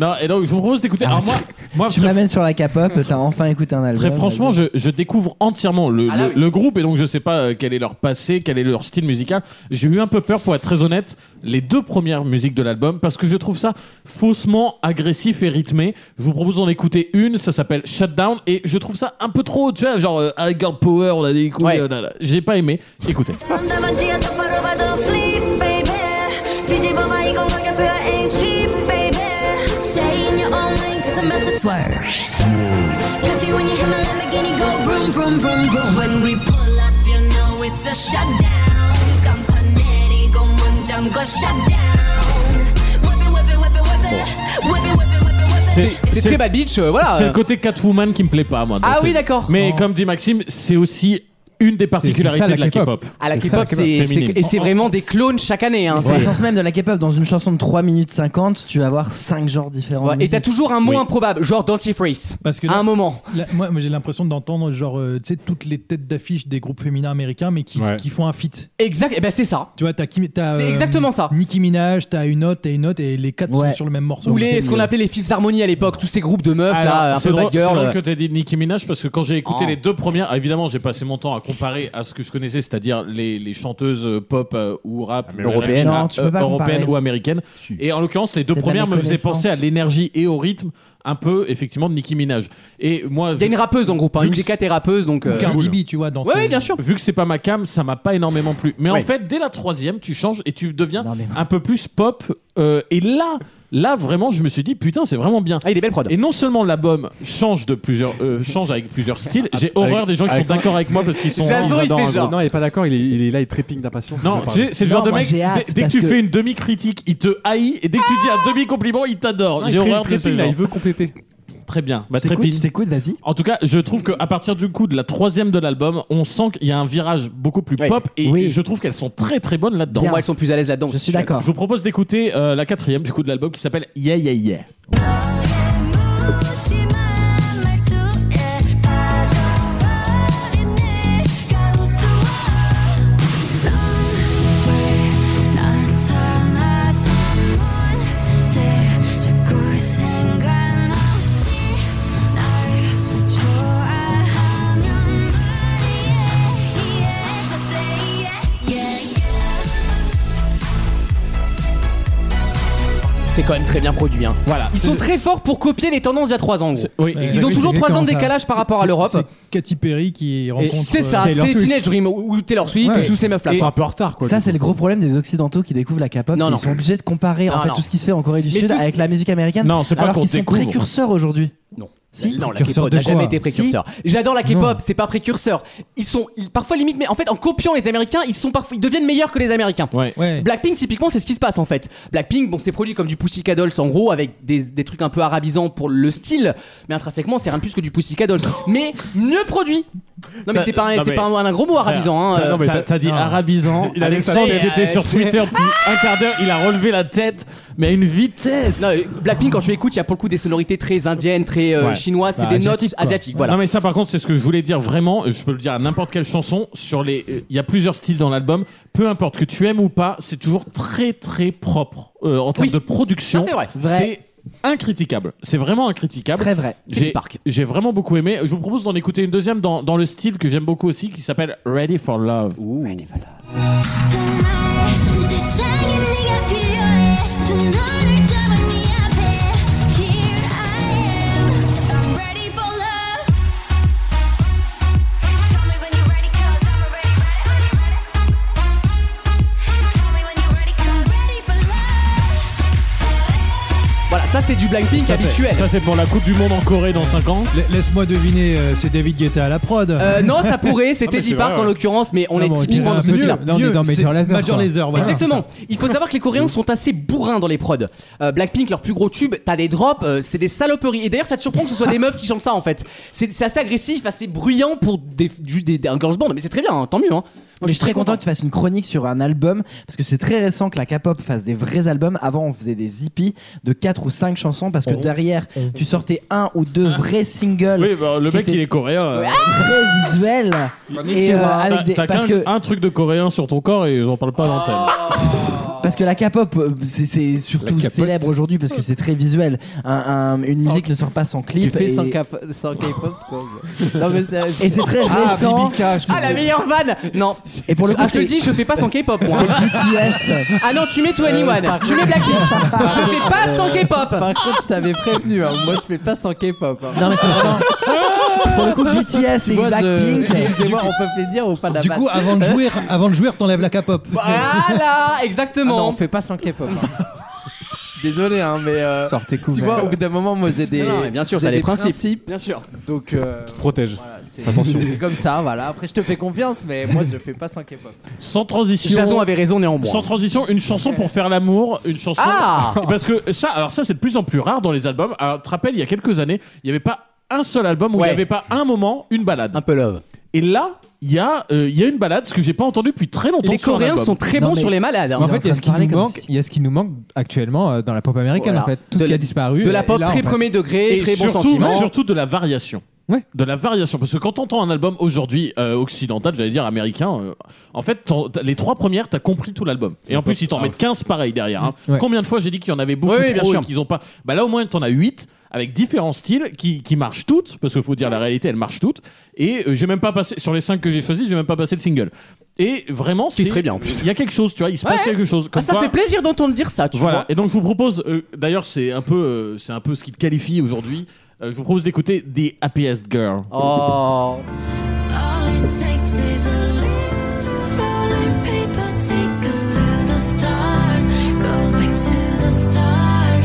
S5: non, et donc je vous propose d'écouter. Alors moi, moi
S9: Tu
S5: très-
S9: m'amènes sur la K-pop, t'as enfin écouté un album.
S5: Très franchement, je, je découvre entièrement le, le- le groupe et donc je sais pas euh, quel est leur passé, quel est leur style musical. J'ai eu un peu peur, pour être très honnête, les deux premières musiques de l'album parce que je trouve ça faussement agressif et rythmé. Je vous propose d'en écouter une, ça s'appelle Shutdown et je trouve ça un peu trop, tu vois, genre euh, I Girl Power, on a des couilles, euh, là, là. j'ai pas aimé. Écoutez.
S13: 잠잠한지야 똑바로 봐 Don't sleep baby 뒤집어봐 이건 가격표야 ain't cheap baby Stay in your own lane cause I'm about to swerve Catch me when you hit my Lamborghini go vroom vroom vroom vroom When we pull up you know it's a shutdown 깜판 내리고 문 잠궈 shutdown Whip it whip it whip it whip it Whip it whip it whip it whip it
S5: C'est
S2: c'est très bad bitch, euh, voilà.
S5: C'est le côté Catwoman qui me plaît pas, moi. dans
S2: Ah
S5: ces-
S2: oui, d'accord.
S5: Mais
S2: Oh.
S5: comme dit Maxime, c'est aussi une des particularités de la K-pop.
S2: À Ah, la K-pop, c'est- c'est- et c'est vraiment des clones chaque année. Hein,
S8: Dans
S2: c'est-
S8: l'essence même de la K-pop, dans une chanson de 3 minutes 50, tu vas avoir 5 genres différents. de
S2: Ouais, et
S8: musique.
S2: t'as toujours un mot improbable, genre dentifrice.
S4: Parce que
S2: à
S4: là-
S2: un moment.
S4: là, moi, moi, j'ai l'impression d'entendre genre euh, tu sais toutes les têtes d'affiche des groupes féminins américains mais qui,
S2: Ouais.
S4: qui font un feat.
S2: Exact, et ben c'est ça.
S4: Tu vois, t'as Kim- t'as,
S2: C'est
S4: euh,
S2: exactement ça.
S4: Nicki Minaj, t'as une note, t'as une note et les quatre
S2: Ouais.
S4: sont sur le même morceau.
S2: Ou les, ce qu'on appelait les Fifth Harmony à l'époque, tous ces groupes de meufs là, un
S5: c'est
S2: peu euh,
S5: drôle,
S2: bad girl.
S5: c'est drôle que t'aies dit Nicki Minaj parce que quand j'ai écouté
S2: Oh.
S5: les deux premières, ah, évidemment, j'ai passé mon temps à comparer à ce que je connaissais, c'est-à-dire les, les chanteuses euh, pop euh, ou rap
S24: mais
S5: euh,
S24: européennes.
S5: euh,
S24: Non, tu peux pas
S5: européennes
S24: comparer.
S5: ou américaines. Et en l'occurrence, les deux
S24: C'est de la
S5: premières me faisaient
S24: méconnaissance.
S5: penser à l'énergie et au rythme un peu effectivement de Nicki Minaj. Et moi,
S2: Il y a une rappeuse dans le groupe, hein, une des quatre est rappeuse donc. euh,
S4: tu vois, dans
S2: Ouais, ce- ouais, bien sûr.
S5: Vu que c'est pas ma cam, ça m'a pas énormément plu. Mais
S2: Ouais.
S5: en fait, dès la troisième, tu changes et tu deviens un peu plus pop. euh, et là, là vraiment, je me suis dit putain, c'est vraiment bien.
S2: Ah, il est belle prod.
S5: Et non seulement l'album change de plusieurs, euh, change avec plusieurs
S2: Ah,
S5: styles. J'ai
S11: Avec-
S5: horreur des gens qui sont
S11: Alexandre-
S5: d'accord avec moi parce qu'ils sont. ils adorent un groupe.
S11: Non, il est pas d'accord, il est, il est là, il trépigne d'impatience.
S5: Non, tu sais, c'est le genre de mec, dès, dès que tu fais une demi-critique, il te haït, et dès que tu dis un demi-compliment, il t'adore.
S11: Non, il
S5: J'ai
S11: crée-
S5: horreur
S11: il
S5: de ce
S11: trépigne, là,
S5: genre.
S11: il veut compléter.
S5: Très bien. Bah,
S11: t'écoute,
S5: Trépine.
S11: je t'écoute, vas-y.
S5: En tout cas, je trouve qu'à partir du coup de la troisième de l'album, on sent qu'il y a un virage beaucoup plus pop, et
S2: Oui.
S5: je trouve qu'elles sont très très bonnes là-dedans.
S2: Pour moi, elles sont plus à l'aise là-dedans. Je suis d'accord.
S5: Je vous propose d'écouter euh, la quatrième du coup de l'album qui s'appelle Yeah Yeah Yeah.
S2: C'est quand même très bien produit. Hein.
S5: Voilà.
S2: Ils sont très forts pour copier les tendances il y a 3 ans. gros.
S5: Oui,
S2: Ils ont toujours 3 ans de décalage par rapport à l'Europe.
S4: C'est Katy Perry qui
S2: Et
S4: rencontre. euh,
S2: C'est
S5: euh,
S2: ça, c'est Teenage Dream ou ou Taylor Swift
S8: Ouais.
S2: ou tous ces meufs là.
S8: Et- Ça, c'est le gros problème des Occidentaux qui découvrent la K-pop.
S2: Non,
S8: c'est
S2: non.
S8: Ils sont obligés de comparer en
S2: Non,
S8: fait
S2: non.
S8: tout ce qui se fait en Corée du
S2: Mais
S8: Sud
S2: tout ce-
S8: avec la musique américaine.
S2: Non, c'est pas
S8: alors
S2: qu'on
S8: qu'ils sont
S2: découvre.
S8: précurseurs aujourd'hui.
S2: Non.
S8: Si.
S2: Non, la
S8: Précurseur
S2: K-pop
S8: de
S2: n'a jamais
S8: quoi
S2: été précurseur.
S8: Si.
S2: J'adore la
S8: Non.
S2: K-pop, c'est pas précurseur. Ils sont ils- parfois limite, mais en fait, en copiant les Américains, ils sont parfois, ils deviennent meilleurs que les Américains. Blackpink, typiquement, c'est ce qui se passe en fait. Blackpink, bon, c'est produit comme du Pussycat Dolls en gros, avec des, des trucs un peu arabisants pour le style, mais intrinsèquement, c'est rien de plus que du Pussycat Dolls. mais mieux produit. Non, mais
S5: T'as-
S2: c'est pas, un-
S5: non,
S2: c'est
S5: mais-
S2: pas un, un gros mot arabisant. Hein,
S5: T'as-
S2: euh,
S5: non, mais T'as t'as dit arabisant.
S2: Il a
S5: Alexandre,
S2: dit ça.
S5: j'étais
S2: Et,
S5: sur
S2: euh,
S5: Twitter depuis un quart d'heure. Il a relevé la tête, mais à une vitesse.
S2: Non, Blackpink, quand je l'écoute, il y a pour le coup des sonorités très indiennes, très euh,
S5: Ouais.
S2: chinoises, c'est
S5: Bah,
S2: des notes
S5: asiatique, quoi.
S2: asiatiques. Voilà.
S5: Non mais ça par contre c'est ce que je voulais dire vraiment, euh, je peux le dire à n'importe quelle chanson, sur les euh, il y a plusieurs styles dans l'album, peu importe que tu aimes ou pas, c'est toujours très très propre euh, en termes de production.
S2: Ça, c'est vrai.
S5: C'est
S2: Vrai.
S5: incritiquable. C'est vraiment incritiquable.
S8: Très vrai.
S5: J'ai j'ai vraiment beaucoup aimé. Je vous propose d'en écouter une deuxième dans, dans le style que j'aime beaucoup aussi qui s'appelle Ready for Love.
S2: Voilà, ça c'est du Blackpink
S5: Ça, c'est-
S2: habituel.
S5: Ça c'est pour la Coupe du monde en Corée dans 5 ans.
S4: Laisse-moi deviner, euh, c'est David Guetta à la prod.
S2: Euh, non, ça
S5: Ah,
S2: pourrait,
S25: Ah,
S2: c'était Deep Park en l'occurrence, mais on est typiquement dans ce style-là. Exactement. Il faut savoir que les Coréens sont assez bourrins dans les prods. Euh, Blackpink, leur plus gros tube, t'as des drops, euh, c'est des saloperies. Et d'ailleurs, ça te surprend que ce soit des meufs qui chantent ça en fait. C'est c'est assez agressif, assez bruyant pour des, juste des, des- un girls band, mais c'est très bien, hein, tant mieux. hein. Moi,
S8: je suis très content que tu fasses une chronique sur un album parce que c'est très récent que la K-pop fasse des vrais albums. Avant, on faisait des hippies de 4 ou 5 chansons parce que
S5: Oh.
S8: derrière, tu sortais un ou deux vrais singles.
S5: Hein Oui, bah, le
S8: qui
S5: mec
S8: étaient
S5: il est coréen. euh, Bah,
S8: Très visuels. Et euh,
S5: T'as-
S8: avec des-
S5: T'as
S8: parce
S5: qu'un
S8: que
S5: un truc de coréen sur ton corps et j'en parle pas à l'antenne.
S2: Oh.
S8: Parce que la K-pop, euh, c'est- c'est surtout
S5: capote.
S8: célèbre aujourd'hui parce que c'est très visuel. Un- un- une musique ne sort pas sans clip.
S7: Tu fais
S8: et-
S7: sans, cap- sans K-pop quoi. Non, mais c'est-
S8: Et c'est très
S7: Ah,
S8: récent.
S2: Ah, la meilleure vanne Non.
S8: Et pour le coup,
S2: ah, je te
S8: c'est-
S2: dis, je fais pas sans K-pop. moi.
S8: C'est BTS.
S2: Ah non, tu mets 21,
S7: Euh, par
S2: tu mets
S7: contre- Euh,
S2: Blackpink. je fais pas sans K-pop.
S7: Par contre, je t'avais prévenu, hein. moi je fais pas sans K-pop. hein.
S8: Non, mais c'est vraiment. Pour le coup, BTS
S7: Tu
S8: et
S7: vois, je-
S8: Blackpink.
S7: Excusez-moi, on peut finir ou pas la
S4: Du
S7: batte
S4: coup, avant de jouer, avant de jouer, t'enlèves la K-pop.
S25: Bah,
S2: Voilà, Ah exactement.
S7: Ah non, on fait pas sans K-pop. hein. Désolé, hein, mais. euh,
S4: Sortez
S7: Tu
S4: couverts.
S7: vois, au bout d'un moment, moi j'ai des.
S2: Non, non, mais bien sûr,
S7: j'ai
S2: t'as
S7: des
S2: les principes.
S7: Bien sûr. Donc. euh,
S11: Protège.
S7: voilà, c'est-
S11: Attention.
S7: C'est comme ça, voilà. Après, je te fais confiance, mais moi je fais pas sans K-pop.
S5: Sans transition.
S2: Jason avait raison néanmoins.
S5: Sans transition, une chanson pour faire l'amour, une chanson.
S2: Ah
S5: Parce que ça, alors ça, c'est de plus en plus rare dans les albums. Alors, tu te rappelles, il y a quelques années, il n'y avait pas un seul album où il n'y avait pas un moment une balade. Un
S2: peu love.
S5: Et là, il y, a, euh, il y a une balade, ce que j'ai pas entendu depuis très longtemps.
S2: Les
S5: sur un
S2: Coréens
S5: album.
S2: sont très bons sur les malades. hein.
S3: En fait, il y a ce qui nous manque, il y a ce qui nous manque actuellement euh, dans la pop américaine
S2: Voilà.
S3: en fait, tout
S2: De
S3: ce qui
S2: la-
S3: a disparu.
S2: de la
S3: est-
S2: pop
S3: est là,
S2: très
S3: en fait.
S2: premier degré,
S5: Et surtout, surtout de la variation. De la variation. Parce que quand t'entends un album aujourd'hui euh, occidental, j'allais dire américain, euh, en fait, t'en- t'as- les trois premières, t'as compris tout l'album. Et en plus, ils
S2: Ah,
S5: t'en mettent 15 pareils derrière. hein.
S11: Ouais.
S5: Combien de fois j'ai dit qu'il y en avait beaucoup
S11: Oui, oui, bien
S5: trop et
S11: sûr.
S5: qu'ils ont pas. Bah là, au moins, t'en as 8 avec différents styles qui, qui marchent toutes, parce qu'il faut dire la réalité, elles marchent toutes. Et euh, j'ai même pas passé, sur les 5 que j'ai choisis, j'ai même pas passé le single. Et vraiment, c'est
S2: très bien, en plus.
S5: Il y a quelque chose, tu vois, il se passe
S2: Ouais.
S5: quelque chose.
S2: Ah,
S5: Comme
S2: ça
S5: quoi-
S2: fait plaisir d'entendre dire ça, tu
S5: voilà.
S2: vois.
S5: Et donc je vous propose, euh, d'ailleurs c'est un peu, euh, c'est un peu ce qui te qualifie aujourd'hui. Euh, je vous propose d'écouter des Happiest Girl.
S2: Oh.
S13: All it takes is a little rolling paper. Take us to the start. Go back to the start.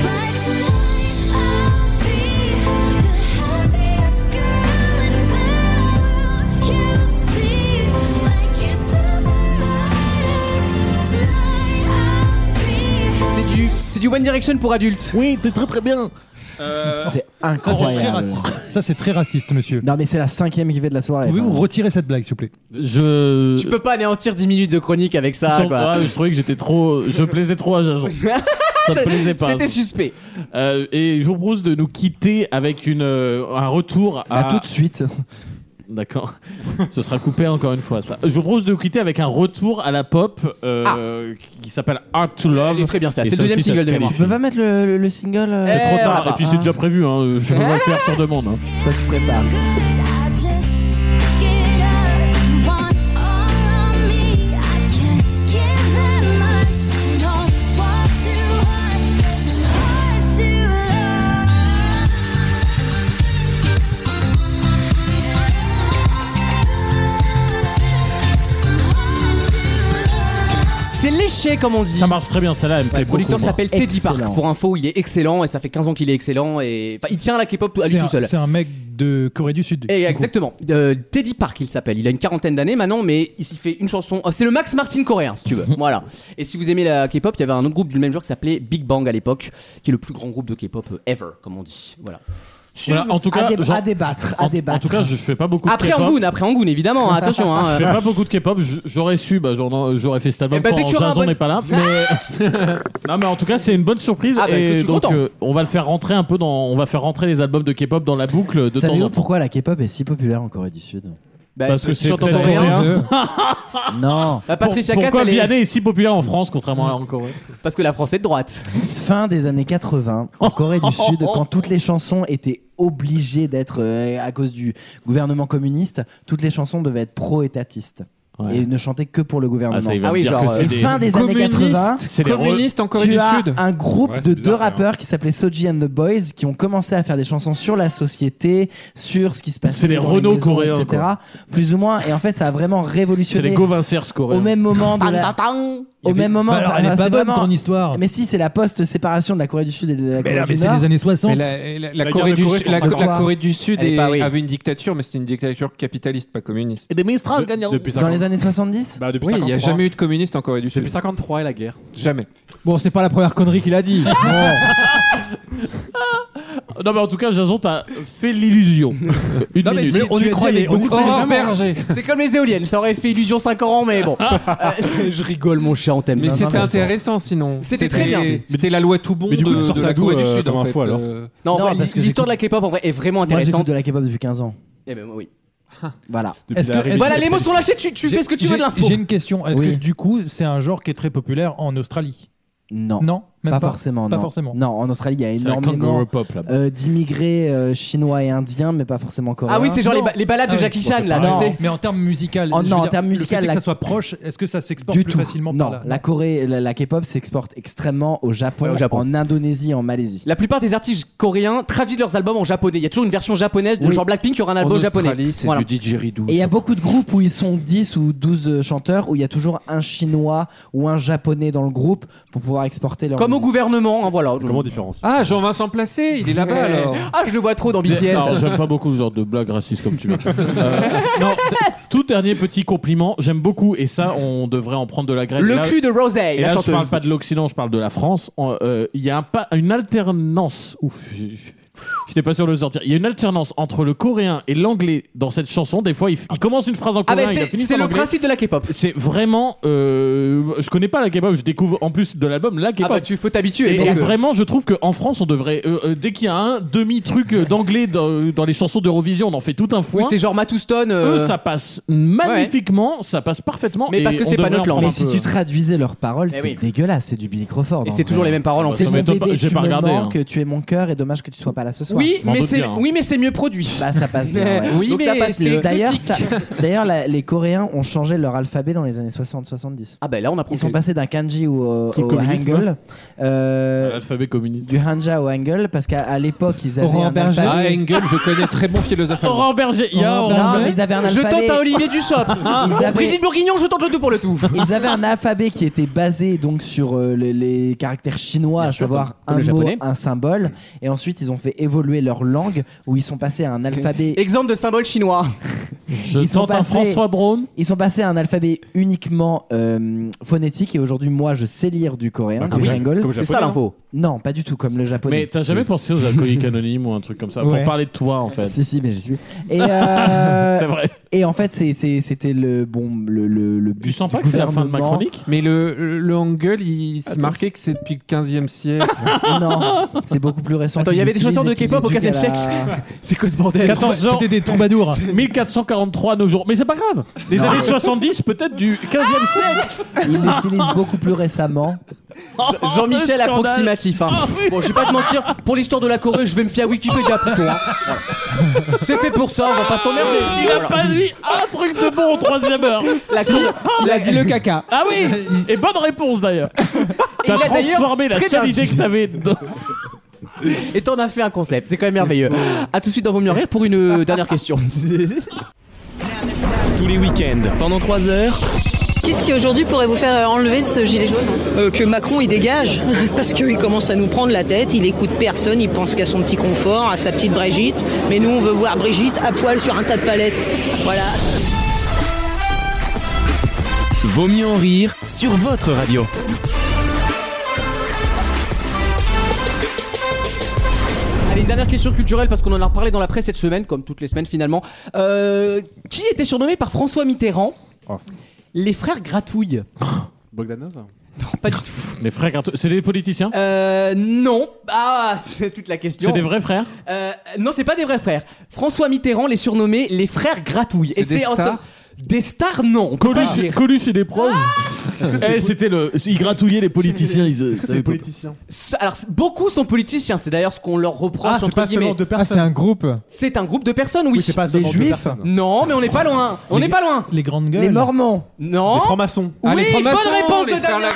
S13: By tonight, I'll be the happiest girl in the world. You see, like it doesn't matter. Tonight, I'll be.
S2: C'est du, c'est du One Direction pour adultes.
S5: Oui, t'es très très bien.
S25: C'est incroyable.
S4: Ça, c'est très raciste, monsieur.
S25: Non, mais c'est la cinquième qui fait de la soirée.
S4: Pouvez-vous retirer cette blague, s'il vous plaît
S5: Je.
S2: Tu peux pas anéantir 10 minutes de chronique avec ça,
S5: Sans-
S2: quoi.
S5: Euh, Ouais, ah, je trouvais que j'étais trop, je plaisais trop à Jason. Ça te plaisait pas.
S2: Ah, C'était
S5: ça.
S2: suspect.
S5: Euh, et je vous propose de nous quitter avec une, euh, un retour
S4: Ah.
S5: à.
S25: À tout de suite.
S5: D'accord. Ce sera coupé encore une fois, ça. Je vous propose de nous quitter avec un retour à la pop euh, qui s'appelle Art to Love.
S2: Ah. est très bien, ça.
S5: Et
S2: C'est le deuxième
S5: aussi, ça
S2: single
S5: se
S2: de Mémoire.
S5: qualifie.
S8: Tu peux pas mettre le, le- le single euh,
S5: C'est trop
S8: on l'a
S5: tard.
S8: pas.
S5: Et puis c'est déjà prévu. Hein. Je peux pas le faire sur demande. hein.
S8: Ça se prépare.
S13: I just get up. You want all of me. I can't give that much. Don't fall too hard. It's hard to love.
S2: C'est léché, comme on dit.
S5: Ça marche très bien, celle-là, elle me plaît
S2: Le producteur
S5: beaucoup, moi.
S2: s'appelle Teddy
S5: Excellent.
S2: Park. Pour info, il est excellent et ça fait 15 ans qu'il est excellent. Et... Enfin, il tient la K-pop à lui
S4: C'est
S2: tout
S4: un-
S2: seul.
S4: C'est un mec de Corée du Sud.
S2: Et Eh, exactement. Euh, Teddy Park, il s'appelle. Il a une quarantaine d'années maintenant, mais il s'y fait une chanson. Oh, C'est le Max Martin coréen, si tu veux. voilà. Et si vous aimez la K-pop, il y avait un autre groupe du même genre qui s'appelait Big Bang à l'époque, qui est le plus grand groupe de K-pop euh, ever, comme on dit. Voilà.
S5: Voilà, en tout cas,
S2: À dé-
S5: genre-
S2: à débattre,
S5: en, en tout cas, je fais pas beaucoup
S2: Après
S5: de K-pop.
S2: Angoon, après Angoon, évidemment. hein, attention. Hein.
S5: Je fais pas beaucoup de K-pop. j- J'aurais su, bah, j'en- j'aurais fait cet album
S2: Eh ben, dès
S5: quand
S2: qu'il y aura un
S5: Jason
S2: bon-
S5: n'est pas là. Mais... non, mais en tout cas, c'est une bonne surprise.
S2: Ah, bah, écoute, je
S5: et
S2: suis
S5: donc, euh,
S2: content.
S5: on va le faire rentrer un peu dans. On va faire rentrer les albums de K-pop dans la boucle de temps
S8: Savez-vous
S5: en temps.
S8: pourquoi la K-pop est si populaire en Corée du Sud
S2: Bah,
S5: Parce que c'est
S2: j'entends
S5: peut-être
S2: coréen.
S5: coréen.
S8: Non.
S2: Ah, Patricia
S5: Pourquoi
S2: Cass, elle est-
S5: Vianney est si populaire en France, contrairement à en Corée
S2: Parce que la France est de droite.
S8: Fin des années 80, en Corée du Sud, quand toutes les chansons étaient obligées d'être, euh, à cause du gouvernement communiste, toutes les chansons devaient être pro-étatistes.
S5: Ouais.
S8: Et ne chantaient que pour le gouvernement.
S5: Ah, ça, il va me dire que c'est
S8: Et
S5: des
S8: fin des années
S5: communistes.
S8: 80,
S5: C'est des re- Communistes en Corée
S8: tu
S5: du
S8: as
S5: Sud.
S8: un groupe
S5: Ouais, c'est
S8: de
S5: bizarre,
S8: deux rappeurs qui s'appelaient Soji and the Boys qui ont commencé à faire des chansons sur la société, sur ce qui se passe.
S5: C'est les Renault coréens,
S8: etc.
S5: quoi.
S8: Plus ou moins. Et en fait, ça a vraiment
S5: C'est
S8: révolutionné.
S5: les Govincers coréens.
S8: Au même moment de la... Au même moment,
S4: Bah alors, elle est
S8: enfin,
S4: pas
S8: c'est
S4: bonne,
S8: vraiment-
S4: ton histoire.
S8: Mais si, c'est la post-séparation de la Corée du Sud et de la Corée
S4: là,
S8: du
S4: mais c'est
S8: Nord.
S4: les années 60.
S11: Mais la, la- la
S8: C'est la
S11: Corée
S8: guerre de
S11: du
S8: Corée
S11: Sud, la,
S8: contre
S11: la
S8: quoi
S11: Corée du Sud
S8: Elle est
S11: est-
S8: pas- oui.
S11: avait une dictature, mais c'était une dictature capitaliste, pas communiste.
S5: Et des Mistral
S8: Dans les années 70
S26: Bah, depuis
S11: Oui, il n'y a
S26: 53.
S11: jamais eu de communiste en Corée du Sud.
S26: Depuis 53 et la guerre.
S11: Jamais.
S3: Bon, c'est pas la première connerie qu'il a dit.
S5: Non, mais en tout cas, Jason, t'as fait l'illusion. Une
S2: Non, mais
S5: minute.
S2: tu- tu as dit avec beaucoup de
S11: Aurore
S2: vraiment.
S11: Berger.
S2: C'est comme les éoliennes, ça aurait fait illusion 5 ans, mais bon. Euh, je rigole, mon chat, on t'aime.
S11: Mais
S2: Non,
S11: c'était
S2: non, non.
S11: intéressant sinon.
S2: C'était très bien.
S11: C'était la loi tout bon
S26: Mais du
S11: de,
S26: coup, tu sors
S11: de
S26: ça
S11: la
S26: d'où,
S11: Corée du
S26: euh,
S11: Sud
S26: comme
S11: en fait.
S26: info, alors
S11: Euh,
S2: Non, en
S8: Non,
S2: vrai,
S8: parce que
S2: l'histoire de la K-pop en vrai est vraiment
S8: Moi, j'écoute
S2: intéressante.
S8: de la K-pop depuis 15 ans.
S2: Eh ben, oui.
S8: Voilà.
S26: Depuis
S4: Est-ce
S26: la
S4: que-
S26: révolution.
S2: Voilà, les mots sont lâchés, tu, tu fais ce que tu veux de
S4: J'ai-
S2: l'info.
S4: J'ai une question. Est-ce
S8: Oui.
S4: que du coup, c'est un genre qui est très populaire en Australie
S8: Non.
S4: Non, même
S8: pas,
S4: pas.
S8: forcément.
S4: Pas
S8: non.
S4: forcément.
S8: Non, en Australie, il y a
S5: C'est la kangaroo
S8: énormément
S5: pop là.
S8: euh, d'immigrés euh, chinois et indiens, mais pas forcément coréens.
S2: Ah oui, c'est genre les, ba- les balades
S4: Ah
S2: de
S4: oui.
S2: Jackie
S4: Bon,
S2: Chan,
S4: c'est
S2: là,
S4: pareil.
S2: tu sais.
S4: Mais en termes musical,
S8: Oh
S4: je
S8: non,
S4: veux
S8: en
S4: dire,
S8: termes
S4: le fait
S8: musical,
S4: que
S8: la-
S4: ça soit proche, est-ce que ça s'exporte
S8: du
S4: plus
S8: tout.
S4: facilement
S8: non,
S4: par là
S8: la Corée, la, la K-pop s'exporte extrêmement au Japon,
S2: Ouais, au Japon.
S8: en Indonésie, en Malaisie.
S2: La plupart des artistes coréens traduisent leurs albums en japonais. Il y a toujours une version japonaise, de
S8: Oui.
S2: genre Blackpink, il y aura un album
S11: en
S2: japonais.
S11: Australie, c'est
S2: Voilà.
S11: du didgeridoo.
S8: Et il y a beaucoup de groupes où ils sont 10 ou 12 chanteurs, où il y a toujours un chinois ou un japonais dans le groupe pour pouvoir exporter leur
S2: Comme au
S8: musique.
S2: gouvernement, hein, voilà.
S26: Comment différence
S11: Ah, Jean-Vincent Placé, il est là-bas alors.
S2: Ah, je le vois trop dans
S5: Non,
S2: BTS.
S5: j'aime pas beaucoup ce genre de blagues racistes comme tu l'as fait. Euh, non, t- tout dernier petit compliment, j'aime beaucoup, et ça, on devrait en prendre de la graine. Et
S2: Le
S5: là-
S2: cul de Rosé,
S5: Et là, je
S2: la
S5: parle
S2: chanteuse.
S5: pas de l'Occident, je parle de la France. On- euh, Il y a un pas- une alternance. Ouf, j'ai- j'ai- j'étais pas sûr de le sortir. Il y a une alternance entre le coréen et l'anglais dans cette chanson. Des fois, il, f- il commence une phrase en
S2: Ah,
S5: coréen.
S2: mais
S5: il la
S2: c'est
S5: finit
S2: c'est
S5: en
S2: le
S5: anglais.
S2: principe de la K-pop.
S5: C'est vraiment. euh, je connais pas la K-pop, je découvre en plus de l'album la K-pop.
S2: bah, tu- faut t'habituer,
S5: Et,
S2: donc,
S5: et
S2: euh.
S5: vraiment, je trouve qu'en France, on devrait. euh, euh, dès qu'il y a un demi-truc euh, d'anglais dans, dans les chansons d'Eurovision, on en fait tout un foin.
S2: Oui, c'est genre Matouston.
S5: Eux, ça passe magnifiquement, ça passe parfaitement.
S2: Mais parce
S5: et
S2: que
S5: on
S2: c'est pas
S5: devrait
S2: notre
S5: en
S2: langue.
S5: prendre
S8: Mais
S5: un
S8: si
S5: peu.
S8: tu traduisais leurs paroles,
S2: Eh
S8: c'est
S2: oui.
S8: dégueulasse, c'est du Billy Crawford.
S2: Et
S8: en
S2: c'est toujours
S8: vrai.
S2: les mêmes
S5: Bah,
S2: paroles en
S8: C'est
S2: plus.
S8: mon bébé,
S2: j'ai
S8: tu
S2: pas
S8: me
S2: regardé, hein.
S8: manques, tu es mon cœur et dommage que tu sois pas là ce soir.
S2: Oui, mais c'est
S8: hein.
S2: oui, mais c'est mieux produit.
S8: Bah, ça passe bien. ouais.
S2: Oui, Donc, mais ça passe c'est mieux.
S8: D'ailleurs, ça,
S2: exotique.
S8: d'ailleurs la- les Coréens ont changé leur alphabet dans les années 60-70.
S2: Ah, ben là, on apprend
S8: Ils sont
S2: que-
S8: passés d'un kanji au,
S5: Sous le
S8: au
S5: communisme. hein.
S8: hangul. euh,
S5: Alphabet communiste.
S8: du hanja au hangul, parce qu'à à l'époque, ils avaient
S11: Oran
S8: un
S11: Berger. Ah,
S8: alphabet.
S11: Engel, je connais très bon philosophe. allemand.
S5: Oran Berger, il y a
S8: Non,
S5: Oran Berger.
S8: mais ils avaient un
S2: Je
S8: alphabet.
S2: tente à Olivier Dussopt.
S8: Ils avaient-
S2: Brigitte Bourguignon, je tente le tout pour le tout.
S8: Ils avaient un alphabet qui était basé donc sur euh, les, les caractères chinois, à savoir
S2: comme
S8: un
S2: le
S8: mot,
S2: japonais.
S8: un symbole, et ensuite ils ont fait évoluer leur langue où ils sont passés à un alphabet.
S2: Exemple de symbole chinois.
S5: Je tente un François Braun.
S8: Ils sont passés à un alphabet uniquement euh, phonétique et aujourd'hui moi je sais lire du coréen,
S5: Bah,
S8: du
S5: comme-
S8: ringol.
S5: comme le C'est japonais, ça, l'info.
S8: Non, pas du tout comme le japonais.
S5: Mais t'as jamais pensé aux alcooliques anonymes ou un truc comme ça
S8: Ouais.
S5: pour parler de toi en fait.
S8: Si si mais j'y suis. Et, euh,
S5: C'est vrai.
S8: et en fait c'est- c'est- c'était le bon le le, le but
S5: Tu sens
S8: du
S5: pas que c'est la fin de ma
S8: gouvernement.
S5: chronique
S11: Mais le, le Hangul, il se marquait que c'est depuis le 15e siècle.
S8: Non, c'est beaucoup plus récent.
S2: Attends, il y avait des chansons de K-pop au 4 siècle. C'est quoi ce bordel
S5: 14 ans.
S27: C'était des troubadours.
S5: 1443 à nos jours. Mais c'est pas grave. Les
S8: Non.
S5: années 70, peut-être du 15e siècle.
S8: Il l'utilise beaucoup plus récemment.
S2: Jean-Michel
S5: Oh, Le scandale. Ah,
S2: approximatif. hein. Bon, je vais pas te mentir, pour l'histoire de la Corée, je vais me fier à Wikipédia plutôt. hein. Voilà. C'est fait pour ça, on va pas s'emmerder.
S5: Il a
S2: Voilà.
S5: pas dit un truc de bon en troisième heure.
S2: La Corée-
S3: Il a dit le caca.
S5: Ah oui Et bonne réponse d'ailleurs.
S2: Et
S5: T'as
S2: il a d'ailleurs
S5: transformé la
S2: très
S5: seule
S2: bien
S5: idée
S2: dit.
S5: que t'avais. dans-
S2: Et t'en as fait un concept, c'est quand même merveilleux. A tout de suite dans Vaut mieux en rire pour une euh, dernière question.
S1: Tous les week-ends, pendant 3 heures.
S15: Qu'est-ce qui aujourd'hui pourrait vous faire euh, enlever ce gilet jaune hein Euh, Que Macron il dégage, parce qu'il commence à nous prendre la tête, il écoute personne, il pense qu'à son petit confort, à sa petite Brigitte, mais nous on veut voir Brigitte à poil sur un tas de palettes. Voilà.
S1: Vaut mieux en rire sur votre radio.
S2: Allez, une dernière question culturelle parce qu'on en a reparlé dans la presse cette semaine, comme toutes les semaines finalement. Euh, qui était surnommé par François Mitterrand
S4: Oh.
S2: les frères Gratouille
S4: Bogdanov
S2: Pas du tout.
S5: Les frères Gratouille, c'est des politiciens
S2: Euh, non. Ah, c'est toute la question.
S5: C'est des vrais frères
S2: Euh, non, c'est pas des vrais frères. François Mitterrand les surnommait les frères Gratouille. Et
S11: C'est des
S2: en somme-
S11: stars
S2: Des stars, non. on peut pas
S5: Coluche,
S2: dire. Ah
S5: Coluche et des proches Eh, c'était le. Ils gratouillaient les politiciens. Ils, euh, savaient pas-
S2: Ce- Alors, c'est- beaucoup sont politiciens. C'est d'ailleurs ce qu'on leur reproche.
S4: Ah, c'est
S2: entre
S4: pas
S2: guillemets.
S4: seulement deux
S3: Ah, c'est
S4: personnes.
S3: un groupe.
S2: C'est un groupe de personnes, oui.
S4: Oui, c'est pas seulement deux
S3: juifs
S4: personnes.
S2: Non, mais on n'est pas loin. On n'est pas loin.
S27: Les grandes gueules.
S8: Les Mormons.
S2: Non.
S4: Les francs-maçons.
S2: oui,
S11: les
S2: bonne
S11: francs-maçons,
S2: réponse
S11: les
S2: de Damien.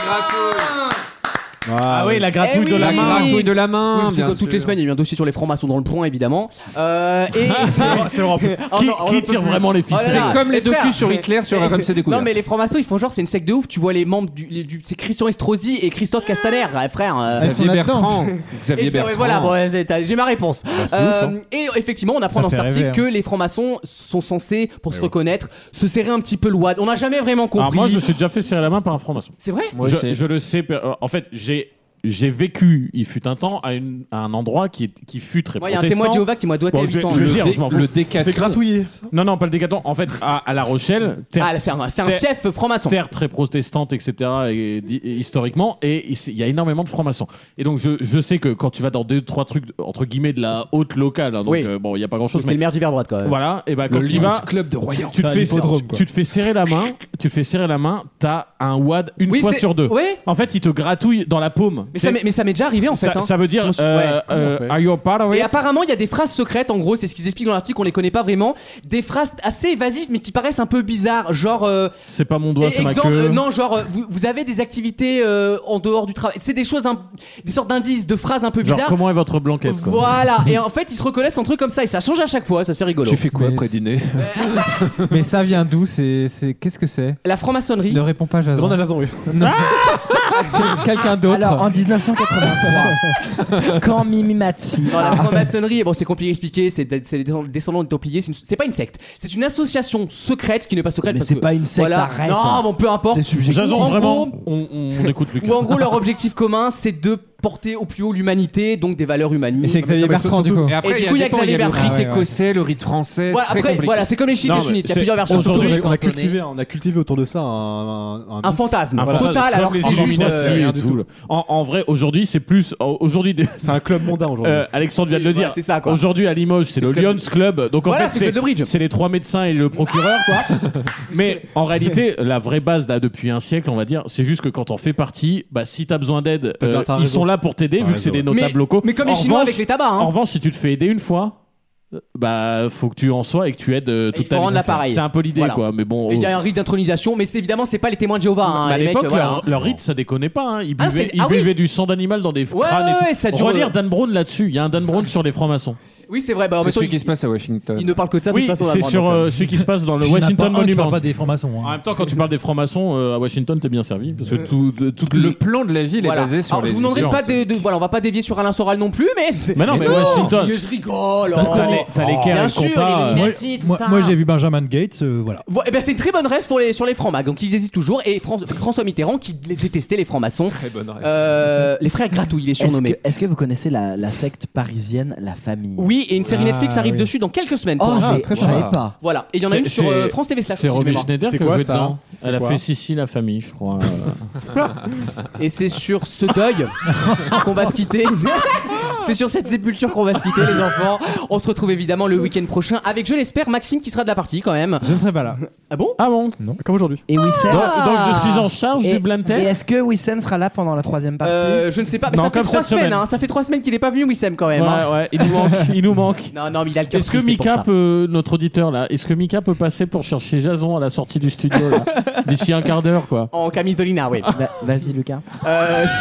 S5: Ah oui, la gratouille
S2: Eh
S5: de la
S2: oui.
S5: main.
S11: Gratouille de la
S2: Oui,
S11: main.
S2: parce que
S11: bien
S2: comme
S11: sûr.
S2: toutes les semaines, il y a eu un dossier sur les francs-maçons dans le point, évidemment. Euh, et...
S5: Ah, C'est vrai, en plus.
S2: Oh
S5: Qui-
S2: non, on en
S5: Qui
S2: peut
S5: tire
S2: plus.
S5: vraiment les fils
S2: Oh là
S11: C'est
S2: là,
S11: comme les
S2: frères.
S11: docus sur Hitler sur RMC Découverte.
S2: Non mais les francs-maçons ils font genre c'est une secte de ouf tu vois les membres du, les- du- c'est Christian Estrosi et Christophe Castaner ouais, frère euh,
S11: Xavier
S3: Elles sont
S11: Bertrand.
S2: et
S11: Xavier
S2: ça, ouais,
S11: Bertrand.
S2: voilà bon, ouais, c'est- t'as- j'ai ma réponse
S5: Ah,
S4: c'est
S2: Euh,
S5: hein.
S4: ouf,
S2: et effectivement on apprend
S3: Ça
S2: dans cet
S3: fait
S2: article
S3: rêver,
S2: que les francs-maçons sont censés pour se
S4: ouais.
S2: reconnaître se serrer un petit peu le wad on n'a jamais vraiment
S5: Alors Eh
S2: compris
S5: Ah, moi, je me suis déjà fait serrer la main par un franc-maçon.
S2: c'est vrai
S11: Moi,
S5: je,
S11: c'est-
S5: je le sais. per- euh, En fait, j'ai j'ai vécu, il fut un temps, à, une- à un endroit qui, est- qui fut très
S2: moi il y a un
S5: protestant.
S2: témoin de Jéhovah qui m'a doigté
S5: Bon,
S2: à
S5: je vais-
S2: 8 ans
S5: je vais
S2: Le-
S5: le dire, je m'en fous.
S11: le décat.
S4: C'est gratouillé. ça.
S5: Non, non, pas le décaton. En fait, à, à La Rochelle, terre,
S2: ah là, c'est un, c'est un
S5: Terre-
S2: fief franc-maçon
S5: terre très protestante, etc., et, di- et historiquement, et il s- il y a énormément de francs-maçons. Et donc, je, je sais que quand tu vas dans deux, trois trucs, entre guillemets, de la haute locale, hein, donc
S2: Oui.
S5: euh, bon, il n'y a pas
S2: Oui,
S5: grand-chose,
S2: c'est le
S5: mais
S2: maire d'hiver droite quand même
S5: voilà, et ben quand tu y vas,
S11: club de Royan.
S5: tu te,
S27: Ça,
S5: fais,
S27: l'hippodrome, quoi.
S5: tu te fais serrer la main, tu te fais serrer la main, t'as un wad une
S2: Oui,
S5: fois
S2: c'est-
S5: sur deux.
S2: ouais.
S5: En fait, il te gratouille dans la paume.
S2: mais ça
S5: C'est-
S2: m'est- mais ça m'est déjà arrivé en fait
S5: ça,
S2: hein.
S5: ça veut
S2: Je
S5: dire
S2: me suis-
S5: euh,
S2: ouais.
S5: euh,
S4: on fait
S5: Are you a part of
S2: Et
S5: it
S2: apparemment, il y a des phrases secrètes, en gros, c'est ce qu'ils expliquent dans l'article, on les connaît pas vraiment. Des phrases assez évasives, mais qui paraissent un peu bizarres, genre. euh,
S5: C'est pas mon doigt,
S2: et
S5: c'est ma
S2: exemple,
S5: queue.
S2: euh, non, genre, euh, vous, vous avez des activités euh, en dehors du travail. C'est des choses, un- des sortes d'indices, de phrases un peu
S5: Genre,
S2: bizarres.
S5: comment est votre blanquette quoi
S2: voilà, et en fait, ils se reconnaissent un truc comme ça, et ça change à chaque fois, ça c'est rigolo.
S11: Tu fais quoi
S3: Mais
S11: après
S3: c'est-
S11: dîner
S3: Mais ça vient d'où C'est c'est- qu'est-ce que c'est
S2: La franc-maçonnerie.
S3: Ne réponds pas, Jason.
S4: Demande à Jason, oui.
S5: Ah,
S3: Quelqu'un d'autre.
S8: Alors en 1983, quand Mimi Matsi
S2: Non, la franc-maçonnerie, bon, c'est compliqué à expliquer, c'est des- c'est les descend- descendants des Templiers, c'est une- c'est pas une secte. C'est une association secrète qui n'est pas secrète.
S8: Mais
S2: parce
S8: c'est
S2: que-
S8: pas une secte,
S2: voilà.
S8: arrête.
S2: Non, bon, peu importe.
S8: C'est subjectif.
S5: Jason,
S2: hein. En
S5: vraiment,
S2: gros-
S5: on, on écoute Lucas.
S2: Ou en gros, leur objectif commun, c'est de porter au plus haut l'humanité, donc des valeurs humanistes.
S3: Et c'est Xavier Non, mais Bertrand, surtout- du coup.
S11: Et après,
S2: Et du
S11: il
S2: coup,
S11: y
S2: il
S11: a,
S2: y a
S11: des temps, il
S2: Xavier
S11: y a le
S2: Bertrand.
S11: rite écossais, le rite français. c'est
S2: Voilà,
S11: très
S2: après,
S11: compliqué.
S2: voilà, c'est comme les chiites et sunnites, il y a plusieurs versions.
S6: Aujourd'hui,
S11: Surtout,
S6: on a
S11: quand on est-
S6: cultivé, on a cultivé autour de ça un,
S2: Un fantasme.
S6: Voilà.
S2: Total, alors que c'est
S5: Illuminati
S2: juste, euh,
S5: et
S2: rien
S5: tout. En, en vrai, aujourd'hui, c'est plus. en- Aujourd'hui, c'est
S6: un club mondain. Aujourd'hui,
S5: Alexandre vient de le dire.
S2: c'est ça, quoi.
S5: Aujourd'hui, à Limoges, c'est le
S2: le
S5: Lions
S2: club-
S5: Club. Donc en
S2: Voilà, c'est
S5: fait,
S2: le club de bridge.
S5: c'est les trois médecins et le procureur, quoi. Mais en réalité, la vraie base là depuis un siècle, on va dire, c'est juste que quand on fait partie, bah si t'as besoin d'aide,
S6: T'as-
S5: euh,
S6: t'as
S5: ils
S6: raison.
S5: sont là pour t'aider
S6: T'as
S5: vu que c'est des
S6: raison.
S5: notables
S6: Mais-
S5: locaux.
S2: mais comme
S5: En
S2: les Chinois
S5: revanche-
S2: avec les tabacs, hein.
S5: En revanche, si tu te fais aider une fois. euh, Bah, faut que tu en sois et que tu aides euh, toute
S2: faut
S5: ta vie.
S2: rendre l'appareil.
S5: C'est un peu l'idée,
S2: Voilà.
S5: quoi. Mais bon.
S2: Et Il y
S5: oh.
S2: a un rite d'intronisation, mais c'est évidemment, c'est pas les témoins de Jéhovah. hein,
S5: Bah, à
S2: les mecs,
S5: l'époque,
S2: voilà, hein.
S5: leur, leur rite, ça déconnait pas. hein. Ils
S2: Ah,
S5: buvaient,
S2: c'est-
S5: ils
S2: ah oui.
S5: buvaient du sang d'animal dans des crânes. et
S2: ouais,
S5: tout.
S2: ouais, ça dure-
S5: Relire Dan Brown là-dessus. Il y a un Dan Brown sur les francs-maçons.
S2: Oui, c'est vrai. Bah, en
S11: C'est
S2: même temps,
S11: celui
S2: il,
S11: qui se passe à Washington.
S2: il ne parle que de ça. de
S5: Oui,
S2: toute façon, Dan
S5: c'est
S2: Brown,
S5: sur
S2: donc,
S5: euh, celui qui se passe dans
S4: Il
S5: le
S4: n'y en a
S5: Washington
S4: pas un qui
S5: Monument.
S4: parle pas des francs-maçons. hein.
S5: En même temps, quand tu parles des francs-maçons euh, à Washington, t'es bien servi parce que tout, de- tout
S11: Euh, Le plan de la ville
S2: Voilà.
S11: est basé sur
S2: Alors,
S11: les.
S2: je vous demanderai
S11: étudiants,
S2: pas
S11: en
S2: de, de- voilà, on va pas dévier sur Alain Soral non plus, mais.
S5: Mais non, mais Washington.
S2: mais je rigole.
S5: T'as-
S2: oh.
S5: t'as les- t'as les
S2: Oh,
S5: Kerr
S2: Bien
S5: et
S2: sûr,
S5: compas,
S2: les
S5: euh.
S2: Illuminati, tout
S4: Moi,
S2: ça.
S4: moi, j'ai vu Benjamin Gates, euh, voilà.
S2: Vo- eh ben, c'est une très bonne rêve pour les, sur les francs-maçons. Donc ils hésitent toujours. Et Fran- François Mitterrand qui les- détestait les francs-maçons.
S11: Très bonne rêve.
S2: Euh, les frères Gratouille, il est
S9: Est-ce que,
S2: surnommé.
S9: est-ce que vous connaissez la, la secte parisienne La Famille
S2: Oui, et une série
S9: Ah,
S2: Netflix arrive
S9: oui.
S2: dessus dans quelques semaines.
S9: Oh,
S2: pour-
S6: Ah,
S9: j'ai- je savais pas.
S2: Voilà. Et il y en a
S5: C'est-
S2: une sur euh,
S5: c'est-
S2: France TV Slash.
S5: C'est
S2: si
S5: Romy
S2: je me rappelle.
S5: Schneider
S6: C'est
S5: que
S6: quoi,
S5: vous êtes
S6: ça hein
S5: dedans.
S6: C'est
S5: Elle a
S6: quoi
S5: fait Sissi la famille, je crois. Euh,
S2: Et c'est sur ce deuil qu'on va se quitter. c'est sur cette sépulture qu'on va se quitter, les enfants. On se retrouve évidemment le week-end prochain avec, je l'espère, Maxime qui sera de la partie quand même.
S3: Je ne serai pas là.
S2: Ah bon
S5: ah bon
S6: comme aujourd'hui.
S9: Et Wissem
S5: Donc- donc je suis en charge
S9: et,
S5: du blind
S9: et
S5: test.
S9: est-ce que Wissem sera là pendant la troisième partie
S2: Euh, Je ne sais pas, mais
S5: Non,
S2: ça fait
S5: comme
S2: trois
S5: cette semaine.
S2: semaines. hein. Ça fait trois semaines qu'il est pas venu, Wissem, quand même.
S5: Ouais,
S2: hein.
S5: ouais, il nous manque. Il nous manque.
S2: Non, non, mais il a le cœur
S5: Est-ce que
S2: pris, c'est pour
S5: Mika
S2: ça.
S5: peut, notre auditeur là, est-ce que Mika peut passer pour chercher Jason à la sortie du studio là, d'ici un quart d'heure quoi
S2: En Camidolina, oui.
S5: Bah,
S9: Va- Vas-y, Lucas.
S2: Euh,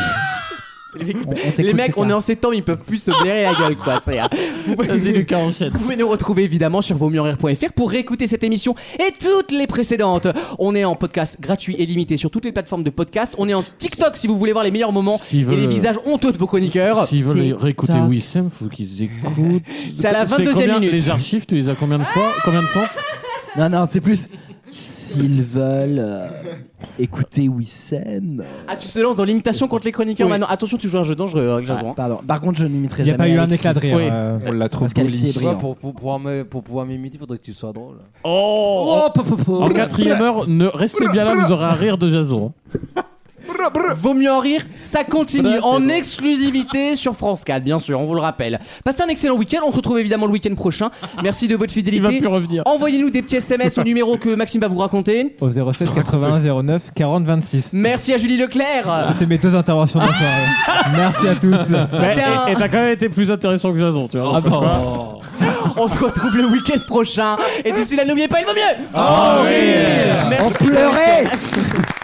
S2: Les mecs,
S9: On- on t'écoute,
S2: les mecs,
S9: Lucas.
S2: on est en septembre, ils peuvent plus se blairer la gueule, quoi. C'est, hein. vous,
S5: Vas-y
S2: pouvez,
S5: Lucas enchaîne.
S2: vous pouvez nous retrouver évidemment sur vosmurrires.fr pour réécouter cette émission et toutes les précédentes. On est en podcast gratuit et limité sur toutes les plateformes de podcast. On est en TikTok si vous voulez voir les meilleurs moments
S5: S'ils
S2: et les
S5: veulent-
S2: visages honteux de vos chroniqueurs.
S5: S'ils veulent
S2: TikTok.
S5: réécouter Wissem, faut qu'ils écoutent.
S2: C'est à la 22e
S5: combien-
S2: minute.
S5: Les archives, tu les as combien de fois Combien de temps
S9: Non, non, c'est plus. S'ils veulent euh, écouter Wissem.
S2: Ah, tu se lances dans l'imitation contre les chroniqueurs maintenant. Attention, tu joues à un jeu dangereux, hein, Jason.
S9: Pardon. Par contre, je n'imiterai
S3: Il n'y
S9: jamais.
S3: a pas eu un
S9: Alexis.
S3: éclat de rire. euh,
S11: On l'a trop
S9: Parce qu'Alexis
S11: poli.
S9: est
S20: Tu vois,
S9: brillant.
S20: pour, pour pouvoir me- pour pouvoir m'imiter, faudrait que tu sois drôle.
S5: Oh,
S9: Oh, po, po, po.
S5: En en quatrième heure, ne restez bien là, vous aurez un rire de Jason.
S2: Vaut mieux en rire, ça continue
S5: Ouais, c'est
S2: en
S5: bon.
S2: exclusivité sur France 4, bien sûr, on vous le rappelle. Passez un excellent week-end, on se retrouve évidemment le week-end prochain. Merci de votre
S5: Il va
S2: fidélité.
S5: plus revenir.
S2: Envoyez-nous des petits SMS au numéro que Maxime va vous raconter.
S3: Au 07 81 09 40 26.
S2: Merci à Julie Leclerc.
S3: C'était mes deux interventions de la soirée. Merci à tous.
S5: Ouais,
S2: c'est un-
S5: Et et t'as quand même été plus intéressant que Jason, tu vois.
S2: Ah bon. On se retrouve le week-end
S5: Ah
S2: prochain. Et d'ici là, n'oubliez pas, il vaut mieux.
S5: Oh oui
S2: Merci.
S9: On pleurait